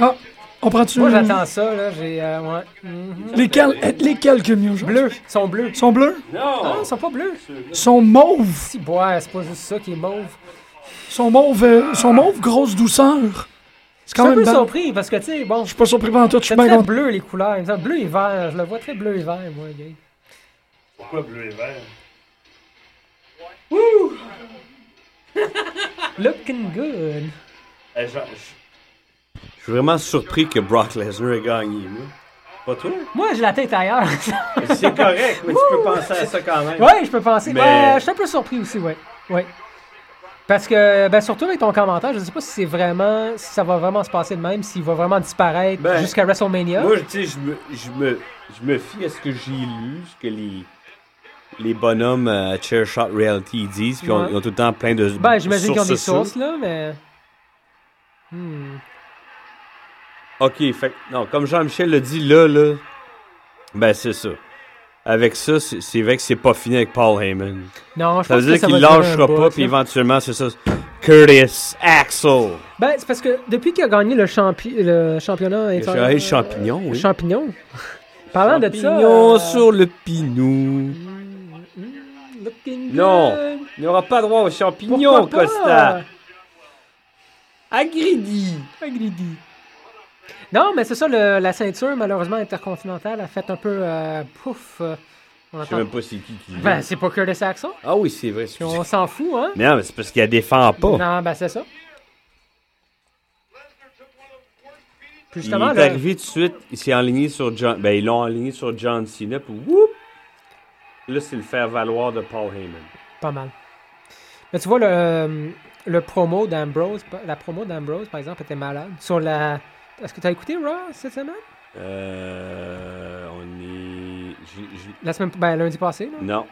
Speaker 3: Ah, on prend-tu
Speaker 5: Moi, j'attends ça, là. J'ai... euh, ouais. Mhm.
Speaker 3: lesquels, euh, lesquels que mieux aujourd'hui?
Speaker 5: Bleus. Ils sont bleus.
Speaker 3: Ils sont bleus?
Speaker 5: Ah,
Speaker 6: Non!
Speaker 5: ils sont pas bleus.
Speaker 3: Ils sont mauves.
Speaker 5: Si, bois, c'est pas juste ça qui est mauve.
Speaker 3: Ils sont mauves, euh, ils sont mauves grosse douceur. C'est
Speaker 5: Je
Speaker 3: quand
Speaker 5: suis un
Speaker 3: même Ben
Speaker 5: peu
Speaker 3: bon.
Speaker 5: surpris parce que, tu sais, bon,
Speaker 3: Je suis pas surpris par toi, je suis
Speaker 5: c'est
Speaker 3: bien
Speaker 5: très
Speaker 3: content.
Speaker 5: bleu les couleurs. Il me semble bleu et vert. Je le vois très bleu et vert, moi, gars.
Speaker 6: Pourquoi bleu et vert?
Speaker 5: Looking good.
Speaker 6: Eh, Je je- je suis vraiment surpris que Brock Lesnar ait gagné, moi. Pas toi?
Speaker 5: Moi, j'ai la tête ailleurs.
Speaker 6: C'est correct, mais tu peux penser à ça quand même.
Speaker 5: ouais, je peux penser.
Speaker 6: Mais-
Speaker 5: Ouais, je suis un peu surpris aussi, ouais. Ouais. Parce que, ben, surtout avec ton commentaire, je sais pas si c'est vraiment, si ça va vraiment se passer de même, s'il va vraiment disparaître
Speaker 6: Ben,
Speaker 5: jusqu'à WrestleMania.
Speaker 6: Moi, je- tu sais, je me, je, me, je me fie à ce que j'ai lu, ce que les, les bonhommes euh, à Chair Shot Reality disent, puis on-
Speaker 5: Ouais.
Speaker 6: ils ont tout le temps plein de
Speaker 5: ben, j'imagine qu'ils ont des
Speaker 6: sûres.
Speaker 5: sources, là, mais. Hmm.
Speaker 6: OK, fait que- non, comme Jean-Michel le dit, là, là, ben c'est ça. Avec ça, c'est c'est vrai que c'est pas fini avec Paul Heyman.
Speaker 5: Non, je
Speaker 6: Ça
Speaker 5: pense
Speaker 6: veut dire
Speaker 5: que ça
Speaker 6: qu'il
Speaker 5: va durer un
Speaker 6: lâchera
Speaker 5: bout,
Speaker 6: pas, puis
Speaker 5: là.
Speaker 6: éventuellement, c'est ça. Curtis Axel.
Speaker 5: Ben, c'est parce que depuis qu'il a gagné le, champi- le championnat.
Speaker 6: J'ai
Speaker 5: inter-
Speaker 6: hey, champignon, oui.
Speaker 5: Champignon. Parlant euh, de ça.
Speaker 6: Champignon
Speaker 5: euh,
Speaker 6: sur le pinou.
Speaker 5: Looking
Speaker 6: Non.
Speaker 5: good.
Speaker 6: Il n'y aura pas droit aux champignons,
Speaker 5: Pourquoi pas?
Speaker 6: Costa. Agridi.
Speaker 5: Agridi. Non, mais c'est ça, le- la ceinture, malheureusement, intercontinentale a fait un peu euh, pouf. euh, on
Speaker 6: Je sais
Speaker 5: entend.
Speaker 6: même pas c'est qui qui
Speaker 5: Ben,
Speaker 6: dit.
Speaker 5: c'est pas Curtis Axel.
Speaker 6: Ah oui, c'est vrai.
Speaker 5: Puis
Speaker 6: excusez.
Speaker 5: on s'en fout, hein?
Speaker 6: Mais non, mais c'est parce qu'il la défend pas.
Speaker 5: Non, ben, c'est ça. Puis
Speaker 6: Il est
Speaker 5: justement, le-
Speaker 6: arrivé tout de suite, il s'est enligné sur John. Ben, ils l'ont enligné sur John Cena, puis whoop! Là, c'est le faire-valoir de Paul Heyman.
Speaker 5: Pas mal. Mais tu vois, le, euh, le promo d'Ambrose, la promo d'Ambrose, par exemple, était malade. Sur la. Est-ce que tu as écouté Raw cette semaine?
Speaker 6: Euh. On est. j'ai- j'ai-
Speaker 5: La semaine. Ben, lundi passé, là.
Speaker 6: Non,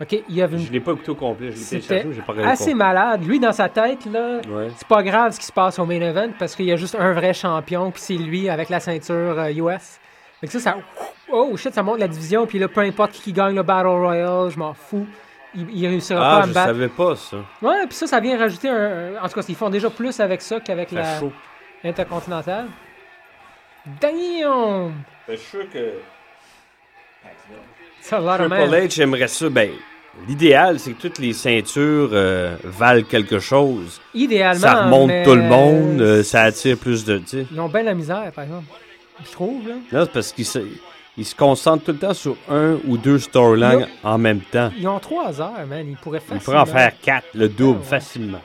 Speaker 5: Ok, il y avait
Speaker 6: je
Speaker 5: une.
Speaker 6: l'ai pas écouté au complet. Je l'ai
Speaker 5: C'était
Speaker 6: téléchargé, mais j'ai pas regardé.
Speaker 5: assez
Speaker 6: le
Speaker 5: malade. Lui, dans sa tête, là,
Speaker 6: complet. Ouais.
Speaker 5: c'est pas grave ce qui se passe au main event parce qu'il y a juste un vrai champion, puis c'est lui avec la ceinture euh, US. Fait que ça, ça. Oh shit, ça monte la division, puis là, peu importe qui, qui gagne le Battle Royale, je m'en fous. Il, il réussira pas
Speaker 6: Ah,
Speaker 5: à
Speaker 6: je
Speaker 5: me battre.
Speaker 6: savais pas ça.
Speaker 5: Ouais, puis ça, ça vient rajouter un. En tout cas, ils font déjà plus avec ça qu'avec
Speaker 6: C'est
Speaker 5: la.
Speaker 6: chaud.
Speaker 5: Intercontinental. Damn!
Speaker 6: Je suis sûr que.
Speaker 5: C'est a lot of
Speaker 6: Triple
Speaker 5: man.
Speaker 6: H, j'aimerais ça. Ben, L'idéal, c'est que toutes les ceintures euh, valent quelque chose.
Speaker 5: Idéalement.
Speaker 6: ça remonte
Speaker 5: mais-
Speaker 6: tout le monde, euh, ça attire plus de. tu sais.
Speaker 5: Ils ont bien la misère, par exemple. Je trouve, là.
Speaker 6: Là, c'est parce qu'ils se, ils se concentrent tout le temps sur un ou deux storylines
Speaker 5: Là.
Speaker 6: en même temps.
Speaker 5: Ils ont trois heures, man. Ils pourraient
Speaker 6: Ils
Speaker 5: facilement...
Speaker 6: pourraient en faire quatre, le double,
Speaker 5: Ah ouais.
Speaker 6: facilement.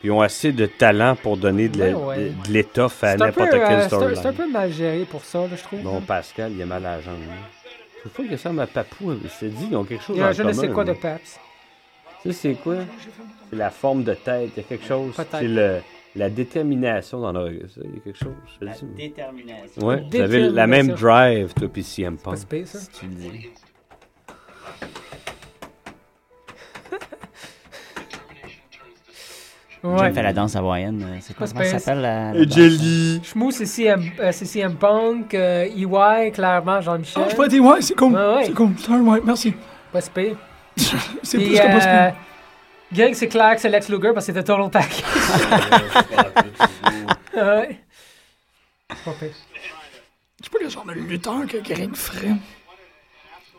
Speaker 6: Puis ils ont assez de talent pour donner de la-
Speaker 5: Ouais, Ben ouais.
Speaker 6: de- de l'étoffe à
Speaker 5: C'est un peu,
Speaker 6: n'importe
Speaker 5: euh,
Speaker 6: quelle
Speaker 5: c'est un- C'est un
Speaker 6: storyline.
Speaker 5: peu mal géré pour ça, là, je trouve.
Speaker 6: Non,
Speaker 5: là.
Speaker 6: Pascal, il a mal à la jambe. hein. Faut pas qu'il ressemble à Papou. hein. Il s'est dit, ils ont quelque chose
Speaker 5: Il y a
Speaker 6: en
Speaker 5: un euh, je ne sais
Speaker 6: commun,
Speaker 5: quoi
Speaker 6: là.
Speaker 5: de Paps.
Speaker 6: Tu sais, c'est quoi? C'est la forme de tête. Il y a quelque chose.
Speaker 5: Peut-être.
Speaker 6: C'est le- la détermination dans leur. ça, Il y a quelque chose. je te le
Speaker 4: La
Speaker 6: dis, moi.
Speaker 4: détermination.
Speaker 6: Ouais, vous avez la même drive, toi, pis CM
Speaker 5: Pas
Speaker 6: Punk.
Speaker 5: si pire, ça.
Speaker 4: Tu le dis. J'aime
Speaker 5: Ouais.
Speaker 4: faire la danse hawaïenne. euh, C'est quoi
Speaker 5: Pas
Speaker 4: comment ça
Speaker 5: space.
Speaker 4: s'appelle la. la danse?
Speaker 6: Jelly!
Speaker 5: Shmoo, c'est CM, euh, c'est CM Punk. euh, EY, clairement, Jean-Michel.
Speaker 3: Ah, je peux dire, ouais, c'est cool.
Speaker 5: Ouais, ouais.
Speaker 3: C'est cool. Star, ouais, merci.
Speaker 5: Pas si pire.
Speaker 3: C'est
Speaker 5: Puis,
Speaker 3: plus que
Speaker 5: euh,
Speaker 3: possible.
Speaker 5: Greg, c'est clair que c'est Lex Luger parce que c'était Total Pack. ouais. Pas pire.
Speaker 3: Je sais pas quel genre de lutteur que Greg ferait.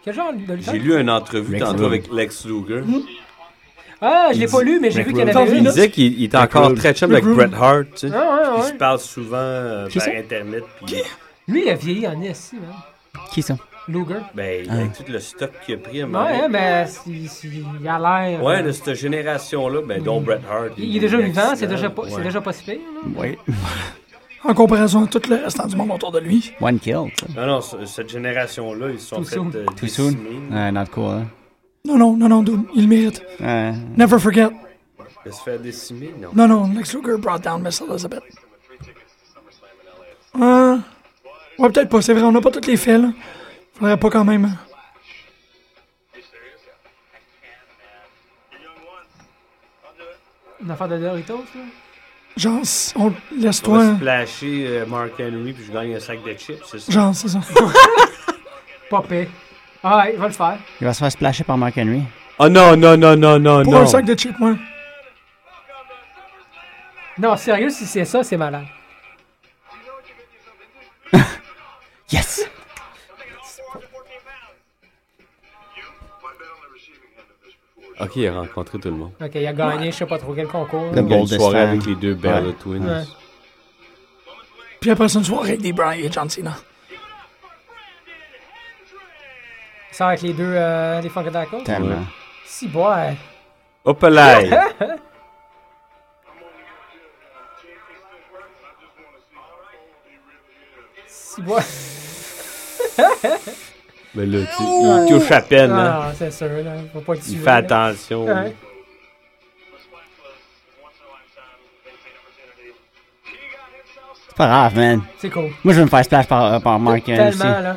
Speaker 5: Quel genre de lutteur?
Speaker 6: J'ai lu une entrevue
Speaker 4: Lex
Speaker 6: tantôt
Speaker 4: Luger.
Speaker 6: avec Lex Luger.
Speaker 5: Ah, je l'ai pas lu, mais j'ai
Speaker 4: Rick
Speaker 5: vu qu'il y en
Speaker 4: Rude.
Speaker 5: avait
Speaker 6: Il
Speaker 5: une.
Speaker 6: disait qu'il il était
Speaker 4: Rick
Speaker 6: encore
Speaker 4: Rude.
Speaker 6: très chum
Speaker 3: Rick
Speaker 6: avec
Speaker 3: Rude.
Speaker 6: Bret Hart, tu sais.
Speaker 5: Ah, ouais,
Speaker 6: Ils
Speaker 5: ouais.
Speaker 6: se parlent souvent euh,
Speaker 4: Qui
Speaker 6: par
Speaker 4: ça?
Speaker 6: Internet. Puis,
Speaker 5: Lui, il a vieilli en ISI, man.
Speaker 4: Qui ça
Speaker 5: Luger.
Speaker 6: ben,
Speaker 4: Ah.
Speaker 6: avec tout le stock qu'il a pris à un
Speaker 5: Ouais,
Speaker 6: moment donné.
Speaker 5: hein, mais c'est- c'est- il a l'air.
Speaker 6: Ouais,
Speaker 5: euh,
Speaker 6: de cette génération-là, ben, dont Bret Hart.
Speaker 5: il, il est déjà
Speaker 6: eu un
Speaker 5: vivant, c'est
Speaker 6: accident.
Speaker 5: déjà, pas- c'est
Speaker 6: Ouais.
Speaker 5: déjà pas si pire. là.
Speaker 4: Oui.
Speaker 3: En comparaison à tout le restant du monde autour de lui.
Speaker 4: One kill, ça.
Speaker 6: Non, non, ce- cette génération-là, ils se sont
Speaker 5: Too
Speaker 6: fait
Speaker 5: soon. Ah.
Speaker 6: euh,
Speaker 4: Too soon.
Speaker 6: décimer.
Speaker 4: Ouais, not cool, hein.
Speaker 3: Non, non, non, non, dude, il le mérite.
Speaker 4: Ouais.
Speaker 3: Never forget.
Speaker 6: De se faire décimer, non.
Speaker 3: Non, non, Lex Luger brought down Miss Elizabeth. Euh, ouais, peut-être pas, c'est vrai, on n'a pas toutes les faits, là. Faudrait pas quand même.
Speaker 5: Une affaire de Doritos, là.
Speaker 3: Genre, si on
Speaker 6: On va
Speaker 3: laisse-toi.
Speaker 6: splasher euh, Mark Henry, puis je gagne un sac de chips, c'est ça?
Speaker 3: Genre, c'est ça.
Speaker 5: Pas pire. Ah, ouais, il va le faire.
Speaker 4: Il va se faire splasher par Mark Henry.
Speaker 3: Ah,
Speaker 6: Oh non, non, non, non, non,
Speaker 3: Pour un sac de chips, moi.
Speaker 5: Non, sérieux, si c'est ça, c'est malade.
Speaker 4: Yes
Speaker 6: Ok, il a rencontré tout le monde.
Speaker 5: Ok, il a gagné, je sais pas trop quel
Speaker 4: Le
Speaker 5: concours.
Speaker 6: Il y a une
Speaker 4: Boldest
Speaker 6: soirée
Speaker 4: fan.
Speaker 6: avec les deux Bella
Speaker 4: Ouais.
Speaker 6: Twins.
Speaker 5: Ouais.
Speaker 3: Puis après, c'est une soirée avec des Brian et John Cena.
Speaker 5: Ça avec les deux, euh, les Funkadacos.
Speaker 4: Tellement.
Speaker 6: Ouais.
Speaker 5: Si, boy.
Speaker 6: Hop là!
Speaker 5: Si, boy.
Speaker 6: Mais là, tu, il touche à peine, hein.
Speaker 5: Ah, c'est sûr, là. Faut pas le tuer.
Speaker 6: Il fait
Speaker 5: là.
Speaker 6: attention.
Speaker 5: Ouais.
Speaker 4: C'est pas grave, man.
Speaker 5: C'est cool.
Speaker 4: Moi, je veux me faire splash par, euh, par Mark Henry aussi.
Speaker 5: Tellement, là.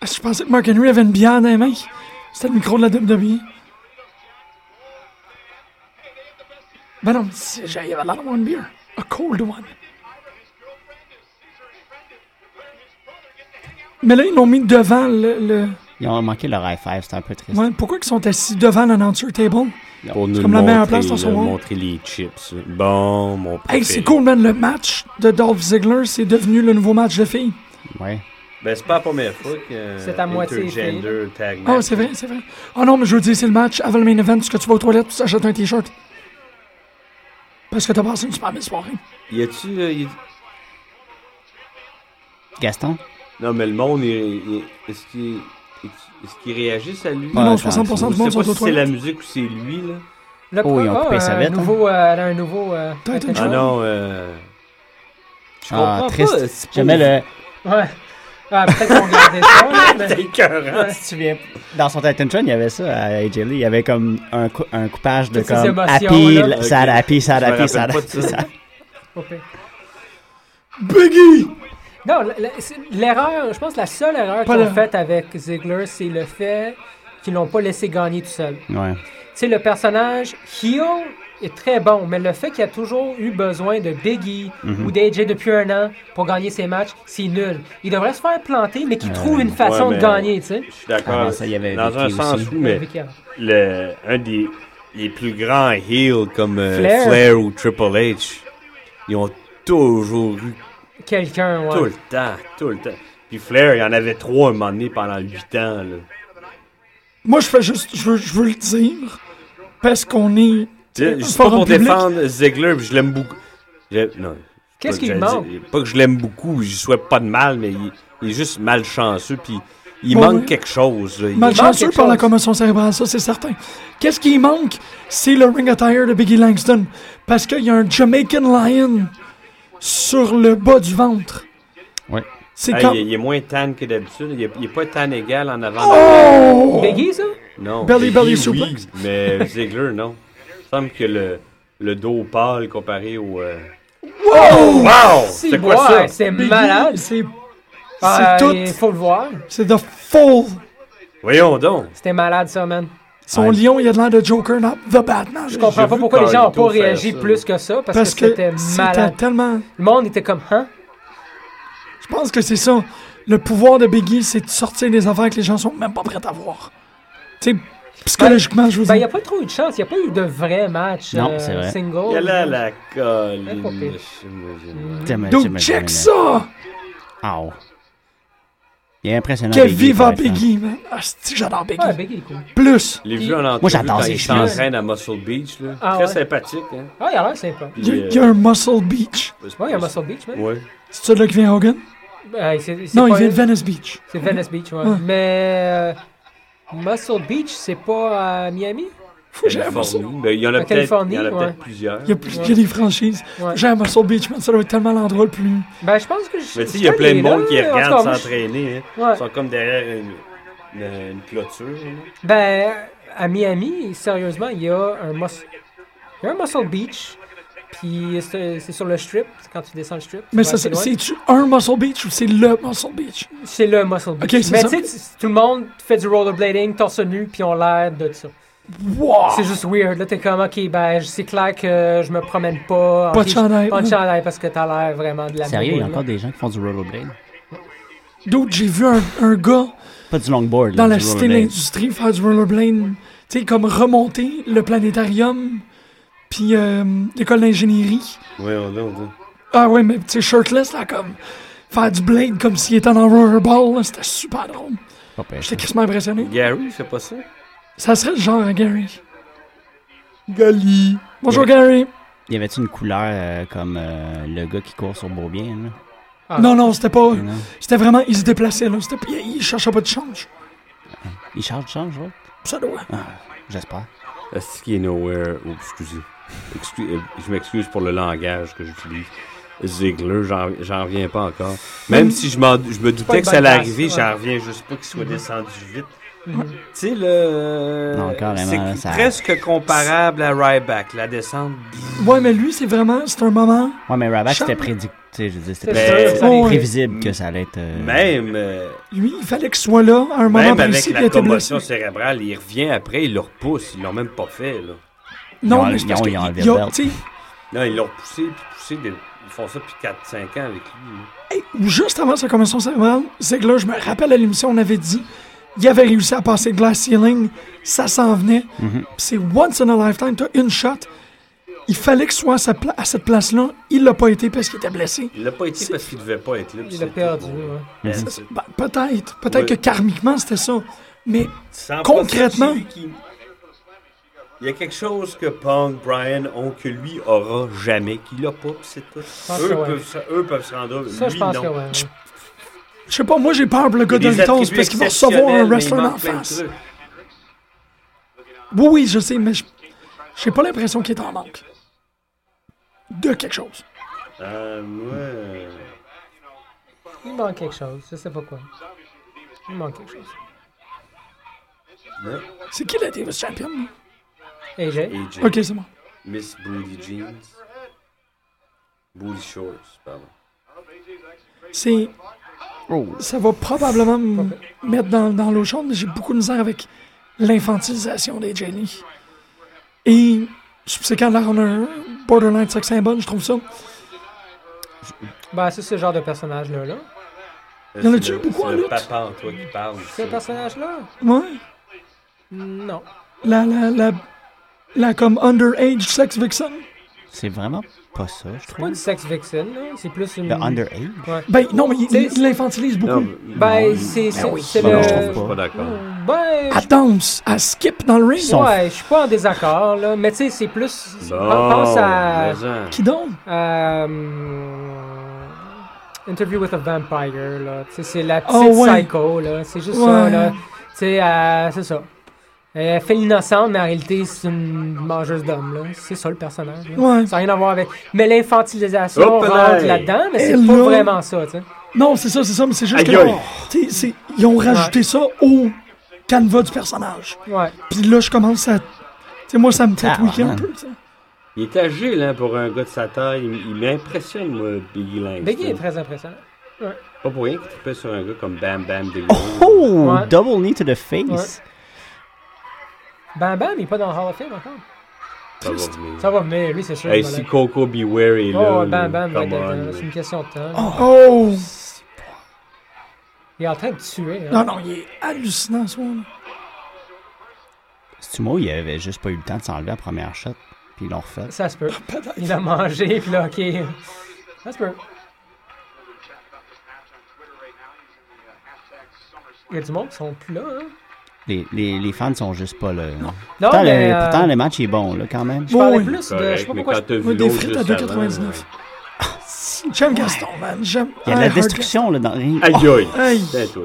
Speaker 3: Ah, Je pensais que Mark Henry avait une bière dans les mains. C'était le micro de la E. WWE. Ben non, c'est- j'avais l'air d'avoir une bière. A cold one. Mais là, ils l'ont mis devant le... le...
Speaker 4: Ils ont manqué leur high five, c'est un peu triste.
Speaker 3: Ouais, pourquoi ils sont assis devant l'announcer table?
Speaker 6: Pour nous
Speaker 3: comme la
Speaker 6: montrer,
Speaker 3: meilleure place dans son
Speaker 6: là,
Speaker 3: monde.
Speaker 6: montrer les chips. Bon, mon préféré.
Speaker 3: Hey, c'est cool, man. Le match de Dolph Ziggler, c'est devenu le nouveau match de filles.
Speaker 4: Ouais.
Speaker 6: Ben, c'est pas la première fois que...
Speaker 5: C'est à moitié
Speaker 6: Intergender tag
Speaker 3: Ah,
Speaker 6: match.
Speaker 3: c'est vrai, c'est vrai. Ah non, mais je veux dire, c'est le match avant le main event. Parce que tu vas aux toilettes, tu t'achètes un t-shirt. Parce que t'as passé une super belle soirée.
Speaker 6: Y a-tu... euh, y-
Speaker 4: Gaston
Speaker 6: Non, mais le monde, il- il- est-ce qu'il est-ce qu'il réagissent à lui?
Speaker 4: Pas
Speaker 3: non,
Speaker 4: tant
Speaker 3: 60% du monde
Speaker 6: Je sais pas
Speaker 3: sont aux
Speaker 6: si c'est la
Speaker 3: toilettes.
Speaker 6: musique ou c'est lui, là.
Speaker 5: Le
Speaker 4: Oh, ils ont
Speaker 5: pro-
Speaker 4: coupé
Speaker 5: ah,
Speaker 4: sa
Speaker 5: un
Speaker 4: vette, hein.
Speaker 5: nouveau, euh, elle a un nouveau. euh,
Speaker 3: Titan
Speaker 6: Ah
Speaker 3: Genre.
Speaker 6: non, euh... Je comprends pas,
Speaker 4: Ah, triste.
Speaker 6: c'est pas-
Speaker 4: J'aimais le.
Speaker 5: Ouais. Ah, peut-être qu'on gardait ça, là, mais-
Speaker 6: C'est écœurant.
Speaker 4: Si tu te souviens, dans son Titan Tron, il y avait ça à AJ Lee. Il y avait comme un, cou- un coupage de
Speaker 5: Toutes ces
Speaker 4: comme
Speaker 5: émotions,
Speaker 4: happy,
Speaker 5: là.
Speaker 4: sad happy, sad
Speaker 6: Je
Speaker 4: happy,
Speaker 6: me rappelle
Speaker 4: sad
Speaker 6: pas de
Speaker 4: happy.
Speaker 6: ça.
Speaker 4: sad-
Speaker 5: Pas pire.
Speaker 3: Biggie!
Speaker 5: Non, la- la- c'est- l'erreur, je pense que la seule erreur
Speaker 3: Pas
Speaker 5: qu'ils ont
Speaker 3: le-
Speaker 5: faite avec Ziggler, c'est le fait qu'ils l'ont pas laissé gagner tout seul.
Speaker 4: Ouais.
Speaker 5: Tu sais, le personnage heel est très bon, mais le fait qu'il a toujours eu besoin de Biggie
Speaker 6: Mhm.
Speaker 5: ou d'AJ depuis un an pour gagner ses matchs, c'est nul. Il devrait se faire planter, mais qu'il trouve une façon de
Speaker 6: ouais, mais-
Speaker 5: gagner, tu sais. euh,
Speaker 6: Je suis
Speaker 4: Ah,
Speaker 6: d'accord.
Speaker 4: mais ça, il y avait
Speaker 6: Dans un
Speaker 4: Vicky
Speaker 6: sens,
Speaker 4: aussi.
Speaker 6: oui, mais
Speaker 5: Vicky Allen.
Speaker 6: le, un des les plus grands heels comme euh,
Speaker 5: Flair.
Speaker 6: Flair. ou Triple H, ils ont toujours eu
Speaker 5: Quelqu'un, ouais.
Speaker 6: tout le temps, tout le temps. Puis Flair, il en avait trois à un moment donné pendant huit ans. là.
Speaker 3: Moi, je fais juste, je veux, je veux le dire, parce qu'on est.
Speaker 6: Je
Speaker 3: un
Speaker 6: suis pas
Speaker 3: forum
Speaker 6: pour
Speaker 3: public.
Speaker 6: défendre Ziggler, puis je l'aime beaucoup. Je- non.
Speaker 5: Qu'est-ce
Speaker 6: Pas que
Speaker 5: qu'il
Speaker 6: je-
Speaker 5: manque?
Speaker 6: Pas que je l'aime beaucoup, je lui souhaite pas de mal, mais il, il est juste malchanceux, puis il
Speaker 3: Ouais,
Speaker 6: manque
Speaker 3: ouais.
Speaker 6: quelque chose. là. Il-
Speaker 3: Malchanceux
Speaker 5: quelque
Speaker 3: par la
Speaker 5: chose.
Speaker 3: commotion cérébrale, ça c'est certain. Qu'est-ce qui manque? C'est le ring attire de Biggie Langston. Parce qu'il y a un Jamaican Lion sur le bas du ventre.
Speaker 4: Ouais.
Speaker 3: C'est
Speaker 6: Ah,
Speaker 3: quand.
Speaker 6: il, il est moins tan que d'habitude. Il est- Il n'est pas tan égal en avant.
Speaker 3: Oh!
Speaker 5: Peggy, ça?
Speaker 6: Non.
Speaker 3: Belly,
Speaker 6: Biggie,
Speaker 3: belly
Speaker 6: oui,
Speaker 3: suplex.
Speaker 6: mais Ziggler, non. Il me semble que le, le dos pâle comparé au. euh,
Speaker 3: Wow!
Speaker 6: Wow!
Speaker 5: Si,
Speaker 6: C'est quoi
Speaker 5: ouais,
Speaker 6: ça?
Speaker 5: C'est
Speaker 3: Biggie,
Speaker 5: malade.
Speaker 3: C'est.
Speaker 5: Ah,
Speaker 3: C'est
Speaker 5: Il
Speaker 3: tout.
Speaker 5: faut le voir.
Speaker 3: C'est The Fall.
Speaker 6: Voyons donc.
Speaker 5: C'était malade, ça, man.
Speaker 3: Son lion, il a de l'air de Joker dans The Batman.
Speaker 5: Je comprends
Speaker 6: J'ai
Speaker 5: pas
Speaker 6: vu
Speaker 5: pourquoi les gens n'ont
Speaker 6: Carlito
Speaker 5: pas réagi
Speaker 6: faire ça.
Speaker 5: plus que ça, parce,
Speaker 3: Parce
Speaker 5: que,
Speaker 3: que
Speaker 5: c'était
Speaker 3: c'était
Speaker 5: malade.
Speaker 3: tellement.
Speaker 5: Le monde était comme, hein?
Speaker 3: Je pense que c'est ça. Le pouvoir de Biggie, c'est de sortir des affaires que les gens sont même pas prêts à voir. Tu sais, psychologiquement, je vous
Speaker 5: Ben, il
Speaker 3: dis.
Speaker 5: n'y a pas trop eu de chance. Il n'y a pas eu de vrai match
Speaker 4: Non,
Speaker 5: euh,
Speaker 4: c'est vrai.
Speaker 5: single.
Speaker 6: Il y a là la
Speaker 5: Ouais, pas pire.
Speaker 6: colline. j'imagine.
Speaker 4: T'aimes-
Speaker 3: Donc,
Speaker 4: t'aimes-
Speaker 3: check
Speaker 4: t'aimes-
Speaker 3: ça!
Speaker 4: Ow. Il est impressionnant.
Speaker 3: Que
Speaker 4: Biggie,
Speaker 3: viva
Speaker 4: pour l'instant.
Speaker 3: Biggie, man! Ah, c'est-tu que j'adore Biggie.
Speaker 5: Ouais, Biggie, cool.
Speaker 3: Plus!
Speaker 6: Les vues en entrevue
Speaker 4: Moi, j'adore
Speaker 6: quand
Speaker 4: ses
Speaker 6: il
Speaker 4: cheveux.
Speaker 6: s'entraîne à Muscle Beach. Là.
Speaker 5: Ah,
Speaker 6: Très
Speaker 5: ouais.
Speaker 6: sympathique. Hein.
Speaker 5: Ah, il a l'air sympa.
Speaker 6: Puis,
Speaker 3: Il y a-
Speaker 6: euh,
Speaker 3: il y a un Muscle Beach.
Speaker 6: c'est-
Speaker 5: Ouais, il y a Muscle Beach, man.
Speaker 6: Ouais.
Speaker 3: C'est ça de là que vient Hogan?
Speaker 5: Ben, c'est- c'est
Speaker 3: Non, il
Speaker 5: pas-
Speaker 3: vient de Venice Beach.
Speaker 5: C'est Venice Beach, ouais.
Speaker 3: Ouais.
Speaker 5: Mais euh, Muscle Beach, c'est pas à Miami?
Speaker 3: Faut que j'aille à Muscle.
Speaker 6: Californie. Ben, il y en a
Speaker 5: La
Speaker 6: peut-être
Speaker 5: Californie,
Speaker 6: il y en a
Speaker 5: ouais.
Speaker 6: peut-être plusieurs.
Speaker 3: Il y a, plus- il y a des franchises.
Speaker 5: Ouais.
Speaker 3: J'ai un Muscle Beach, man. Ça doit être tellement l'endroit le plus.
Speaker 5: Ben, je pense que je.
Speaker 6: Mais tu sais, il y a
Speaker 5: je
Speaker 6: plein de
Speaker 5: suis allé
Speaker 6: monde qui
Speaker 5: là, en tout
Speaker 6: regarde
Speaker 5: cas, moi,
Speaker 6: s'entraîner. hein.
Speaker 5: Ouais.
Speaker 6: Ils sont comme derrière une, une- une clôture. hein. là.
Speaker 5: je- Ben, à Miami, sérieusement, il y a un Muscle. Il y a un Muscle Beach. Puis c'est c'est sur le strip, c'est quand tu descends le strip.
Speaker 3: Mais
Speaker 5: tu vas
Speaker 3: ça,
Speaker 5: assez
Speaker 3: c'est-
Speaker 5: loin.
Speaker 3: c'est-tu un Muscle Beach ou c'est le Muscle Beach?
Speaker 5: C'est le Muscle Beach.
Speaker 3: Ok, c'est
Speaker 5: Mais
Speaker 3: ça.
Speaker 5: tu sais, tu- tout le monde fait du rollerblading, torse nu, puis on l'air de ça.
Speaker 3: Wow!
Speaker 5: C'est juste weird. Là, t'es comme, ok, ben, c'est clair que je me promène pas.
Speaker 3: Pas de
Speaker 5: Ok, je-
Speaker 3: chandail.
Speaker 5: Pas de chandail parce que t'as l'air vraiment de la
Speaker 4: Sérieux, il y a
Speaker 5: boule,
Speaker 4: encore
Speaker 5: là.
Speaker 4: des gens qui font du rollerblade.
Speaker 3: D'autres, j'ai vu un, un gars
Speaker 4: Pas du longboard. là,
Speaker 3: dans
Speaker 4: du
Speaker 3: la cité de
Speaker 4: rollerblade.
Speaker 3: l'industrie faire du rollerblade. Tu sais, comme remonter le planétarium, puis euh, l'école d'ingénierie.
Speaker 6: Voyons donc. hein.
Speaker 3: Ah ouais, mais tu sais, shirtless, là, comme faire du blade comme s'il était dans Rollerball, là, c'était super drôle.
Speaker 4: Pas pire.
Speaker 3: J'étais quasiment impressionné.
Speaker 6: Gary, c'est pas ça?
Speaker 3: Ça serait le genre à Gary. Gally. Bonjour, Gary.
Speaker 4: Y avait-tu une couleur euh, comme euh, le gars qui court sur Beaubien, là?
Speaker 5: Ah.
Speaker 3: Non, non, c'était pas.
Speaker 4: Non?
Speaker 3: C'était vraiment. Il se déplaçait, là. C'était, il, il cherchait pas de change.
Speaker 4: Il charge, change, ouais?
Speaker 3: Ça doit.
Speaker 4: Ah. J'espère.
Speaker 6: Est-ce qu'il est nowhere? Oh, excusez. Excuse- euh, je m'excuse pour le langage que j'utilise. Ziegler, j'en j'en reviens pas encore. Même si je, m'en- je me
Speaker 5: Pas
Speaker 6: doutais
Speaker 5: une
Speaker 6: que ça
Speaker 5: bonne
Speaker 6: allait
Speaker 5: place,
Speaker 6: arriver,
Speaker 5: ouais.
Speaker 6: j'en reviens juste pas qu'il soit descendu vite.
Speaker 5: Mhm.
Speaker 6: Tu sais, le.
Speaker 4: Non, carrément,
Speaker 6: C'est
Speaker 4: là, ça-
Speaker 6: presque comparable à Ryback, la descente.
Speaker 3: Ouais, mais lui, c'est vraiment. C'est un moment.
Speaker 4: Ouais, mais Ryback,
Speaker 3: Charge.
Speaker 4: c'était prédic... tu sais, je veux dire, c'était
Speaker 5: C'est
Speaker 4: prédic-
Speaker 5: sûr, ça
Speaker 3: Oh, ouais.
Speaker 4: prévisible que ça allait être... euh,
Speaker 6: Même, euh,
Speaker 3: Lui, il fallait qu'il soit là à un moment
Speaker 6: même avec
Speaker 3: précis, puis il
Speaker 6: la
Speaker 3: était blessé.
Speaker 6: commotion cérébrale, il revient après, il le repousse. Ils l'ont même pas fait, là.
Speaker 3: Non,
Speaker 4: Ils ont-
Speaker 3: mais c'est parce
Speaker 4: ils ont-
Speaker 3: que.
Speaker 4: ils ont enlevé
Speaker 3: il y a-
Speaker 4: le belt.
Speaker 3: tu sais,
Speaker 6: Non, ils l'ont repoussé, puis poussé. des- Ils font ça depuis 4-5 ans avec lui. là.
Speaker 3: Hey, juste avant sa commotion cérébrale, c'est que là, je me rappelle à l'émission, on avait dit il avait réussi à passer le glass ceiling, ça s'en venait. Puis C'est once in a lifetime, t'as une shot. Il fallait que soit à, sa pla- à cette place-là. Il l'a pas été parce qu'il était blessé.
Speaker 6: Il l'a pas été parce qu'il devait pas être là. puis
Speaker 5: Il
Speaker 6: c'est
Speaker 5: a
Speaker 6: tout.
Speaker 5: perdu,
Speaker 6: Bon.
Speaker 5: ouais.
Speaker 6: Ben,
Speaker 4: Mhm.
Speaker 6: c'est-
Speaker 3: Ben, peut-être. Peut-être
Speaker 6: Ouais.
Speaker 3: que karmiquement, c'était ça. Mais
Speaker 6: tu sens pas
Speaker 3: Concrètement.
Speaker 6: ça, c'est lui qui- Il y a quelque chose que Punk, Brian ont que lui aura jamais, qu'il a pas, puis c'est tout.
Speaker 5: pense
Speaker 6: Eux,
Speaker 5: que ouais.
Speaker 6: peuvent, se- eux peuvent se rendre. Lui,
Speaker 5: Ça, je pense
Speaker 6: non.
Speaker 5: que ouais, ouais.
Speaker 3: je sais pas, moi, j'ai peur pour le gars
Speaker 6: Il y a des
Speaker 3: d'Olitos
Speaker 6: attributs
Speaker 3: parce qu'il va recevoir un
Speaker 6: exceptionnels, mais il
Speaker 3: wrestler
Speaker 6: manque
Speaker 3: en
Speaker 6: plein de
Speaker 3: face.
Speaker 6: trucs.
Speaker 3: Oui, oui, je sais, mais je- j'ai pas l'impression qu'il est en manque de quelque chose.
Speaker 6: Euh, ouais.
Speaker 5: Il manque quelque chose, je sais pas quoi. Il manque quelque chose.
Speaker 3: C'est qui la Davis Champion?
Speaker 5: AJ?
Speaker 6: AJ.
Speaker 3: Ok, c'est bon.
Speaker 6: Miss Booty Jeans. Booty Shorts, pardon.
Speaker 3: C'est.
Speaker 6: Oh.
Speaker 3: Ça va probablement me mettre dans, dans l'eau chaude, mais j'ai beaucoup de misère avec l'infantilisation des Jenny. Et subséquent, là, on a un borderline sex symbol, je trouve ça.
Speaker 5: Ben, c'est ce genre de personnage-là, là.
Speaker 6: Il
Speaker 3: y en a-tu beaucoup en
Speaker 6: C'est le
Speaker 3: lutte?
Speaker 6: papa en toi qui parle.
Speaker 5: Ce personnage-là?
Speaker 3: Ouais.
Speaker 5: Non.
Speaker 3: La, la, la, la comme underage sex vixen.
Speaker 4: C'est vraiment pas ça, je
Speaker 5: C'est pas
Speaker 4: trouve.
Speaker 5: une sex vixen, là. C'est plus une.
Speaker 4: Le underage.
Speaker 5: Ouais.
Speaker 3: Ben non, mais il-
Speaker 5: C'est-
Speaker 3: il l'infantilise beaucoup.
Speaker 6: Non,
Speaker 5: Ben,
Speaker 6: non,
Speaker 5: c'est-
Speaker 6: non,
Speaker 5: c'est-
Speaker 6: oui.
Speaker 5: c'est
Speaker 6: Non, non,
Speaker 4: le-
Speaker 6: je trouve pas d'accord.
Speaker 5: Ben, je
Speaker 3: Elle danse, elle skip dans le ring.
Speaker 4: Son-
Speaker 5: Ouais, je suis pas en désaccord, là. Mais tu sais, c'est plus.
Speaker 6: Bon,
Speaker 5: pense à.
Speaker 6: mais-en.
Speaker 3: Qui donc?
Speaker 5: à, hum, Interview with a Vampire, là. Tu sais, c'est la petite
Speaker 3: Oh, ouais.
Speaker 5: psycho, là. C'est juste ça,
Speaker 3: Ouais.
Speaker 5: là. Tu sais, euh, c'est ça. Elle fait l'innocente, mais en réalité, c'est une mangeuse d'hommes, là. C'est ça, le personnage. là.
Speaker 3: Ouais.
Speaker 5: Ça n'a rien à voir avec. Mais l'infantilisation
Speaker 6: Hop
Speaker 5: rentre
Speaker 6: là!
Speaker 5: là-dedans, mais c'est
Speaker 3: Et
Speaker 5: pas
Speaker 3: là-
Speaker 5: vraiment ça, tu sais.
Speaker 3: Non, c'est ça, c'est ça, mais c'est juste
Speaker 6: Aïe,
Speaker 3: que.
Speaker 6: aïe.
Speaker 3: tu sais, c'est- Ils ont rajouté ça au canevas du personnage.
Speaker 5: Ouais.
Speaker 3: Puis là, je commence à. Tu sais, moi, ça me tatouille un
Speaker 4: Tabarnak.
Speaker 3: peu, tu sais.
Speaker 6: Il est agile hein, pour un gars de sa taille. Il, il m'impressionne, moi, Biggie Langston.
Speaker 5: Biggie est très impressionnant.
Speaker 6: Pas pour rien qu'il trippait sur un gars comme Bam Bam Biggie.
Speaker 4: Oh!
Speaker 5: Ouais.
Speaker 4: Double knee to the face.
Speaker 5: Bam Bam, il est pas dans le Hall of Fame encore.
Speaker 6: Ça va venir.
Speaker 5: Ça va venir, lui, c'est sûr.
Speaker 6: Hey,
Speaker 5: voilà.
Speaker 6: si Coco Beware est là,
Speaker 5: Oh, ouais, Bam Bam, va être
Speaker 6: come
Speaker 5: dedans,
Speaker 6: on.
Speaker 5: ben, c'est une question de
Speaker 4: Ah.
Speaker 5: temps.
Speaker 3: Oh! oh.
Speaker 5: Il est en train de tuer. hein.
Speaker 3: Non, non, il est hallucinant, ce moment
Speaker 4: C'est-tu moi, il avait juste pas eu le temps de s'enlever la première shot, puis ils l'ont refait.
Speaker 5: Ça se peut.
Speaker 3: Peut-être.
Speaker 5: Il a mangé, puis là, ok. Ça se peut. Il y a du monde qui sont plus là, hein?
Speaker 4: Les, les, les fans sont juste pas là.
Speaker 5: Non,
Speaker 4: pourtant,
Speaker 5: mais.
Speaker 4: le,
Speaker 5: euh,
Speaker 4: pourtant, le match est bon, là, quand même.
Speaker 5: je parlais
Speaker 3: Oui.
Speaker 5: plus de. Je sais
Speaker 6: Correct,
Speaker 5: pas
Speaker 6: mais
Speaker 5: pourquoi.
Speaker 6: quand
Speaker 5: je-
Speaker 6: t'as
Speaker 3: Moi,
Speaker 6: vu
Speaker 3: des
Speaker 6: l'autre
Speaker 3: frites à
Speaker 6: juste avant,
Speaker 3: 2,99.
Speaker 6: ouais.
Speaker 3: J'aime Gaston, man. J'aime.
Speaker 4: Il y a de la
Speaker 3: I heard
Speaker 4: destruction, là, dans le ring.
Speaker 6: Aïe, aïe.
Speaker 3: Gaston. Aïe.
Speaker 6: Tiens, toi.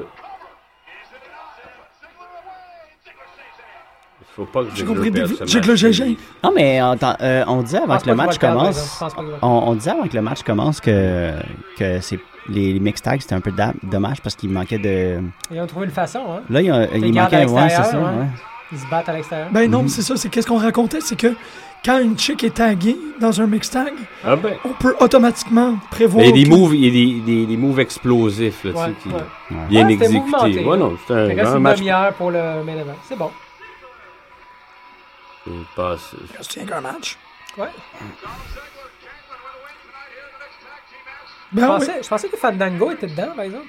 Speaker 6: Faut pas que
Speaker 3: J'ai
Speaker 6: Ziggler
Speaker 3: compris le
Speaker 6: perde
Speaker 3: début.
Speaker 6: ce
Speaker 3: J'ai que le
Speaker 6: match.
Speaker 3: GG.
Speaker 4: Non, mais attends, euh, on disait avant
Speaker 5: pense
Speaker 4: que le
Speaker 5: Ah, pas
Speaker 4: match
Speaker 5: qu'il va le perdre, je
Speaker 4: commence. Ah.
Speaker 5: pense pas qu'il va le
Speaker 4: On, on disait avant que le match commence que, que c'est les, les mixed tags c'était un peu da- dommage parce qu'il manquait de.
Speaker 5: Ils ont trouvé une façon, hein?
Speaker 4: Là, il, y a- il
Speaker 5: gardes
Speaker 4: manquait
Speaker 5: à
Speaker 4: un. Ouais, c'est
Speaker 5: l'extérieur,
Speaker 4: ça.
Speaker 5: ouais.
Speaker 4: ouais.
Speaker 5: Ils se battent à l'extérieur.
Speaker 3: Ben
Speaker 4: Mm-hmm.
Speaker 3: non, mais c'est ça, c'est qu'est-ce qu'on racontait, c'est que quand une chick est taguée dans un mix tag,
Speaker 6: Ah ben.
Speaker 3: on peut automatiquement prévoir.
Speaker 6: Mais il y a
Speaker 3: que-
Speaker 6: des moves, il y a des, des, des moves explosifs, là, tu
Speaker 5: Ouais,
Speaker 6: sais, qui-
Speaker 5: ouais.
Speaker 3: Ah,
Speaker 6: bien
Speaker 5: Ouais, c'était
Speaker 6: exécutés.
Speaker 5: mouvementé,
Speaker 6: Ouais, non, c'est
Speaker 5: Il
Speaker 6: un,
Speaker 5: reste
Speaker 6: grand
Speaker 5: une
Speaker 6: match.
Speaker 5: demi-heure pour le main event. C'est bon.
Speaker 6: Il passe-
Speaker 3: C'est rien qu'un match.
Speaker 5: Ouais.
Speaker 4: Ah
Speaker 5: Je
Speaker 3: Ben oui.
Speaker 5: pensais, je pensais que Fandango était dedans, par exemple.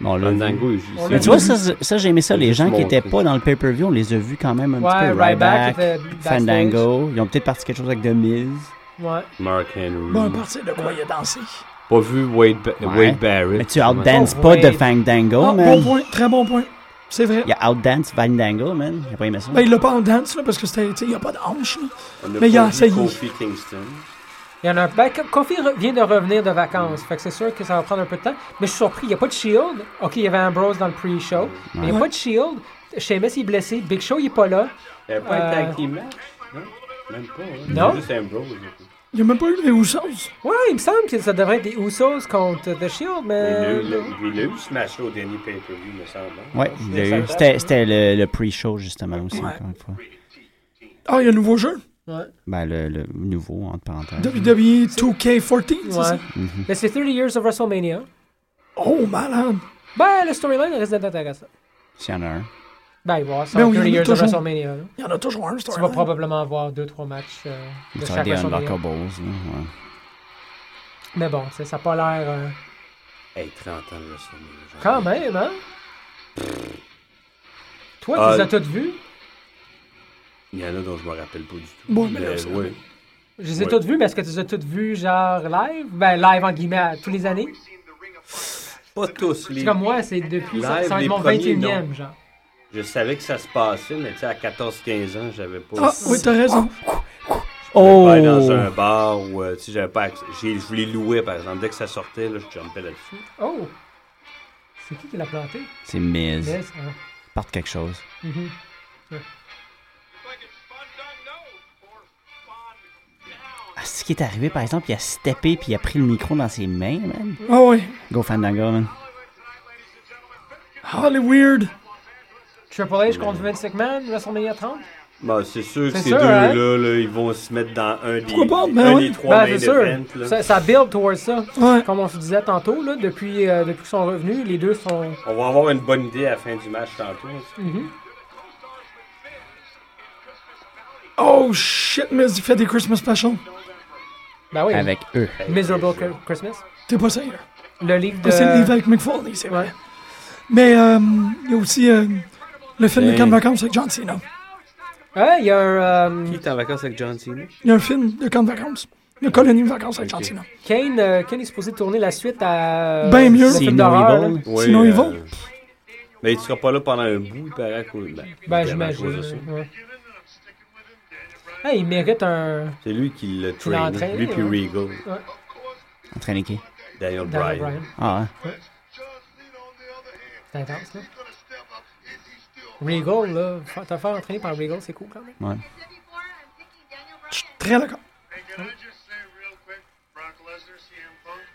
Speaker 4: Bon, là,
Speaker 6: Fandango, il-
Speaker 5: On
Speaker 6: c'est-
Speaker 5: l'a
Speaker 4: Mais tu vois, ça, ça j'ai aimé ça. Les gens qui
Speaker 6: Montré.
Speaker 4: étaient pas dans le pay-per-view, on les a vus quand même un
Speaker 5: Ouais,
Speaker 4: petit peu.
Speaker 5: Ryback était backstage.
Speaker 4: Fandango. Ils ont peut-être parti quelque chose avec The Miz.
Speaker 5: Ouais.
Speaker 6: Mark Henry.
Speaker 3: Bon, à partir de quoi il a dansé.
Speaker 6: Pas vu Wade, Ba-
Speaker 4: Ouais.
Speaker 6: Wade Barrett.
Speaker 4: Mais tu
Speaker 6: Ouais.
Speaker 4: outdances
Speaker 5: Oh,
Speaker 4: pas de
Speaker 5: ouais.
Speaker 4: Fandango,
Speaker 3: Ah,
Speaker 4: Oh, man.
Speaker 3: bon point, très bon point. C'est vrai.
Speaker 4: Il a outdance Fandango, man. Il a pas aimé ça.
Speaker 3: Ben, il l'a pas en danse, là, parce que c'était, tu sais, il n'y a pas de hanche, là.
Speaker 6: On n'a
Speaker 3: Mais il a Euh.
Speaker 6: pas vu
Speaker 3: essayé.
Speaker 6: Kofi Kingston.
Speaker 5: Il y en a un. Ben, Ko- Kofi re- vient de revenir de vacances. Fait que c'est sûr que ça va prendre un peu de temps. Mais je suis surpris, il n'y a pas de Shield. Ok, il y avait Ambrose dans le pre-show. Mais il n'y a
Speaker 4: Ouais.
Speaker 5: pas de Shield. Sheamus il est blessé. Big Show, il n'est pas là.
Speaker 6: Il n'y avait pas un
Speaker 5: Euh,
Speaker 6: tag team match, non? Même pas, hein?
Speaker 5: Non.
Speaker 6: C'est juste Ambrose.
Speaker 3: Il n'y a même pas eu les houssos.
Speaker 5: Ouais, il me semble que ça devrait être des Usos contre The Shield,
Speaker 6: Il l'a
Speaker 5: mais.
Speaker 6: eu- Il l'a eu smash au dernier pay-per-view, me semble. hein?
Speaker 4: Ouais, il l'a eu. C'était c'était le, le pre-show, justement, aussi, encore une fois.
Speaker 3: Ah, il y a un nouveau jeu.
Speaker 4: Ben, le, le nouveau, entre parenthèses.
Speaker 3: WWE 2K14, c'est
Speaker 5: Ouais.
Speaker 3: ça?
Speaker 5: Mais c'est 30 Years of WrestleMania.
Speaker 3: Oh, malade.
Speaker 5: Ben, le storyline reste d'être intéressant.
Speaker 4: S'il y en a un.
Speaker 5: Ben, il va y avoir ça,
Speaker 3: Ben oui,
Speaker 5: 30
Speaker 3: il y en a
Speaker 5: Years of
Speaker 3: toujours.
Speaker 5: WrestleMania. là.
Speaker 3: Il y en a toujours un,
Speaker 5: Tu vas
Speaker 3: storyline.
Speaker 5: probablement avoir 2-3 matchs euh, de
Speaker 4: Ça va
Speaker 5: chaque
Speaker 4: être des
Speaker 5: WrestleMania.
Speaker 4: unlockables. là, ouais.
Speaker 5: Mais bon, tu sais, ça n'a pas l'air. euh,
Speaker 6: Hey, 30 ans de WrestleMania. j'en
Speaker 5: Quand
Speaker 6: ai-
Speaker 5: même, hein? Toi,
Speaker 6: Ah,
Speaker 5: tu les as toutes vues.
Speaker 6: Il y en a dont je me rappelle pas du tout.
Speaker 3: Bon, mais là,
Speaker 6: Mais
Speaker 3: c'est-
Speaker 6: ouais.
Speaker 5: Je les ai
Speaker 6: Ouais.
Speaker 5: toutes vues, mais est-ce que tu les as toutes vues, genre live? Ben, live en guillemets, à- tous les années.
Speaker 6: Pas tous les.
Speaker 5: C'est comme moi, c'est depuis. Ça,
Speaker 6: Live,
Speaker 5: ça va
Speaker 6: les
Speaker 5: être mon
Speaker 6: premiers,
Speaker 5: 21e,
Speaker 6: non.
Speaker 5: genre.
Speaker 6: Je savais que ça se passait, mais tu sais, à 14-15 ans, j'avais pas.
Speaker 3: Ah, oui, t'as raison.
Speaker 6: J'allais
Speaker 4: Oh!
Speaker 6: pas dans un bar ou euh, tu sais, j'avais pas accès. j'ai- Je les louais, par exemple. Dès que ça sortait, là, je jumpais là-dessus.
Speaker 5: Oh! C'est qui qui l'a planté?
Speaker 4: C'est Miz.
Speaker 5: Yes, hein.
Speaker 4: Parte quelque chose.
Speaker 5: Mhm.
Speaker 4: Ah, ce qui est arrivé, par exemple, il a steppé puis il a pris le micro dans ses mains, man.
Speaker 3: Ah, oui.
Speaker 4: Go Fandango, man.
Speaker 3: Ah, les weird.
Speaker 5: Triple H contre Vince McMahon, WrestleMania 30?
Speaker 6: Bah, c'est sûr que
Speaker 5: C'est
Speaker 6: ces
Speaker 5: sûr,
Speaker 6: deux-là,
Speaker 5: hein?
Speaker 6: là, ils vont se mettre dans un des,
Speaker 3: Pourquoi pas? Ben
Speaker 6: un
Speaker 3: ouais.
Speaker 6: des trois
Speaker 5: Ben,
Speaker 6: main
Speaker 5: c'est sûr.
Speaker 6: events, là.
Speaker 5: Ça, ça build towards ça.
Speaker 3: Ouais.
Speaker 5: Comme on se disait tantôt, là, depuis, euh, depuis qu'ils sont revenus, les deux sont.
Speaker 6: On va avoir une bonne idée à la fin du match tantôt.
Speaker 3: Oh, shit, mais il fait des Christmas specials.
Speaker 5: Ben oui.
Speaker 4: Avec eux.
Speaker 5: Miserable Cri- Christmas.
Speaker 3: T'es pas sérieux.
Speaker 5: Le livre de.
Speaker 3: Ah, C'est le livre avec McFarlane, c'est vrai.
Speaker 5: Euh, Ouais.
Speaker 3: Mais euh, il y a aussi euh, le film de
Speaker 6: Hey.
Speaker 3: Camp Vacances avec John Cena.
Speaker 5: Ouais, il y a un. euh,
Speaker 6: Qui est en vacances avec John Cena?
Speaker 3: Il y a un film de Camp Vacances. une colonie de vacances argentine.
Speaker 5: Kane, euh, Kane est supposé tourner la suite à.
Speaker 3: Ben mieux.
Speaker 5: le
Speaker 3: C'est
Speaker 4: C'est
Speaker 5: film
Speaker 4: No
Speaker 5: d'horreur,
Speaker 4: Evil.
Speaker 5: là.
Speaker 6: Ouais,
Speaker 3: Sinon, ils vont.
Speaker 6: euh, Mais il sera pas là pendant un bout, il paraît. à cause- Ben,
Speaker 5: Ben,
Speaker 6: évidemment, à cause
Speaker 5: j'imagine.
Speaker 6: de ça.
Speaker 5: ouais. Hey, il mérite un.
Speaker 6: C'est lui qui l'a
Speaker 5: l'a
Speaker 6: traîné.
Speaker 5: entraîné,
Speaker 6: Lui puis
Speaker 5: ouais.
Speaker 6: Regal.
Speaker 4: Entraîné qui?
Speaker 6: Daniel
Speaker 5: Daniel
Speaker 6: Bryan.
Speaker 4: Ah, hein.
Speaker 5: C'est intense, là. Regal, là. fa- T'as fait entraîner par Regal, c'est cool, quand même.
Speaker 4: ouais.
Speaker 3: Je suis très d'accord.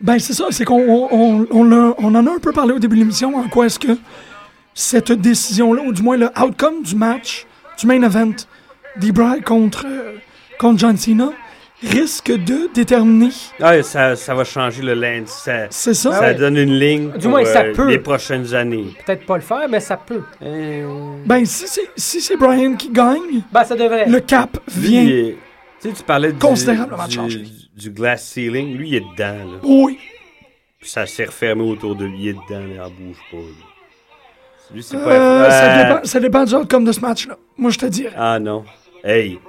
Speaker 3: Ben, c'est ça, c'est qu'on on, on- on l'a- on en a un peu parlé au début de l'émission, en quoi est-ce que cette décision-là, ou du moins le outcome du match, du main event, d'Ebray contre, euh, contre John Cena, risque de déterminer,
Speaker 6: Ah, ça, ça va changer le land. Ça,
Speaker 3: c'est ça,
Speaker 6: ça donne une ligne
Speaker 5: Du
Speaker 6: pour
Speaker 5: moins, ça
Speaker 6: euh,
Speaker 5: peut.
Speaker 6: les prochaines années.
Speaker 5: Peut-être pas le faire, mais ça peut.
Speaker 3: ben, si c'est si c'est Brian qui gagne,
Speaker 5: Ben, ça devrait.
Speaker 3: le cap
Speaker 6: Lui, il
Speaker 3: vient.
Speaker 6: est- Tu sais, tu parlais du,
Speaker 3: Considérablement
Speaker 6: du,
Speaker 3: changé.
Speaker 6: du glass ceiling. Lui, il est dedans. Là.
Speaker 3: Oui,
Speaker 6: Puis ça s'est refermé autour de lui. Il est dedans. Il en bouge pas. là. Lui, c'est pas...
Speaker 3: Euh, ça,
Speaker 6: Ah,
Speaker 3: dépend, ça dépend du outcome de ce match-là, moi je te dirais.
Speaker 6: Ah non. Hey.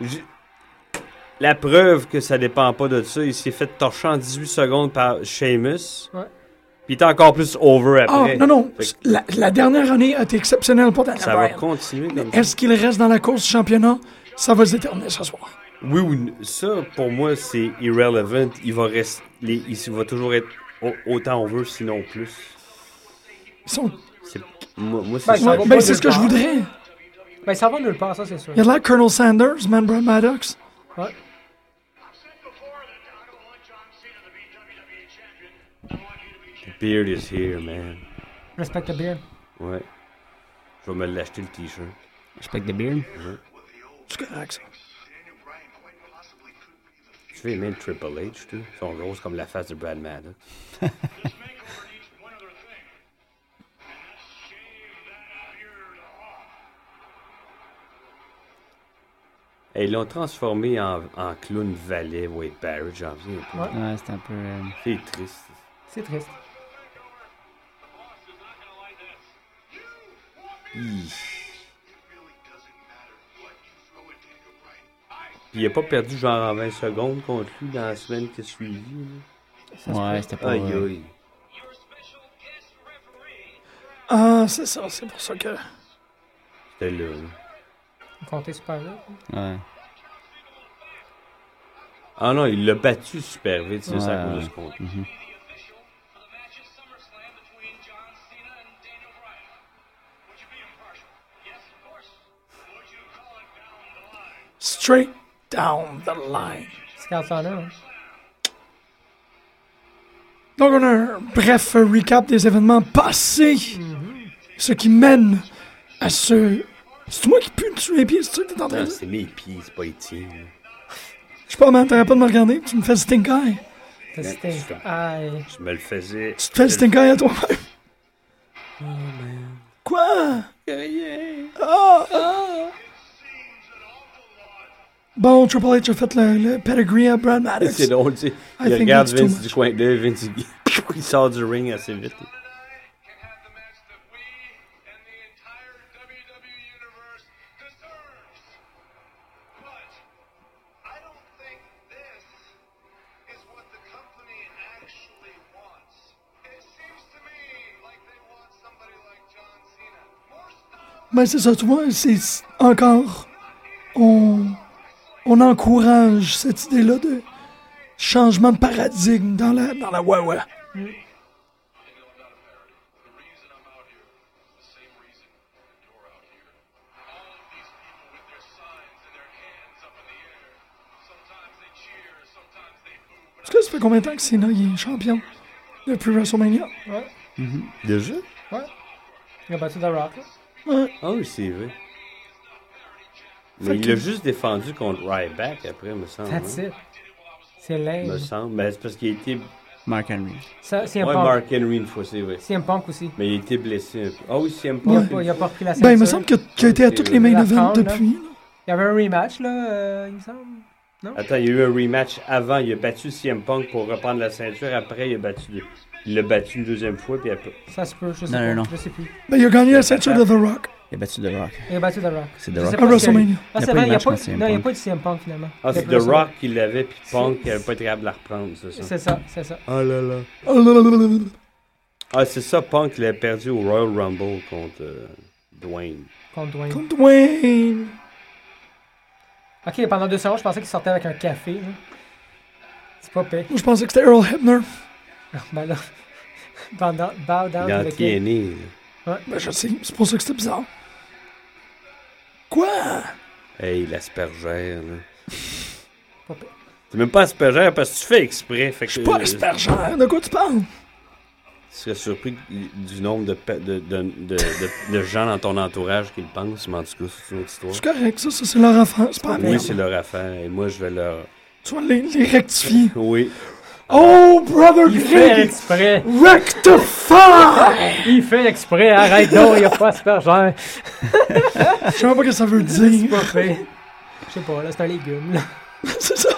Speaker 6: J- La preuve que ça dépend pas de ça, il s'est fait torcher en 18 secondes par Sheamus.
Speaker 5: Ouais.
Speaker 6: Puis il est encore plus over
Speaker 3: Ah,
Speaker 6: après.
Speaker 3: non, non,
Speaker 6: Fait que
Speaker 3: la, la dernière année a été exceptionnelle pour Daniel
Speaker 6: ça va
Speaker 3: Bryan.
Speaker 6: continuer comme ça.
Speaker 3: Est-ce qu'il reste dans la course du championnat? Ça va se déterminer ce soir.
Speaker 6: Oui ou n- ça, pour moi, c'est irrelevant. Il va rester, les- il va toujours être au- autant on veut, sinon plus.
Speaker 3: Ils sont-
Speaker 6: C'est- Moi, moi, c'est
Speaker 5: Ben,
Speaker 6: ça.
Speaker 5: va
Speaker 3: Ouais,
Speaker 5: pas
Speaker 3: ben, c'est ce que
Speaker 5: nulle
Speaker 3: je
Speaker 5: part.
Speaker 3: voudrais.
Speaker 5: Ben, ça va nulle part, ça, c'est sûr.
Speaker 3: Il y a de l'air Colonel Sanders, Man Brad Maddox.
Speaker 5: Ouais.
Speaker 6: Beard is here, man.
Speaker 5: Respect the beer.
Speaker 6: Ouais. Je vais me l'acheter le t-shirt.
Speaker 4: Respect the beard.
Speaker 3: C'est correct, ça.
Speaker 6: Je vais aimer le Triple H, tu sais. Ils sont grosses comme la face de Brad Maddox. Et ils l'ont transformé en, en clown valet, Wade Barrett, j'en viens pas.
Speaker 5: Ouais.
Speaker 4: Ouais, c'est un peu. euh,
Speaker 6: C'est triste.
Speaker 5: C'est triste.
Speaker 6: Puis il a pas perdu genre en 20 secondes contre lui dans la semaine qui a suivi. là.
Speaker 4: Ouais, c'était pas.
Speaker 6: Aïe
Speaker 4: euh,
Speaker 6: aïe.
Speaker 3: Ah, c'est ça, c'est pour ça que.
Speaker 6: C'était là. là.
Speaker 5: Comptez super là.
Speaker 4: Ouais.
Speaker 6: Ah non, il l'a battu super vite, c'est ça à
Speaker 4: Ouais.
Speaker 6: cause de ce contre.
Speaker 4: mhm.
Speaker 3: Straight down the line.
Speaker 5: C'est quand ça en a, hein.
Speaker 3: Donc, on a un bref recap des événements passés.
Speaker 5: Mm-hmm.
Speaker 3: Ce qui mène à ce. C'est moi qui pue sous les pieds, c'est ça que t'es en train
Speaker 6: Non,
Speaker 3: de dire?
Speaker 6: C'est mes pieds, c'est pas les tiens. là.
Speaker 3: Je sais pas, man, t'arrêtes pas de me regarder, tu me fais stink eye.
Speaker 5: Ça, c'était-
Speaker 6: c'est
Speaker 5: Aïe.
Speaker 6: Je me le faisais.
Speaker 3: Tu te fais stink eye à toi-même. Quoi? Ah, ah. Bon, Triple H a fait le, le pedigree à Brad Maddox.
Speaker 6: C'est drôle, tu sais.
Speaker 3: I
Speaker 6: Il
Speaker 3: think
Speaker 6: regarde
Speaker 3: that's too
Speaker 6: Vince
Speaker 3: much.
Speaker 6: du coin d'œil, Vince il- il sort du ring assez vite.
Speaker 7: E
Speaker 3: Ben c'est ça, tu vois, c'est c'est- encore. On, on encourage cette idée-là de changement de paradigme dans la, dans la Wawa. Parce que ça fait combien de temps que Cena il est champion depuis WrestleMania?
Speaker 5: Ouais.
Speaker 6: Déjà?
Speaker 5: Ouais. Il a battu The Rock, là.
Speaker 3: Ouais.
Speaker 6: Ah oui, c'est vrai.
Speaker 3: Fait
Speaker 6: Mais il
Speaker 3: que-
Speaker 6: l'a juste défendu contre Ryback après, me semble.
Speaker 5: That's
Speaker 6: hein.
Speaker 5: it. C'est
Speaker 6: Me
Speaker 5: lame.
Speaker 6: semble. Mais c'est parce qu'il a été. Ouais,
Speaker 4: Mark Henry.
Speaker 5: Ça, CM Punk.
Speaker 6: Mark Henry une fois, c'est vrai.
Speaker 5: CM Punk aussi.
Speaker 6: Mais il a été blessé un peu. Ah oui, CM
Speaker 5: Il
Speaker 6: Punk.
Speaker 5: a pas, il a pas repris la ceinture.
Speaker 3: Ben, il me semble que tu as été à toutes les main
Speaker 5: La
Speaker 3: events
Speaker 5: Crown, là.
Speaker 3: depuis. là.
Speaker 5: Il y avait un rematch, là, euh, il me semble.
Speaker 6: Attends, il y a eu un rematch avant. Il a battu CM Punk pour reprendre la ceinture. Après, il a battu. Il l'a battu une deuxième fois, puis après.
Speaker 5: Ça se peut, je sais
Speaker 4: Non,
Speaker 5: pas.
Speaker 4: non, non.
Speaker 5: Je sais plus.
Speaker 3: Ben, il a gagné la ceinture de The Rock.
Speaker 4: Il a battu The Rock.
Speaker 5: Il a battu The Rock.
Speaker 4: C'est The
Speaker 5: Je
Speaker 4: Rock.
Speaker 5: sais
Speaker 3: À
Speaker 5: pas si-
Speaker 3: WrestleMania.
Speaker 5: Ah,
Speaker 4: Il y a
Speaker 5: c'est
Speaker 4: pas eu
Speaker 5: vrai,
Speaker 4: de
Speaker 5: il n'y a,
Speaker 4: match
Speaker 5: pas
Speaker 4: contre
Speaker 5: eu-
Speaker 4: CM
Speaker 5: non, il y a
Speaker 4: Punk.
Speaker 5: pas eu de CM Punk finalement.
Speaker 6: Ah, c'est
Speaker 5: Il y
Speaker 6: The
Speaker 5: a plus-
Speaker 6: Rock qui l'avait, puis Punk qui n'avait pas été capable de la reprendre, c'est ça?
Speaker 5: C'est ça, c'est ça.
Speaker 6: Oh là là.
Speaker 3: Oh là là là là là là.
Speaker 6: Ah, c'est ça, Punk l'a perdu au Royal Rumble contre euh, Dwayne.
Speaker 5: Contre Dwayne.
Speaker 3: Contre Dwayne.
Speaker 5: Ok, pendant deux secondes, je pensais qu'il sortait avec un café. là. C'est pas pire.
Speaker 3: Moi, je pensais que c'était Earl Hebner.
Speaker 5: Ben là, bow down, bow down to the
Speaker 6: Gantier est
Speaker 5: king.
Speaker 6: né. E, là.
Speaker 3: Ben, je sais. C'est pour ça que c'était bizarre. Quoi?
Speaker 6: Hey, l'aspergère, là.
Speaker 5: Pas pire.
Speaker 6: C'est même pas aspergère parce que tu fais exprès. Fait que,
Speaker 3: Je suis pas
Speaker 6: euh,
Speaker 3: aspergère. De quoi tu parles?
Speaker 6: Tu serais surpris du nombre de, pe- de, de, de, de- de gens dans ton entourage qui le pensent, mais en tout cas, c'est une autre histoire.
Speaker 3: C'est correct, ça. ça c'est leur affaire. C'est pas la
Speaker 6: Oui,
Speaker 3: merde.
Speaker 6: c'est leur affaire, et moi, je vais leur...
Speaker 3: Tu vas les, les rectifier.
Speaker 6: Oui.
Speaker 3: Oh, brother
Speaker 5: Il fait
Speaker 3: Greg!
Speaker 5: exprès!
Speaker 3: Rectify!
Speaker 5: Il fait exprès! Arrête donc, il n'y a pas aspergère!
Speaker 3: Je sais même pas ce que ça veut
Speaker 5: C'est
Speaker 3: dire.
Speaker 5: pas fait. Je sais pas, là, c'est un légume, là.
Speaker 3: C'est ça.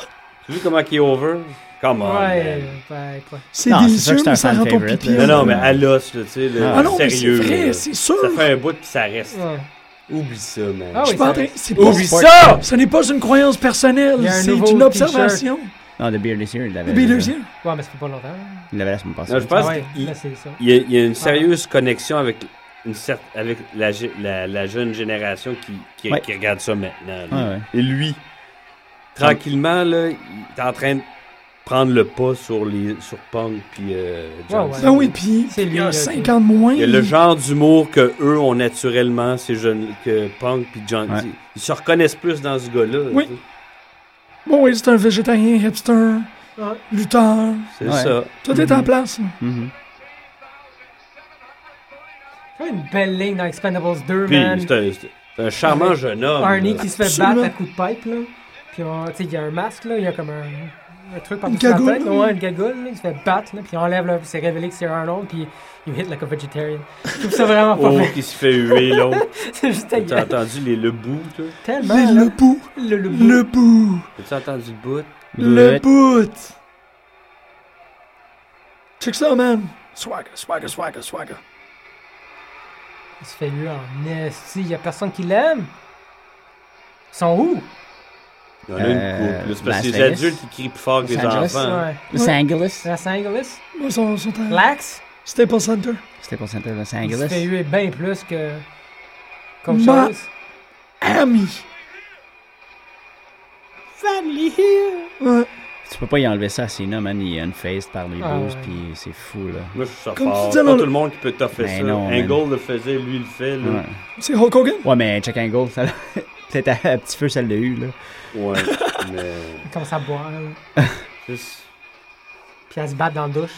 Speaker 6: Tu vois comment il est over? Come on,
Speaker 5: Ouais,
Speaker 6: man.
Speaker 5: ouais, quoi.
Speaker 3: C'est
Speaker 4: Non, c'est sûr
Speaker 3: délicieux,
Speaker 4: que c'est un
Speaker 3: mais ça
Speaker 4: fan
Speaker 3: rend ton
Speaker 4: favorite,
Speaker 3: pipi.
Speaker 6: Non, non, mais à l'os, là, tu sais, le
Speaker 4: Ah
Speaker 3: Ah non, mais c'est
Speaker 6: sérieux. là.
Speaker 3: vrai, c'est sûr.
Speaker 6: ça fait un bout puis ça reste.
Speaker 5: Ouais.
Speaker 6: Oublie ça, man.
Speaker 5: Ah
Speaker 3: Je
Speaker 5: oui,
Speaker 3: suis pas en
Speaker 5: ça-
Speaker 3: train- c'est pas-
Speaker 6: Oublie ça!
Speaker 3: Ce n'est pas une croyance
Speaker 5: Il y
Speaker 3: personnelle,
Speaker 5: a un
Speaker 3: c'est
Speaker 5: nouveau
Speaker 3: une
Speaker 5: t-shirt.
Speaker 3: observation.
Speaker 4: Non, The Beard Lissier, il l'avait.
Speaker 3: Le Beatles,
Speaker 4: déjà.
Speaker 3: yeah.
Speaker 5: Ouais, mais ça fait pas longtemps. là.
Speaker 4: Il l'avait la semaine passée.
Speaker 6: Non, je pense
Speaker 5: Ah ouais,
Speaker 6: qu'il-
Speaker 5: là, c'est ça.
Speaker 6: Il y, a, il y a une sérieuse connexion avec, une cer- avec la, gé- la- la jeune génération qui, qui,
Speaker 4: Ouais.
Speaker 6: qui regarde ça maintenant. là.
Speaker 5: Ah
Speaker 4: Ouais, ouais.
Speaker 6: Et lui, tranquillement, là, il est en train de prendre le pas sur, les, sur Punk puis euh, Johnson.
Speaker 5: Ah Ouais.
Speaker 3: Ben oui, puis
Speaker 5: C'est
Speaker 3: il
Speaker 5: lui,
Speaker 3: y a
Speaker 5: là,
Speaker 3: 5 ans de moins.
Speaker 6: Il y a le genre d'humour que eux ont naturellement, ces jeunes, que Punk puis John,
Speaker 4: Ouais.
Speaker 6: ils, ils se reconnaissent plus dans ce gars-là.
Speaker 3: Oui.
Speaker 6: tu sais.
Speaker 3: Bon, oui, c'est un végétarien, hipster,
Speaker 5: Ouais.
Speaker 3: lutteur.
Speaker 6: C'est
Speaker 4: Ouais.
Speaker 6: ça.
Speaker 3: Tout est en
Speaker 6: Mm-hmm.
Speaker 3: place.
Speaker 4: Mhm.
Speaker 5: Quand même une belle ligne dans Expendables 2,
Speaker 6: Puis
Speaker 5: man.
Speaker 6: c'est un, c'est un charmant
Speaker 5: Avec
Speaker 6: jeune homme.
Speaker 5: Arnie
Speaker 6: là.
Speaker 5: qui se fait
Speaker 3: Absolument.
Speaker 5: battre à coups de pipe, là. Puis, on- tu sais, il y a un masque, là. Il y a comme un, un truc par
Speaker 3: Une
Speaker 5: dessus la
Speaker 3: cagoule,
Speaker 5: tête.
Speaker 3: là.
Speaker 5: Ouais, une gagoule, là. Il se fait battre, là. Puis, il enlève, là. Puis, c'est révélé que c'est un autre. Puis, il hit like a vegetarian. Je trouve ça vraiment pas
Speaker 6: Oh,
Speaker 5: fait.
Speaker 6: qui se fait huer l'autre.
Speaker 5: C'est juste à
Speaker 6: T'as entendu les le bout, toi?
Speaker 5: Tellement,
Speaker 3: Mais
Speaker 5: Ben, là.
Speaker 3: le bout,
Speaker 5: Le, le,
Speaker 3: le bout,
Speaker 6: T'as entendu le bout?
Speaker 3: le
Speaker 4: But-
Speaker 3: bout. Check ça, man. Swagger, swagger, swagger, swagger.
Speaker 5: Il se fait lui en esti. Il y a personne qui l'aime. Ils sont où?
Speaker 6: Il y en a une
Speaker 4: Euh,
Speaker 6: couple. là. C'est
Speaker 4: Las
Speaker 6: parce que les
Speaker 4: Vegas.
Speaker 6: adultes qui crient plus fort que les
Speaker 4: Los Angeles.
Speaker 6: enfants.
Speaker 5: Ouais.
Speaker 4: Los Angeles.
Speaker 5: Los Angeles?
Speaker 3: Là, ils sont, sont à
Speaker 5: Lax?
Speaker 3: Staple Center.
Speaker 4: C'était pour Santa Los
Speaker 5: Il se fait
Speaker 4: Angeles.
Speaker 5: huer bien plus que. Comme
Speaker 3: Ma-
Speaker 5: chose.
Speaker 3: Ami. Family here.
Speaker 4: Tu peux pas y enlever ça à Cena, man. Il est unfaced par les
Speaker 5: Ah,
Speaker 4: blues,
Speaker 5: ouais.
Speaker 4: puis c'est fou, là.
Speaker 6: Moi, je suis ça
Speaker 3: Comme tu
Speaker 6: fort.
Speaker 3: disais
Speaker 6: C'est
Speaker 3: dans
Speaker 6: pas
Speaker 3: le-
Speaker 6: tout le monde qui peut t'offrir
Speaker 4: Ben
Speaker 6: ça.
Speaker 4: non, man.
Speaker 6: Angle le faisait, lui le fait.
Speaker 4: Ouais,
Speaker 6: Là.
Speaker 3: C'est Hulk Hogan.
Speaker 4: ouais mais Check Angle, ça l'a- Peut-être à, à petit feu, ça l'a eu, là.
Speaker 6: Ouais. mais.
Speaker 5: Il commence à boire, là.
Speaker 6: juste-
Speaker 5: Puis à se battre dans la douche.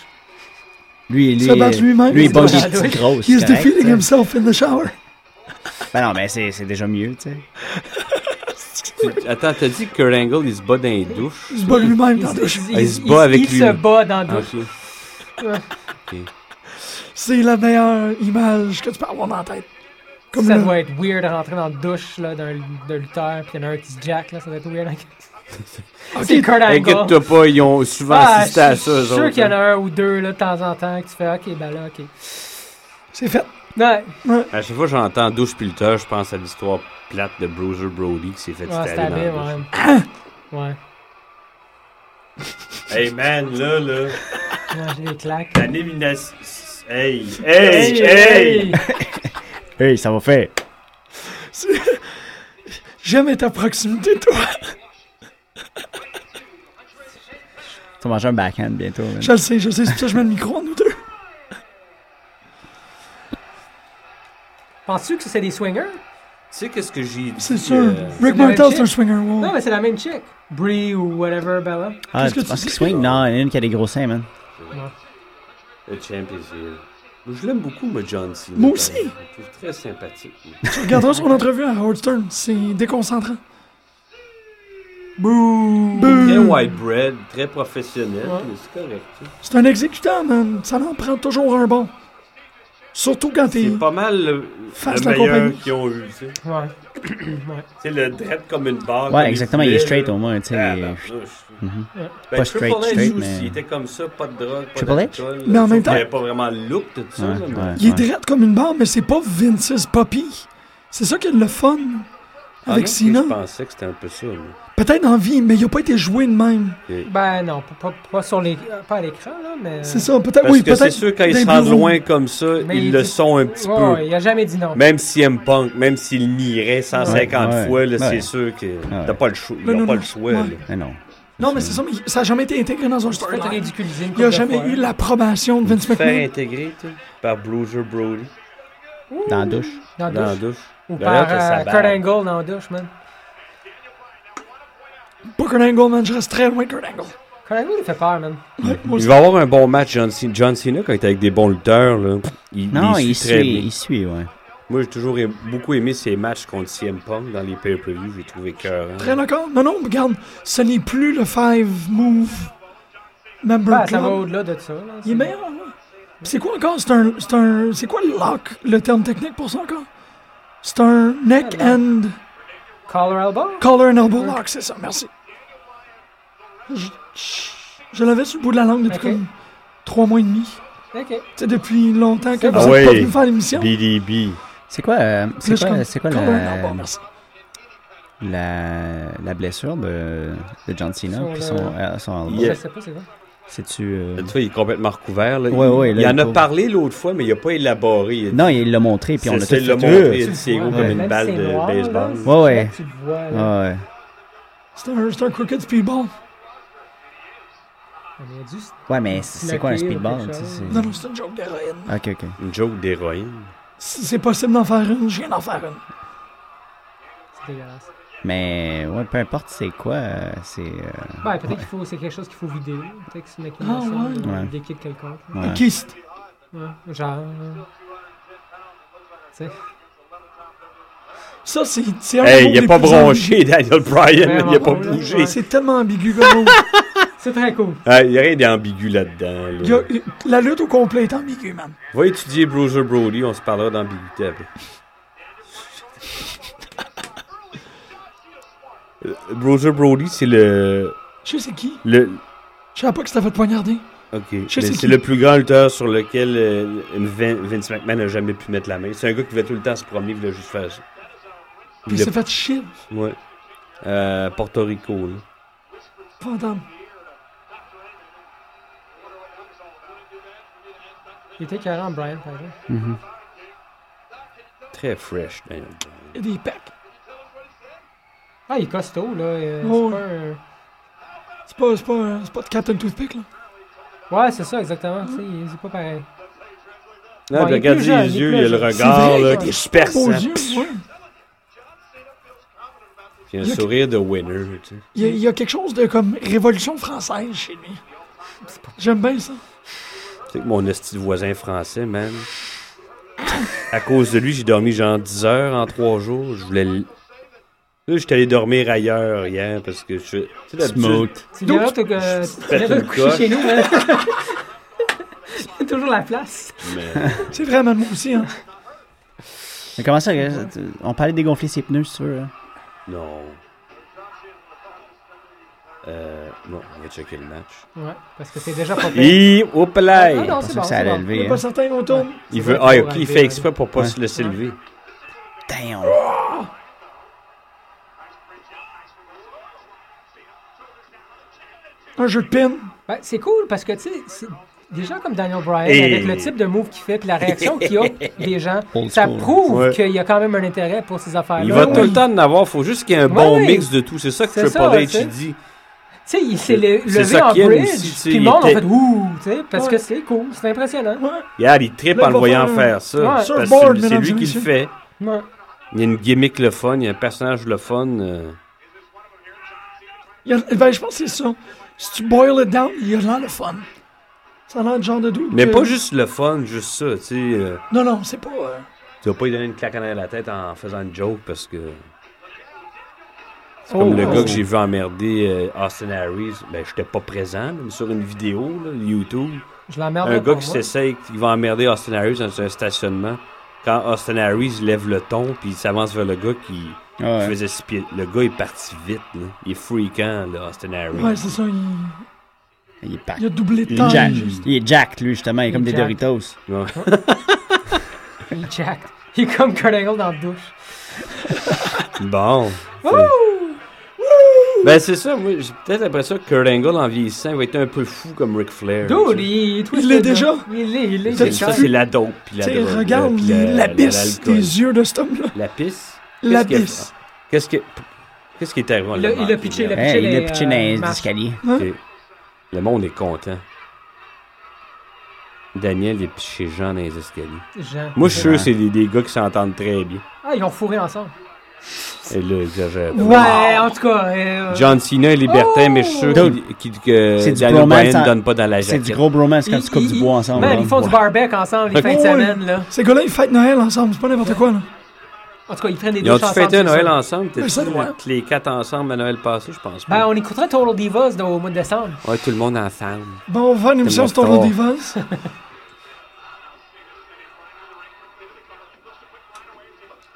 Speaker 4: Lui, lui.
Speaker 3: Se battre
Speaker 4: euh,
Speaker 3: lui-même.
Speaker 4: Lui, il bat des
Speaker 5: battre.
Speaker 4: petites grosses.
Speaker 3: He is
Speaker 4: c'est correct,
Speaker 3: defeating
Speaker 4: t'sais.
Speaker 3: himself in the shower.
Speaker 6: Mm-hmm.
Speaker 4: Ben non, mais c'est c'est déjà mieux, tu sais.
Speaker 6: Tu- Attends, t'as dit que Kurt Angle, il se bat dans les douches?
Speaker 3: Il se bat lui-même dans la
Speaker 5: se-
Speaker 3: douche.
Speaker 6: Ah, il se bat avec
Speaker 5: il
Speaker 6: lui.
Speaker 5: se bat dans la
Speaker 6: Ah,
Speaker 5: douche.
Speaker 6: ok.
Speaker 3: C'est la meilleure image que tu peux avoir dans la tête. Comme
Speaker 5: ça
Speaker 3: le-
Speaker 5: doit être weird de rentrer dans la douche là, d'un d'un lutteur. Puis il y en a un qui se jack, là. Ça doit être weird. C'est Kurt Angle.
Speaker 6: Inquiète-toi pas, ils ont souvent
Speaker 5: Ah,
Speaker 6: assisté à
Speaker 5: je
Speaker 6: ça, eux
Speaker 5: suis sûr
Speaker 6: autres, hein.
Speaker 5: qu'il y en a
Speaker 6: là.
Speaker 5: un ou deux là, de temps en temps que tu fais ok ben là ok
Speaker 3: C'est fait.
Speaker 5: ouais,
Speaker 6: À chaque fois que j'entends douche puis lutteur, je pense à l'histoire plate de Bruiser Brody qui s'est fait
Speaker 5: ouais c'était
Speaker 6: installer
Speaker 5: habile
Speaker 6: dans la douche.
Speaker 5: ouais hein. ouais
Speaker 6: Hey man, là, là,
Speaker 5: moi j'ai des claques
Speaker 6: la nomination... Hey, hey, hey!
Speaker 4: Hey, ça va faire.
Speaker 3: C'est- J'aime être à proximité de toi.
Speaker 4: Tu vas manger un backhand bientôt, man.
Speaker 3: Je le sais, je le sais, c'est pour ça que je mets le micro en nous deux.
Speaker 5: penses-tu que c'est des swingers
Speaker 6: Tu sais qu'est-ce que j'ai dit?
Speaker 3: C'est sûr.
Speaker 6: euh,
Speaker 3: Rick
Speaker 5: c'est la même
Speaker 3: Martel, c'est un
Speaker 5: chick.
Speaker 3: swinger. wow.
Speaker 5: non mais c'est la même chick Bree ou whatever Bella
Speaker 4: Ah,
Speaker 3: qu'est-ce
Speaker 4: tu
Speaker 3: que tu
Speaker 4: penses qu'il
Speaker 3: dis?
Speaker 4: swing? Non, il y en a une qui a des gros seins, man.
Speaker 6: Le champ is here. Moi, Je l'aime beaucoup, moi, John Cena.
Speaker 3: Moi
Speaker 6: par
Speaker 3: aussi.
Speaker 6: exemple. Je le trouve très sympathique.
Speaker 3: Tu regarderas son entrevue à Howard Stern, c'est déconcentrant. Bouh.
Speaker 6: très white bread, très professionnel,
Speaker 5: Ouais.
Speaker 6: mais c'est correct. tu sais.
Speaker 3: C'est un exécutant, man. Ça en prend toujours un bon. Surtout quand t'es.
Speaker 6: C'est pas mal le,
Speaker 3: Fasse
Speaker 6: le
Speaker 3: la
Speaker 6: meilleur
Speaker 3: compagnie.
Speaker 6: qu'ils ont eu. Tu sais. Tu
Speaker 5: ouais
Speaker 6: sais, le dread comme une barre. comme
Speaker 4: Ouais, exactement, il est straight au moins, tu sais.
Speaker 6: Ah,
Speaker 4: il est- Mhm.
Speaker 6: ben, non, je- ben,
Speaker 4: Pas
Speaker 6: Triple
Speaker 4: straight,
Speaker 6: H
Speaker 4: straight,
Speaker 6: aussi,
Speaker 4: mais-
Speaker 6: il était comme ça, pas de drogue, pas
Speaker 4: Triple H?
Speaker 6: d'alcool.
Speaker 3: Mais en même temps-
Speaker 6: Il avait pas vraiment le look de tout ça.
Speaker 4: Ouais,
Speaker 6: là, mais-
Speaker 4: ouais.
Speaker 3: Il est drette comme une barre, mais c'est pas Vince's Poppy. C'est ça qui est le fun
Speaker 6: Ah
Speaker 3: avec
Speaker 6: non,
Speaker 3: Cena.
Speaker 6: Je pensais que c'était un peu ça. moi.
Speaker 3: Peut-être en vie, mais il n'a pas été joué de même.
Speaker 5: Ben non, pas, pas- pas sur les, pas à l'écran, là, mais. euh,
Speaker 3: C'est ça, peut-être.
Speaker 6: Parce
Speaker 3: Oui,
Speaker 6: que c'est
Speaker 3: peut-être.
Speaker 6: sûr, quand
Speaker 4: Ben,
Speaker 6: ils
Speaker 3: d'un
Speaker 6: se rendent
Speaker 3: bureau.
Speaker 6: loin comme ça,
Speaker 5: Mais
Speaker 6: ils
Speaker 5: il
Speaker 6: le
Speaker 5: dit-
Speaker 6: sont un petit
Speaker 5: Ouais,
Speaker 6: peu.
Speaker 5: ouais, il a jamais dit non.
Speaker 6: Même CM Punk, même s'il nierait 150
Speaker 4: Ouais, ouais,
Speaker 6: fois, là,
Speaker 4: ouais.
Speaker 6: c'est sûr que t'as pas le choix. Ils
Speaker 3: Non,
Speaker 6: n'ont
Speaker 3: non,
Speaker 6: pas
Speaker 3: non.
Speaker 6: le choix.
Speaker 3: Ouais.
Speaker 6: là.
Speaker 4: Mais Ah, non.
Speaker 3: Non, mais c'est ça, mais ça n'a jamais été intégré dans un
Speaker 5: Il s'est fait
Speaker 3: storyline.
Speaker 5: ridiculiser
Speaker 3: Il
Speaker 5: une
Speaker 3: n'a
Speaker 5: couple de
Speaker 3: jamais
Speaker 5: fois,
Speaker 3: eu
Speaker 5: hein.
Speaker 3: l'approbation de Vince
Speaker 6: Te Faire
Speaker 3: McMahon.
Speaker 6: intégrer, tu sais, par Bruiser Brody
Speaker 4: Dans la douche.
Speaker 5: Dans
Speaker 6: dans
Speaker 5: la
Speaker 6: la
Speaker 5: douche.
Speaker 6: douche.
Speaker 5: Ou
Speaker 6: Ben
Speaker 5: par
Speaker 6: là, t'as sa
Speaker 5: euh,
Speaker 6: barbe.
Speaker 5: Kurt Angle dans la douche, man.
Speaker 3: Pas Kurt Angle, man, je reste très loin de Kurt Angle.
Speaker 5: Kurt Angle, il fait peur, man.
Speaker 3: Ouais, moi
Speaker 6: Mm-hmm. Il
Speaker 3: aussi.
Speaker 6: va avoir un bon match, John Cena. John Cena, quand il était avec des bons lutteurs, là, il,
Speaker 4: Non,
Speaker 6: il
Speaker 4: il
Speaker 6: suit très
Speaker 4: suit,
Speaker 6: bien.
Speaker 4: il suit, ouais.
Speaker 6: Moi, j'ai toujours aim- beaucoup aimé ses matchs contre CM Punk dans les pay-per-views. J'ai trouvé cœur. hein.
Speaker 3: Très d'accord. Non, non, regarde, ce n'est plus le Five Move Member
Speaker 5: Ben, ça
Speaker 3: Club.
Speaker 5: va au-delà de ça. là.
Speaker 3: Il est meilleur, ouais. Puis C'est quoi encore? C'est un. C'est un. C'est quoi le lock, le terme technique pour ça encore? C'est un neck
Speaker 5: Ah,
Speaker 3: and
Speaker 5: Collar elbow?
Speaker 3: collar and elbow lock, c'est ça, merci. Je, je l'avais sur le bout de la langue depuis
Speaker 5: Ok.
Speaker 3: comme trois mois et demi.
Speaker 5: Ok.
Speaker 3: Tu sais, depuis longtemps que
Speaker 5: C'est
Speaker 3: vous
Speaker 5: bon.
Speaker 3: n'avez
Speaker 6: Ah
Speaker 3: pas
Speaker 6: oui.
Speaker 3: venu faire l'émission.
Speaker 6: BDB.
Speaker 4: C'est quoi, euh,
Speaker 3: Là,
Speaker 4: c'est
Speaker 3: je
Speaker 4: quoi,
Speaker 3: comme-
Speaker 4: c'est quoi
Speaker 3: collar and elbow,
Speaker 4: la,
Speaker 3: merci.
Speaker 4: la, la blessure de, de John Cena
Speaker 5: Son,
Speaker 4: puis son,
Speaker 5: euh,
Speaker 4: euh, son elbow?
Speaker 6: Yeah.
Speaker 5: Je sais pas, c'est quoi.
Speaker 4: C'est-tu... euh,
Speaker 6: Tu vois, il est complètement recouvert. Là.
Speaker 4: Ouais, ouais,
Speaker 6: il
Speaker 4: là,
Speaker 6: en
Speaker 4: il
Speaker 6: a
Speaker 4: faut-
Speaker 6: parlé l'autre fois, mais il n'a pas élaboré. Il a
Speaker 4: Non, il l'a montré, puis on a tout
Speaker 6: C'est le
Speaker 4: fait,
Speaker 6: montre,
Speaker 4: Euh,
Speaker 6: il dit, c'est gros
Speaker 5: Ouais.
Speaker 6: comme une
Speaker 5: Même
Speaker 6: balle
Speaker 5: si c'est
Speaker 6: de
Speaker 5: noir, là,
Speaker 6: baseball.
Speaker 5: c'est
Speaker 4: Ouais, ouais.
Speaker 5: là que Tu le vois, là.
Speaker 4: Ah ouais.
Speaker 3: C'est un, c'est un crooked speedball.
Speaker 6: Mm.
Speaker 5: On a dû se-
Speaker 4: Ouais, mais c'est c'est quoi un
Speaker 5: Slacker ou
Speaker 4: speedball?
Speaker 5: quelque
Speaker 4: tu sais,
Speaker 5: chose.
Speaker 4: c'est-
Speaker 3: Non, non, c'est une joke d'héroïne.
Speaker 4: Ok, ok.
Speaker 6: Une joke d'héroïne.
Speaker 3: Si c'est possible d'en faire une, je viens d'en faire une.
Speaker 5: C'est dégueulasse.
Speaker 4: Mais ouais, peu importe c'est quoi, euh, c'est... euh,
Speaker 5: Ben, peut-être qu'il faut, c'est quelque chose qu'il faut vider. Peut-être que c'est une
Speaker 3: Ah,
Speaker 5: accumulation
Speaker 3: ouais.
Speaker 5: de-
Speaker 4: Ouais.
Speaker 5: des kits quelconques. là.
Speaker 4: ouais.
Speaker 3: Un kyste.
Speaker 5: Ouais. Genre. euh, Tu sais.
Speaker 3: Ça, c'est c'est un des
Speaker 6: Hey,
Speaker 3: mots
Speaker 6: il
Speaker 3: les
Speaker 6: n'a pas
Speaker 3: plus
Speaker 6: bronché, Daniel Bryan.
Speaker 5: Vraiment
Speaker 6: Il n'a pas
Speaker 5: pas, là.
Speaker 6: bougé.
Speaker 3: ambiguës. C'est tellement ambigu comme mot.
Speaker 5: C'est très cool.
Speaker 6: Ah, Il n'y a rien d'ambigu là-dedans.
Speaker 3: Il y a-
Speaker 6: Là.
Speaker 3: La lutte au complet est ambiguë, man.
Speaker 6: Va étudier Bruiser Brody, on se parlera d'ambiguïté après. Euh, Bruiser Brody, c'est le,
Speaker 3: Je sais c'est qui.
Speaker 6: le,
Speaker 3: Je savais pas que c'était fait poignarder.
Speaker 6: Ok.
Speaker 3: sais
Speaker 6: Mais
Speaker 3: c'est
Speaker 6: C'est
Speaker 3: qui.
Speaker 6: le plus grand lutteur sur lequel euh, Vin- Vince McMahon n'a jamais pu mettre la main. C'est un gars qui voulait tout le temps se promener, il voulait juste faire ça.
Speaker 3: Puis il
Speaker 6: Le-
Speaker 3: s'est fait chier.
Speaker 6: Ouais. Euh, Porto Rico, là.
Speaker 3: Fantôme.
Speaker 5: Il était carrément Brian, par exemple.
Speaker 4: Mhm.
Speaker 6: Très fresh, ben, d'ailleurs.
Speaker 3: Il y a des pecs.
Speaker 5: Ah, il est costaud, là. euh,
Speaker 3: Oh.
Speaker 5: C'est pas
Speaker 3: C'est pas,
Speaker 5: un-
Speaker 3: c'est pas, un- c'est pas de Captain Toothpick, là.
Speaker 5: Ouais, c'est ça, exactement. tu sais, il- C'est pas pareil.
Speaker 6: Là,
Speaker 5: il est
Speaker 6: regarde
Speaker 5: plus
Speaker 6: les
Speaker 5: jeune, il est
Speaker 6: yeux,
Speaker 5: plus
Speaker 6: il y a le
Speaker 5: jeune.
Speaker 6: regard,
Speaker 3: C'est vrai,
Speaker 6: là,
Speaker 3: il a
Speaker 6: qui
Speaker 3: des
Speaker 6: se perce.
Speaker 3: Beaux
Speaker 6: hein.
Speaker 3: yeux, ouais.
Speaker 6: Puis un
Speaker 3: Il y a-
Speaker 6: sourire de winner, tu sais.
Speaker 3: Il y, a, il y a quelque chose de comme révolution française chez lui. J'aime bien ça.
Speaker 6: Tu sais que mon esti de voisin français, man. À cause de lui, j'ai dormi genre 10 heures en 3 jours. Je voulais. l- Là, j'étais allé dormir ailleurs hier parce que je suis. Tu sais, d'habitude-
Speaker 5: Tu
Speaker 3: Donc,
Speaker 5: viens là, t'as que- tu viens
Speaker 6: fais
Speaker 5: là
Speaker 6: une
Speaker 5: coucher
Speaker 6: coche.
Speaker 5: chez nous, hein. Il y a toujours la place.
Speaker 6: Mais-
Speaker 3: C'est vrai, man, moi aussi. Hein.
Speaker 4: Mais comment ça, euh, tu- on parlait de dégonfler ses pneus, si tu veux. hein.
Speaker 6: Non. Euh, non, on va checker le match.
Speaker 5: Ouais, parce que c'est déjà pas fait.
Speaker 6: Hi, hop là!
Speaker 5: Ah, non,
Speaker 4: C'est pour ça
Speaker 5: c'est bon,
Speaker 4: que ça
Speaker 5: c'est
Speaker 4: allait
Speaker 5: bon.
Speaker 3: On est
Speaker 4: lever.
Speaker 6: hein?
Speaker 3: pas certain qu'on tourne.
Speaker 6: il
Speaker 5: C'est
Speaker 6: veut.
Speaker 5: vrai
Speaker 6: Ah,
Speaker 5: qu'il
Speaker 6: ok,
Speaker 5: faut
Speaker 6: il
Speaker 5: arriver,
Speaker 6: fait exprès pour pas
Speaker 4: ouais.
Speaker 6: se laisser
Speaker 5: Ouais.
Speaker 6: lever.
Speaker 4: Damn!
Speaker 3: Un jeu de pin.
Speaker 5: Ben, c'est cool parce que, tu sais, c'est- des gens comme Daniel Bryan,
Speaker 6: Et-
Speaker 5: avec le type de move qu'il fait puis la réaction qu'il a des gens,
Speaker 4: Old
Speaker 5: ça
Speaker 4: school.
Speaker 5: prouve
Speaker 6: Ouais.
Speaker 5: qu'il y a quand même un intérêt pour ces affaires-là.
Speaker 6: Il va
Speaker 5: Oui.
Speaker 6: tout le temps en avoir. Faut juste qu'il y ait un bon
Speaker 5: ouais.
Speaker 6: mix de tout. C'est ça que
Speaker 5: C'est
Speaker 6: Triple
Speaker 5: ça,
Speaker 6: H
Speaker 5: tu sais.
Speaker 6: il dit.
Speaker 5: Tu sais, il s'est le-
Speaker 6: C'est
Speaker 5: levé
Speaker 6: ça
Speaker 5: en
Speaker 6: qu'il aime
Speaker 5: bridge,
Speaker 6: aussi, tu sais,
Speaker 5: puis
Speaker 6: il
Speaker 5: le monde a
Speaker 6: était-
Speaker 5: fait ouh, tu sais, parce
Speaker 3: Ouais.
Speaker 5: que c'est cool, c'est impressionnant.
Speaker 3: Ouais.
Speaker 6: Regarde, il tripe
Speaker 3: Là, il
Speaker 6: en le
Speaker 3: va
Speaker 6: voyant
Speaker 3: faire un-
Speaker 6: faire ça.
Speaker 5: Ouais.
Speaker 6: Parce
Speaker 3: Surboard,
Speaker 6: que c'est- C'est
Speaker 3: mesdames et
Speaker 6: lui qui
Speaker 3: messieurs.
Speaker 6: le fait.
Speaker 5: Ouais.
Speaker 6: Il y a une gimmick le fun, il y a un personnage le fun. euh,
Speaker 3: Il y a- ben, je pense que c'est ça. Si tu boil it down, il y a l'air le fun. Ça a l'air de genre de doux.
Speaker 6: Mais
Speaker 3: que-
Speaker 6: pas juste le fun, juste ça. Tu sais, euh,
Speaker 3: Non, non, c'est pas. euh,
Speaker 6: tu vas pas lui donner une claque en arrière de la tête en faisant une joke parce que.
Speaker 5: C'est
Speaker 6: Comme
Speaker 3: Oh.
Speaker 6: le gars que j'ai vu emmerder euh, Austin Harris, ben j'étais pas présent, mais sur une vidéo, là, YouTube.
Speaker 5: Je l'emmerde.
Speaker 6: un
Speaker 5: là,
Speaker 6: gars
Speaker 5: pour
Speaker 6: qui
Speaker 5: moi.
Speaker 6: s'essaye, qui va emmerder Austin Harris dans un stationnement. Quand Austin Harris lève le ton, puis il s'avance vers le gars qui, qui
Speaker 4: Ouais.
Speaker 6: faisait six pieds. Le gars est parti vite, là. Il est freakant, là, Austin Harris.
Speaker 3: Ouais, c'est ça. Il,
Speaker 4: Il est pack.
Speaker 3: il a doublé de
Speaker 4: Il
Speaker 3: temps.
Speaker 4: est jack.
Speaker 3: juste.
Speaker 4: Il est jack, lui, justement. Il est comme des
Speaker 5: Jack.
Speaker 4: Doritos.
Speaker 6: Ouais.
Speaker 5: Il est jacked. Il est comme Kurt Angle dans la douche.
Speaker 6: Bon. C'est- Ben, c'est ça, moi, j'ai peut-être l'impression que Kurt Angle, en vieillissant, il va être un peu fou comme Ric Flair.
Speaker 5: Dude,
Speaker 6: tu sais.
Speaker 5: il est twisted,
Speaker 3: Il l'est
Speaker 5: là.
Speaker 3: déjà.
Speaker 5: Il l'est, il l'est.
Speaker 6: C'est
Speaker 3: T'as-tu
Speaker 6: ça,
Speaker 3: vu-
Speaker 6: c'est la dope. Puis
Speaker 3: Tu
Speaker 6: la
Speaker 3: sais,
Speaker 6: drogue, là,
Speaker 3: regarde
Speaker 6: puis la-
Speaker 3: l'abysse des
Speaker 6: l'alcool.
Speaker 3: yeux de cet homme-là.
Speaker 6: La pisse?
Speaker 3: L'abysse.
Speaker 6: Qu'est-ce que- Qu'est-ce qui est arrivé? on
Speaker 5: Il a-
Speaker 6: l'a
Speaker 5: il a pitché,
Speaker 6: manqué,
Speaker 5: il a
Speaker 6: là.
Speaker 4: Hein, il
Speaker 5: les,
Speaker 4: a pitché
Speaker 5: euh,
Speaker 4: dans les
Speaker 5: marches.
Speaker 4: escaliers.
Speaker 6: Ok. Le monde est content. Daniel est pitché Jean dans les escaliers.
Speaker 5: Jean.
Speaker 6: Moi, je suis sûr que c'est des, des gars qui s'entendent très bien.
Speaker 5: Ah, ils ont fourré ensemble.
Speaker 6: Et là, exagère. pas.
Speaker 5: Ouais, en tout cas. euh,
Speaker 6: John Cena est libertin, mais je suis sûr
Speaker 5: Oh!
Speaker 4: Dude.
Speaker 6: qu'il- qu'il- que
Speaker 4: C'est du
Speaker 6: Daniel
Speaker 4: bromance
Speaker 6: Bryan
Speaker 4: en-
Speaker 5: hein.
Speaker 6: ne donne pas dans la
Speaker 4: C'est
Speaker 6: jaquette.
Speaker 4: du gros bromance quand
Speaker 5: ils-
Speaker 4: tu coupes du
Speaker 5: ils-
Speaker 4: bois ensemble.
Speaker 5: Man,
Speaker 4: là.
Speaker 5: ils font du barbec ensemble les
Speaker 6: Ok.
Speaker 5: fins de
Speaker 3: Oh, oui.
Speaker 5: semaine, là.
Speaker 3: Ces gars-là, ils fêtent Noël ensemble. C'est pas n'importe quoi, là.
Speaker 5: En tout cas, ils prennent les
Speaker 6: Ils
Speaker 5: deux
Speaker 6: ont-tu
Speaker 5: chansons.
Speaker 6: fêté Noël ensemble?
Speaker 3: Mais ça
Speaker 6: T'es-tu
Speaker 3: doit.
Speaker 6: tous les quatre ensemble à Noël passé? Je pense
Speaker 5: Ben,
Speaker 6: pas.
Speaker 5: on écoutera Total Divas dans- au mois de décembre.
Speaker 6: Ouais, tout le monde ensemble.
Speaker 3: Bon, on va faire une émission
Speaker 6: Tellement
Speaker 3: sur Total
Speaker 6: fort.
Speaker 3: Divas.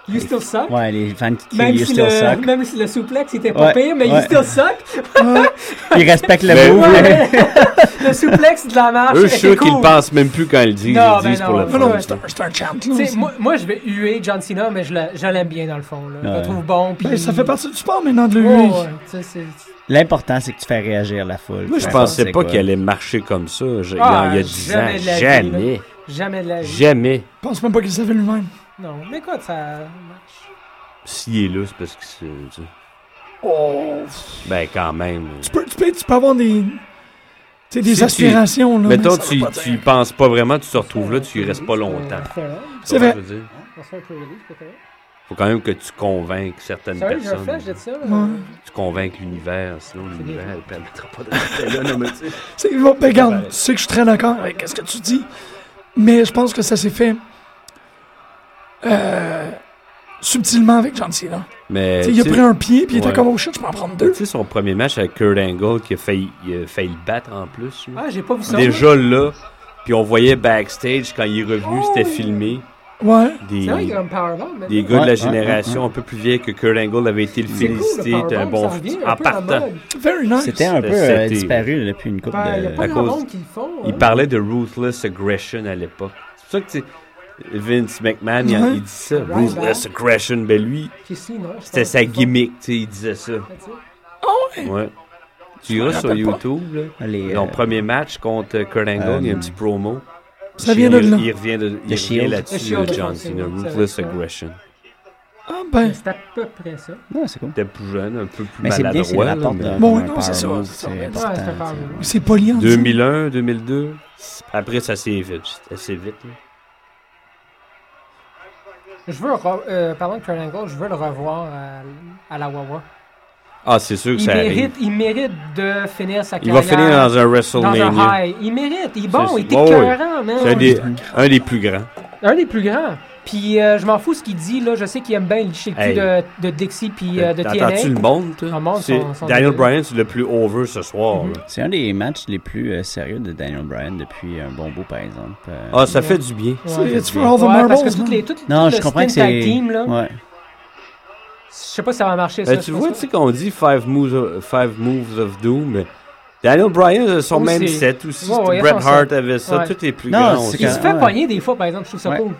Speaker 5: You still suck.
Speaker 4: Ouais, les fans qui crient
Speaker 5: Même,
Speaker 4: You
Speaker 5: si
Speaker 4: Still
Speaker 5: le,
Speaker 4: Suck.
Speaker 5: même si le souplex était pas
Speaker 4: Ouais,
Speaker 5: pire, mais You
Speaker 4: ouais.
Speaker 5: Still Suck,
Speaker 4: Ils respectent le
Speaker 5: Ben
Speaker 6: Mais
Speaker 4: move.
Speaker 6: oui.
Speaker 4: hein.
Speaker 5: le souplex de la marche
Speaker 6: Eux, je suis
Speaker 5: était
Speaker 6: sûr qu'ils
Speaker 5: Ah, cool.
Speaker 6: le pensent même plus quand ils le disent.
Speaker 5: Non,
Speaker 6: ils le disent
Speaker 5: ben
Speaker 6: pour
Speaker 5: non.
Speaker 3: Non,
Speaker 6: le
Speaker 3: non, mais
Speaker 6: fun.
Speaker 3: c'est un- c'est un chant, là.
Speaker 5: Tu sais, moi, moi, je vais huer John Cena, mais je le- je l'aime bien dans le fond. Là. Je le
Speaker 4: Ouais.
Speaker 5: trouve bon. Puis...
Speaker 3: Ben, ça fait partie du sport maintenant de le
Speaker 5: Ouais,
Speaker 3: lui.
Speaker 5: ouais, tu sais, c'est-
Speaker 4: L'important, c'est que tu fais réagir la foule.
Speaker 6: Moi, je
Speaker 4: Peu importe
Speaker 6: pensais
Speaker 4: c'est
Speaker 6: pas
Speaker 4: quoi.
Speaker 6: qu'il allait marcher comme ça. je-
Speaker 5: Ah,
Speaker 6: il y a 10 ans.
Speaker 5: jamais de la vie,
Speaker 6: Jamais.
Speaker 5: Jamais de la vie.
Speaker 6: Jamais.
Speaker 3: Je pense même pas qu'il savait lui-même.
Speaker 5: Non, mais écoute, ça marche.
Speaker 6: S'il est là, c'est parce que c'est. tu sais.
Speaker 3: Oh.
Speaker 6: Ben, quand même.
Speaker 3: Tu peux, tu peux, tu peux avoir des. Tu sais, des
Speaker 6: Si tu-
Speaker 3: aspirations, là. mais
Speaker 6: Mettons,
Speaker 3: ça
Speaker 6: tu,
Speaker 3: veut pas
Speaker 6: tu y
Speaker 3: dire.
Speaker 6: penses pas vraiment, tu te retrouves là, tu y restes pas longtemps.
Speaker 3: C'est vrai.
Speaker 6: Tu vois ce que je veux dire?
Speaker 5: Bonsoir, Chloé, Euh, c'est pas vrai.
Speaker 6: Faut quand même que tu convainques certaines
Speaker 5: Sérieux, j'ai un
Speaker 6: personnes.
Speaker 5: flash de ça. là.
Speaker 3: Ouais.
Speaker 6: Tu convainques l'univers, sinon l'univers,
Speaker 5: bien.
Speaker 6: elle permettra pas de rester là, non, mais tu sais.
Speaker 3: C'est- bon, ben, regarde, tu sais que je suis très d'accord avec ce que tu dis, mais je pense que ça s'est fait. euh, subtilement avec John Cena.
Speaker 6: Mais.
Speaker 3: Tu sais, il a
Speaker 6: Eh, tu sais,
Speaker 3: pris un pied, puis il était
Speaker 6: ouais.
Speaker 3: comme oh shit, je peux en prendre
Speaker 6: tu
Speaker 3: deux.
Speaker 6: sais, son premier match avec Kurt Angle qui a failli, il a failli le battre en plus. là.
Speaker 5: Ah, j'ai pas vu ça. moi.
Speaker 6: Déjà là, puis on voyait backstage quand il est revenu, c'était filmé.
Speaker 3: Ouais.
Speaker 6: Des,
Speaker 5: C'est vrai qu'il y a un powerbomb. mais-
Speaker 6: des gars de
Speaker 4: Ouais,
Speaker 6: la
Speaker 4: ouais,
Speaker 6: génération un peu plus vieille que Kurt Angle avait été le
Speaker 5: C'est cool, le
Speaker 6: féliciter. C'était un
Speaker 5: powerbomb,
Speaker 6: bon
Speaker 5: ça revient un
Speaker 6: en
Speaker 5: peu à la
Speaker 6: partant.
Speaker 5: mode.
Speaker 3: Very nice.
Speaker 4: C'était un peu
Speaker 6: C'était
Speaker 4: euh,
Speaker 6: cet été.
Speaker 4: disparu depuis une couple
Speaker 5: Ben, il y a
Speaker 4: de.
Speaker 5: pas
Speaker 6: à
Speaker 5: grand
Speaker 6: cause-
Speaker 5: monde qui le font.
Speaker 6: Il
Speaker 5: hein.
Speaker 6: parlait de ruthless aggression à l'époque. C'est pour ça que tu sais, Vince McMahon, il,
Speaker 3: Ouais.
Speaker 6: il dit ça,
Speaker 5: Right
Speaker 6: ruthless aggression. Ben lui,
Speaker 5: Qui suit, non, je
Speaker 6: c'était
Speaker 5: pense
Speaker 6: sa
Speaker 5: qu'ils font.
Speaker 6: gimmick, tu sais, il disait ça.
Speaker 3: Ah
Speaker 6: Ouais. Tu iras sur
Speaker 3: rappelle pas.
Speaker 6: YouTube, là.
Speaker 4: Les,
Speaker 6: Son
Speaker 4: euh,
Speaker 6: premier match contre Kurt Angle,
Speaker 4: euh,
Speaker 6: il y a un petit promo.
Speaker 3: Ça vient de
Speaker 6: il,
Speaker 3: là.
Speaker 6: Il revient, de, il revient
Speaker 4: Shield.
Speaker 5: The
Speaker 6: là-dessus,
Speaker 5: Shield,
Speaker 6: le John
Speaker 5: je
Speaker 6: Cena,
Speaker 5: pense, c'est
Speaker 6: Ruthless
Speaker 5: ça.
Speaker 6: Aggression.
Speaker 3: Ah ben.
Speaker 5: C'est à peu près ça.
Speaker 4: Non, c'est cool.
Speaker 6: T'es plus jeune, un peu plus
Speaker 4: Mais c'est bien, c'est
Speaker 6: maladroit.
Speaker 4: la
Speaker 6: là,
Speaker 4: porte
Speaker 6: mais-
Speaker 4: d'un-
Speaker 3: Bon,
Speaker 4: d'un
Speaker 3: non, c'est ça,
Speaker 4: power move,
Speaker 3: c'est ça. Ouais,
Speaker 4: C'est
Speaker 5: Ouais, c'est un
Speaker 4: important.
Speaker 5: powerbomb.
Speaker 3: C'est poli hein, en
Speaker 6: 2001, 2002. Après, ça s'est vite. Assez vite. là.
Speaker 5: Je veux, re- euh, parlant de Triangle, je veux le revoir à, à la Wawa.
Speaker 6: Ah, c'est sûr que
Speaker 5: Il
Speaker 6: ça arrive.
Speaker 5: mérite, il mérite de finir sa
Speaker 6: Il
Speaker 5: carrière.
Speaker 6: va finir dans un
Speaker 5: dans un
Speaker 6: WrestleMania.
Speaker 5: high. Il mérite. Il est bon,
Speaker 6: C'est-
Speaker 5: il est
Speaker 6: ouais, ouais.
Speaker 5: écœurant, man.
Speaker 6: C'est un des, un des plus grands.
Speaker 5: Un des plus grands. Puis euh, je m'en fous ce qu'il dit, là. Je sais qu'il aime bien le chez le cul
Speaker 6: Hey.
Speaker 5: de, de Dixie puis euh, de
Speaker 6: T'entends-tu le
Speaker 5: TNA.
Speaker 6: monde, toi?
Speaker 5: Le monde,
Speaker 6: C'est-
Speaker 5: son- son
Speaker 6: Daniel
Speaker 5: délire.
Speaker 6: Bryan, c'est le plus over ce soir.
Speaker 5: Mm-hmm.
Speaker 6: là.
Speaker 4: C'est un des matchs les plus euh, sérieux de Daniel Bryan depuis un bon bout, par exemple. Euh,
Speaker 6: Ah, ça fait du bien.
Speaker 5: Ouais.
Speaker 3: C'est
Speaker 5: Ouais,
Speaker 3: it's for all the
Speaker 5: parce
Speaker 3: marbles. hein.
Speaker 5: que toutes
Speaker 6: hein.
Speaker 3: man.
Speaker 5: les, toutes,
Speaker 4: non,
Speaker 5: tout
Speaker 4: je
Speaker 5: le
Speaker 4: comprends que
Speaker 5: spin tag
Speaker 4: c'est.
Speaker 5: team, là,
Speaker 4: Ouais.
Speaker 5: je sais pas si ça va marcher, ça.
Speaker 6: Ben, tu
Speaker 5: je pense
Speaker 6: vois,
Speaker 5: pas.
Speaker 6: tu sais qu'on dit five moves, of, five moves of Doom, mais Daniel Bryan a son
Speaker 5: Oui,
Speaker 6: même
Speaker 5: c'est-
Speaker 6: set aussi.
Speaker 5: Ouais, ouais,
Speaker 6: Bret
Speaker 5: ils font ça.
Speaker 6: Hart avait ça.
Speaker 5: Ouais.
Speaker 6: Tout est plus
Speaker 4: Non,
Speaker 6: grand
Speaker 4: c'est
Speaker 5: Il
Speaker 6: aussi.
Speaker 5: se
Speaker 4: Ah,
Speaker 5: fait
Speaker 4: ouais.
Speaker 5: pogner des fois, par exemple, je trouve ça
Speaker 4: Ouais.
Speaker 5: cool.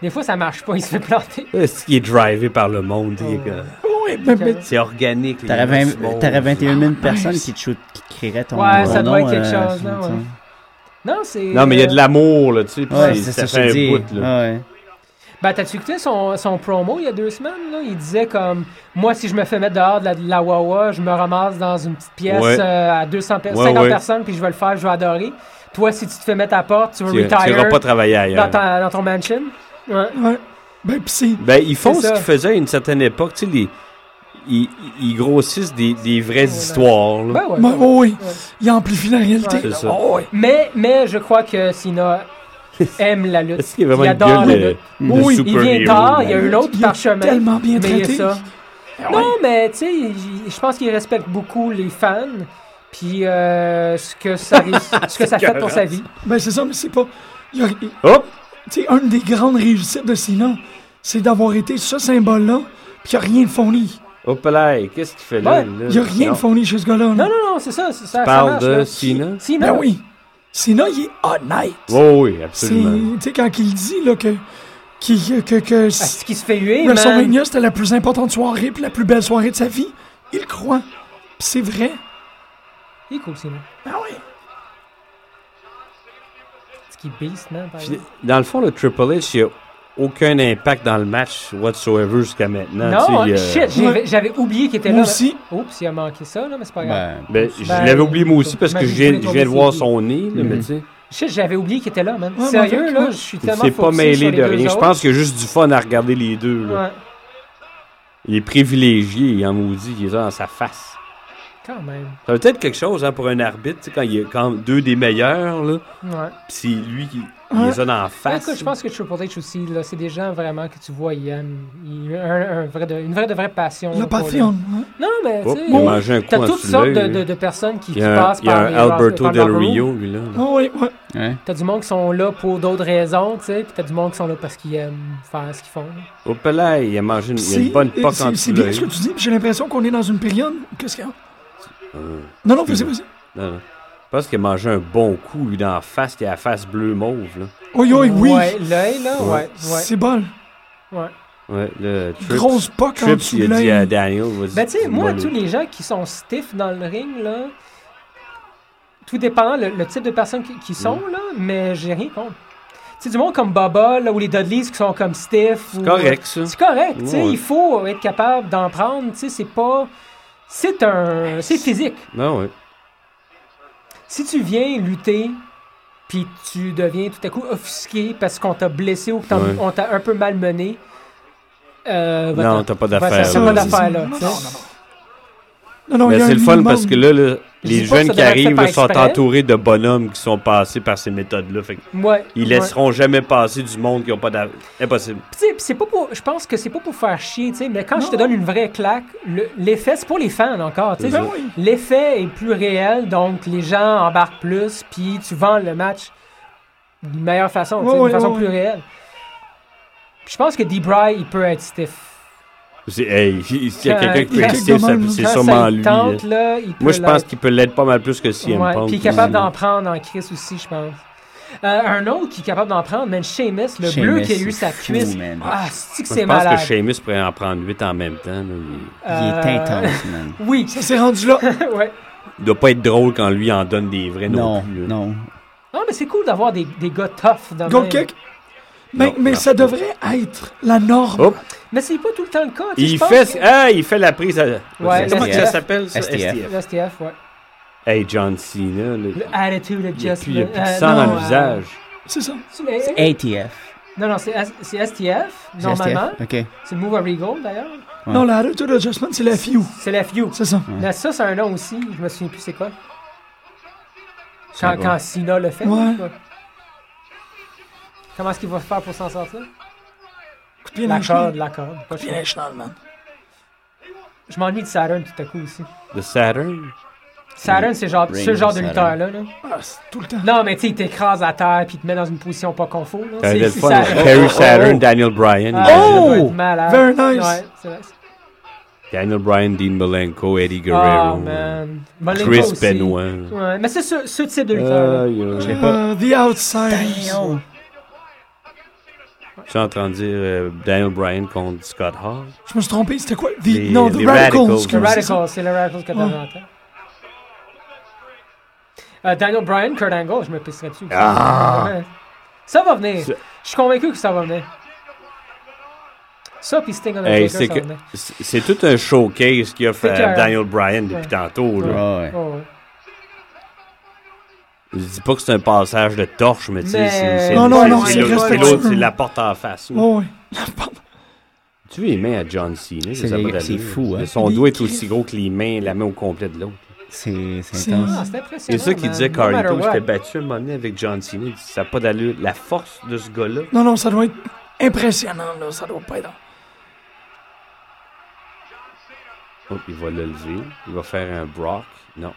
Speaker 5: Des fois, ça marche pas, il se fait planter.
Speaker 6: Est-ce qu'il est drivé par le monde? il est
Speaker 5: Ouais.
Speaker 6: comme-
Speaker 3: Ouais, ben, ben,
Speaker 6: C'est organique. les
Speaker 4: T'aurais
Speaker 6: gens
Speaker 4: vingt-
Speaker 6: se montrent.
Speaker 4: t'aurais 21 000 personnes
Speaker 3: nice.
Speaker 4: qui te shoot- qui te crieraient ton
Speaker 5: Ouais, ça
Speaker 4: ton
Speaker 5: doit
Speaker 4: nom,
Speaker 5: être quelque
Speaker 4: Oh, euh,
Speaker 5: chose, là,
Speaker 4: sur-
Speaker 5: ouais. Non, c'est.
Speaker 6: Non, mais il y a de
Speaker 5: euh,
Speaker 6: l'amour, là, tu sais. puis
Speaker 4: Ouais,
Speaker 6: c'est-
Speaker 4: c'est ça,
Speaker 6: ça
Speaker 4: que je
Speaker 6: fait
Speaker 4: te dis.
Speaker 6: un bout, là.
Speaker 4: Ouais.
Speaker 5: Ben, t'as-tu écouté son, son promo il y a deux semaines? Là? Il disait comme Moi, si je me fais mettre dehors de la, de la Wawa, je me ramasse dans une petite pièce
Speaker 6: Ouais.
Speaker 5: euh, à 200 pe-
Speaker 6: Ouais,
Speaker 5: 50
Speaker 6: ouais.
Speaker 5: personnes, puis je vais le faire, je vais adorer. Toi, si tu te fais mettre à la porte, tu veux
Speaker 6: Tu tu
Speaker 5: retire
Speaker 6: iras pas travailler hein. ailleurs.
Speaker 5: dans, ta- dans ton mansion. Ouais.
Speaker 3: ouais. Ben, pis c'est.
Speaker 6: Ben, ils font
Speaker 5: C'est
Speaker 6: ce
Speaker 5: ça.
Speaker 6: qu'ils faisaient à une certaine époque, tu sais, les- ils, ils grossissent des, des vraies histoires,
Speaker 5: Oh
Speaker 6: là.
Speaker 5: Ben ouais.
Speaker 3: Ben, oh, oui. Il amplifie la réalité.
Speaker 6: C'est ça.
Speaker 3: Oh, oui.
Speaker 5: Mais, mais je crois que Sina aime la lutte.
Speaker 6: Est-ce qu'il y a
Speaker 5: il
Speaker 6: vraiment
Speaker 5: adore
Speaker 6: une
Speaker 5: la
Speaker 6: gueule
Speaker 5: lutte.
Speaker 6: de, de
Speaker 3: Oui, il
Speaker 5: Il vient
Speaker 6: super-héros,
Speaker 5: tard,
Speaker 6: là?
Speaker 5: il y a eu l'autre
Speaker 3: Il est
Speaker 5: parchemin.
Speaker 3: tellement bien
Speaker 5: mais il y a
Speaker 3: traité.
Speaker 5: ça.
Speaker 3: Ah ouais.
Speaker 5: Non, mais tu sais, j- je pense qu'il respecte beaucoup les fans. Puis euh, ce que ça, ce que ça fait pour sa vie.
Speaker 3: Ben, c'est ça, mais c'est pas. il y a- il-
Speaker 6: Hop!
Speaker 3: Tu sais, une des grandes réussites de Cena, c'est d'avoir été ce symbole-là, puis il n'y a rien de fourni.
Speaker 6: Hop là, et qu'est-ce qu'il fait là?
Speaker 5: Ouais,
Speaker 6: là?
Speaker 3: Il n'y a rien
Speaker 6: Euh, Non.
Speaker 3: de fourni chez ce gars-là. là.
Speaker 5: Non, non, non, c'est ça. c'est ça ça
Speaker 6: parle
Speaker 5: marche,
Speaker 6: de
Speaker 5: là.
Speaker 6: Cena?
Speaker 5: Cena.
Speaker 3: Ben oui. Cena, il est honnête.
Speaker 6: Oh, oui,
Speaker 3: C'est-
Speaker 6: absolument.
Speaker 3: Tu sais, quand il dit là, que qui, que, que
Speaker 5: Ah, c'est qui se fait huer, man.
Speaker 3: WrestleMania, c'était la plus importante soirée, puis la plus belle soirée de sa vie. Il croit. Puis c'est vrai.
Speaker 5: Il est cool, Simon.
Speaker 3: Ah oui.
Speaker 5: C'est qui beast, man. par
Speaker 6: Puis,
Speaker 5: exemple.
Speaker 6: dans le fond, le Triple H, il n'y a aucun impact dans le match whatsoever jusqu'à maintenant. tu euh, sais,
Speaker 5: Non,
Speaker 6: il y a-
Speaker 5: shit, j'avais- j'avais oublié qu'il était là.
Speaker 3: Moi
Speaker 5: là.
Speaker 3: aussi.
Speaker 5: Oups, il a manqué ça, là, mais c'est pas grave.
Speaker 4: Ben,
Speaker 6: Ben, je
Speaker 5: Ben,
Speaker 6: l'avais oublié moi aussi parce que je
Speaker 5: imagine
Speaker 6: viens,
Speaker 5: les
Speaker 6: je viens de voir
Speaker 5: tombées
Speaker 6: son nez, là,
Speaker 4: Mm-hmm.
Speaker 6: mais tu sais,
Speaker 5: Shit, j'avais oublié qu'il était là, man.
Speaker 3: Ouais, moi,
Speaker 5: Sérieux,
Speaker 3: avec
Speaker 5: là,
Speaker 3: moi.
Speaker 5: je suis
Speaker 6: il
Speaker 5: tellement
Speaker 6: s'est pas
Speaker 5: focusé
Speaker 6: mêlé
Speaker 5: sur les
Speaker 6: de
Speaker 5: deux
Speaker 6: rien. Je
Speaker 5: autres.
Speaker 6: pense qu'il y a juste du fun à regarder les deux. là.
Speaker 5: Ouais,
Speaker 6: Il est privilégié, il en maudit, il est dans sa face.
Speaker 5: quand même.
Speaker 6: Ça veut être quelque chose hein, pour un arbitre, tu sais, quand il y a quand deux des meilleurs, là,
Speaker 5: Ouais.
Speaker 6: pis c'est lui qui il
Speaker 3: Ouais.
Speaker 6: est dans la
Speaker 5: Ben,
Speaker 6: face.
Speaker 5: écoute, je pense que Triple H aussi, là, c'est des gens vraiment que tu vois, ils aiment. Ils- un- un vrai de- une vraie de vraie passion. Oh, là,
Speaker 3: Le
Speaker 5: pour
Speaker 3: Patreon. hein.
Speaker 5: le- Non, mais
Speaker 6: Oups,
Speaker 5: tu
Speaker 6: il a
Speaker 5: sais,
Speaker 6: mangé un coup
Speaker 5: t'as
Speaker 6: en
Speaker 5: toutes
Speaker 6: dessous de
Speaker 5: sortes de,
Speaker 6: l'œil,
Speaker 5: de-
Speaker 6: là.
Speaker 5: de personnes qui,
Speaker 6: Il
Speaker 5: qui
Speaker 6: y a un,
Speaker 5: passent
Speaker 6: il y a
Speaker 5: par
Speaker 6: un
Speaker 5: les
Speaker 6: Alberto
Speaker 5: par les
Speaker 6: Del
Speaker 5: locker rooms.
Speaker 6: Rio, lui, là.
Speaker 3: Ah oui, ouais.
Speaker 4: ouais.
Speaker 5: T'as du monde qui sont là pour d'autres raisons, tu sais, puis t'as du monde qui sont là parce qu'ils aiment faire ce qu'ils font. là.
Speaker 6: Au là, il a mangé une, il a
Speaker 3: C'est-
Speaker 6: une bonne poque en
Speaker 3: C'est c'est
Speaker 6: dessous de
Speaker 3: bien ce que
Speaker 6: l'œil.
Speaker 3: tu dis, puis j'ai l'impression qu'on est dans une période. Qu'est-ce qu'il y a
Speaker 6: Euh,
Speaker 3: Non, non, vas-y, vas-y.
Speaker 6: non, non. Je pense qu'il a mangé un bon coup, lui, dans la face, qui a la face bleu-mauve, là.
Speaker 3: Oui, oui, oui.
Speaker 5: Ouais, l'œil, là, ouais, ouais.
Speaker 3: C'est bon.
Speaker 5: ouais.
Speaker 6: Ouais, le Trips.
Speaker 3: Grosse poque en
Speaker 6: Trips,
Speaker 3: dessous de
Speaker 6: il a dit à
Speaker 3: l'œil.
Speaker 6: Daniel, vas-y.
Speaker 5: Ben, tu sais, moi,
Speaker 6: dis-moi,
Speaker 5: tous
Speaker 6: lui.
Speaker 5: les gens qui sont stiff dans le ring, là, tout dépend le, le type de personnes qui, qui sont,
Speaker 6: Mm.
Speaker 5: là, mais j'ai rien contre. Tu sais, du monde comme Baba, là, ou les Dudleys qui sont comme stiff. ou-
Speaker 6: C'est correct, ça.
Speaker 5: C'est correct, tu sais,
Speaker 6: Ouais.
Speaker 5: il faut être capable d'en prendre, tu sais, c'est pas. C'est un. C'est physique.
Speaker 6: Non, Ah, ouais.
Speaker 5: Si tu viens lutter, puis tu deviens tout à coup offusqué parce qu'on t'a blessé ou qu'on
Speaker 6: Ouais.
Speaker 5: on t'a un peu malmené, euh, va-t'en.
Speaker 6: Non, t'as pas
Speaker 5: Ouais, ça,
Speaker 6: d'affaire.
Speaker 5: c'est
Speaker 6: là.
Speaker 5: pas d'affaire, là,
Speaker 3: Non, non,
Speaker 5: tu sais.
Speaker 3: non, non. Non, non, il
Speaker 6: Mais
Speaker 3: y a
Speaker 6: c'est
Speaker 3: un
Speaker 6: le fun
Speaker 3: minimum.
Speaker 6: parce que là, là,
Speaker 5: Je
Speaker 6: les
Speaker 5: dis pas que
Speaker 6: jeunes
Speaker 5: ça
Speaker 6: qui
Speaker 5: devrait être fait
Speaker 6: arrivent
Speaker 5: par
Speaker 6: là, sont
Speaker 5: exprès.
Speaker 6: entourés de bonhommes qui sont passés par ces méthodes-là. Fait que
Speaker 5: Ouais,
Speaker 6: ils
Speaker 5: ouais.
Speaker 6: laisseront jamais passer du monde qui n'a pas d'affaires. Impossible.
Speaker 5: Puis, tu sais, puis c'est pas pour, je pense que c'est pas pour faire chier, tu sais, mais quand je te
Speaker 3: Non.
Speaker 5: donne une vraie claque, le- l'effet, c'est pour les fans encore, tu sais.
Speaker 3: Ben oui.
Speaker 5: L'effet est plus réel, donc les gens embarquent plus, puis tu vends le match d'une meilleure façon, tu sais,
Speaker 3: Ouais,
Speaker 5: d'une
Speaker 3: ouais,
Speaker 5: façon
Speaker 3: ouais,
Speaker 5: plus
Speaker 3: ouais.
Speaker 5: réelle. Puis je pense que Debray, il peut être stiff.
Speaker 6: C'est- Hey, s'il y a
Speaker 5: Quand-
Speaker 6: quelqu'un qui peut
Speaker 5: quand-
Speaker 6: rester, ça-
Speaker 3: quand
Speaker 6: c'est
Speaker 5: Quand ça
Speaker 6: sûrement
Speaker 5: le
Speaker 6: lui. là.
Speaker 5: Tente, là, il peut
Speaker 6: Moi, je pense
Speaker 5: l'être.
Speaker 6: qu'il peut l'aider pas mal plus que si
Speaker 5: Ouais,
Speaker 6: Punk.
Speaker 5: Puis il est capable d'en prendre en Chris aussi, je pense. Euh, un autre qui est capable d'en prendre, man, Sheamus, le bleu
Speaker 4: Sheamus,
Speaker 5: qui a eu
Speaker 4: c'est
Speaker 5: sa
Speaker 4: fou,
Speaker 5: cuisse.
Speaker 4: man.
Speaker 5: Ah, c'est que
Speaker 6: Moi,
Speaker 5: c'est
Speaker 6: je pense
Speaker 5: malade.
Speaker 6: que Seamus pourrait en prendre 8 en même temps. là. Il-
Speaker 4: Il est
Speaker 5: Euh,
Speaker 4: intense, man.
Speaker 5: Oui,
Speaker 3: Ça s'est rendu là.
Speaker 5: ouais.
Speaker 6: Il doit pas être drôle quand lui en donne des vrais non,
Speaker 4: Non,
Speaker 6: plus. là.
Speaker 4: non.
Speaker 5: Non, Ah, mais c'est cool d'avoir des, des gars tough dans
Speaker 3: Gold kick. Mais,
Speaker 6: Non,
Speaker 3: mais
Speaker 6: non.
Speaker 3: ça devrait être la norme.
Speaker 6: Hop.
Speaker 5: Mais c'est pas tout le temps le cas. tu sais, je
Speaker 6: Il
Speaker 5: pense
Speaker 6: fait,
Speaker 5: que-
Speaker 6: ah, il fait la prise à...
Speaker 5: Ouais,
Speaker 6: Comment que
Speaker 4: STF.
Speaker 6: ça s'appelle, ça?
Speaker 4: STF.
Speaker 5: Le STF, ouais.
Speaker 6: Hey, John Cena, là,
Speaker 5: Le attitude
Speaker 6: il n'y a,
Speaker 5: adjustment.
Speaker 6: plus il y a plus de
Speaker 5: Euh,
Speaker 6: sang
Speaker 5: non,
Speaker 6: dans le
Speaker 5: euh,
Speaker 6: visage.
Speaker 3: C'est ça.
Speaker 5: tu l'as-
Speaker 4: ATF.
Speaker 3: Eh.
Speaker 5: Non, non, c'est S- c'est STF,
Speaker 4: C'est
Speaker 5: normalement.
Speaker 4: STF. OK.
Speaker 5: C'est le Move à Regal, d'ailleurs.
Speaker 4: Ouais.
Speaker 3: Non, la attitude adjustment, c'est la FIU.
Speaker 5: C'est la FU.
Speaker 3: C'est ça.
Speaker 5: Mais ça, c'est un nom aussi. Je me souviens plus c'est quoi.
Speaker 4: C'est
Speaker 5: Quand,
Speaker 4: bon.
Speaker 5: quand Sina le fait.
Speaker 3: Ouais.
Speaker 5: quoi. Comment est-ce qu'il va faire pour s'en sortir?
Speaker 3: Coup de pied dans
Speaker 5: La
Speaker 3: le chenal.
Speaker 5: corde, la corde. Pas
Speaker 3: Coup de pied
Speaker 5: chaud.
Speaker 3: dans le chenal, man.
Speaker 5: Je m'ennuie de Saturn tout à coup aussi.
Speaker 6: Le Saturn.
Speaker 5: Saturn, c'est genre,
Speaker 4: Ring
Speaker 5: ce genre de
Speaker 4: Saturn.
Speaker 5: lutteur-là. Là.
Speaker 3: Ah, c'est tout le temps.
Speaker 5: Non, mais tu sais, il t'écrase à terre puis il te met dans une position pas confort. là.
Speaker 6: Ça
Speaker 5: C'est
Speaker 6: va être
Speaker 5: c'est
Speaker 6: Euh, le fun.
Speaker 5: ça.
Speaker 6: là. Perry Saturn,
Speaker 3: oh.
Speaker 6: Daniel Bryan.
Speaker 5: Ah,
Speaker 6: imagine.
Speaker 5: ça doit
Speaker 3: Oh!
Speaker 5: être malade.
Speaker 3: Very nice.
Speaker 5: Ouais, c'est vrai.
Speaker 6: Daniel Bryan, Dean Malenko, Eddie
Speaker 5: Ah,
Speaker 6: Guerrero.
Speaker 5: man. Malenko
Speaker 6: Chris
Speaker 5: aussi.
Speaker 6: Benoit.
Speaker 5: Ouais, mais c'est ce, ce type de lutteur.
Speaker 6: Euh, you know, Je sais pas.
Speaker 3: Euh, the Outsiders.
Speaker 5: Ah.
Speaker 6: Je suis en train de dire euh, Daniel Bryan contre Scott Hall.
Speaker 3: Je me suis trompé, c'était quoi? The,
Speaker 6: Les-
Speaker 3: non, The
Speaker 6: les
Speaker 3: Radicals.
Speaker 6: Radicals.
Speaker 3: excuse,
Speaker 5: le
Speaker 6: ouais,
Speaker 3: c'est ça.
Speaker 5: Radical, c'est le Radical que t'avais en tête. Euh, Daniel Bryan, Kurt Angle, je me pisserais dessus.
Speaker 6: Ah!
Speaker 5: Ouais. Ça va venir.
Speaker 6: C'est-
Speaker 5: Je suis convaincu que ça va venir. Ça, puis Sting on
Speaker 6: Hey,
Speaker 5: ça
Speaker 6: c'est
Speaker 5: va
Speaker 6: que-
Speaker 5: venir.
Speaker 6: C'est c'est tout un showcase qu'il a fait
Speaker 5: C'est clair.
Speaker 6: à Daniel Bryan depuis
Speaker 5: Ouais.
Speaker 6: tantôt.
Speaker 4: Ouais,
Speaker 6: Là.
Speaker 4: ouais.
Speaker 5: Oh, ouais.
Speaker 6: Je dis pas que c'est un passage de torche, mais tu sais,
Speaker 5: Mais-
Speaker 6: c'est- c'est
Speaker 3: Non, non, non,
Speaker 6: c'est
Speaker 3: c'est
Speaker 6: l'autre- c'est
Speaker 3: respectueux.
Speaker 6: l'autre, c'est la porte en face. là.
Speaker 3: Oh, oui. Pardon.
Speaker 6: Tu veux les mains à John Cena,
Speaker 4: C'est
Speaker 6: ça
Speaker 4: les-
Speaker 6: pas
Speaker 4: c'est
Speaker 6: d'allure.
Speaker 4: fou, hein.
Speaker 6: Son
Speaker 3: Les
Speaker 6: doigt est aussi
Speaker 3: griffes.
Speaker 6: gros que les mains, la main au complet de l'autre.
Speaker 4: C'est c'est
Speaker 3: C'est-
Speaker 5: Ah,
Speaker 4: intense.
Speaker 5: c'est impressionnant.
Speaker 6: C'est ça qu'il
Speaker 5: man.
Speaker 6: disait
Speaker 5: No
Speaker 6: Carlito
Speaker 5: matter what.
Speaker 6: s'était battu un moment donné avec John Cena. Il dit, Ça n'a pas d'allure. La force de ce gars-là.
Speaker 3: Non, non, ça doit être impressionnant, là. Ça doit pas être...
Speaker 6: Hop, Oh, il va le lever. Il va faire un Brock. Non.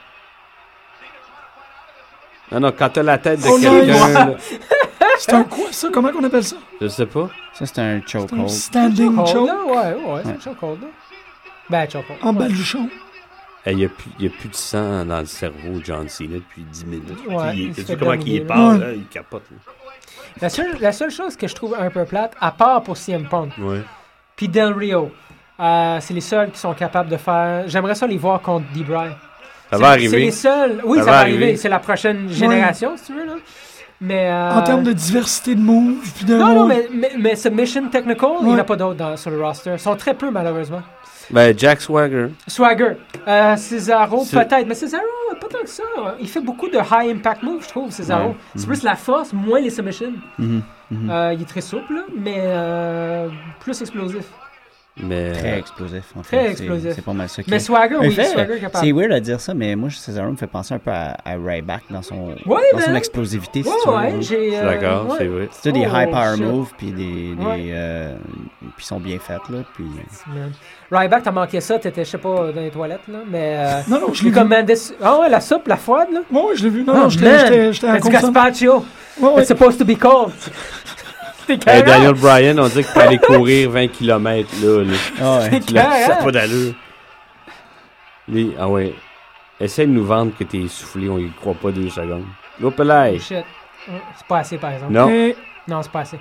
Speaker 6: Non, non, quand t'as la tête de
Speaker 3: Oh,
Speaker 6: quelqu'un,
Speaker 3: nice.
Speaker 6: là,
Speaker 3: C'est un quoi, ça? Comment qu'on appelle ça?
Speaker 6: je sais pas.
Speaker 4: Ça, c'est un
Speaker 3: C'est un
Speaker 4: chokehold.
Speaker 3: standing
Speaker 5: Chokehold,
Speaker 3: choke
Speaker 5: là, ouais, ouais, c'est un chokehold, là. Ben, chokehold.
Speaker 3: en
Speaker 5: ouais.
Speaker 3: baluchon.
Speaker 6: Eh, Il n'y a, plus- il y a plus de sang dans le cerveau de John Cena depuis 10 minutes.
Speaker 5: Ouais,
Speaker 6: il,
Speaker 5: il se
Speaker 6: tu
Speaker 5: fait
Speaker 6: vois comment
Speaker 5: dominer,
Speaker 6: il
Speaker 5: là.
Speaker 6: parle,
Speaker 3: Ouais.
Speaker 6: là, il capote. là.
Speaker 5: La seule, la seule chose que je trouve un peu plate, à part pour CM Punk,
Speaker 6: Ouais.
Speaker 5: puis Del Rio, euh, c'est les seuls qui sont capables de faire. J'aimerais ça les voir contre d
Speaker 6: Ça va
Speaker 5: C'est
Speaker 6: arriver.
Speaker 5: les seuls. Oui, ça, va arriver. C'est la prochaine génération, si tu veux. Là. Mais, euh,
Speaker 3: En termes de diversité de moves, puis de.
Speaker 5: Non, non, mais, mais, mais Submission Technical, il n'y en a
Speaker 3: Ouais.
Speaker 5: pas d'autres dans- sur le roster. Ils sont très peu, malheureusement.
Speaker 6: Ben, Jack Swagger.
Speaker 5: Swagger. Euh, Cesaro,
Speaker 6: C'est-
Speaker 5: peut-être. Mais Cesaro, pas tant que ça. hein. Il fait beaucoup de high impact moves, je trouve, Cesaro.
Speaker 4: Ouais.
Speaker 5: C'est plus la force, moins les submissions.
Speaker 4: Mhm, mhm.
Speaker 5: Euh, il est très souple, là, mais euh, plus explosif.
Speaker 6: Mais. euh,
Speaker 4: Très explosif, en fait.
Speaker 5: Euh, Très
Speaker 4: C'est-
Speaker 5: explosif.
Speaker 4: C'est pas mal ça. qui-
Speaker 5: Mais Swagger,
Speaker 4: En
Speaker 5: oui,
Speaker 4: fait,
Speaker 5: Swagger est capable.
Speaker 4: c'est weird à dire ça, mais moi, Cesaro me fait penser un peu à, à Ryback dans son,
Speaker 5: Ouais,
Speaker 4: dans
Speaker 5: ben.
Speaker 4: son explosivité. si
Speaker 5: Ouais,
Speaker 4: tu veux.
Speaker 5: ouais, j'ai.
Speaker 6: Je suis
Speaker 5: euh,
Speaker 6: D'accord,
Speaker 5: ouais.
Speaker 6: c'est vrai.
Speaker 4: C'est des
Speaker 5: Oh,
Speaker 4: high power
Speaker 5: shit.
Speaker 4: moves, puis des, des,
Speaker 5: Ouais.
Speaker 4: euh, puis sont bien faites, là. Puis...
Speaker 5: Man. Ryback, t'as manqué ça, t'étais, je sais pas, dans les toilettes, là, mais. euh,
Speaker 3: Non, non, je
Speaker 5: je lui
Speaker 3: l'ai vu.
Speaker 5: commandais. su- Ah ouais, la soupe, la froide, là.
Speaker 3: Ouais, ouais, je l'ai vu. Non,
Speaker 5: Oh,
Speaker 3: non, j'étais-
Speaker 5: man.
Speaker 3: Ah, j'étais j'étais à
Speaker 5: T'as du
Speaker 3: Constant.
Speaker 5: gazpacho.
Speaker 3: Ouais, ouais.
Speaker 5: It's supposed to be cold. T'es
Speaker 6: Hey,
Speaker 5: carré.
Speaker 6: Daniel Bryan, on dit que t'allais courir 20 km là. là.
Speaker 4: Ah ouais.
Speaker 5: C'est
Speaker 6: Là, ça
Speaker 5: clair,
Speaker 6: a
Speaker 5: hein?
Speaker 6: pas d'allure. Lui, ah ouais. Essaye de nous vendre que t'es essoufflé, on y croit pas deux secondes. L'autre
Speaker 5: Oh, shit. Ouais, C'est pas assez, par exemple.
Speaker 6: Non.
Speaker 3: Et
Speaker 5: Non, c'est pas assez.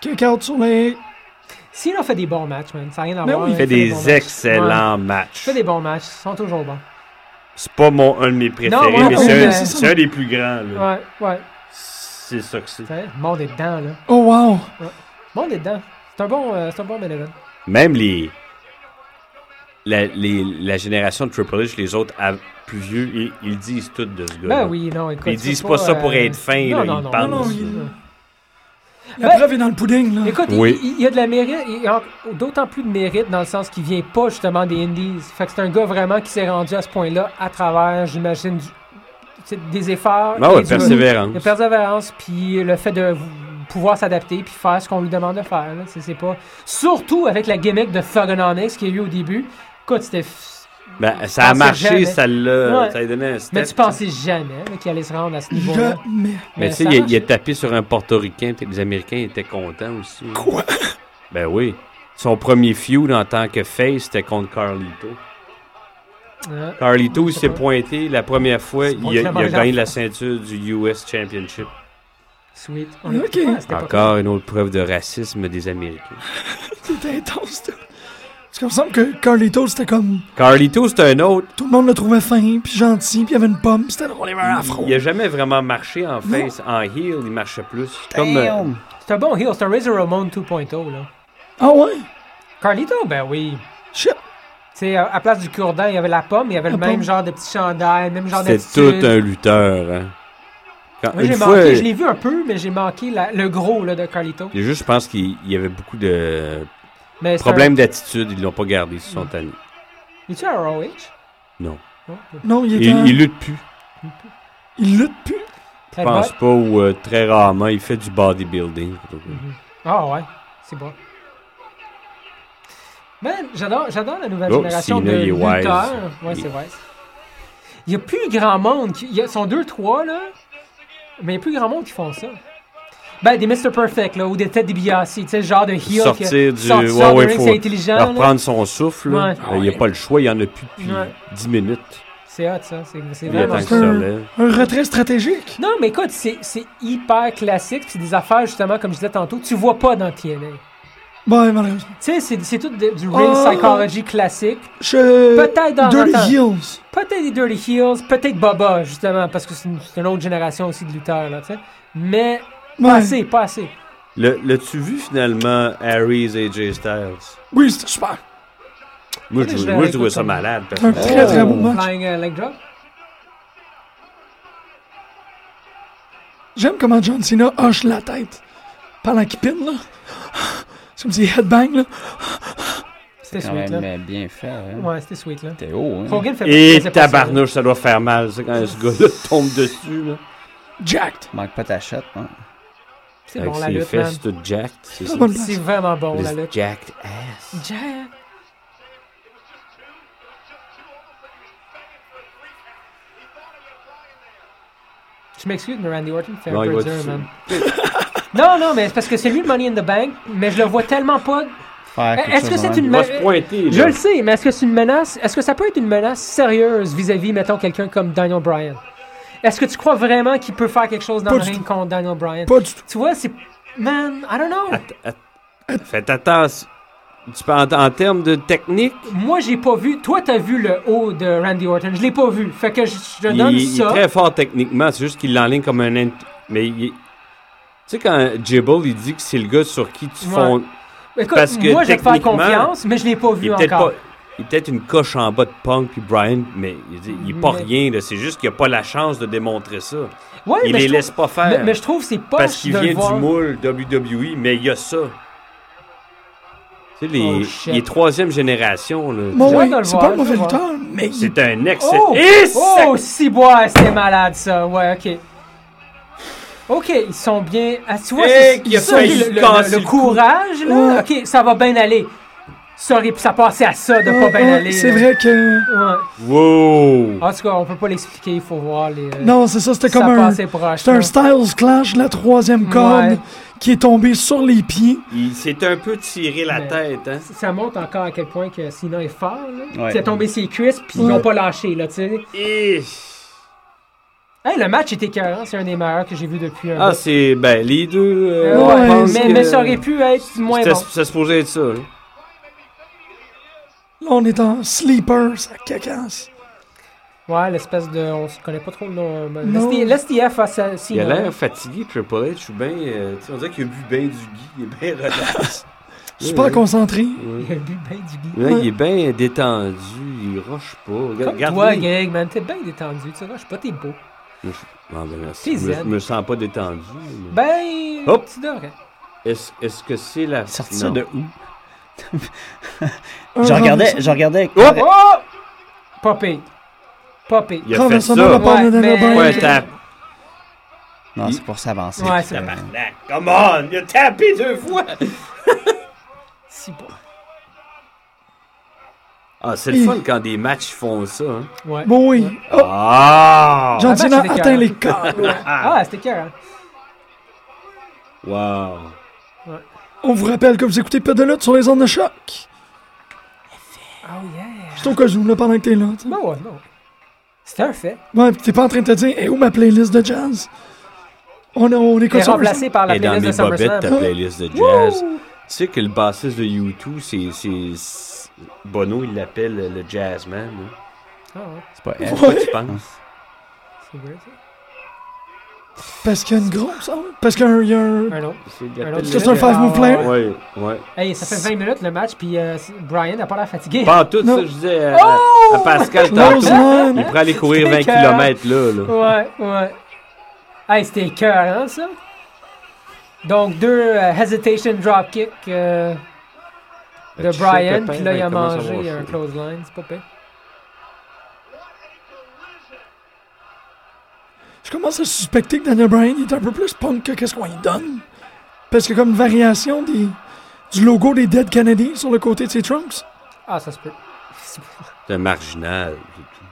Speaker 3: kick out sur les.
Speaker 5: S'il a fait des bons matchs, man, ça n'a rien à
Speaker 3: Mais
Speaker 5: voir.
Speaker 3: oui,
Speaker 5: hein,
Speaker 6: Ben
Speaker 5: bons
Speaker 6: Il fait des
Speaker 5: matchs. Ouais.
Speaker 6: excellents
Speaker 5: Il
Speaker 6: matchs.
Speaker 5: fait des bons matchs, ils sont toujours bons.
Speaker 6: C'est pas mon, un de mes préférés,
Speaker 5: ouais, ouais,
Speaker 6: mais c'est un,
Speaker 5: mais-
Speaker 6: c'est un des plus grands. là.
Speaker 5: Ouais, ouais.
Speaker 6: C'est ça que c'est.
Speaker 5: C'est vrai, Le monde est dedans, là.
Speaker 3: Oh, wow.
Speaker 5: Le monde est dedans. C'est un bon, euh, c'est un bon main event.
Speaker 6: Même les la, les- la génération de Triple H, les autres av- plus vieux, ils, ils disent tout de ce gars.
Speaker 5: Ben oui, non, écoute.
Speaker 6: Ils
Speaker 5: tu
Speaker 6: disent
Speaker 5: peux
Speaker 6: pas ça pour
Speaker 5: euh,
Speaker 6: être fin,
Speaker 5: non,
Speaker 6: là,
Speaker 5: non,
Speaker 6: ils
Speaker 5: non,
Speaker 6: pensent. Ben
Speaker 5: non, non,
Speaker 3: il-
Speaker 5: non.
Speaker 3: La
Speaker 5: Ben-
Speaker 3: preuve est dans le pudding, là.
Speaker 5: Écoute, il-
Speaker 6: Oui.
Speaker 5: il, il y a de la mérite, il y a d'autant plus de mérite dans le sens qu'il vient pas justement des Indies. Fait que c'est un gars vraiment qui s'est rendu à ce point-là à travers, j'imagine, du- c'est des efforts.
Speaker 6: Ah ouais,
Speaker 5: et du-
Speaker 6: persévérance.
Speaker 5: de persévérance, puis le fait de vou- pouvoir s'adapter, puis faire ce qu'on lui demande de faire. là. C'est c'est pas... Surtout avec la gimmick de Thugonomics qu'il y a eu au début. Écoute, c'était... f-
Speaker 6: Ben,
Speaker 5: Je
Speaker 6: ça a
Speaker 5: pensais jamais.
Speaker 6: marché, ça l'a.
Speaker 5: Ouais.
Speaker 6: Ça a donné un step.
Speaker 5: Mais tu pensais jamais là, qu'il allait se rendre à ce niveau-là.
Speaker 3: Jamais.
Speaker 6: Mais tu sais,
Speaker 5: ça
Speaker 6: il, a-
Speaker 5: marche.
Speaker 6: il a tapé sur un portoricain, puis les Américains étaient contents aussi.
Speaker 3: Quoi?
Speaker 6: Ben oui. Son premier feud en tant que face, c'était contre Carlito.
Speaker 5: Ouais.
Speaker 6: Carlito, il
Speaker 5: C'est
Speaker 6: s'est
Speaker 5: pas-
Speaker 6: pointé la première fois,
Speaker 5: C'est
Speaker 6: il
Speaker 5: pas
Speaker 6: a, il a
Speaker 5: clairement
Speaker 6: gagné
Speaker 5: grave.
Speaker 6: la ceinture du US Championship.
Speaker 5: Sweet.
Speaker 3: Ok.
Speaker 5: Ouais, Ah, c'était pas
Speaker 6: Encore une autre preuve de racisme des Américains.
Speaker 3: C'est intense, tout. Parce qu'il me semble que Carlito, c'était comme.
Speaker 6: Carlito, c'est un autre.
Speaker 3: Tout le monde le trouvait fin, puis gentil, puis il y avait une pomme. C'était drôle, il y avait un afro.
Speaker 6: Il a jamais vraiment marché en face, en heel, il marchait plus. Comme euh,
Speaker 4: Damn!
Speaker 5: C'est un bon heel, c'est un Razor Ramon 2.0, là.
Speaker 3: Ah ouais?
Speaker 5: Carlito, ben oui.
Speaker 3: Shit.
Speaker 5: Tu sais, à, à place du cure-dent, il y avait la pomme, il y avait le
Speaker 3: La
Speaker 5: même
Speaker 3: pomme.
Speaker 5: genre de petit chandail, même genre
Speaker 6: c'était
Speaker 5: d'attitude.
Speaker 6: tout un lutteur. hein. Quand-
Speaker 5: Moi,
Speaker 6: une
Speaker 5: j'ai
Speaker 6: fois,
Speaker 5: manqué, je l'ai vu un peu, mais j'ai manqué la- le gros, là, de Carlito.
Speaker 6: il y a juste, je pense qu'il il y avait beaucoup de
Speaker 5: Mais c'est
Speaker 6: problèmes d'attitude, ils l'ont pas gardé, ils se sont tannés.
Speaker 5: Un... Es-tu à ROH?
Speaker 6: Non.
Speaker 5: Non.
Speaker 3: Non, il
Speaker 6: Il,
Speaker 3: était. en-
Speaker 6: il lutte plus.
Speaker 3: il lutte plus.
Speaker 6: Je
Speaker 5: Ted
Speaker 6: pense
Speaker 5: Budd?
Speaker 6: pas ou euh, très rarement. Il fait du bodybuilding. euh,
Speaker 5: Ah ouais, c'est bon. Man, j'adore, j'adore la nouvelle
Speaker 6: Oh,
Speaker 5: génération
Speaker 6: Cena,
Speaker 5: de
Speaker 6: il est wise.
Speaker 5: lutteurs. Ouais,
Speaker 6: Il-
Speaker 5: c'est wise. Il n'y a plus grand monde. Qui... Il y a... sont deux, trois, là. Mais il n'y a plus grand monde qui font ça. Ben, des Mr. Perfect, là, ou des Ted DiBiase, tu sais, le genre de heel.
Speaker 6: Sortir
Speaker 5: que-
Speaker 6: du-
Speaker 5: sorti-
Speaker 6: ouais,
Speaker 5: sort du
Speaker 6: ouais,
Speaker 5: ring,
Speaker 6: faut-
Speaker 5: c'est intelligent.
Speaker 6: Alors,
Speaker 5: là.
Speaker 6: reprendre son souffle, là,
Speaker 5: Ouais.
Speaker 6: euh, il n'y a pas le choix. Il n'y en a plus depuis
Speaker 5: Ouais.
Speaker 6: 10 minutes.
Speaker 5: C'est hot, ça. C'est, c'est
Speaker 6: Il attend
Speaker 5: vraiment
Speaker 6: qu'il
Speaker 5: ça.
Speaker 6: se relève.
Speaker 3: Un retrait stratégique.
Speaker 5: Non, mais écoute, c'est, c'est hyper classique. C'est des affaires, justement, comme je disais tantôt, que tu vois pas dans TNA.
Speaker 3: Bon, Bah, malheureusement.
Speaker 5: Tu sais, c'est, c'est tout de- du ring
Speaker 3: Oh.
Speaker 5: psychology classique.
Speaker 3: Je.
Speaker 5: Peut-être dans
Speaker 3: Dirty
Speaker 5: un temps.
Speaker 3: Heels.
Speaker 5: Peut-être des Dirty Heels, peut-être Baba, justement, parce que c'est une, c'est une autre génération aussi de lutteurs, là, tu sais. Mais
Speaker 3: Ouais.
Speaker 5: pas assez, pas assez.
Speaker 6: Le- L'as-tu vu finalement, Harry's AJ Styles?
Speaker 3: Oui, c'était super.
Speaker 6: Moi,
Speaker 5: Faudrait
Speaker 6: je,
Speaker 5: que je
Speaker 6: trouvais-
Speaker 5: le
Speaker 6: moi, je trouvais
Speaker 5: réécoute,
Speaker 6: ça
Speaker 5: hein.
Speaker 6: malade.
Speaker 3: Un
Speaker 6: Parce
Speaker 3: très, très beau match.
Speaker 5: Flying euh, leg drop.
Speaker 3: J'aime comment John Cena hoche la tête pendant qu'il pine, là. C'est comme si headbang, là.
Speaker 5: C'était
Speaker 4: Quand
Speaker 5: sweet,
Speaker 4: même
Speaker 5: là.
Speaker 4: euh, bien fait. Hein.
Speaker 5: Ouais, c'était sweet, là.
Speaker 4: C'était haut, hein.
Speaker 5: Hogan fait
Speaker 6: Et
Speaker 5: faisait pas ça, là.
Speaker 6: tabarnouche, ça doit faire mal ça, quand ce gars-là tombe dessus. Là,
Speaker 3: Jacked.
Speaker 4: Manque pas ta shot, hein.
Speaker 5: C'est
Speaker 6: avec
Speaker 5: bon, la
Speaker 6: ses
Speaker 5: lutte, man.
Speaker 6: fesses toutes jacked. C'est ça.
Speaker 3: Pas bonne
Speaker 5: C'est
Speaker 3: place.
Speaker 5: vraiment bon, la
Speaker 6: Les
Speaker 5: lutte.
Speaker 6: jacked ass.
Speaker 5: Jack. Je m'excuse, mais Randy Orton fait
Speaker 6: Non,
Speaker 5: un
Speaker 6: il
Speaker 5: peu
Speaker 6: va
Speaker 5: dur,
Speaker 6: dessus.
Speaker 5: man. non, non, mais c'est parce que c'est lui le Money in the Bank, mais je le vois tellement pas.
Speaker 6: Ah,
Speaker 4: Faire quelque
Speaker 5: Eh, Est-ce que
Speaker 4: chose
Speaker 5: c'est
Speaker 4: en-
Speaker 5: une
Speaker 6: Il
Speaker 5: ma-
Speaker 6: va se pointer.
Speaker 5: Je
Speaker 6: là.
Speaker 5: le sais, mais est-ce que c'est une menace Est-ce que ça peut être une menace sérieuse vis-à-vis, mettons, quelqu'un comme Daniel Bryan Est-ce que tu crois vraiment qu'il peut faire quelque chose dans
Speaker 3: Pas
Speaker 5: le
Speaker 3: du
Speaker 5: ring contre Daniel Bryan?
Speaker 3: Pas du tout.
Speaker 5: Tu vois, c'est. Man, I don't know.
Speaker 6: Att- att- Faites attention. Tu parles en, en termes de technique,
Speaker 5: Moi, j'ai pas vu. Toi, t'as vu le haut de Randy Orton. Je l'ai pas vu. Fait que je, je te
Speaker 6: il,
Speaker 5: donne
Speaker 6: il est
Speaker 5: ça.
Speaker 6: très fort techniquement. C'est juste qu'il l'enligne comme un. int- Mais il est- tu sais, quand Jibble, il dit que c'est le gars sur qui tu
Speaker 5: Ouais.
Speaker 6: fondes.
Speaker 5: Écoute,
Speaker 6: parce que
Speaker 5: moi, je vais te faire
Speaker 6: techniquement,
Speaker 5: confiance, mais je l'ai pas
Speaker 6: Il
Speaker 5: vu
Speaker 6: est peut-être
Speaker 5: encore.
Speaker 6: pas. Il est peut-être une coche en bas de Punk puis Brian, mais il, dit- il est pas
Speaker 5: Mais-
Speaker 6: rien. là. C'est juste qu'il n'a pas la chance de démontrer ça.
Speaker 5: Ouais,
Speaker 6: il
Speaker 5: mais,
Speaker 6: les
Speaker 5: je
Speaker 6: laisse
Speaker 5: trouve,
Speaker 6: pas faire.
Speaker 5: mais, mais je trouve que c'est pas
Speaker 6: parce qu'il vient du moule WWE, mais il y a ça. Tu sais, les,
Speaker 5: Oh, shit.
Speaker 6: il est troisième génération. Là.
Speaker 3: Bon,
Speaker 5: J'ai hâte
Speaker 3: ouais,
Speaker 5: de le
Speaker 3: c'est
Speaker 5: voir,
Speaker 3: pas un
Speaker 5: je
Speaker 3: mauvais
Speaker 5: le vois.
Speaker 3: lutteur, mais il-
Speaker 6: C'est un excellent.
Speaker 5: Oh!
Speaker 6: Et sac-
Speaker 5: Oh, si bois, c'était malade ça. Ouais, ok. Ok, ils sont bien. Ah, tu vois,
Speaker 6: Et
Speaker 5: c'est-
Speaker 6: qu'il a
Speaker 5: ça,
Speaker 6: failli
Speaker 5: le, le-
Speaker 6: casser
Speaker 5: le
Speaker 6: le cou.
Speaker 5: courage, là. Ok, ça va bien aller. Ça, aurait- ça passait à ça de pas
Speaker 3: Ouais,
Speaker 5: bien
Speaker 3: ouais,
Speaker 5: aller.
Speaker 3: C'est
Speaker 5: là.
Speaker 3: vrai que.
Speaker 5: Ouais.
Speaker 6: Wow!
Speaker 5: En tout cas, on peut pas l'expliquer, il faut voir les. euh,
Speaker 3: Non, c'est ça, c'était
Speaker 5: ça
Speaker 3: comme un.
Speaker 5: passait proche.
Speaker 3: C'était un
Speaker 5: là.
Speaker 3: Styles Clash, la troisième corde,
Speaker 5: Ouais.
Speaker 3: qui est tombée sur les pieds.
Speaker 6: Il s'est un peu tiré la
Speaker 5: Mais-
Speaker 6: tête, hein?
Speaker 5: Ça montre encore à quel point que Sina est fort. Là.
Speaker 4: Ouais.
Speaker 5: Il a tombé ses cuisses, puis ils
Speaker 3: Ouais.
Speaker 5: l'ont pas lâché. Là, tu sais.
Speaker 6: Et-
Speaker 5: hey, le match était écœurant, c'est un des meilleurs que j'ai vu depuis un
Speaker 6: Ah,
Speaker 5: bout.
Speaker 6: c'est. Ben, les deux. euh,
Speaker 5: Euh,
Speaker 3: Ouais,
Speaker 5: ouais,
Speaker 6: pense
Speaker 5: mais,
Speaker 6: que-
Speaker 5: mais ça aurait pu être moins
Speaker 6: C'était-
Speaker 5: bon.
Speaker 6: Ça se posait être ça, hein. là.
Speaker 3: Là, on est en sleeper, ça cacasse.
Speaker 5: Ouais, l'espèce de. On se connaît pas trop le nom. mais
Speaker 3: Non.
Speaker 5: l'ST- L'STF face à
Speaker 6: Il a
Speaker 5: Cena.
Speaker 6: l'air fatigué, Triple H. Je suis bien. euh, tu sais, on dirait qu'il a bu bien du gui. Il est bien relax.
Speaker 3: Super
Speaker 6: Ouais.
Speaker 3: concentré.
Speaker 5: Il a bu ben du bi.
Speaker 6: Là, il est bien détendu. Il roche pas. Regarde-
Speaker 5: Comme
Speaker 6: regarde-le.
Speaker 5: toi, Greg, man, t'es bien détendu. Tu sais, je suis pas, t'es beau.
Speaker 6: Ah, ben, merci.
Speaker 5: C'est
Speaker 6: Je me-
Speaker 5: zen.
Speaker 6: me sens pas détendu. mais-
Speaker 5: Ben.
Speaker 6: Hop.
Speaker 5: Tu devrais.
Speaker 6: Est-ce est-ce que c'est la.
Speaker 4: Sorti
Speaker 6: Non.
Speaker 4: ça de où?
Speaker 3: Un
Speaker 4: Je regardais,
Speaker 3: renversement-
Speaker 4: je regardais.
Speaker 6: Oh!
Speaker 5: Oh! Popé. Popé.
Speaker 6: Il a fait
Speaker 3: renversement
Speaker 6: ça.
Speaker 3: de la part de
Speaker 5: Ouais,
Speaker 3: Daniel
Speaker 5: mais-
Speaker 3: Bryan.
Speaker 6: Ouais, tape.
Speaker 4: Non, c'est pour s'avancer.
Speaker 5: Ouais, c'est
Speaker 4: Tabarnak.
Speaker 6: Come on! Il a tapé deux fois!
Speaker 5: Si bon.
Speaker 6: Ah, c'est le fun quand des matchs font ça, hein.
Speaker 5: Ouais.
Speaker 3: Bon, oui. Oh,
Speaker 6: Ah!
Speaker 3: John
Speaker 5: Ah,
Speaker 3: Cena
Speaker 5: c'était
Speaker 3: atteint
Speaker 5: carré.
Speaker 3: les cordes.
Speaker 5: Ah, c'était écœurant.
Speaker 6: Wow!
Speaker 3: On vous rappelle que vous écoutez Peu de lutte sur les ondes de choc.
Speaker 5: Oh yeah.
Speaker 3: C'est au cas où, là, pendant que t'es là. tu sais.
Speaker 5: Ben ouais, non. C'était un fait.
Speaker 3: Ouais, pis t'es pas en train de te dire, Eh, où ma playlist de jazz? On, est- on
Speaker 5: Il
Speaker 3: écoute
Speaker 5: est
Speaker 3: ça.
Speaker 5: remplacé par la
Speaker 6: Et dans
Speaker 5: playlist de
Speaker 6: mes bobettes, ta
Speaker 5: SummerSlam.
Speaker 6: playlist de jazz. Tu sais que le bassiste de U2, c'est- c'est. c'est- Bono, il l'appelle le jazzman, hein.
Speaker 5: Ah ouais,
Speaker 4: C'est pas
Speaker 3: Ouais,
Speaker 4: elle.
Speaker 6: Tu penses?
Speaker 5: c'est vrai ça.
Speaker 3: parce qu'il y a une grosse. ah ouais, Parce qu'il y a un.
Speaker 5: Un autre.
Speaker 6: C'est il
Speaker 5: Un
Speaker 6: l'appelle
Speaker 5: autre.
Speaker 3: Juste un
Speaker 6: le-
Speaker 5: Ah,
Speaker 3: five-move
Speaker 5: ouais.
Speaker 3: player.
Speaker 6: Ouais, ouais.
Speaker 5: Hey, ça fait 20 minutes le match, puis euh, c'est- Brian n'a pas l'air fatigué.
Speaker 6: Pas en tout
Speaker 3: Non.
Speaker 6: ça, je disais à, à Pascal tantôt.
Speaker 3: Roseman!
Speaker 6: Il pourrait aller courir 20
Speaker 5: Oh! C'est écœurant. Oh.
Speaker 6: km là, là.
Speaker 5: Ouais, ouais. Hey, c'était écœurant ça. Donc, deux euh, hesitation dropkick euh, de
Speaker 6: Ben, Tu sais,
Speaker 5: Brian,
Speaker 6: Pépin,
Speaker 5: puis là, il a
Speaker 6: commence à
Speaker 5: mangé
Speaker 6: avoir
Speaker 5: un
Speaker 6: chaud.
Speaker 5: close line, c'est pas pire.
Speaker 3: Je commence à suspecter que Daniel Bryan est un peu plus punk que qu'est-ce qu'on lui donne. Parce que comme une variation des, du logo des Dead Kennedy sur le côté de ses trunks.
Speaker 5: Ah, ça se peut.
Speaker 6: C'est un marginal. c'est tout.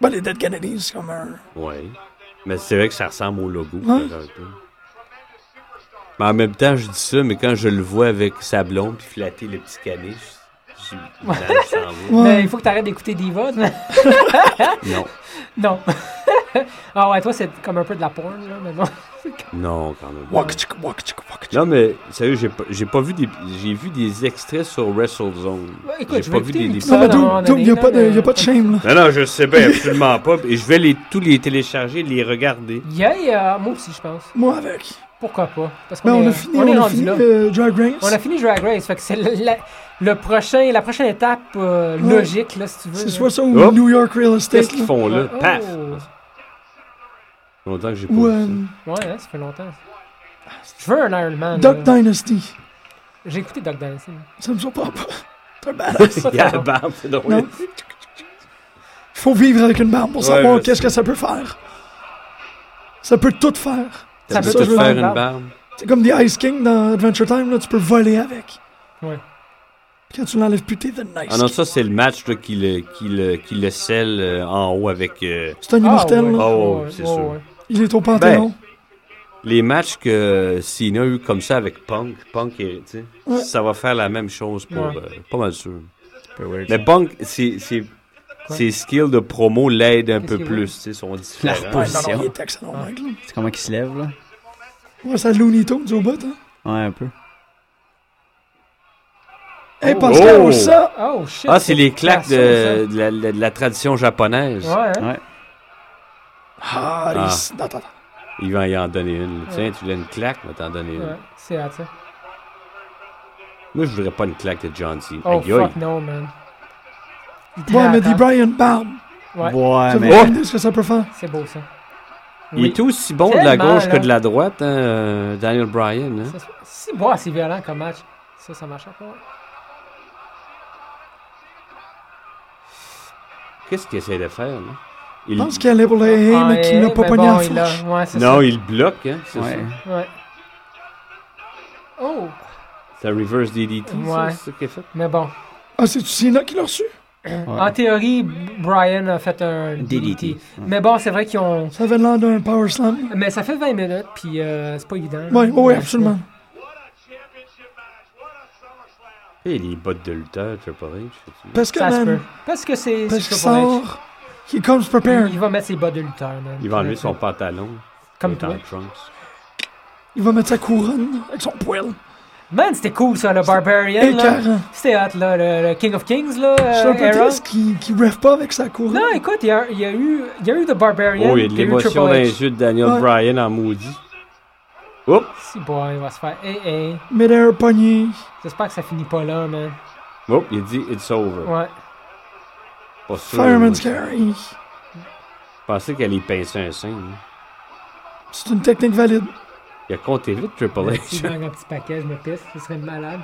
Speaker 3: Ben, les Dead Kennedy, c'est comme un...
Speaker 6: Ouais. Mais c'est vrai que ça ressemble au logo.
Speaker 5: Hein?
Speaker 3: Ouais.
Speaker 6: un peu. Mais en même temps, je dis ça, mais quand je le vois avec sa blonde puis flatter le petit caniche, je je- là, je s'en vais.
Speaker 3: Ouais.
Speaker 5: Mais il faut que t'arrêtes d'écouter Diva.
Speaker 6: Non,
Speaker 5: non. ah ouais, toi, c'est comme un peu de la porn, là, mais non.
Speaker 6: non, quand même.
Speaker 3: Wak tchik, wak tchik, wak tchik.
Speaker 6: Non, mais sérieux, j'ai pas, j'ai pas vu des. J'ai vu des extraits sur WrestleZone.
Speaker 5: Ouais, écoute, je
Speaker 6: j'ai
Speaker 5: vais
Speaker 6: pas vu
Speaker 5: écouter
Speaker 6: des.
Speaker 5: une
Speaker 6: des-
Speaker 5: petite-
Speaker 3: Non, mais
Speaker 5: Ça, à un moment
Speaker 3: Doug, Doug,
Speaker 5: donné,
Speaker 3: y a
Speaker 5: là, euh,
Speaker 3: pas de,
Speaker 5: mais-
Speaker 3: y a pas de shame, là.
Speaker 6: Non, non, je sais bien, absolument pas. Et je vais les, tous les télécharger, les regarder.
Speaker 5: Yeah, yeah, moi aussi, je pense.
Speaker 3: Moi avec.
Speaker 5: Pourquoi pas? Parce
Speaker 3: Ben,
Speaker 5: qu'on
Speaker 3: on
Speaker 5: est,
Speaker 3: a fini,
Speaker 5: on est
Speaker 3: on a
Speaker 5: rendu
Speaker 3: fini
Speaker 5: là.
Speaker 3: le Drag Race.
Speaker 5: On a fini Drag Race, fait que c'est le, la- le prochain, la prochaine étape euh,
Speaker 3: Ouais.
Speaker 5: logique, là, si tu veux.
Speaker 3: C'est
Speaker 5: là.
Speaker 3: soit ça ou
Speaker 6: Hop.
Speaker 3: New York Real Estate,
Speaker 6: Qu'est-ce qu'ils
Speaker 3: là.
Speaker 6: font là?
Speaker 5: Oh.
Speaker 6: Paf! Oh. Longtemps que j'ai pas
Speaker 3: Ou
Speaker 6: vu
Speaker 3: euh,
Speaker 6: ça.
Speaker 5: Ouais, hein, ça fait longtemps. Je veux un Iron Man.
Speaker 3: Duck
Speaker 5: là.
Speaker 3: Dynasty.
Speaker 5: J'ai écouté Doc Dynasty.
Speaker 3: Ça me surprend pas. C'est un badass.
Speaker 5: Ça,
Speaker 6: Il y a
Speaker 5: t'as
Speaker 6: la
Speaker 5: raison.
Speaker 6: barbe, c'est drôle.
Speaker 3: Non. Faut vivre avec une barbe pour
Speaker 6: Ouais,
Speaker 3: savoir
Speaker 6: je
Speaker 3: qu'est-ce
Speaker 6: sais.
Speaker 3: que ça peut faire. Ça peut tout faire.
Speaker 5: Ça
Speaker 6: Ça
Speaker 5: peut
Speaker 6: peut
Speaker 3: te
Speaker 6: te
Speaker 3: faire
Speaker 6: faire
Speaker 5: une
Speaker 6: une
Speaker 5: barbe.
Speaker 6: barbe.
Speaker 3: C'est comme des Ice King dans Adventure Time, là, tu peux voler avec.
Speaker 5: Ouais. Ah,
Speaker 3: Quand tu l'enlèves plus, t'es The Nice.
Speaker 6: Ah non, ça, c'est le match là, qui, le, qui, le, qui le scelle euh, en haut avec euh,
Speaker 3: C'est un
Speaker 5: Ah,
Speaker 3: immortel,
Speaker 5: ouais,
Speaker 3: là.
Speaker 6: Oh, Ben,
Speaker 5: ouais,
Speaker 6: c'est
Speaker 5: ouais,
Speaker 6: sûr.
Speaker 5: ouais.
Speaker 3: Il est au Panthéon.
Speaker 6: les matchs que Cena a eu comme ça avec Punk. Punk, et, tu sais,
Speaker 3: Ouais.
Speaker 6: ça va faire la même chose pour.
Speaker 5: Ouais.
Speaker 6: euh, pas mal sûr.
Speaker 4: Peu weird.
Speaker 6: Mais Punk, c'est. c'est-
Speaker 5: Quoi?
Speaker 6: Ses skills de promo l'aident un
Speaker 5: Qu'est-ce
Speaker 6: peu
Speaker 5: qu'il
Speaker 6: plus, tu sais, sont
Speaker 4: La
Speaker 6: différents.
Speaker 3: Ouais, non, non,
Speaker 4: reposition.
Speaker 3: il est excellent, Mike, là.
Speaker 4: C'est comment qu'il se lève, là?
Speaker 3: Ouais, ça Looney Tunes au bout, hein.
Speaker 4: Ouais, un peu.
Speaker 3: Hey, Eh,
Speaker 5: Oh.
Speaker 3: Pascal,
Speaker 6: Oh.
Speaker 3: on ça!
Speaker 5: Oh shit.
Speaker 6: Ah, c'est les claques
Speaker 5: classe,
Speaker 6: de, de la, de la- de la tradition japonaise.
Speaker 5: ça. hein. Ouais. hein?
Speaker 4: Ouais.
Speaker 3: Ah,
Speaker 6: Ah.
Speaker 3: les- attends, attends.
Speaker 6: Il va y en donner une.
Speaker 5: Ouais.
Speaker 6: Tiens, tu voulais une claque, on va t'en donner une.
Speaker 5: Ouais, C'est hâte, hein. ça.
Speaker 6: Moi, je voudrais pas une claque de John C.
Speaker 5: Oh
Speaker 6: Aïe, aïe.
Speaker 5: fuck no, man.
Speaker 3: Ouais, mais
Speaker 5: attends.
Speaker 3: dit Brian Barb.
Speaker 5: hein. Ouais.
Speaker 6: Ah,
Speaker 3: Ça
Speaker 4: mais...
Speaker 3: veut dire ce que ça peut faire.
Speaker 5: C'est beau, ça.
Speaker 6: Il est aussi bon de la
Speaker 5: Tellement,
Speaker 6: gauche que
Speaker 5: là.
Speaker 6: de la droite, hein, euh, Daniel Bryan. hein.
Speaker 5: Ça se- Si, moi, c'est violent comme match. Ça, ça marche pas.
Speaker 6: Qu'est-ce qu'il essaie de faire? Là? Il...
Speaker 3: Je pense qu'il allait pour le hey, Eh, mais qu'il l'a pas pogné en flèche.
Speaker 5: Ouais, c'est
Speaker 6: Non, il bloque. Hein, c'est
Speaker 4: Ouais.
Speaker 6: ça.
Speaker 5: ça. Ouais. Oh!
Speaker 6: C'est un reverse DDT, ça,
Speaker 5: Ouais.
Speaker 6: c'est ça qu'il a fait.
Speaker 5: Mais bon.
Speaker 3: Ah, c'est-tu Cena qui l'a reçu?
Speaker 5: En théorie, Brian a fait un
Speaker 4: DDT.
Speaker 5: DDT. Mais bon, c'est vrai qu'ils ont.
Speaker 3: Ça avait l'air d'un power slam.
Speaker 5: Mais ça fait 20 minutes, puis euh, c'est pas évident.
Speaker 3: Oui, oui, absolument.
Speaker 6: Et les bottes de lutteur, Triple H. sais-tu.
Speaker 3: Parce que,
Speaker 5: Ça se peut.
Speaker 3: man,
Speaker 5: Parce que c'est.
Speaker 3: parce
Speaker 5: c'est
Speaker 3: qu'il
Speaker 5: Triple H.
Speaker 3: sort, he comes prepared.
Speaker 5: Il va mettre ses bottes de lutteur, man.
Speaker 6: Il va enlever son pantalon.
Speaker 5: Comme
Speaker 6: Il est en
Speaker 5: toi.
Speaker 6: trunks.
Speaker 3: Il va mettre sa couronne avec son
Speaker 5: Euh,
Speaker 3: poil.
Speaker 5: Man, c'était cool ça, le Barbarian. là.
Speaker 3: Écœurant.
Speaker 5: C'était hot, là, le, le King of Kings, là.
Speaker 3: Je
Speaker 5: euh,
Speaker 3: suis un peu
Speaker 5: era.
Speaker 3: triste qu'il qu'il rêve pas avec sa couronne.
Speaker 5: Non, écoute, il y a, il y a eu, il y a eu The Barbarian.
Speaker 6: Oh, il y a de
Speaker 5: puis eu
Speaker 6: l'émotion dans
Speaker 5: Triple H.
Speaker 6: les yeux de Daniel
Speaker 3: Ouais.
Speaker 6: Bryan en maudit. Oups!
Speaker 5: Si, boy, il va se faire. Hey, hey.
Speaker 3: Mid-air pogné.
Speaker 6: Euh,
Speaker 5: J'espère que ça finit pas là, man.
Speaker 6: Oups, il dit It's over.
Speaker 5: Ouais.
Speaker 6: Pas sûr,
Speaker 3: Fireman's
Speaker 6: moi.
Speaker 3: carry.
Speaker 6: Je pensais qu'elle y pinçait un signe. hein.
Speaker 3: C'est une technique valide.
Speaker 6: Il a compté vite, Triple
Speaker 5: Si
Speaker 6: H.
Speaker 5: je un petit paquet, je me pisse. Ce serait malade.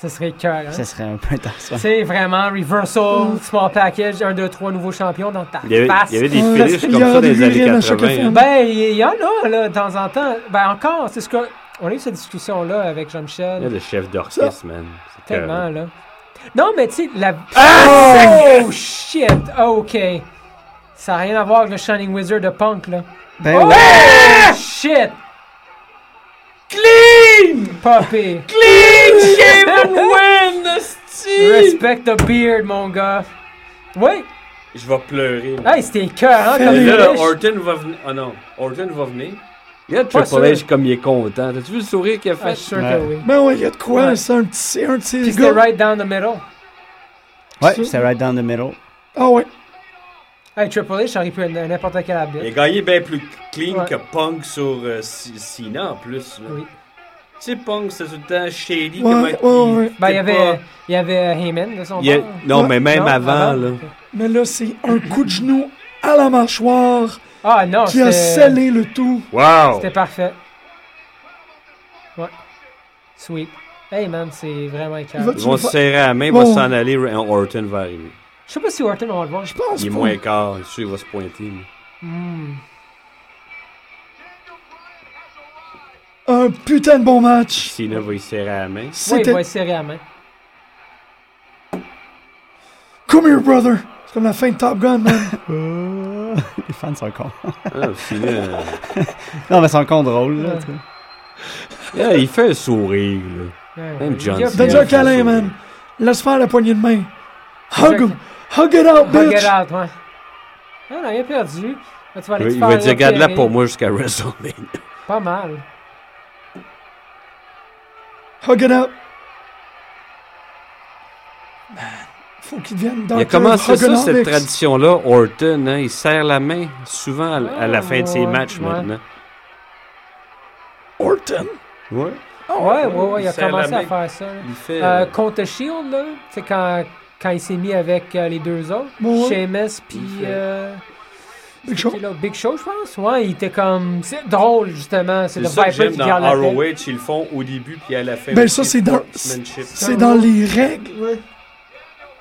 Speaker 5: Ce serait cœur, hein.
Speaker 4: Ça serait un peu intense. ouais.
Speaker 5: C'est vraiment reversal, small package, 1, 2, 3 nouveaux champions dans ta
Speaker 6: Il y avait,
Speaker 5: face.
Speaker 6: il y avait des
Speaker 3: Ouais.
Speaker 6: finishes
Speaker 3: Il y
Speaker 6: comme ça
Speaker 3: aura
Speaker 6: dans
Speaker 3: des
Speaker 6: les années
Speaker 3: urines à chaque
Speaker 6: 80.
Speaker 3: film.
Speaker 5: Ben, il y en a, là, de temps en temps. Ben, encore, c'est ce que. On a eu cette discussion-là avec
Speaker 6: Il y a
Speaker 5: Jean-Michel.
Speaker 6: le chef d'orchestre, man. C'est
Speaker 5: Tellement,
Speaker 6: terrible.
Speaker 5: là. Non, mais tu sais, la. oh shit! Ok. Ça n'a rien à voir avec le Shining Wizard de Punk, là.
Speaker 4: Ben
Speaker 5: Oh,
Speaker 4: ouais.
Speaker 5: shit!
Speaker 6: Clean!
Speaker 5: Poppy!
Speaker 6: Clean shave and win, hostie!
Speaker 5: Respect the beard, mon gars. Oui!
Speaker 6: Je vais pleurer.
Speaker 5: Hey, c'était cœur, hein,
Speaker 3: Fais-le.
Speaker 5: comme
Speaker 6: Et
Speaker 5: il
Speaker 6: là, là,
Speaker 5: est.
Speaker 6: Orton va venir. Ah non, Orton va venir. Il y a
Speaker 5: Pas
Speaker 6: Triple H
Speaker 5: sûr.
Speaker 6: comme il est content. T'as-tu vu le sourire qu'il a
Speaker 5: Ah, je
Speaker 6: fait?
Speaker 5: suis sûr
Speaker 4: Ouais.
Speaker 5: que oui.
Speaker 3: Ben ouais, il y a de quoi.
Speaker 5: Ouais.
Speaker 3: C'est un petit, c'est un de ces
Speaker 5: Puis
Speaker 3: gars.
Speaker 5: c'était right down the middle.
Speaker 4: Ouais, c'est right down the middle.
Speaker 3: Ah ouais.
Speaker 5: Hey, Triple H, j'aurais pu être n'importe quel
Speaker 6: Il a
Speaker 5: habit.
Speaker 6: gagné bien plus clean
Speaker 5: Ouais.
Speaker 6: que Punk sur euh, C- Cena en plus. là.
Speaker 5: Oui.
Speaker 6: Tu sais, Punk, c'est tout le temps
Speaker 3: Ouais,
Speaker 6: shady. comment
Speaker 3: ouais,
Speaker 6: il-
Speaker 3: ouais.
Speaker 5: Ben, il y
Speaker 6: c'est
Speaker 5: avait, il y avait Heyman de son
Speaker 6: pas- Il y a-
Speaker 5: bord.
Speaker 6: Non,
Speaker 3: Ouais.
Speaker 6: mais même
Speaker 5: Non,
Speaker 6: avant, là.
Speaker 5: ok.
Speaker 3: Mais là, c'est un coup de genou à la mâchoire
Speaker 5: Ah non,
Speaker 3: qui a
Speaker 5: c'était
Speaker 3: scellé le tout.
Speaker 6: Wow!
Speaker 5: c'était parfait. Ouais. Sweet. Hey man, c'est vraiment
Speaker 3: Il va-
Speaker 5: incroyable.
Speaker 6: Ils vont se serrer à la main, ils
Speaker 3: Bon.
Speaker 6: vont s'en aller. Ra- Orton va arriver.
Speaker 5: Je sais pas si Orton on va le voir.
Speaker 3: Je pense
Speaker 6: Il est
Speaker 3: pas.
Speaker 6: moins quart, je suis sûr, il va se pointer. lui.
Speaker 3: Un putain de bon match.
Speaker 6: Cena va y serrer à la main.
Speaker 5: Oui, il
Speaker 3: C'était
Speaker 5: va être serré à la main.
Speaker 3: Come here, brother. C'est comme la fin de Top Gun, man.
Speaker 4: Euh, Les fans sont cons.
Speaker 6: Ah, Cena, euh,
Speaker 4: Non, mais ils sont cons drôles, là.
Speaker 5: Ouais.
Speaker 4: tu sais.
Speaker 6: yeah, il fait un sourire, là.
Speaker 5: Ouais,
Speaker 6: Même
Speaker 5: ouais.
Speaker 6: John
Speaker 5: Il y a-
Speaker 6: Cena.
Speaker 3: Donne-lui un câlin, man. Laisse faire la poignée de main. Hug him. Hug it out,
Speaker 5: Hug
Speaker 3: bitch.
Speaker 5: it out, ouais. Ah non, il a perdu. Là, tu vas aller te
Speaker 6: Il
Speaker 5: faire
Speaker 6: va dire, garde la
Speaker 5: repérer.
Speaker 6: pour moi jusqu'à WrestleMania.
Speaker 5: Pas mal.
Speaker 3: Hug it out. Man, Faut qu'il devienne dans
Speaker 6: Il a commencé ça, cette tradition-là, Orton. Hein, il serre la main souvent à, l- à la fin de ses
Speaker 5: Ouais,
Speaker 6: matchs
Speaker 5: ouais.
Speaker 6: maintenant.
Speaker 3: Orton.
Speaker 6: Ouais.
Speaker 3: Oh,
Speaker 5: Ouais, ouais, ouais, il a
Speaker 6: serre la
Speaker 5: commencé à
Speaker 6: main.
Speaker 5: faire ça. là.
Speaker 6: Il fait.
Speaker 5: Euh,
Speaker 6: euh,
Speaker 5: contre Shield, là, c'est quand, quand il s'est mis avec euh, les deux autres,
Speaker 3: Ouais.
Speaker 5: Sheamus puis
Speaker 6: fait-
Speaker 5: euh,
Speaker 3: Big Show.
Speaker 5: qui est là, Big Show, je pense. Ouais, il était comme. C'est drôle, justement. C'est
Speaker 6: c'est
Speaker 5: le
Speaker 6: ça que
Speaker 5: Viper
Speaker 6: j'aime
Speaker 5: qui
Speaker 6: dans
Speaker 5: garde la tête.
Speaker 6: ROH, ils le font au début puis à la fin.
Speaker 3: Ben,
Speaker 6: aussi,
Speaker 3: ça, c'est dans-
Speaker 6: sportsmanship.
Speaker 3: C'est dans les règles.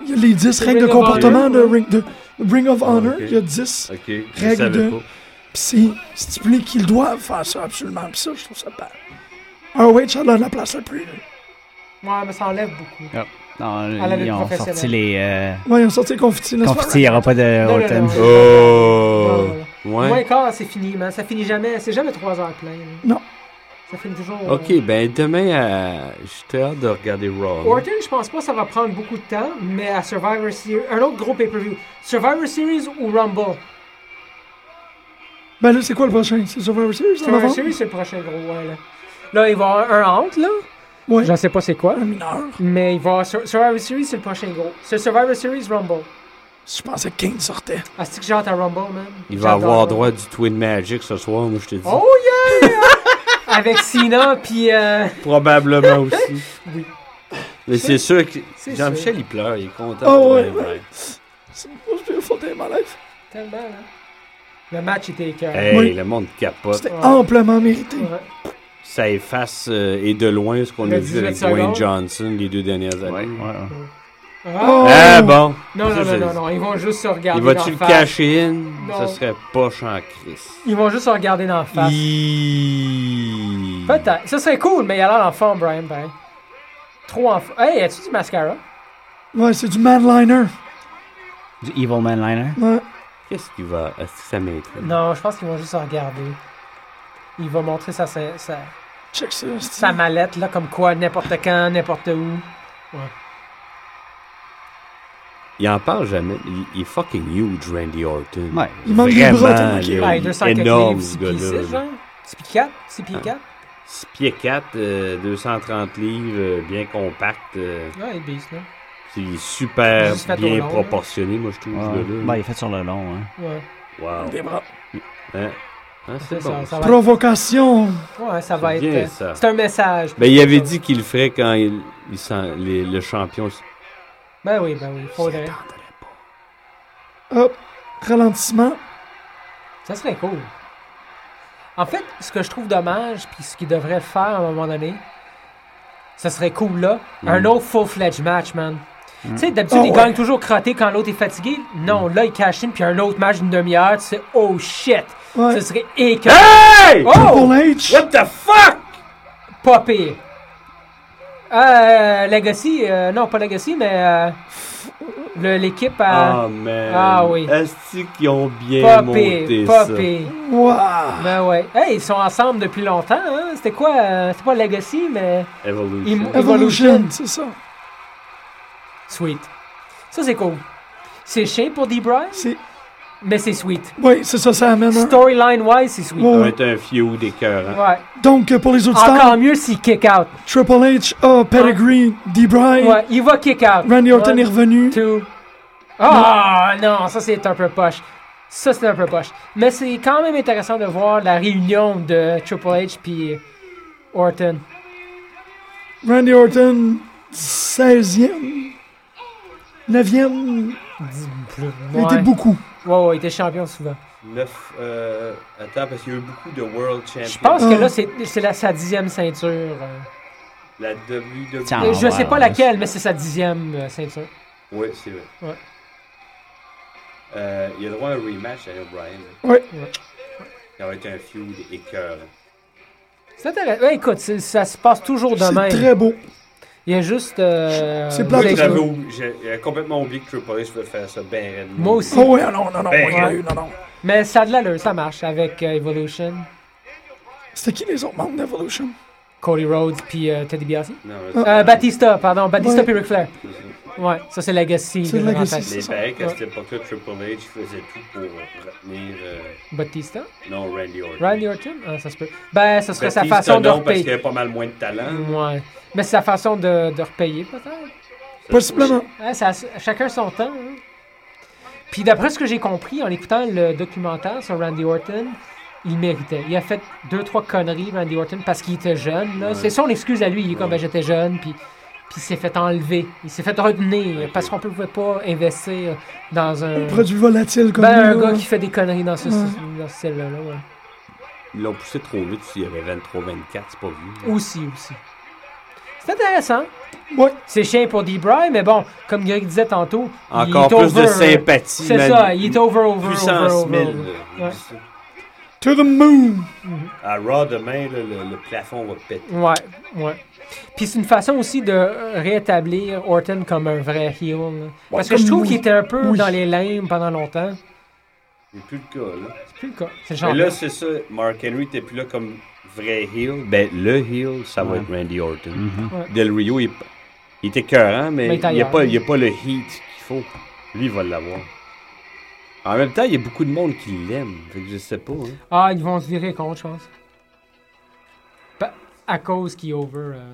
Speaker 3: Il y a les 10 règles de
Speaker 5: Ring of
Speaker 3: comportement de
Speaker 5: Honor, ouais.
Speaker 3: Ring, de Ring of Honor.
Speaker 6: Ah, ok.
Speaker 3: Il y a 10.
Speaker 6: Ok, je
Speaker 3: Règle
Speaker 6: savais
Speaker 3: de-
Speaker 6: pas.
Speaker 3: Pis c'est stipulé qu'ils doivent faire ça absolument. Pis ça, je trouve ça bad. ROH a l'air de la place la plus.
Speaker 5: Ouais, mais ça enlève beaucoup.
Speaker 4: Ah, Non,
Speaker 5: À la lutte
Speaker 4: ils ont
Speaker 5: professionnelle.
Speaker 4: sorti les euh,
Speaker 3: Ouais, ils ont sorti les confitis. n'est-ce pas?
Speaker 4: confitis, il n'y aura pas de
Speaker 5: Non, non, non.
Speaker 4: Orton.
Speaker 5: Ouais,
Speaker 6: Oh!
Speaker 5: ouais.
Speaker 6: Ouais.
Speaker 5: Moins quart, c'est fini, man. Ça finit jamais. C'est jamais trois heures plein. là.
Speaker 3: Non.
Speaker 5: Ça filme toujours. euh,
Speaker 6: Ok, ben demain, à... j'étais hâte de regarder Raw.
Speaker 5: Orton, je pense pas ça va prendre beaucoup de temps, mais à Survivor Series, un autre gros pay-per-view. Survivor Series ou Rumble?
Speaker 3: Ben là, c'est quoi le prochain? C'est Survivor Series? en
Speaker 5: Survivor
Speaker 3: novembre?
Speaker 5: Series, c'est le prochain gros, ouais, là. Là, il va y avoir un entre, là.
Speaker 3: Ouais.
Speaker 5: Je sais pas c'est quoi.
Speaker 3: Un mineur.
Speaker 5: Mais il va y avoir Sur- Survivor Series, c'est le prochain gros. C'est Survivor Series Rumble.
Speaker 3: Je pensais que Kane sortait.
Speaker 5: Ah, c'est que j'ai hâte à Rumble, man.
Speaker 6: Il va
Speaker 5: J'adore
Speaker 6: avoir
Speaker 5: Rumble.
Speaker 6: droit du Twin Magic ce soir, moi je te dis.
Speaker 5: Oh yeah! Avec Cena, puis. euh,
Speaker 6: Probablement aussi.
Speaker 5: Oui.
Speaker 6: Mais c'est sûr que
Speaker 5: c'est Ah
Speaker 6: Jean-Michel, il pleure, il est content.
Speaker 3: Oh, ouais.
Speaker 6: ouais.
Speaker 3: C'est le most beautiful day of my life.
Speaker 5: Tellement, hein. Le match était écœurant.
Speaker 6: Hey,
Speaker 3: Oui.
Speaker 6: le monde capote.
Speaker 3: C'était amplement mérité.
Speaker 6: Eh.
Speaker 5: Ouais.
Speaker 6: Ça efface euh, et de loin ce qu'on
Speaker 5: Le
Speaker 6: a vu
Speaker 5: 18
Speaker 6: avec Dwayne
Speaker 5: secondes.
Speaker 6: Johnson les deux dernières années.
Speaker 4: Ouais, ouais.
Speaker 3: Oh!
Speaker 5: Ah,
Speaker 6: Ah bon!
Speaker 5: Non, non,
Speaker 6: Ça,
Speaker 5: non,
Speaker 6: c'est-
Speaker 5: non, non, ils vont juste se regarder
Speaker 6: Il
Speaker 5: dans la
Speaker 6: va-tu le
Speaker 5: face.
Speaker 6: cacher in?
Speaker 5: Non.
Speaker 6: Ça serait poche en crise.
Speaker 5: Ils vont juste se regarder dans la face.
Speaker 6: Iiii.
Speaker 5: Peut-être. Ça serait cool, mais il a l'air en forme, Brian. Ben. Trop en forme. Hey, as-tu du mascara?
Speaker 3: Ouais, c'est du manliner.
Speaker 4: Du Evil Man Liner.
Speaker 3: Ouais.
Speaker 6: Qu'est-ce qu'il va. Est-ce que ça m'intrigue?
Speaker 5: Non, je pense qu'ils vont juste se regarder. Il va montrer sa, sa, sa,
Speaker 3: Check ça. c'est-
Speaker 5: sa mallette, là, comme quoi, n'importe quand, n'importe où.
Speaker 6: Il en parle jamais. Il, il est fucking huge, Randy Orton.
Speaker 4: Ouais.
Speaker 3: Il manque des bras tellement
Speaker 6: Vraiment,
Speaker 3: qu'il-
Speaker 6: il est
Speaker 5: Ouais, 200
Speaker 6: énorme,
Speaker 5: livres,
Speaker 6: ce
Speaker 5: 6 pieds six,
Speaker 6: gars-là. Ah.
Speaker 5: genre. 6 pieds 4, 6 pieds 4.
Speaker 6: 6 pieds euh, 4, 230 livres, euh, bien compact. euh,
Speaker 5: Ouais, il bise, là.
Speaker 6: c'est super
Speaker 5: Juste fait au
Speaker 6: bien
Speaker 5: long, là.
Speaker 6: proportionné, moi, je trouve,
Speaker 4: Ouais.
Speaker 6: ce gars-là.
Speaker 4: Ben, il est fait sur le long, hein.
Speaker 5: Ouais.
Speaker 6: Wow.
Speaker 3: Des bras.
Speaker 6: Hein? Hein, c'est
Speaker 5: Ça,
Speaker 6: bon.
Speaker 5: ça
Speaker 6: ça.
Speaker 5: va
Speaker 3: Provocation.
Speaker 5: Ouais, ça va
Speaker 6: C'est
Speaker 5: être.
Speaker 6: bien,
Speaker 5: euh,
Speaker 6: ça.
Speaker 5: C'est un message.
Speaker 6: Ben, il avait dit qu'il le ferait quand il, il sent les- le champion.
Speaker 5: Ben oui, ben oui, faudrait.
Speaker 3: Hop. Ralentissement.
Speaker 5: Ça serait cool. En fait, ce que je trouve dommage, puis ce qu'ils devraient faire à un moment donné, ça serait cool là.
Speaker 6: Mm.
Speaker 5: Un autre full-fledged match, man. Tu sais, d'habitude,
Speaker 3: Oh,
Speaker 5: ils
Speaker 3: ouais.
Speaker 5: gagnent toujours crotté quand l'autre est fatigué. Non,
Speaker 6: Mm.
Speaker 5: là, ils cash in, puis un autre match d'une demi-heure, tu sais, oh shit.
Speaker 3: Ouais. Hein?
Speaker 5: Ça serait écœurant.
Speaker 6: Hey!
Speaker 5: Oh!
Speaker 3: Triple H.
Speaker 6: What the fuck?
Speaker 5: Pas pire. Euh, Legacy, euh, non, pas Legacy, mais euh, le- l'équipe à.
Speaker 6: Ah, man.
Speaker 5: Ah oui.
Speaker 6: Est-ce qu'ils ont bien
Speaker 5: pas
Speaker 6: monté
Speaker 5: pire, pas
Speaker 6: ça?
Speaker 5: pire.
Speaker 3: Wow.
Speaker 5: Ben ouais. Hey, ils sont ensemble depuis longtemps, hein? C'était quoi? euh, C'était pas Legacy, mais...
Speaker 6: Evolution.
Speaker 5: Il-
Speaker 3: Evolution, c'est ça.
Speaker 5: Sweet. Ça, c'est cool. C'est chiant pour d Bryce,
Speaker 3: C'est.
Speaker 5: mais c'est sweet.
Speaker 3: Oui, c'est ça, ça amène. un-
Speaker 5: Storyline-wise, c'est sweet.
Speaker 6: Ça
Speaker 3: Ouais.
Speaker 6: va être un feud écœurant.
Speaker 5: Ouais.
Speaker 3: Donc, euh, pour les auditeurs,
Speaker 5: Encore mieux s'il kick out.
Speaker 3: Triple H a Pedigree, D. Bryant,
Speaker 5: Ouais, il va kick out.
Speaker 3: Randy Orton
Speaker 5: One,
Speaker 3: est revenu.
Speaker 5: two. Ah non, ça, c'est un peu poche. Ça, c'est un peu poche. Mais c'est quand même intéressant de voir la réunion de Triple H puis Orton.
Speaker 3: Randy Orton, 16e, 9e. Il
Speaker 5: Ouais.
Speaker 3: était beaucoup.
Speaker 5: Ouais, ouais, il était champion souvent.
Speaker 6: Neuf, euh, attends, parce qu'il y a eu beaucoup de World Champions.
Speaker 5: Je pense que
Speaker 3: Ouais.
Speaker 5: là, c'est c'est la- sa dixième ceinture. euh.
Speaker 6: La E. WWE.
Speaker 4: Tiens.
Speaker 5: Euh, je
Speaker 3: Ah,
Speaker 4: ouais,
Speaker 5: sais pas
Speaker 4: ouais.
Speaker 5: laquelle, mais c'est sa dixième euh, ceinture.
Speaker 6: Oui, c'est vrai.
Speaker 5: Ouais.
Speaker 6: Euh, il a droit à un rematch à O'Brien. hein.
Speaker 3: Ouais.
Speaker 6: Ça va être un feud écœurant.
Speaker 5: C'est intéressant. Ouais, écoute, c'est- ça se passe toujours de
Speaker 3: C'est
Speaker 5: même.
Speaker 3: très beau.
Speaker 5: Il y a juste. euh,
Speaker 3: C'est
Speaker 5: vous
Speaker 3: plate,
Speaker 5: avez-
Speaker 3: ça.
Speaker 6: J'avais oub- j'ai- j'avais complètement oublié que Triple H veut faire ça bien raide.
Speaker 5: Moi aussi.
Speaker 3: Oh, ouais, non, non, non,
Speaker 6: Ben,
Speaker 3: ouais,
Speaker 6: ouais.
Speaker 3: non, non.
Speaker 5: Mais ça a de l'allure, ça marche avec euh, Evolution,
Speaker 3: C'était qui les autres membres d'Evolution?
Speaker 5: Cody Rhodes puis euh, Teddy Biasi.
Speaker 6: Non,
Speaker 5: Euh, Batista, pardon, Batista
Speaker 3: Ouais.
Speaker 5: puis Ric Flair. Ouais, ça c'est Legacy.
Speaker 3: C'est
Speaker 5: de leur
Speaker 3: Legacy,
Speaker 5: tête.
Speaker 6: mais
Speaker 3: c'est
Speaker 6: il
Speaker 3: ça.
Speaker 6: paraît qu'à
Speaker 5: Ouais.
Speaker 6: cette époque-là, Triple H faisait tout pour retenir. euh,
Speaker 5: Batista,
Speaker 6: non, Randy Orton.
Speaker 5: Randy Orton, ah, ça se peut. Ben, ce serait sa
Speaker 6: Batista,
Speaker 5: façon de
Speaker 6: non, parce qu'il
Speaker 5: repayer.
Speaker 6: avait pas mal moins de talent.
Speaker 5: Ouais. Mais c'est sa façon de, de repayer, peut-être.
Speaker 3: Possiblement.
Speaker 5: Ouais, Hein, ça, chacun son temps. hein. Puis d'après ce que j'ai compris en écoutant le documentaire sur Randy Orton, il méritait. Il a fait deux trois conneries Randy Orton parce qu'il était jeune. là. C'est son excuse à lui. Il est comme ben, j'étais jeune puis puis il s'est fait enlever. Il s'est fait retenir parce qu'on pouvait pas investir dans un
Speaker 3: Produit volatile comme
Speaker 5: ben, un
Speaker 3: lui, là.
Speaker 5: gars qui fait des conneries dans ce,
Speaker 3: Ouais.
Speaker 5: dans ce style-là. là, ouais.
Speaker 6: Ils l'ont poussé trop vite s'il y avait 23-24, c'est pas vieux.
Speaker 5: Aussi aussi. C'est intéressant.
Speaker 3: Ouais.
Speaker 5: C'est chien pour d mais bon, comme Greg disait tantôt, il
Speaker 6: Encore
Speaker 5: est
Speaker 6: plus de
Speaker 5: over, euh,
Speaker 6: sympathie.
Speaker 5: C'est
Speaker 6: man.
Speaker 5: ça, il est over, over,
Speaker 6: Puissance
Speaker 5: over, over,
Speaker 6: 1000.
Speaker 5: over.
Speaker 6: là.
Speaker 5: Ouais.
Speaker 3: To the moon!
Speaker 6: À Raw demain, là, le, le plafond va péter.
Speaker 5: Ouais, ouais. Puis c'est une façon aussi de rétablir Orton comme un vrai heel. là. Parce que
Speaker 3: comme
Speaker 5: je trouve
Speaker 3: oui.
Speaker 5: qu'il était un peu
Speaker 3: Oui.
Speaker 5: dans les limbes pendant longtemps.
Speaker 6: C'est plus le cas, là.
Speaker 5: C'est plus le cas. C'est le
Speaker 6: Mais
Speaker 5: genre.
Speaker 6: là, c'est ça, Mark Henry était plus là comme vrai heel, ben le heel, ça va
Speaker 4: Ouais.
Speaker 6: être Randy Orton.
Speaker 4: Mhm.
Speaker 6: Del Rio, il, il était écœurant,
Speaker 5: Mm-hmm. Mais
Speaker 6: mais,
Speaker 5: il est
Speaker 6: il n'y a,
Speaker 5: ailleurs.
Speaker 6: pas- il y a pas le heat qu'il faut. Lui, il va l'avoir. En même temps, il y a beaucoup de monde qui l'aime. Fait que je sais pas. hein.
Speaker 5: Ah, ils vont se virer contre, je pense. Pa- à cause qu'il est over. euh,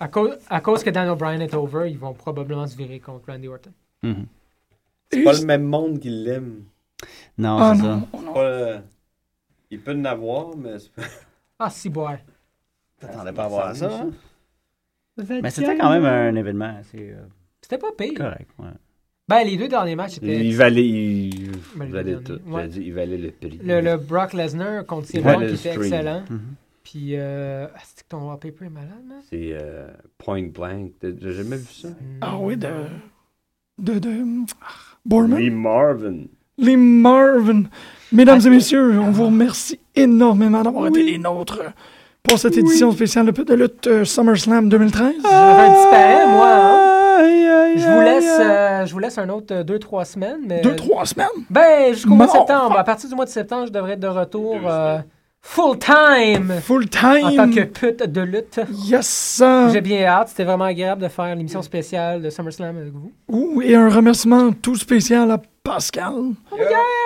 Speaker 5: à, cause, à cause que Dan O'Brien est over, ils vont probablement se virer contre Randy Orton.
Speaker 4: Mhm.
Speaker 6: C'est pas le même monde qui l'aime.
Speaker 5: Oh
Speaker 4: Non,
Speaker 3: Ah
Speaker 4: c'est
Speaker 3: non,
Speaker 4: ça.
Speaker 6: C'est pas le- Il peut en avoir, mais c'est pas.
Speaker 5: Ah, si, boy.
Speaker 4: T'attendais pas à voir ça. hein? Mais c'était quand même un événement assez euh,
Speaker 5: C'était pas pire.
Speaker 4: correct. Ouais.
Speaker 5: Ben, les deux derniers matchs, c'était
Speaker 6: Il valait, il...
Speaker 5: Ben, il
Speaker 6: valait
Speaker 5: valait-
Speaker 6: tout.
Speaker 5: ouais.
Speaker 6: J'allais dire, il valait le prix.
Speaker 5: le, le Brock Lesnar contre
Speaker 6: Il
Speaker 5: Cena
Speaker 6: valait
Speaker 5: qui
Speaker 6: le
Speaker 5: était
Speaker 6: stream.
Speaker 5: excellent.
Speaker 4: Mhm.
Speaker 5: Puis, euh... ah, c'est que ton wallpaper est malade, man.
Speaker 6: C'est euh, Point Blank. T'as t'as jamais vu ça?
Speaker 3: Ah oui, de. de. de ah, Borman.
Speaker 6: Lee Marvin.
Speaker 3: Les Marvin. Mesdames
Speaker 5: Ah,
Speaker 3: et messieurs, on vous remercie énormément d'avoir été les nôtres pour cette édition spéciale de de lutte euh, SummerSlam 2013.
Speaker 5: J'aurais disparu, moi. hein. Je vous laisse, euh, je vous laisse un autre 2-3 semaines. Mais...
Speaker 3: Deux, trois semaines.
Speaker 5: Ben, jusqu'au mois de
Speaker 3: Non.
Speaker 5: septembre. À partir du mois de septembre, je devrais être de retour euh, full time
Speaker 3: Full
Speaker 5: en tant que
Speaker 3: time.
Speaker 5: pute de lutte.
Speaker 3: Yes, sir.
Speaker 5: J'ai bien hâte. C'était vraiment agréable de faire l'émission spéciale de SummerSlam avec vous.
Speaker 3: Ouh, et un remerciement tout spécial à Pascal.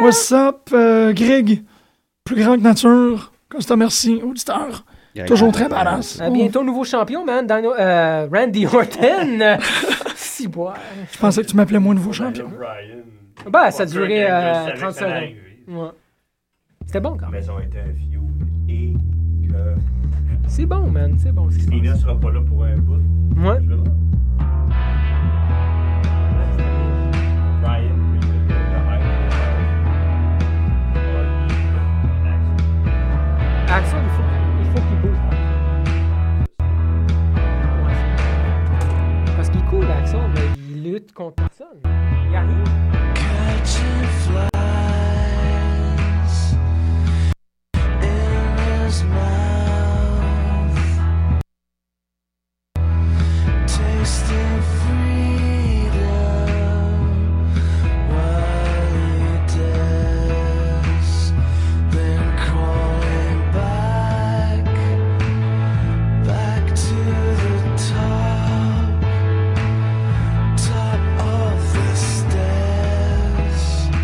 Speaker 3: What's up, euh, Greg? Plus grand que nature. Costa, merci. Auditeur. Toujours très badass.
Speaker 5: À bientôt, nouveau champion, man. Daniel- euh, Randy Orton. si bois.
Speaker 3: Je pensais que tu m'appelais moi nouveau champion.
Speaker 5: Ben, ça a duré euh, 30 secondes. Hmm. Ouais. C'était bon quand même.
Speaker 8: Ils ont été un few et que
Speaker 5: C'est bon, man. C'est bon. ce qui se passe.
Speaker 8: Ina sera pas là pour un bout.
Speaker 5: Ouais.
Speaker 8: Je veux dire. Brian, puis le- le- le hype.
Speaker 5: Action, il faut, il faut qu'il bouge. Ouais. Parce qu'il court, Action, mais il lutte contre personne. Il arrive.
Speaker 9: Top of the stairs.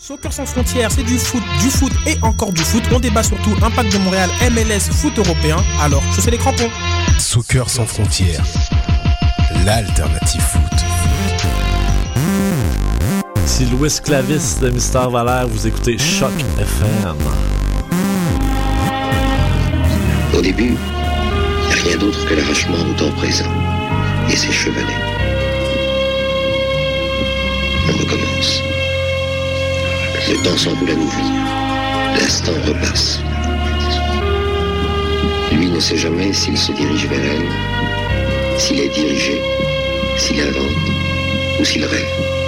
Speaker 5: Soccer sans frontières, c'est du foot, du foot et encore du foot. On débat surtout impact de Montréal, MLS, foot européen. Alors, je fais les crampons.
Speaker 10: Soccer sans frontières, l'alternative foot.
Speaker 6: Ici Louis Clavis de Mister Valère, vous écoutez Choc FM.
Speaker 7: Au début, rien d'autre que l'arrachement au temps présent et ses chevalets. On recommence. Le temps s'enroule à nouveau. L'instant repasse. Lui ne sait jamais s'il se dirige vers elle, s'il est dirigé, s'il invente ou s'il rêve.